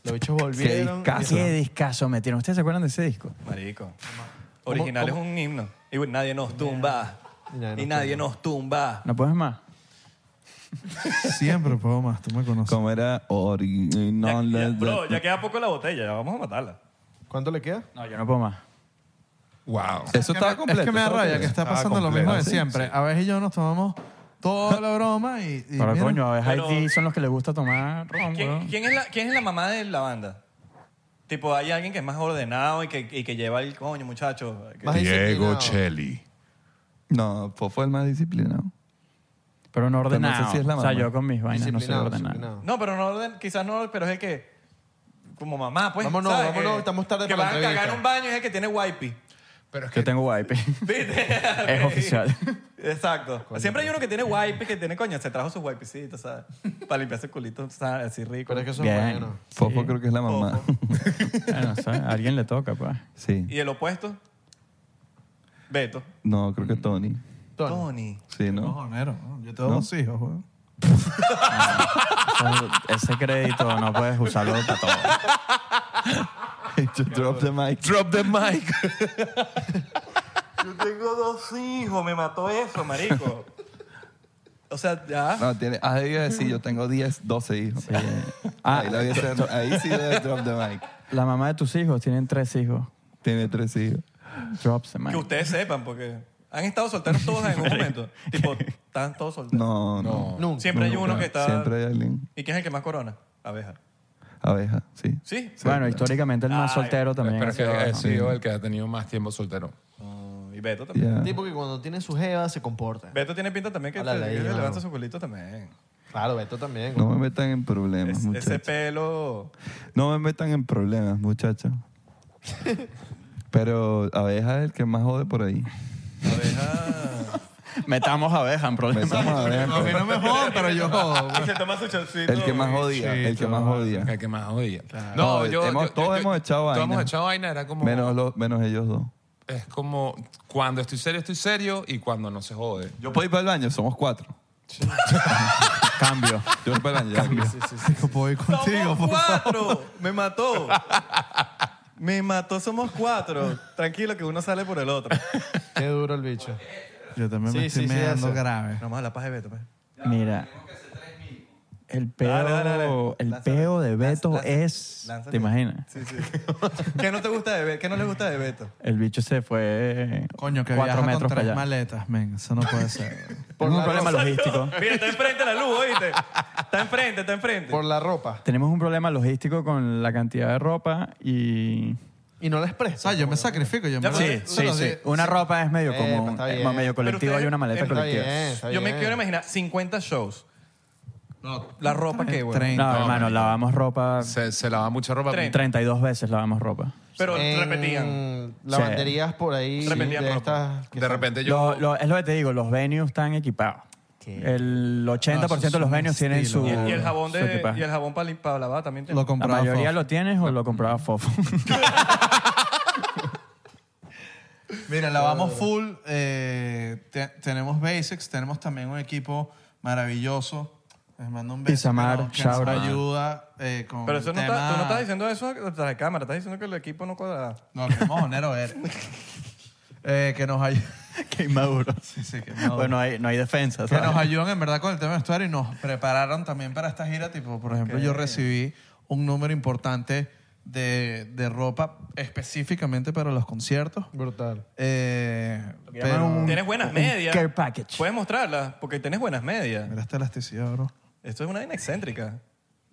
Speaker 6: Los bichos
Speaker 5: Qué
Speaker 6: volvieron.
Speaker 5: discaso. Qué discaso metieron. ¿Ustedes se acuerdan de ese disco?
Speaker 4: Marico. Original es un himno. Y nadie nos tumba. Y nadie nos tumba.
Speaker 5: ¿No puedes más?
Speaker 2: Siempre puedo más, tú me conoces.
Speaker 3: Como era originales.
Speaker 4: Bro, ya queda poco la botella, ya vamos a matarla.
Speaker 6: ¿Cuánto le queda?
Speaker 5: No, yo no puedo más.
Speaker 7: Wow.
Speaker 3: Eso
Speaker 2: Es que me-
Speaker 3: está completo.
Speaker 2: Es que me da
Speaker 3: eso
Speaker 2: raya
Speaker 3: completo.
Speaker 2: que está
Speaker 3: Estaba
Speaker 2: pasando lo
Speaker 3: completo.
Speaker 2: mismo de
Speaker 3: Sí,
Speaker 2: siempre.
Speaker 3: sí.
Speaker 2: A veces y yo nos tomamos toda la broma y. y
Speaker 5: Pero
Speaker 2: mira,
Speaker 5: coño, a ver,
Speaker 4: Pero-
Speaker 5: Haití son los que les gusta tomar ron,
Speaker 4: ¿Quién,
Speaker 5: weón.
Speaker 4: quién es la, ¿Quién es la mamá de la banda? Tipo, hay alguien que es más ordenado y que, y que lleva el coño, muchacho. Que-
Speaker 6: Más
Speaker 7: Diego
Speaker 6: disciplinado.
Speaker 7: Chelli.
Speaker 3: No, Fofo es el más disciplinado.
Speaker 5: Pero
Speaker 3: Pero
Speaker 5: no
Speaker 3: no sé
Speaker 5: ordenado.
Speaker 3: si es la
Speaker 5: o sea,
Speaker 3: mamá.
Speaker 5: yo con mis vainas no soy
Speaker 6: Disciplinado,
Speaker 5: ordenado.
Speaker 6: disciplinado.
Speaker 4: No, pero no orden, quizás no, pero es el que. Como mamá, pues.
Speaker 6: Vámonos,
Speaker 4: ¿sabes?
Speaker 6: vámonos,
Speaker 4: Que-
Speaker 6: estamos tarde
Speaker 4: Que
Speaker 6: para
Speaker 4: van
Speaker 6: la
Speaker 4: a
Speaker 6: entrevista.
Speaker 4: cagar en un baño y es el que tiene wipe.
Speaker 7: Pero es que
Speaker 5: Yo tengo wipe.
Speaker 4: ¿Viste?
Speaker 5: es oficial.
Speaker 4: Exacto. Siempre hay uno que tiene wipe, que tiene coño, se trajo sus wipecitos, ¿sabes? Para limpiarse el culito, ¿sabes? Así rico.
Speaker 6: Pero es que son
Speaker 5: Bien.
Speaker 6: buenos.
Speaker 3: Fofo
Speaker 5: Sí.
Speaker 3: creo que es la mamá.
Speaker 5: Ah, no sé, a alguien le toca, pues.
Speaker 3: sí.
Speaker 4: ¿Y el opuesto? Beto.
Speaker 3: No, creo que Tony.
Speaker 6: Tony.
Speaker 3: Sí, ¿no?
Speaker 2: cojonero, ¿no? Yo tengo dos hijos, weón.
Speaker 5: Eso- Ese crédito no puedes usarlo para todo.
Speaker 3: Yo drop the mic.
Speaker 7: Drop the mic.
Speaker 4: Yo tengo dos hijos, me mató eso, marico. O sea, ya.
Speaker 3: No, tiene, has debido decir, yo tengo 10, 12 hijos. Ah,
Speaker 5: Ah,
Speaker 3: ahí, lo hubiese- ahí sí debe drop the mic.
Speaker 5: La mamá de tus hijos tienen tres hijos.
Speaker 3: Tiene tres hijos.
Speaker 5: Drops the mic.
Speaker 4: Que ustedes sepan, porque han estado solteros todos en un momento. tipo, están todos solteros.
Speaker 3: No, no.
Speaker 6: Nunca.
Speaker 4: Siempre hay uno que está.
Speaker 3: Siempre hay alguien.
Speaker 4: ¿Y quién es el que más corona? Abeja.
Speaker 3: Abeja, sí.
Speaker 4: ¿Sí?
Speaker 5: Bueno, históricamente el más
Speaker 4: Ay,
Speaker 5: soltero también.
Speaker 7: Pero
Speaker 5: ha
Speaker 7: es que
Speaker 5: sido
Speaker 7: he
Speaker 5: Abeja.
Speaker 7: sido el que Eh, ha tenido más tiempo soltero.
Speaker 4: Oh, y Beto también.
Speaker 3: Ya.
Speaker 6: Tipo que cuando tiene su jeva se comporta.
Speaker 4: Beto tiene pinta también que,
Speaker 6: Háblale ahí,
Speaker 4: que
Speaker 6: mano.
Speaker 4: levanta su culito también.
Speaker 6: Claro, Beto también.
Speaker 3: No me metan en
Speaker 4: Es-
Speaker 3: problemas,
Speaker 4: ese
Speaker 3: muchachos.
Speaker 4: pelo.
Speaker 3: No me metan en problemas, muchachos. Pero Abeja es el que más jode por ahí.
Speaker 4: Abeja.
Speaker 5: Metamos abeja en problemas.
Speaker 3: Metamos a Abeja en
Speaker 2: A mí no
Speaker 3: problemas.
Speaker 2: me jodan, pero yo jodo.
Speaker 4: y se toma su chancito.
Speaker 3: El que más jodía, el que más jodía.
Speaker 7: El que más odia. No,
Speaker 3: Joder,
Speaker 7: yo,
Speaker 3: hemos-
Speaker 7: yo- yo-
Speaker 3: todos
Speaker 7: yo-
Speaker 3: hemos echado
Speaker 7: todos
Speaker 3: vaina.
Speaker 7: hemos echado vaina, era como...
Speaker 3: Menos, los- menos ellos dos.
Speaker 7: Es como cuando estoy serio, estoy serio y cuando no se jode.
Speaker 3: Yo puedo ir para el baño, somos cuatro.
Speaker 5: Cambio.
Speaker 3: Yo voy para el baño. ya.
Speaker 2: Yo puedo ir contigo,
Speaker 4: Somos
Speaker 2: por favor.
Speaker 4: cuatro. Me mató. Me mató, somos cuatro. Tranquilo que uno sale por el otro.
Speaker 6: Qué duro el bicho.
Speaker 2: Yo también
Speaker 6: Sí,
Speaker 2: me estoy
Speaker 6: sí, sí,
Speaker 2: meando
Speaker 6: eso.
Speaker 2: grave.
Speaker 4: No más la paja de Beto, pues.
Speaker 5: Mira. El peo,
Speaker 4: Dale, dale, dale.
Speaker 5: El
Speaker 4: Lánzale.
Speaker 5: peo de Beto
Speaker 4: Lánzale.
Speaker 5: es.
Speaker 4: Lánzale.
Speaker 5: ¿Te imaginas?
Speaker 4: Sí, sí. ¿Qué no te gusta de Beto? ¿Qué no le gusta de Beto?
Speaker 5: El bicho se fue
Speaker 2: Coño, que
Speaker 5: cuatro
Speaker 2: viaja con
Speaker 5: metros para
Speaker 2: tres
Speaker 5: allá.
Speaker 2: maletas, men. Eso no puede ser.
Speaker 5: Por un problema logístico.
Speaker 4: Mira, está enfrente la luz, ¿oíste? Está enfrente, está enfrente.
Speaker 6: Por la ropa.
Speaker 5: Tenemos un problema logístico con la cantidad de ropa y.
Speaker 6: Y no la
Speaker 2: O
Speaker 6: expresa.
Speaker 2: sea, yo me sacrifico. Yo me
Speaker 4: Sí,
Speaker 2: se
Speaker 5: Sí,
Speaker 2: los
Speaker 5: sí.
Speaker 2: di-
Speaker 5: Una ropa es medio
Speaker 6: Eh,
Speaker 5: común,
Speaker 6: pues, está
Speaker 5: es
Speaker 6: bien.
Speaker 5: medio
Speaker 4: Pero
Speaker 5: colectivo
Speaker 4: ustedes-
Speaker 5: y una maleta
Speaker 4: está
Speaker 6: Está
Speaker 5: colectiva.
Speaker 6: bien, está
Speaker 4: Yo me
Speaker 6: bien.
Speaker 4: quiero imaginar 50 shows. la ropa que, güey.
Speaker 2: 30.
Speaker 5: No, hermano, lavamos ropa
Speaker 7: Se, se lava mucha ropa.
Speaker 4: Tren.
Speaker 5: 32 veces lavamos ropa.
Speaker 4: Pero
Speaker 6: En
Speaker 4: repetían.
Speaker 6: Lavanderías por ahí.
Speaker 4: Repetían
Speaker 6: de
Speaker 4: ropa.
Speaker 6: estas que
Speaker 7: De
Speaker 6: son-
Speaker 7: repente yo...
Speaker 5: Lo- lo- es lo que te digo, los venues están equipados. El 80% de los
Speaker 2: un
Speaker 5: venues tienen su
Speaker 2: estilo.
Speaker 4: Y el, y el jabón
Speaker 5: su
Speaker 4: de
Speaker 5: equipaje.
Speaker 4: y el jabón para limpiar lavar también. tiene.
Speaker 2: Lo
Speaker 5: La
Speaker 2: compraba.
Speaker 5: mayoría
Speaker 2: Fofo.
Speaker 5: lo tienes o lo compraba Fofo.
Speaker 2: Mira, lavamos full. eh, te- tenemos basics. Tenemos también un equipo maravilloso. Les mando un beso.
Speaker 5: Isamar,
Speaker 2: que nos- que nos
Speaker 5: shout out.
Speaker 2: ayuda eh, con
Speaker 4: Pero eso no
Speaker 2: el
Speaker 4: está, tú no
Speaker 2: tema-
Speaker 4: estás diciendo eso detrás de cámara, estás diciendo que el equipo no cuadra.
Speaker 2: No, qué mojonero eres. Eh, que nos ayuda.
Speaker 5: qué inmaduro.
Speaker 2: Sí, sí, qué inmaduro.
Speaker 5: Bueno, hay- no hay defensa.
Speaker 2: Que
Speaker 5: ¿sabes?
Speaker 2: nos ayudan en verdad con el tema de vestuario y nos prepararon también para esta gira. Tipo, por ejemplo, yo recibí un número importante de, de ropa específicamente para los conciertos.
Speaker 6: Brutal.
Speaker 2: Eh, pero
Speaker 5: llaman un-
Speaker 4: Tienes buenas medias.
Speaker 5: care package.
Speaker 4: Puedes mostrarlas porque tienes buenas medias.
Speaker 2: mira esta elasticidad, bro.
Speaker 4: Esto es una vaina excéntrica.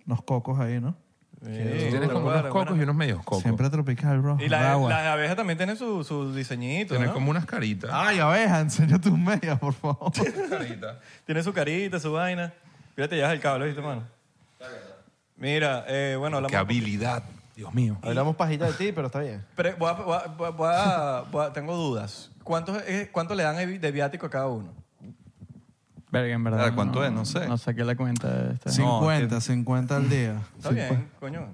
Speaker 2: Los cocos ahí, ¿no?
Speaker 4: Sí,
Speaker 7: Tienes
Speaker 4: te
Speaker 7: como
Speaker 4: cuadra,
Speaker 7: unos cocos y
Speaker 4: buena-
Speaker 7: unos medios cocos.
Speaker 2: Siempre tropical, bro.
Speaker 4: Y la-
Speaker 2: Agua.
Speaker 4: las abejas también tienen su, su diseñito,
Speaker 7: Tienes
Speaker 4: ¿no? Ah.
Speaker 7: como unas caritas.
Speaker 2: Ay, abeja, enseña tus medias, por favor.
Speaker 7: Carita.
Speaker 4: Tiene su carita, su vaina. Fíjate, ya es el cable, ¿viste, mano? Mira, eh, bueno,
Speaker 7: Qué
Speaker 4: hablamos.
Speaker 7: habilidad. Dios mío.
Speaker 6: Hablamos pajita de ti, pero está bien.
Speaker 4: Pero voy a- voy a- voy a- voy a- voy a- tengo dudas. ¿Cuánto, ¿Cuánto le dan de viático a cada uno?
Speaker 5: Verga, en verdad.
Speaker 3: Verga, ¿cuánto es? No sé.
Speaker 5: No saqué la cuenta de esta. Mm.
Speaker 2: 50, 50 al día.
Speaker 4: Está bien, coño.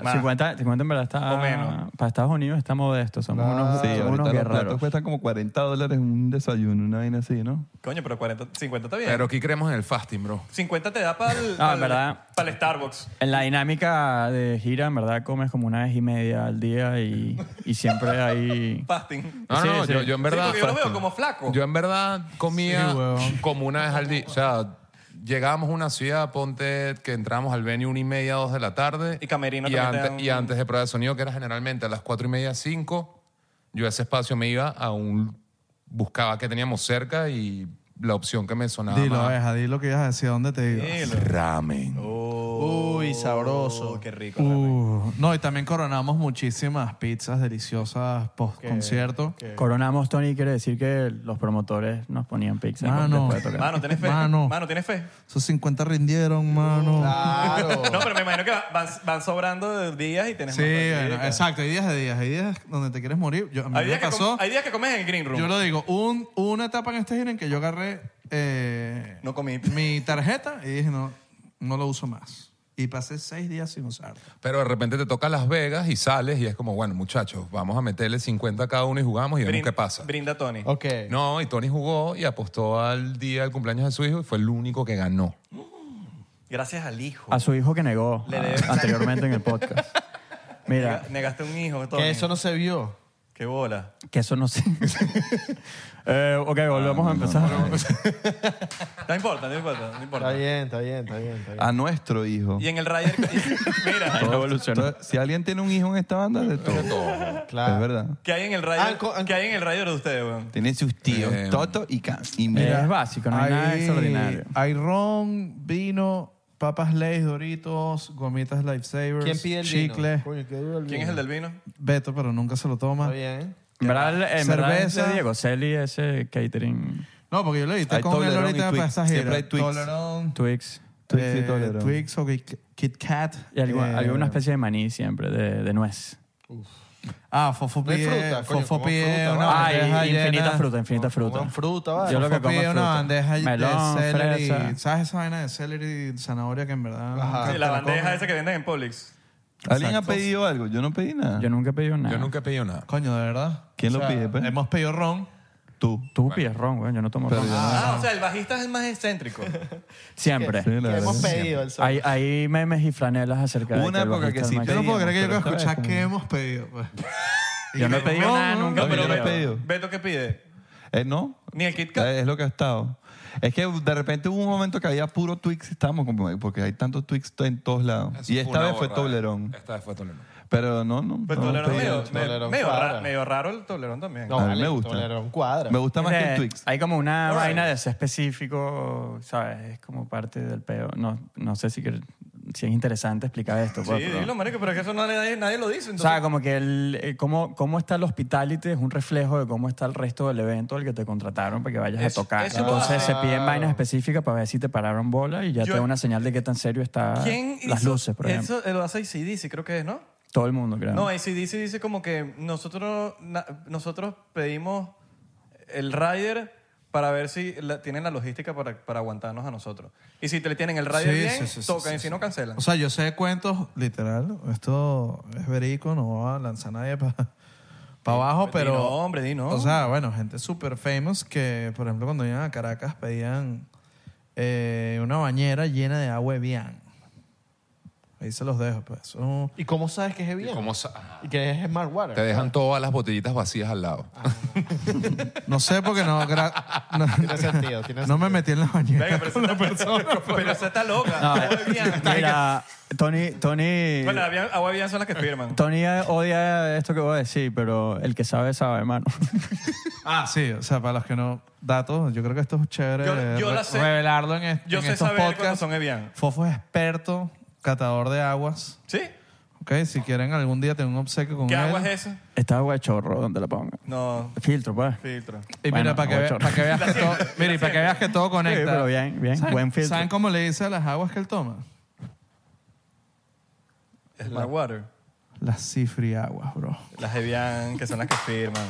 Speaker 4: Más.
Speaker 5: 50, 50 en verdad está.
Speaker 4: O menos.
Speaker 5: Para Estados Unidos está modesto. Somos unos,
Speaker 3: sí,
Speaker 5: somos
Speaker 3: Ah, ahorita
Speaker 5: unos
Speaker 3: los platos
Speaker 5: guerreros.
Speaker 3: cuestan como 40 dólares un desayuno, una vaina así, ¿no?
Speaker 4: Coño, pero 40, 50 está bien.
Speaker 7: Pero aquí creemos en el fasting, bro.
Speaker 4: 50 te da para el,
Speaker 5: No, en verdad.
Speaker 4: Starbucks.
Speaker 5: En la dinámica de gira, en verdad, comes como una vez y media al día y, y siempre hay.
Speaker 4: Fasting.
Speaker 7: No,
Speaker 5: Sí,
Speaker 7: no,
Speaker 5: sí.
Speaker 7: Yo, yo en verdad.
Speaker 4: porque yo lo veo
Speaker 7: fasting.
Speaker 4: como flaco.
Speaker 7: Yo en verdad comía
Speaker 2: Sí, huevón.
Speaker 7: como una vez al día. O sea, llegábamos a una ciudad, ponte que entramos al venue una y media, dos de la tarde.
Speaker 4: Y camerino
Speaker 7: y
Speaker 4: también te
Speaker 7: antes,
Speaker 4: dan-
Speaker 7: y antes de prueba de sonido, que era generalmente a las cuatro y media, cinco, yo a ese espacio me iba a un. Buscaba que teníamos cerca y la opción que me sonaba.
Speaker 2: Dilo,
Speaker 7: más,
Speaker 2: deja, dilo que ibas a decir, ¿a dónde te ibas?
Speaker 4: Dilo.
Speaker 7: Ramen. Oh.
Speaker 4: Uy,
Speaker 13: sabroso.
Speaker 4: Qué rico.
Speaker 2: Uh, no, y también coronamos muchísimas pizzas deliciosas post-concierto.
Speaker 5: Coronamos, Tony, quiere decir que los promotores nos ponían pizza
Speaker 2: Mano.
Speaker 5: después de tocar.
Speaker 4: Mano, ¿tienes fe?
Speaker 2: Mano.
Speaker 4: ¿tienes fe?
Speaker 2: Esos 50 rindieron,
Speaker 4: Ah,
Speaker 2: mano.
Speaker 6: Claro.
Speaker 4: No, pero me imagino que van, van sobrando de días y tienes
Speaker 2: Sí,
Speaker 4: más
Speaker 2: bueno,
Speaker 4: facilidad.
Speaker 2: exacto. Hay días de días. Hay días donde te quieres morir. Yo, a mí
Speaker 4: Hay
Speaker 2: me
Speaker 4: días, que com-
Speaker 2: pasó.
Speaker 4: hay días que comes en el green room.
Speaker 2: Yo lo digo, un, hubo una etapa en esta gira en que yo agarré eh,
Speaker 4: No comí.
Speaker 2: mi tarjeta y dije, no, no lo uso más. Y pasé seis días sin usarla.
Speaker 7: Pero de repente te toca Las Vegas y sales y es como, bueno, muchachos, vamos a meterle 50 a cada uno y jugamos y vemos
Speaker 4: Brin-
Speaker 7: qué pasa.
Speaker 4: Brinda Tony.
Speaker 6: Ok.
Speaker 7: No, y Tony jugó y apostó al día del cumpleaños de su hijo y fue el único que ganó.
Speaker 4: Gracias al hijo.
Speaker 5: A su hijo que negó
Speaker 4: Le
Speaker 5: a-
Speaker 4: debes-
Speaker 5: anteriormente en el podcast. Mira,
Speaker 4: Nega- Negaste un hijo, Tony.
Speaker 6: Que eso no se vio.
Speaker 4: Qué bola.
Speaker 5: que eso no sé. Eh, ok, volvemos
Speaker 2: Ah,
Speaker 5: a empezar.
Speaker 4: No importa, no importa, no importa. Ah,
Speaker 6: Está bien, está bien, está bien. Está bien.
Speaker 3: A nuestro hijo.
Speaker 4: Y en el Ryder...
Speaker 5: Todo
Speaker 4: Mira,
Speaker 5: evolucionó.
Speaker 3: Si alguien tiene un hijo en esta banda, de todo.
Speaker 6: Claro.
Speaker 3: Es verdad.
Speaker 4: ¿qué hay en el
Speaker 6: Ah,
Speaker 4: Ryder?
Speaker 6: co- ah,
Speaker 4: ¿Qué hay en el Ryder de ustedes, weón?
Speaker 3: Tiene sus tíos,
Speaker 7: Eh,
Speaker 3: Toto y Cam. Y
Speaker 5: es básico, no hay nada extraordinario.
Speaker 2: Hay ron, vino, papas Lay's, Doritos, gomitas Lifesavers,
Speaker 6: ¿Quién pide el vino?
Speaker 2: chicle.
Speaker 6: Coño, qué duro el
Speaker 4: ¿Quién es
Speaker 6: vino.
Speaker 4: el del vino?
Speaker 2: Beto, pero nunca se lo toma.
Speaker 6: Está bien.
Speaker 5: En verdad, en verdad,
Speaker 2: Cerveza.
Speaker 5: ese Diego Celi, ese catering,
Speaker 2: No, porque yo lo edité
Speaker 3: Hay
Speaker 2: con él
Speaker 3: Toblerone y
Speaker 2: ahorita
Speaker 3: Twix.
Speaker 2: para esta gira.
Speaker 3: Siempre hay Twix.
Speaker 2: Toblerone,
Speaker 5: Twix.
Speaker 3: Twix y
Speaker 2: eh,
Speaker 3: Toblerone.
Speaker 2: Twix o Kit Kit Kat.
Speaker 5: Y algo-
Speaker 2: eh,
Speaker 5: alguna especie de maní siempre, de, de nuez.
Speaker 2: Ah, Fofo
Speaker 6: No hay
Speaker 2: pide,
Speaker 6: fruta, coño,
Speaker 2: Fofo
Speaker 6: como
Speaker 2: pide
Speaker 6: fruta,
Speaker 2: una
Speaker 6: vale.
Speaker 5: Ah, y-
Speaker 2: bandeja
Speaker 5: y infinita
Speaker 2: llena-
Speaker 5: fruta, infinita fruta.
Speaker 6: Con fruta, vale.
Speaker 5: Yo lo
Speaker 2: Fofo
Speaker 5: que como es
Speaker 2: pide una
Speaker 5: fruta.
Speaker 2: bandeja
Speaker 5: Melón,
Speaker 2: de celery.
Speaker 5: fresa.
Speaker 2: ¿Sabes esa vaina de celery y zanahoria que en verdad...
Speaker 6: Ajá.
Speaker 2: nunca
Speaker 4: Sí,
Speaker 2: te
Speaker 4: la
Speaker 2: comes?
Speaker 4: bandeja esa que venden en Publix.
Speaker 3: ¿Alguien ha pedido algo? Yo no pedí nada.
Speaker 5: Pues, Yo nunca he pedido nada.
Speaker 7: Yo nunca he pedido nada.
Speaker 2: Coño, de verdad.
Speaker 3: ¿Quién lo pide, pues?
Speaker 2: Hemos pedido ron.
Speaker 3: Tú.
Speaker 5: Tú pides ron, güey. Yo no tomo ron.
Speaker 4: Ah, o sea, el bajista es el más excéntrico.
Speaker 5: Siempre.
Speaker 3: Sí, la
Speaker 6: ¿Qué
Speaker 3: verdad.
Speaker 6: hemos pedido el sol?
Speaker 5: Hay, hay memes y flanelas acerca de
Speaker 3: Hubo una
Speaker 5: el
Speaker 3: época que
Speaker 5: bajista
Speaker 3: sí
Speaker 5: es
Speaker 3: pedí-
Speaker 2: Yo no puedo
Speaker 3: Pedimos,
Speaker 2: creer que yo
Speaker 3: pero
Speaker 2: pueda
Speaker 3: esta
Speaker 2: escuchar
Speaker 3: vez
Speaker 2: qué
Speaker 3: como-
Speaker 2: hemos pedido. pues.
Speaker 5: Yo no he pedido nada nunca.
Speaker 4: No, pero
Speaker 3: yo no he
Speaker 4: Beto,
Speaker 3: pedido.
Speaker 4: Beto, ¿qué pide?
Speaker 3: Eh, no. Eh,
Speaker 4: Ni el Kit Kat.
Speaker 3: Es lo que ha estado. Es que de repente hubo un momento que había puro Twix. Estábamos como, porque hay tantos Twix en todos lados.
Speaker 7: Eso
Speaker 3: y esta
Speaker 7: una
Speaker 3: vez fue
Speaker 7: borrada.
Speaker 3: Toblerón.
Speaker 7: Esta vez fue Toblerón.
Speaker 3: Pero no, no.
Speaker 4: Pues
Speaker 3: no
Speaker 4: Toblerón
Speaker 3: pedí.
Speaker 4: medio,
Speaker 6: el
Speaker 4: me-
Speaker 6: Toblerón
Speaker 4: medio ra-
Speaker 6: cuadra.
Speaker 4: medio raro el Toblerón también.
Speaker 6: No,
Speaker 3: a mí
Speaker 6: vale,
Speaker 3: me gusta.
Speaker 6: Tolerón cuadra.
Speaker 3: Me gusta más que el
Speaker 5: Eh,
Speaker 3: Twix.
Speaker 5: Hay como una
Speaker 4: Alright.
Speaker 5: vaina de ese específico, ¿sabes? Es como parte del peo. No, no sé si, que- si es interesante explicar esto.
Speaker 4: Sí,
Speaker 5: pues, pero-
Speaker 4: dilo, marico, pero es que eso no nadie, nadie lo dice.
Speaker 5: o
Speaker 4: Entonces,
Speaker 5: sea, como que el, eh, cómo, cómo está el hospitality es un reflejo de cómo está el resto del evento al que te contrataron para que vayas
Speaker 4: Eso-
Speaker 5: a tocar.
Speaker 4: eso lo
Speaker 5: Entonces
Speaker 4: hace-
Speaker 5: se piden vainas específicas para ver si te pararon bola y ya
Speaker 4: Yo-
Speaker 5: te da una señal de qué tan serio está
Speaker 2: Ah,
Speaker 4: ¿quién
Speaker 5: las
Speaker 4: hizo
Speaker 5: luces, por ejemplo.
Speaker 4: Eso eh, lo hace ACDC, creo que es, ¿no?
Speaker 5: Todo el mundo, creo.
Speaker 4: No, ACDC dice como que nosotros, na- nosotros pedimos el rider para ver si la- tienen la logística para, para aguantarnos a nosotros. Y si te le tienen el rider
Speaker 2: Sí,
Speaker 4: bien,
Speaker 2: sí, sí, sí,
Speaker 4: tocan
Speaker 2: sí,
Speaker 4: y si
Speaker 2: sí.
Speaker 4: no, cancelan.
Speaker 2: O sea, yo sé de cuentos, literal, esto es verico, no va a lanzar nadie para abajo,
Speaker 6: pues,
Speaker 4: Di
Speaker 2: pero...
Speaker 4: no, hombre, di no.
Speaker 2: O sea, bueno, gente súper famous que, por ejemplo, cuando iban a Caracas pedían eh, una bañera llena de agua Evian. Ahí se los dejo, pues. Eso no-
Speaker 6: ¿Y cómo sabes que es bien?
Speaker 7: Como sa-
Speaker 6: Y que es Smart Water.
Speaker 7: te dejan todas las botellitas vacías al lado.
Speaker 2: No sé porque no... gra- no,
Speaker 6: Tiene sentido, tiene
Speaker 2: no me
Speaker 6: sentido.
Speaker 2: metí en la bañera.
Speaker 4: Venga, pero, esa está, pero esa está loca.
Speaker 5: No,
Speaker 4: Agua
Speaker 2: eh,
Speaker 4: de Bian.
Speaker 5: mira, Tony, Tony,
Speaker 4: Bueno, la Bian- agua de Bian son las que firman.
Speaker 5: Tony odia esto que voy a decir, pero el que sabe, sabe, hermano.
Speaker 2: Ah, sí, o sea, para los que no. Datos, yo creo que esto es chévere.
Speaker 4: Yo- yo
Speaker 2: Eh, re-
Speaker 4: la sé.
Speaker 2: Revelarlo en, es-
Speaker 4: Yo
Speaker 2: en
Speaker 4: sé
Speaker 2: estos
Speaker 4: saber cuándo
Speaker 2: podcasts.
Speaker 4: son Evian.
Speaker 2: Fofo es experto, catador de aguas.
Speaker 4: ¿Sí?
Speaker 2: Ok, si quieren algún día tener un obsequio con
Speaker 4: ¿Qué
Speaker 2: él.
Speaker 4: agua es esa?
Speaker 5: Esta agua de chorro, donde la ponga.
Speaker 4: No,
Speaker 5: Filtro, pues.
Speaker 4: filtro.
Speaker 2: Y mira,
Speaker 5: Bueno,
Speaker 2: para que,
Speaker 5: agua
Speaker 2: ve-
Speaker 5: de chorro.
Speaker 2: para que veas que todo. Mira, y para que veas que todo conecta.
Speaker 5: Sí, pero bien, bien,
Speaker 2: ¿Saben,
Speaker 5: buen filtro.
Speaker 2: ¿Saben cómo le dice a las aguas que él toma?
Speaker 4: Smart Water.
Speaker 2: Las cifriaguas, bro.
Speaker 4: Las Evian, que son las que firman.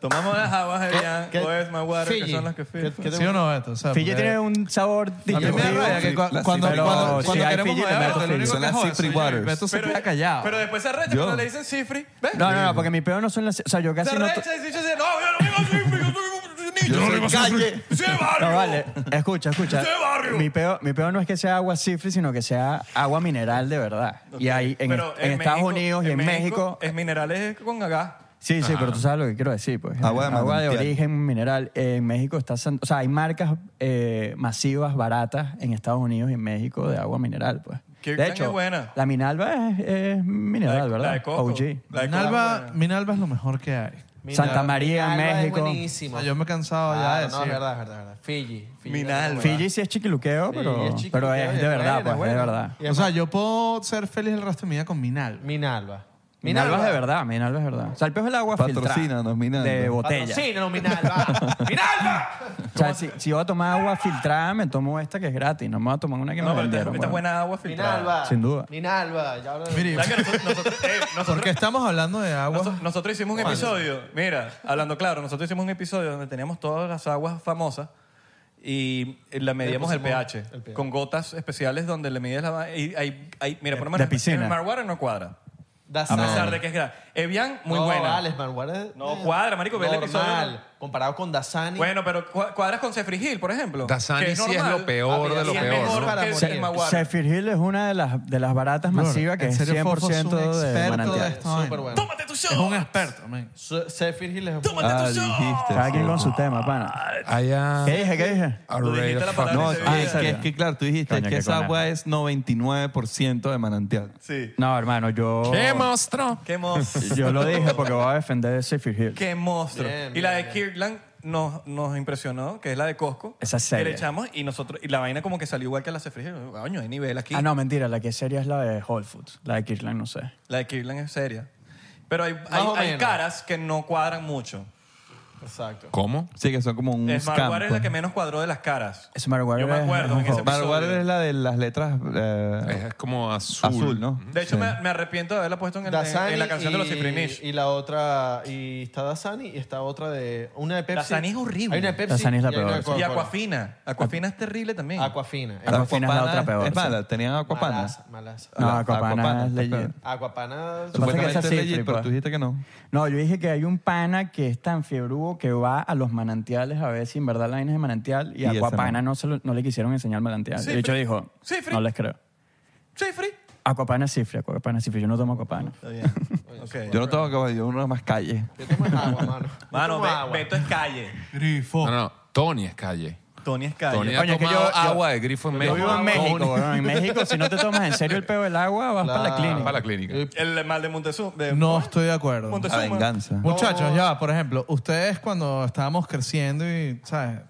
Speaker 4: Tomamos las aguas de
Speaker 2: ¿Qué-
Speaker 4: Bian,
Speaker 2: qué-
Speaker 4: o es my water, que
Speaker 2: Fiji?
Speaker 4: son las que
Speaker 2: ¿Qué- qué te-
Speaker 4: filtran.
Speaker 2: ¿Sí o no, esto? O sea,
Speaker 5: Fiji
Speaker 2: porque-
Speaker 5: tiene un
Speaker 2: A
Speaker 5: sabor
Speaker 2: mí me da rabia que cu-
Speaker 5: distinto.
Speaker 2: cuando,
Speaker 5: Pero
Speaker 2: cuando,
Speaker 5: si
Speaker 2: cuando
Speaker 5: hay
Speaker 2: queremos
Speaker 5: Fiji, le
Speaker 2: joder,
Speaker 5: meto
Speaker 2: lo único
Speaker 5: Fiji.
Speaker 2: que jode soy yo, y Beto se queda callado.
Speaker 4: Pero después se arrecha
Speaker 2: Yo.
Speaker 4: cuando le dicen cifri. ¿Ves?
Speaker 5: No, no, no, porque mi peor no son las... O sea, yo
Speaker 4: Se
Speaker 5: casi no... to-
Speaker 4: arrecha y dice, no, yo no vivo cifri, yo soy un niño.
Speaker 5: Yo
Speaker 4: no
Speaker 5: soy
Speaker 4: vivo
Speaker 5: calle.
Speaker 4: cifri. ¡Sí, barrio!
Speaker 5: No, vale. Escucha, escucha.
Speaker 4: ¡Ese barrio!
Speaker 5: Mi peor, mi peor no es que sea agua cifre, sino que sea agua mineral de verdad. Y ahí en,
Speaker 4: Pero
Speaker 5: en Estados
Speaker 4: México-
Speaker 5: Unidos y en México...
Speaker 4: Es minerales con gas.
Speaker 5: Sí, sí, pero tú sabes lo que quiero decir. Pues.
Speaker 3: Agua de manantial.
Speaker 5: origen mineral. Eh, en México está... san- O sea, hay marcas eh, masivas, baratas en Estados Unidos y en México de agua mineral, pues.
Speaker 4: Kirkland
Speaker 5: de
Speaker 4: es
Speaker 5: hecho,
Speaker 4: buena.
Speaker 5: la Minalba es, es mineral,
Speaker 4: La de-
Speaker 5: ¿verdad?
Speaker 4: la de coco.
Speaker 5: OG.
Speaker 4: La de coco es
Speaker 2: Minalba,
Speaker 4: buena.
Speaker 2: Minalba es lo mejor que hay.
Speaker 5: Santa María en
Speaker 2: Minalba es
Speaker 5: México.
Speaker 2: buenísimo. O sea, yo me he cansado ya de
Speaker 6: Ah, no, es
Speaker 2: decir.
Speaker 6: verdad, es verdad, es verdad. Fiji. Fiji
Speaker 4: Minal.
Speaker 5: Fiji sí es chiquiluqueo, pero,
Speaker 6: es chiquiluqueo
Speaker 5: pero es
Speaker 6: y
Speaker 5: de
Speaker 6: es
Speaker 5: verdad,
Speaker 6: buena,
Speaker 5: pues,
Speaker 6: buena.
Speaker 5: de verdad.
Speaker 2: O sea, yo puedo ser feliz el resto de mi vida con Minalba.
Speaker 6: Minalba.
Speaker 5: Minalba es de verdad, Minalba es de verdad. O sea, el pez es el agua filtrada.
Speaker 3: Patrocínanos, Minalba.
Speaker 5: De botella.
Speaker 6: Patrocínanos, Minalba. ¡Minalba!
Speaker 5: O sea, si, si voy a tomar agua filtrada, me tomo esta que es gratis. No me voy a tomar una que
Speaker 4: No,
Speaker 5: me
Speaker 4: pero esta-
Speaker 5: vendieron.
Speaker 4: esta es
Speaker 5: weón.
Speaker 4: buena agua filtrada.
Speaker 6: Minalba.
Speaker 5: Sin duda.
Speaker 6: Minalba. Ya hablo de-
Speaker 2: Mire,
Speaker 4: La que nosotros- nosotros- eh, nosotros-
Speaker 2: ¿por qué estamos hablando de agua?
Speaker 4: Noso- Nosotros hicimos un episodio, mira, hablando claro, nosotros hicimos un episodio donde teníamos todas las aguas famosas y le medíamos el pH, con gotas especiales donde le mides la... va- Y hay, hay- mira, por lo
Speaker 5: De
Speaker 4: menos en-
Speaker 5: piscina.
Speaker 4: en el Mar Water no cuadra,
Speaker 6: Da
Speaker 4: a
Speaker 6: sal.
Speaker 4: pesar de que es grave. Evian, muy
Speaker 6: no,
Speaker 4: buena.
Speaker 6: Vale, Smart Water-
Speaker 4: No, cuadra, marico, ve el episodio.
Speaker 6: Normal. Comparado con Dasani.
Speaker 4: Bueno, pero cua- cuadras con Cefrigil, por ejemplo.
Speaker 7: Dasani
Speaker 4: que
Speaker 7: sí es
Speaker 4: normal,
Speaker 7: lo peor
Speaker 6: Ah,
Speaker 7: de lo
Speaker 4: y es
Speaker 6: mira,
Speaker 7: peor.
Speaker 4: mejor
Speaker 7: ¿no?
Speaker 6: para
Speaker 4: que el
Speaker 6: morir.
Speaker 4: Sigma Water.
Speaker 5: Sapphire Hill es una de las, de las baratas
Speaker 2: Bro,
Speaker 5: masivas que
Speaker 2: en
Speaker 5: es
Speaker 2: serio, Fofo es
Speaker 5: 100%
Speaker 2: un
Speaker 5: de
Speaker 2: experto de
Speaker 5: manantial.
Speaker 2: esta vaina.
Speaker 6: Súper bueno.
Speaker 4: ¡Tómate tu shot!
Speaker 2: Es un experto, man.
Speaker 6: Su- Zephyr Hill es
Speaker 3: Ah, dijiste.
Speaker 5: Cada quien
Speaker 3: sí. Ah,
Speaker 5: con su tema, pana.
Speaker 7: Allá.
Speaker 5: ¿Qué dije? ¿Qué dije?
Speaker 4: Tú dijiste la palabra
Speaker 3: No,
Speaker 4: Ah,
Speaker 3: es
Speaker 4: ¿en
Speaker 3: que, es
Speaker 5: serio?
Speaker 3: que- es que, claro, tú dijiste
Speaker 5: Coño,
Speaker 3: que
Speaker 5: qué
Speaker 3: esa
Speaker 5: conaja.
Speaker 3: agua es 99% de manantial.
Speaker 4: Sí.
Speaker 5: No, hermano, yo...
Speaker 7: ¡Qué monstruo!
Speaker 4: ¡Qué monstruo!
Speaker 5: Yo lo dije porque voy a defender de Sapphire Hill.
Speaker 4: ¡Qué monstruo!
Speaker 6: Bien,
Speaker 4: y la de
Speaker 6: bien,
Speaker 4: Kirkland nos, nos impresionó, que es la de Costco.
Speaker 5: Esa es
Speaker 4: Que le
Speaker 5: seria.
Speaker 4: echamos y nosotros... Y la vaina como que salió igual que la Cefrigil. Coño, hay nivel aquí.
Speaker 5: Ah, no, mentira. La que es seria es la de Whole Foods. La de Kirkland, no sé.
Speaker 4: La de Kirkland es seria. Pero hay, hay,
Speaker 6: o
Speaker 4: hay
Speaker 6: menos.
Speaker 4: caras que no cuadran mucho.
Speaker 6: Exacto.
Speaker 7: ¿Cómo?
Speaker 3: Sí, que son como un
Speaker 4: Smart Water
Speaker 5: pues.
Speaker 4: es la que
Speaker 3: scam.
Speaker 4: menos cuadró de las caras.
Speaker 5: Smart Water
Speaker 4: Yo me
Speaker 5: es-
Speaker 4: acuerdo
Speaker 5: es
Speaker 4: en ese
Speaker 5: un
Speaker 4: episodio.
Speaker 3: Barwater es la de las letras eh,
Speaker 7: Es como azul.
Speaker 3: azul, ¿no?
Speaker 4: De hecho,
Speaker 3: Sí.
Speaker 4: me, me arrepiento de haberla puesto en, el- en-
Speaker 6: Dasani
Speaker 4: en la canción de los
Speaker 6: y-
Speaker 4: Cifrinish.
Speaker 6: Y la otra, y está Dasani y está otra de, una de Pepsi.
Speaker 4: Dasani es horrible.
Speaker 6: Hay una de Pepsi.
Speaker 5: Dasani es la
Speaker 6: y hay una
Speaker 5: peor,
Speaker 6: de
Speaker 5: sí.
Speaker 4: Y
Speaker 6: Coca-Cola.
Speaker 4: Aquafina. Aquafina es terrible también.
Speaker 6: Aquafina.
Speaker 3: La
Speaker 5: Aquafina es la otra peor,
Speaker 3: Es
Speaker 5: sí.
Speaker 3: mala, tenían acuapana.
Speaker 6: Malaza, malaza.
Speaker 5: No,
Speaker 3: La-
Speaker 5: Aquapana
Speaker 3: Aquapana
Speaker 5: es
Speaker 3: está
Speaker 5: legit.
Speaker 3: peor.
Speaker 6: Aquapana.
Speaker 5: Lo que pasa es que
Speaker 3: Supuestamente
Speaker 5: esa
Speaker 3: es
Speaker 5: sí,
Speaker 3: legit,
Speaker 5: flipa.
Speaker 3: pero tú dijiste que no.
Speaker 5: No, yo dije que hay un pana que es tan fiebrudo que va a los manantiales a ver si en verdad la vaina es de manantial y,
Speaker 3: Y
Speaker 5: a
Speaker 3: esa
Speaker 5: Aquapana
Speaker 3: no.
Speaker 5: no, se lo- no le quisieron enseñar manantial.
Speaker 4: Sí,
Speaker 5: de hecho
Speaker 4: Fri-
Speaker 5: dijo,
Speaker 4: Sí, Fri-
Speaker 5: no les creo.
Speaker 4: Cifri.
Speaker 5: Aquapana es cifre, Aquapana es cifre. Yo no tomo Aquapana.
Speaker 4: Está bien. Ok.
Speaker 3: Yo no tengo que yo uno más calle.
Speaker 6: Yo tomo es agua, mano. Yo
Speaker 4: Mano,
Speaker 6: tomo
Speaker 4: Be-
Speaker 6: agua.
Speaker 4: Beto es calle.
Speaker 2: Grifo.
Speaker 7: No, no, no. Tony es calle.
Speaker 4: Tony es calle.
Speaker 7: Tony ha
Speaker 5: Coño, es que
Speaker 7: tomado
Speaker 5: yo- yo-
Speaker 7: agua de grifo en
Speaker 5: Yo
Speaker 7: México.
Speaker 5: vivo en México, weón. En México, si no te tomas en serio el pedo del agua, vas para la clínica.
Speaker 7: Para la clínica.
Speaker 4: El mal de Montezuma. de-
Speaker 2: No estoy de acuerdo.
Speaker 4: Montezuma.
Speaker 3: La venganza.
Speaker 2: Muchachos, ya, por ejemplo, ustedes cuando estábamos creciendo y, ¿sabes?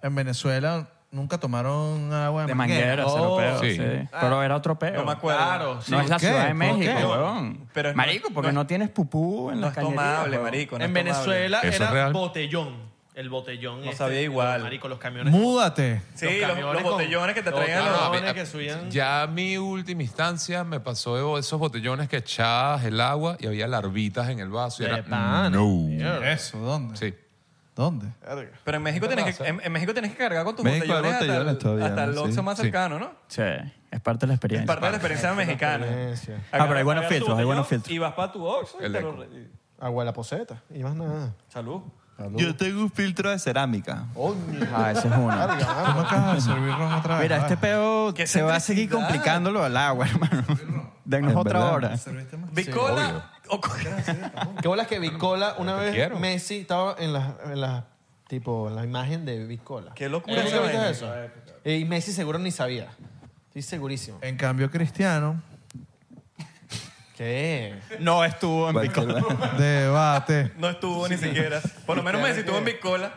Speaker 2: En Venezuela nunca tomaron agua de, Oh,
Speaker 5: De manguera, cero peo,
Speaker 7: sí.
Speaker 5: sí. Pero era otro peo.
Speaker 4: No Oh, Ah. me acuerdo.
Speaker 6: Claro, sí.
Speaker 5: No es la
Speaker 2: Ah. ¿Por qué?
Speaker 5: Ciudad de
Speaker 2: ¿Por
Speaker 5: México,
Speaker 2: qué?
Speaker 5: weón.
Speaker 4: Pero no-
Speaker 5: marico, porque
Speaker 4: no-
Speaker 5: no, tienes pupú
Speaker 4: Pues
Speaker 5: en
Speaker 4: No
Speaker 5: las
Speaker 4: es tomable,
Speaker 5: cañerías,
Speaker 4: marico. no es
Speaker 6: en
Speaker 4: tomable.
Speaker 6: Venezuela
Speaker 7: Eso es
Speaker 6: era
Speaker 7: real.
Speaker 6: botellón. El botellón.
Speaker 4: No
Speaker 6: este,
Speaker 4: sabía igual.
Speaker 6: Marico, los camiones.
Speaker 2: Múdate.
Speaker 4: Sí, los, los
Speaker 6: camiones con-
Speaker 4: botellones que te
Speaker 6: los
Speaker 4: traían.
Speaker 7: No, no,
Speaker 4: los-
Speaker 7: a mí-
Speaker 6: Botellones que
Speaker 7: a-
Speaker 6: subían-
Speaker 7: Ya a mi última instancia me pasó de esos botellones que echabas el agua y había larvitas en el vaso. Y
Speaker 6: De
Speaker 7: era,
Speaker 6: pana.
Speaker 7: no.
Speaker 2: Eso, ¿dónde?
Speaker 7: Sí.
Speaker 2: ¿Dónde?
Speaker 4: Pero en México, tienes que, en, en México tienes que cargar con tus
Speaker 3: México hay
Speaker 4: botellones hasta, el-
Speaker 3: botellones todavía,
Speaker 4: hasta el
Speaker 3: ¿no?
Speaker 4: Oxxo
Speaker 3: Sí.
Speaker 4: más
Speaker 7: Sí.
Speaker 4: cercano, ¿no?
Speaker 5: Sí, es parte de la
Speaker 4: Es
Speaker 5: experiencia.
Speaker 4: parte de la experiencia mexicana.
Speaker 6: experiencia.
Speaker 4: Agarras-
Speaker 5: Ah, pero hay buenos
Speaker 4: agarras tu
Speaker 5: filtros, hay buenos
Speaker 4: botellón
Speaker 5: filtros.
Speaker 4: Y vas para tu Oxxo. y
Speaker 7: El
Speaker 4: te
Speaker 7: eco.
Speaker 4: lo re-
Speaker 6: Agua de la poseta. Y más nada.
Speaker 4: Salud.
Speaker 3: Yo tengo un filtro de cerámica.
Speaker 5: Ah, ese es uno.
Speaker 6: Carga,
Speaker 2: Tú me
Speaker 6: mano.
Speaker 2: acabas de servir ron otra vez.
Speaker 5: Mira, este peo
Speaker 4: Qué
Speaker 5: se va a seguir
Speaker 4: centricidad.
Speaker 5: complicándolo al agua, hermano. Denos
Speaker 3: Es
Speaker 5: otra
Speaker 3: verdad.
Speaker 5: hora.
Speaker 4: ¿Bicola o co-
Speaker 6: ¿Qué bolas que Bicola una vez
Speaker 7: quiero.
Speaker 6: Messi estaba en la, en la tipo en la imagen de Bicola.
Speaker 4: Qué locura
Speaker 6: ¿Eh,
Speaker 4: esa
Speaker 6: ¿tú viste
Speaker 4: vaina?
Speaker 6: eso? Y Messi seguro ni sabía. Estoy segurísimo.
Speaker 2: En cambio, Cristiano,
Speaker 6: ¿Qué?
Speaker 5: No estuvo en pico.
Speaker 2: debate.
Speaker 4: No estuvo ni siquiera. Por lo menos Messi estuvo en Bicola.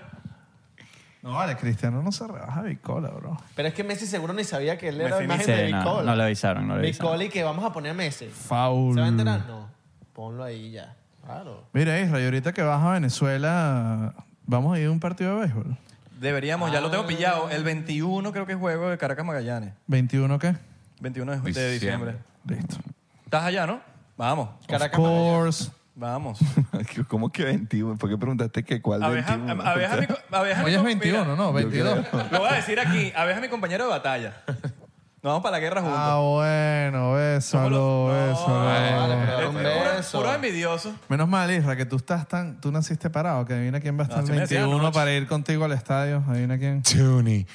Speaker 2: No, vale, Cristiano no se rebaja bicola, bro.
Speaker 6: Pero es que Messi seguro ni sabía que él era
Speaker 4: Messi
Speaker 6: la
Speaker 4: ni
Speaker 6: imagen de
Speaker 5: Sí,
Speaker 6: Bicola.
Speaker 5: no, no le avisaron, no le avisaron.
Speaker 6: Bicola y que vamos a poner a Messi.
Speaker 2: Faul.
Speaker 6: ¿Se va a enterar? No. Ponlo ahí ya. Claro.
Speaker 2: Mira, Israel, ahorita que vas a Venezuela, vamos a ir a un partido de béisbol.
Speaker 4: Deberíamos, ya lo
Speaker 6: Ah.
Speaker 4: tengo pillado. El 21 creo que es juego de Caracas Magallanes.
Speaker 2: ¿21 qué?
Speaker 4: 21 de, de
Speaker 7: Diciembre.
Speaker 4: diciembre.
Speaker 2: Listo.
Speaker 4: Estás allá, ¿no? Vamos.
Speaker 6: Caracas,
Speaker 2: Of course.
Speaker 4: Vamos.
Speaker 3: ¿Cómo que 21? ¿Por qué preguntaste que cuál
Speaker 4: Abeja,
Speaker 3: 21?
Speaker 4: a- abeja mi co- abeja
Speaker 3: Hoy
Speaker 4: mi
Speaker 3: es
Speaker 4: co-
Speaker 3: 21,
Speaker 4: mira,
Speaker 3: ¿no? 22.
Speaker 4: Lo voy a decir aquí. Abeja es mi compañero de batalla. Nos vamos para la guerra juntos.
Speaker 2: Ah, bueno, bésalo, bésalo.
Speaker 4: Puro envidioso.
Speaker 2: Menos mal, Isra, que tú estás tan. Tú naciste parado, que adivina quién va a estar
Speaker 4: No,
Speaker 2: el
Speaker 4: Ah, se me decía
Speaker 2: 21
Speaker 4: anoche.
Speaker 2: para ir contigo al estadio. Adivina quién.
Speaker 7: Tony.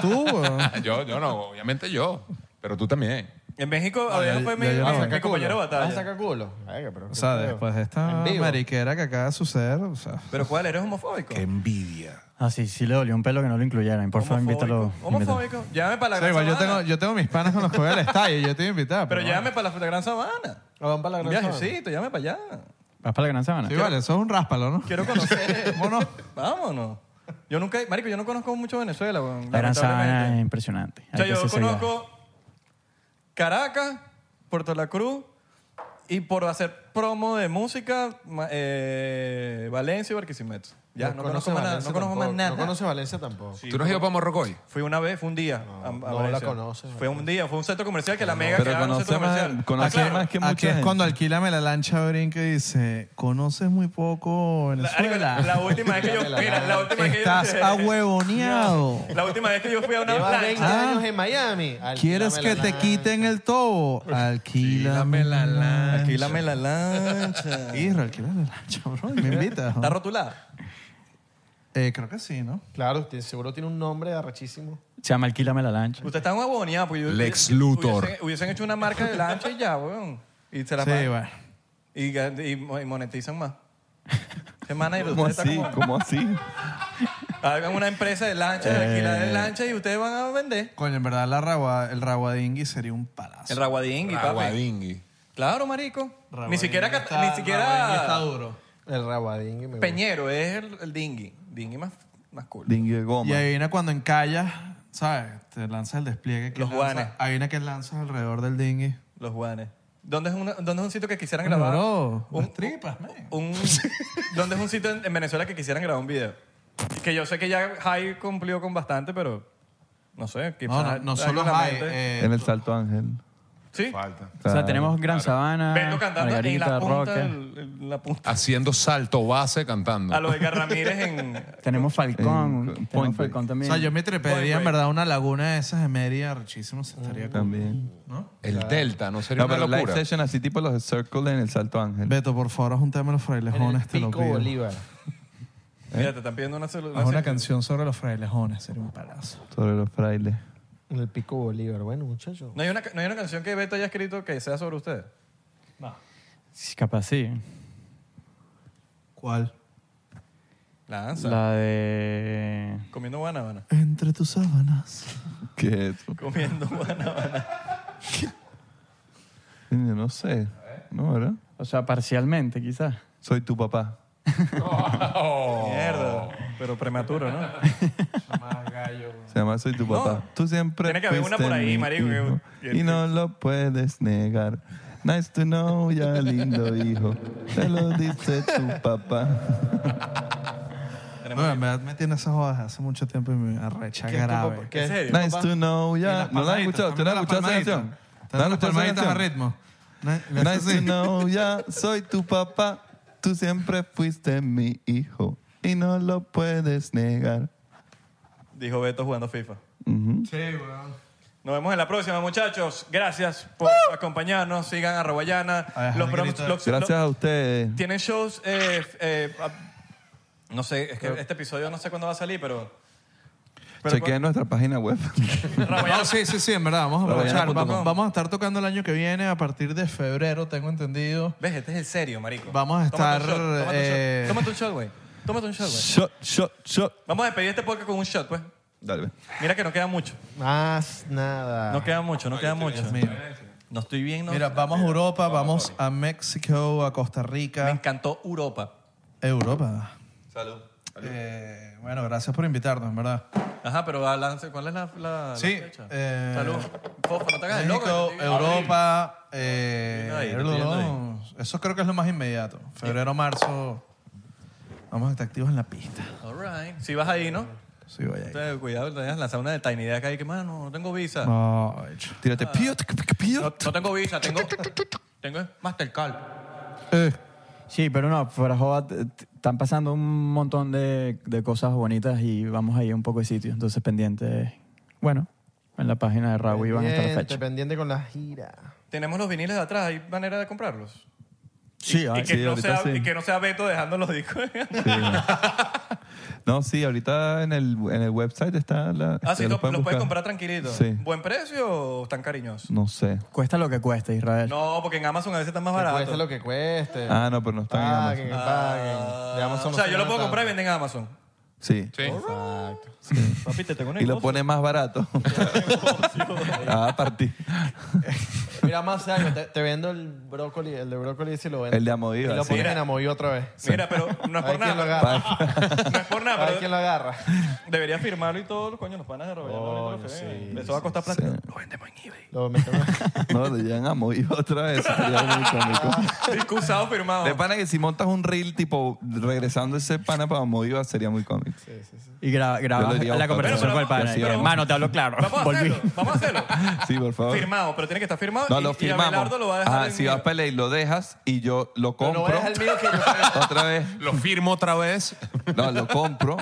Speaker 2: Tú, weón.
Speaker 7: yo, yo no, obviamente yo. Pero tú también.
Speaker 4: En México,
Speaker 7: Ah,
Speaker 4: Abeja
Speaker 7: ya-
Speaker 4: fue
Speaker 7: ya
Speaker 4: mi,
Speaker 7: yo no.
Speaker 4: mi- mi
Speaker 7: Vas a sacar
Speaker 4: compañero de
Speaker 7: culo.
Speaker 4: batalla.
Speaker 6: Vas a sacar culo. Verga, pero
Speaker 2: O
Speaker 6: qué
Speaker 2: sea,
Speaker 6: feo.
Speaker 2: después de esta
Speaker 5: En vivo.
Speaker 2: mariquera que acaba de suceder, o sea.
Speaker 4: ¿Pero cuál? ¿Eres homofóbico? Qué
Speaker 7: envidia.
Speaker 5: Ah, sí, sí le dolió un pelo que no lo incluyeran. Por favor, invítalo. invítalo.
Speaker 4: Homofóbico. Llévame para la
Speaker 2: Sí,
Speaker 4: gran
Speaker 2: igual yo
Speaker 4: sabana.
Speaker 2: tengo, yo tengo mis panas con los que voy al estadio, yo te voy a invitar.
Speaker 4: Pero llévame para la gran sabana.
Speaker 6: Ah, Vamos para la
Speaker 4: Un viajecito, llévame para allá.
Speaker 5: ¿Vas para la Gran Sabana?
Speaker 2: Sí, vale, eso es un ráspalo, ¿no?
Speaker 4: Quiero conocer. Vámonos. Vámonos. Yo nunca, marico, yo no conozco mucho Venezuela, weón.
Speaker 5: La Gran Sabana es
Speaker 4: lamentablemente.
Speaker 5: impresionante.
Speaker 4: O sea,
Speaker 5: Hay que
Speaker 4: yo
Speaker 5: hacerse viaje.
Speaker 4: conozco Caracas, Puerto La Cruz y por hacer promo de música, ma- eh, Valencia y Barquisimeto. Ya, no, conozco más nada.
Speaker 6: Valencia
Speaker 4: No conozco
Speaker 6: tampoco.
Speaker 4: más nada.
Speaker 6: No conoce Valencia tampoco.
Speaker 4: Sí,
Speaker 7: ¿Tú no has ido para Morrocoy?
Speaker 4: Fui una vez, fue un día. a- a
Speaker 6: no la
Speaker 4: Valencia.
Speaker 6: conoces,
Speaker 4: Fue un día, fue un centro comercial que la mega
Speaker 3: Pero
Speaker 4: quedaba en un centro
Speaker 3: conoce más-
Speaker 4: comercial.
Speaker 3: conoce
Speaker 4: Ah, claro.
Speaker 3: más que mucha
Speaker 2: Aquí es
Speaker 3: gente.
Speaker 2: cuando alquilame la lancha brinca y dice, conoces muy poco
Speaker 4: La, marico,
Speaker 2: Venezuela.
Speaker 4: la- la última vez que yo mira, la última vez que yo-
Speaker 2: Estás ahuevoneado.
Speaker 4: La última vez que yo fui a una
Speaker 6: Llevas 20
Speaker 4: plancha.
Speaker 6: años en Miami.
Speaker 2: Ah. ¿Quieres que te quiten el tobo? Alquilame la lancha.
Speaker 4: Alquilame la lancha.
Speaker 2: Isra, alquilame la lancha, bro. y Me invitas.
Speaker 4: ¿Está rotulada?
Speaker 2: Eh, creo que sí, ¿no?
Speaker 6: Claro, usted seguro tiene un nombre arrachísimo.
Speaker 5: Se llama Alquílame la lancha.
Speaker 4: Usted está en huevonía, pues yo-
Speaker 7: Lex
Speaker 4: yo-
Speaker 7: Luthor.
Speaker 4: Hubiesen, hubiesen hecho una marca de lancha y ya, weón. Y se la
Speaker 2: Sí,
Speaker 4: pagan.
Speaker 2: bueno.
Speaker 4: y, gan- y mo- y monetizan más. Semana y
Speaker 3: ¿Cómo
Speaker 4: usted está
Speaker 3: así?
Speaker 4: como.
Speaker 3: ¿Cómo así? Eh.
Speaker 4: Hagan una empresa de lancha, de alquilar
Speaker 2: Eh.
Speaker 4: de lancha y ustedes van a vender.
Speaker 2: Coño, en verdad la ragua- el raguadingui sería un palazo.
Speaker 4: El raguadingui, papi.
Speaker 7: Aguadingui.
Speaker 4: Claro, marico.
Speaker 2: Raguadingui
Speaker 4: ni siquiera. cat-
Speaker 2: está-
Speaker 4: ni siquiera.
Speaker 2: raguadingui está duro.
Speaker 6: El Rabadín. que me gusta.
Speaker 4: Peñero es el, el dinghy. Dinghy más, más cool.
Speaker 3: Dingui de
Speaker 2: Y
Speaker 3: goma.
Speaker 2: adivina cuando encallas, ¿sabes? Te lanzas el despliegue. Que
Speaker 4: Los
Speaker 2: lanza-
Speaker 4: guanes.
Speaker 2: Adivina que lanzas alrededor del dingui.
Speaker 4: Los guanes. ¿Dónde es, una- dónde es un sitio que quisieran
Speaker 2: Bueno,
Speaker 4: grabar?
Speaker 2: bro,
Speaker 4: un-
Speaker 2: las tripas, man.
Speaker 4: un- ¿Dónde es un sitio en, en Venezuela que quisieran grabar un video? Que yo sé que ya Jai cumplió con bastante, pero no sé. quizás
Speaker 2: No, no, no solo
Speaker 4: traigan la
Speaker 2: hay.
Speaker 4: mente.
Speaker 2: eh,
Speaker 3: En el Salto Ángel.
Speaker 4: sí.
Speaker 7: Falta.
Speaker 5: O sea, tenemos Gran Sabana,
Speaker 4: Vendo cantando en
Speaker 5: Margarita,
Speaker 4: la punta.
Speaker 5: Roca.
Speaker 4: del- en la punta.
Speaker 7: Haciendo salto base cantando.
Speaker 4: A lo de Ramírez en.
Speaker 5: Tenemos
Speaker 3: En-
Speaker 5: Falcón.
Speaker 3: Eh, Point
Speaker 5: tenemos
Speaker 3: Break.
Speaker 5: Falcón
Speaker 2: o
Speaker 5: también.
Speaker 2: sea, yo me treparía en verdad una laguna de esas de Mérida, richísimo, se estaría cool.
Speaker 3: Mm. También.
Speaker 7: El Delta, ¿no sería
Speaker 3: No, pero
Speaker 7: una
Speaker 3: live
Speaker 7: locura?
Speaker 3: session así tipo los Circle en el Salto Ángel.
Speaker 2: Beto, por favor, juntame los frailejones, te lo
Speaker 6: Pico
Speaker 2: pido.
Speaker 6: Bolívar.
Speaker 3: ¿Eh?
Speaker 4: Mira, te están pidiendo una celular.
Speaker 2: ¿Eh? Haz una canción sobre los frailejones, sería un palazo.
Speaker 3: Sobre los frailes.
Speaker 6: El Pico Bolívar. Bueno, muchacho.
Speaker 4: ¿No hay, una, ¿No hay una canción que Beto haya escrito que sea sobre ustedes?
Speaker 5: Sí, capaz sí.
Speaker 2: ¿Cuál?
Speaker 4: Lanza.
Speaker 5: La de...
Speaker 4: Comiendo guanábana.
Speaker 2: Entre tus sábanas.
Speaker 3: ¿Qué es eso?
Speaker 4: Comiendo guanábana.
Speaker 3: Yo no sé. No, ¿verdad?
Speaker 5: O sea, parcialmente, quizás.
Speaker 3: Soy tu papá.
Speaker 4: Mierda. Pero prematuro, ¿no?
Speaker 3: Se llama Soy tu
Speaker 4: No.
Speaker 3: papá. Tú siempre
Speaker 4: Tiene que haber una
Speaker 3: fuiste
Speaker 4: por ahí,
Speaker 3: mi
Speaker 4: marico, que-
Speaker 3: hijo,
Speaker 4: que-
Speaker 3: Y no lo puedes negar. Nice to know, ya lindo hijo. Te lo dice tu papá.
Speaker 4: Tenemos-
Speaker 2: No, en verdad me tiene esas jodas hace mucho tiempo y me arrecha grave.
Speaker 4: ¿En serio?
Speaker 3: Nice to know, ya. ¿No la has escuchado? ¿Usted no la ha escuchado esa canción? ¿No la has
Speaker 2: Las
Speaker 3: escuchado esa
Speaker 2: palmaditas a
Speaker 3: canción?
Speaker 2: ritmo. Na- na-
Speaker 3: Nice to know, ya. Soy tu papá. Tú siempre fuiste mi hijo. Y no lo puedes negar.
Speaker 4: Dijo Beto jugando FIFA.
Speaker 3: Ujú.
Speaker 4: Nos vemos en la próxima, muchachos. Gracias por acompañarnos. Sigan a Raguayana. Los, promos- los-
Speaker 3: Gracias a ustedes.
Speaker 4: los- tienen shows. eh, f- eh, a- no sé, es que este episodio no sé cuándo va a salir, pero. pero pues,
Speaker 3: Chequeen nuestra página web.
Speaker 2: No, sí, sí, sí, en verdad, vamos a
Speaker 3: Raguayana
Speaker 2: aprovechar.
Speaker 3: punto com.
Speaker 2: Vamos, vamos a estar tocando el año que viene a partir de febrero, tengo entendido.
Speaker 4: ¿Ves? Este es el serio, marico.
Speaker 2: Vamos a
Speaker 4: Tómate un
Speaker 2: estar,
Speaker 4: shot, tómate un shot,
Speaker 2: eh,
Speaker 4: Tómate un shot, güey. Tómate un shot, güey.
Speaker 3: Shot, shot, shot.
Speaker 4: Vamos a despedir este podcast con un shot, pues.
Speaker 3: Dale. ve.
Speaker 4: Mira que no queda mucho.
Speaker 6: Más nada.
Speaker 4: No queda mucho, no queda mucho. No estoy bien, no.
Speaker 2: Mira, vamos a Europa, vamos a México, a Costa
Speaker 4: Me
Speaker 2: Rica.
Speaker 4: encantó Europa.
Speaker 2: Europa.
Speaker 3: Salud.
Speaker 2: Eh, bueno, gracias por invitarnos, en verdad.
Speaker 4: Ajá, pero balance, ¿cuál es la, la, la
Speaker 2: Sí,
Speaker 4: fecha?
Speaker 2: eh,
Speaker 4: Salud. Fofo, no te hagas el loco.
Speaker 2: México,
Speaker 4: yo te digo-
Speaker 2: Europa,
Speaker 4: Estoy
Speaker 2: eh,
Speaker 4: ahí, estoy yendo
Speaker 2: no, eso creo que es lo más inmediato. Febrero, marzo, vamos a estar activos en la pista.
Speaker 4: All right. Si vas ahí, ¿no?
Speaker 2: Sí, voy ahí.
Speaker 4: Entonces, cuidado, te dejas lanzar una de Tiny Deck ahí que, mano, no tengo visa. No,
Speaker 2: No, hecho.
Speaker 3: Tírate. Piot, piot.
Speaker 4: no tengo visa, tengo, tengo Mastercard.
Speaker 2: Eh.
Speaker 5: Sí, pero no, fuera joda, t- t- están pasando un montón de, de cosas bonitas y vamos a ir a un poco de sitios. Entonces, pendientes, bueno, en la página de Rawi van a estar las
Speaker 6: Pendiente,
Speaker 5: fechas.
Speaker 6: pendiente con la gira.
Speaker 4: Tenemos los viniles de atrás, ¿hay manera de comprarlos?
Speaker 5: Sí,
Speaker 4: y, que no sea, y que no sea Beto dejando los discos.
Speaker 3: No, sí, ahorita en el, en el website está la.
Speaker 4: ah, sí,
Speaker 3: lo pueden
Speaker 4: lo, los puedes
Speaker 3: buscar.
Speaker 4: comprar tranquilito.
Speaker 3: Sí.
Speaker 4: ¿Buen precio o están cariñosos?
Speaker 3: No sé.
Speaker 5: Cuesta lo que cuesta, Israel.
Speaker 4: No, porque en Amazon a veces están más baratos.
Speaker 6: Cueste lo que cueste.
Speaker 3: Ah, no, pero no está en Amazon.
Speaker 6: Paguen, paguen. De
Speaker 4: Ah.
Speaker 6: Amazon
Speaker 4: o sea,
Speaker 6: no
Speaker 4: yo lo puedo
Speaker 6: se nota.
Speaker 4: comprar y venden en Amazon.
Speaker 3: Sí.
Speaker 6: Exacto.
Speaker 4: Papi, te tengo un
Speaker 3: Y lo pone más barato. ah, partí.
Speaker 6: Mira, más años, te, te vendo el brócoli, el de brócoli si lo vendo.
Speaker 3: El de
Speaker 6: Y
Speaker 3: Amoviva.
Speaker 6: lo
Speaker 3: sí.
Speaker 6: ponen en Amoviva otra vez.
Speaker 4: Mira, pero no es
Speaker 6: A ver
Speaker 4: por
Speaker 6: quién lo
Speaker 4: nada.
Speaker 6: agarra.
Speaker 4: No es por
Speaker 6: A
Speaker 4: nada,
Speaker 6: ver
Speaker 4: pero
Speaker 6: quién lo agarra.
Speaker 4: debería firmarlo y todos los coños, los panas de Robellano.
Speaker 6: Coño, sí,
Speaker 4: Eso va a costar plata.
Speaker 3: Sí.
Speaker 4: Lo vendemos en eBay.
Speaker 6: Lo metemos.
Speaker 3: No, lo llegan a Moiva otra vez. Sería muy cómico.
Speaker 4: Discusado firmado.
Speaker 3: De pana que si montas un reel tipo regresando ese pana para Moiva sería muy cómico.
Speaker 6: Sí, sí, sí.
Speaker 5: Y gra-
Speaker 3: Yo
Speaker 5: grabas
Speaker 3: lo diría
Speaker 5: la
Speaker 3: buscar.
Speaker 5: conversación
Speaker 4: Pero,
Speaker 5: con el
Speaker 4: pero
Speaker 5: padre.
Speaker 3: vamos-
Speaker 5: Y que,
Speaker 3: pero-
Speaker 5: Hermano, te hablo claro.
Speaker 4: Vamos a
Speaker 5: Volví.
Speaker 4: hacerlo. Vamos a hacerlo.
Speaker 3: Sí, por favor.
Speaker 4: Firmado, pero tiene que estar firmado.
Speaker 3: No,
Speaker 4: y,
Speaker 3: lo
Speaker 4: Y Abelardo
Speaker 3: firmamos.
Speaker 4: lo va a
Speaker 2: Ah,
Speaker 4: dejar.
Speaker 3: Ajá,
Speaker 4: en
Speaker 3: si vas
Speaker 4: mi-
Speaker 3: para y lo dejas y yo lo
Speaker 6: Pero no
Speaker 3: compro
Speaker 6: es el mío que yo pagué.
Speaker 3: otra vez.
Speaker 14: Lo firmo otra vez.
Speaker 3: No, lo compro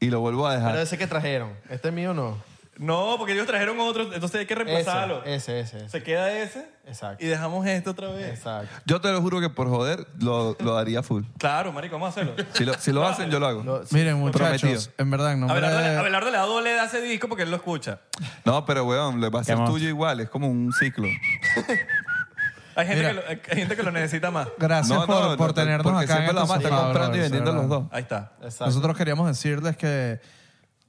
Speaker 3: y lo vuelvo a
Speaker 6: Pero
Speaker 3: dejar.
Speaker 6: ese que trajeron. Este es mío no.
Speaker 4: No, porque ellos trajeron otro, entonces hay que reemplazarlo.
Speaker 6: Ese, ese, ese. ese.
Speaker 4: Se queda ese
Speaker 6: Exacto.
Speaker 4: y dejamos este otra vez.
Speaker 6: Exacto.
Speaker 3: Yo te lo juro que por joder lo, lo daría full.
Speaker 4: Claro, marico, vamos a hacerlo.
Speaker 3: Si lo, si lo hacen, yo lo hago.
Speaker 6: Lo-
Speaker 2: Miren, muchachos,
Speaker 3: Prometido.
Speaker 2: en verdad, no me
Speaker 4: Abelardo, le-
Speaker 2: de-
Speaker 4: Abelardo le da doble a ese disco porque él lo escucha.
Speaker 3: No, pero weón, lo va a ser
Speaker 5: Vamos.
Speaker 3: tuyo igual. Es como un ciclo.
Speaker 4: Hay gente,
Speaker 2: Mira.
Speaker 4: que lo, hay gente que lo necesita más.
Speaker 2: Gracias
Speaker 3: No,
Speaker 2: por,
Speaker 3: no,
Speaker 2: por
Speaker 3: no,
Speaker 2: tenernos
Speaker 3: porque
Speaker 2: acá. en
Speaker 3: siempre lo
Speaker 2: esta
Speaker 3: vamos a estar
Speaker 2: sala,
Speaker 3: comprando y
Speaker 2: brother,
Speaker 3: vendiendo
Speaker 2: de
Speaker 3: los
Speaker 2: verdad.
Speaker 3: dos.
Speaker 4: Ahí está.
Speaker 6: Exacto.
Speaker 2: Nosotros queríamos decirles que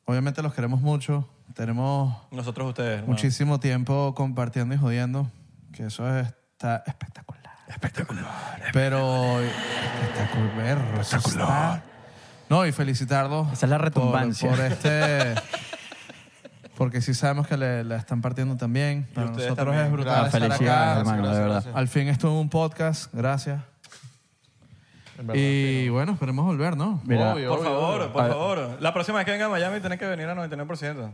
Speaker 2: obviamente los queremos mucho. Tenemos
Speaker 4: Nosotros ustedes. hermano.
Speaker 2: muchísimo tiempo compartiendo y jodiendo, que eso está espectacular. Espectacular. Pero espectacular, perro, eso está- No, y felicitarlos.
Speaker 5: Esa es la
Speaker 2: por-
Speaker 5: retumbancia.
Speaker 2: Por, este porque sí sabemos que le, la están partiendo también. Para
Speaker 4: ustedes
Speaker 2: nosotros
Speaker 4: también.
Speaker 2: es brutal
Speaker 6: Gracias,
Speaker 2: estar
Speaker 5: felicidades,
Speaker 2: acá.
Speaker 5: hermano, de verdad.
Speaker 2: Al fin esto es un podcast, gracias.
Speaker 6: En verdad,
Speaker 2: Y bueno, esperemos volver, ¿no?
Speaker 5: Mira,
Speaker 6: Obvio,
Speaker 4: Por
Speaker 6: obvio,
Speaker 4: favor,
Speaker 6: obvio.
Speaker 4: por favor. La próxima vez que venga a Miami tenés que venir a 99%.
Speaker 2: Ah.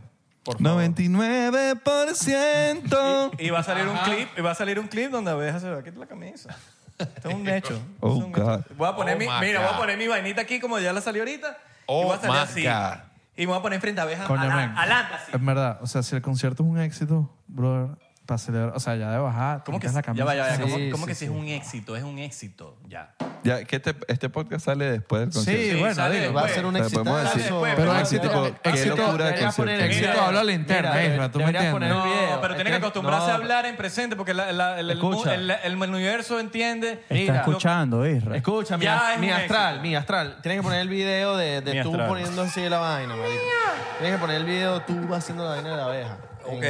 Speaker 3: 99%.
Speaker 4: Y va a salir un clip, y va a salir un clip donde Abeja se va a quitar la camisa. Esto es un hecho. Esto
Speaker 3: Oh,
Speaker 4: es un hecho.
Speaker 3: God.
Speaker 4: Voy a poner
Speaker 14: Oh,
Speaker 4: mi,
Speaker 14: my
Speaker 4: mira,
Speaker 14: God.
Speaker 4: voy a poner mi vainita aquí como ya la salió ahorita. y
Speaker 14: Oh,
Speaker 4: voy a salir
Speaker 14: my
Speaker 4: así.
Speaker 14: God.
Speaker 4: Y me voy a poner frente a Abeja.
Speaker 2: Coño,
Speaker 4: ala-
Speaker 2: men.
Speaker 4: alanta, así.
Speaker 2: En verdad, o sea, si el concierto es un éxito, brother, para celebrar, o sea, ya de bajar,
Speaker 4: ¿Cómo que,
Speaker 2: quitas la
Speaker 4: ya
Speaker 2: camisa.
Speaker 4: va, ya va,
Speaker 2: Sí,
Speaker 4: ¿cómo, cómo
Speaker 2: sí,
Speaker 4: que si
Speaker 2: sí.
Speaker 4: es un éxito? Es un éxito, ya.
Speaker 3: Ya, que este, este podcast sale después del
Speaker 2: Sí,
Speaker 3: concierto.
Speaker 2: bueno,
Speaker 4: sale
Speaker 2: digo,
Speaker 6: Va a ser un
Speaker 3: Pero
Speaker 6: éxito.
Speaker 3: podemos decir-
Speaker 4: pero
Speaker 2: Pero
Speaker 4: Ah,
Speaker 2: éxito,
Speaker 3: mira,
Speaker 2: éxito,
Speaker 3: qué locura de
Speaker 6: Deberías poner
Speaker 3: concierto.
Speaker 2: éxito,
Speaker 6: Mira,
Speaker 2: habla la interna,
Speaker 6: deberías-
Speaker 2: Isra, ¿tú me
Speaker 6: deberías
Speaker 2: entiendes?
Speaker 6: poner el video.
Speaker 4: No, pero tienes que acostumbrarse a hablar en presente porque la- la- el, el mu-
Speaker 2: Escucha.
Speaker 4: el- el universo entiende.
Speaker 5: está
Speaker 4: Lo-
Speaker 5: escuchando, Israel.
Speaker 6: Escucha, mi,
Speaker 4: Ya
Speaker 6: as-
Speaker 4: es
Speaker 6: mi
Speaker 4: un
Speaker 6: astral,
Speaker 4: éxito.
Speaker 6: mi astral. Tienes que poner el video de, de
Speaker 4: Mi
Speaker 6: tú
Speaker 4: astral.
Speaker 6: poniendo así la vaina, marico. Tienes que poner el video tú haciendo la vaina de la abeja.
Speaker 4: Ok.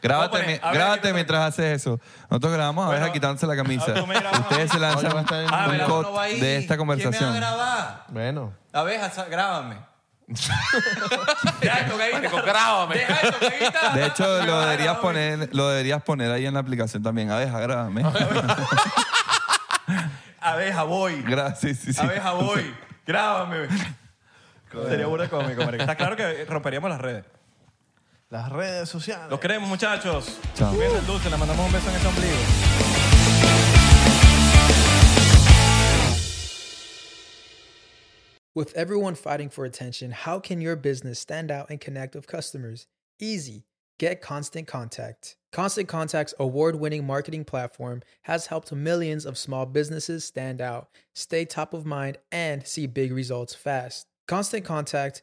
Speaker 3: Grábate,
Speaker 4: Vamos a poner-
Speaker 3: mi-
Speaker 4: a ver,
Speaker 3: grábate
Speaker 4: quítate-
Speaker 3: mientras haces eso. Nosotros grabamos a
Speaker 4: Bueno,
Speaker 3: Abeja quitándose la camisa.
Speaker 4: ah, tú me grabas.
Speaker 3: Ustedes se
Speaker 6: Oye,
Speaker 3: lanzan
Speaker 6: va a estar en-
Speaker 4: Ah,
Speaker 3: un
Speaker 4: Abelardo
Speaker 3: cut
Speaker 4: no va ahí.
Speaker 3: de esta conversación.
Speaker 4: ¿Quién me va a grabar?
Speaker 6: Bueno.
Speaker 4: Abeja, sa- grábame.
Speaker 14: Marico, grábame.
Speaker 3: De hecho, lo deberías poner, lo deberías poner ahí en la aplicación también. Abeja, grábame.
Speaker 4: Abeja, voy.
Speaker 3: Gracias. Sí, sí.
Speaker 4: Abeja, voy. Grábame. Sería burda cómico, marico. Está claro que romperíamos las redes.
Speaker 6: Las redes sociales.
Speaker 4: Los queremos, muchachos.
Speaker 3: Chao.
Speaker 4: Cuídense el dulce. Le mandamos un beso en el ombligo.
Speaker 1: With everyone fighting for attention, how can your business stand out and connect with customers? Easy. Get Constant Contact. Constant Contact's award winning marketing platform has helped millions of small businesses stand out, stay top of mind, and see big results fast. Constant Contact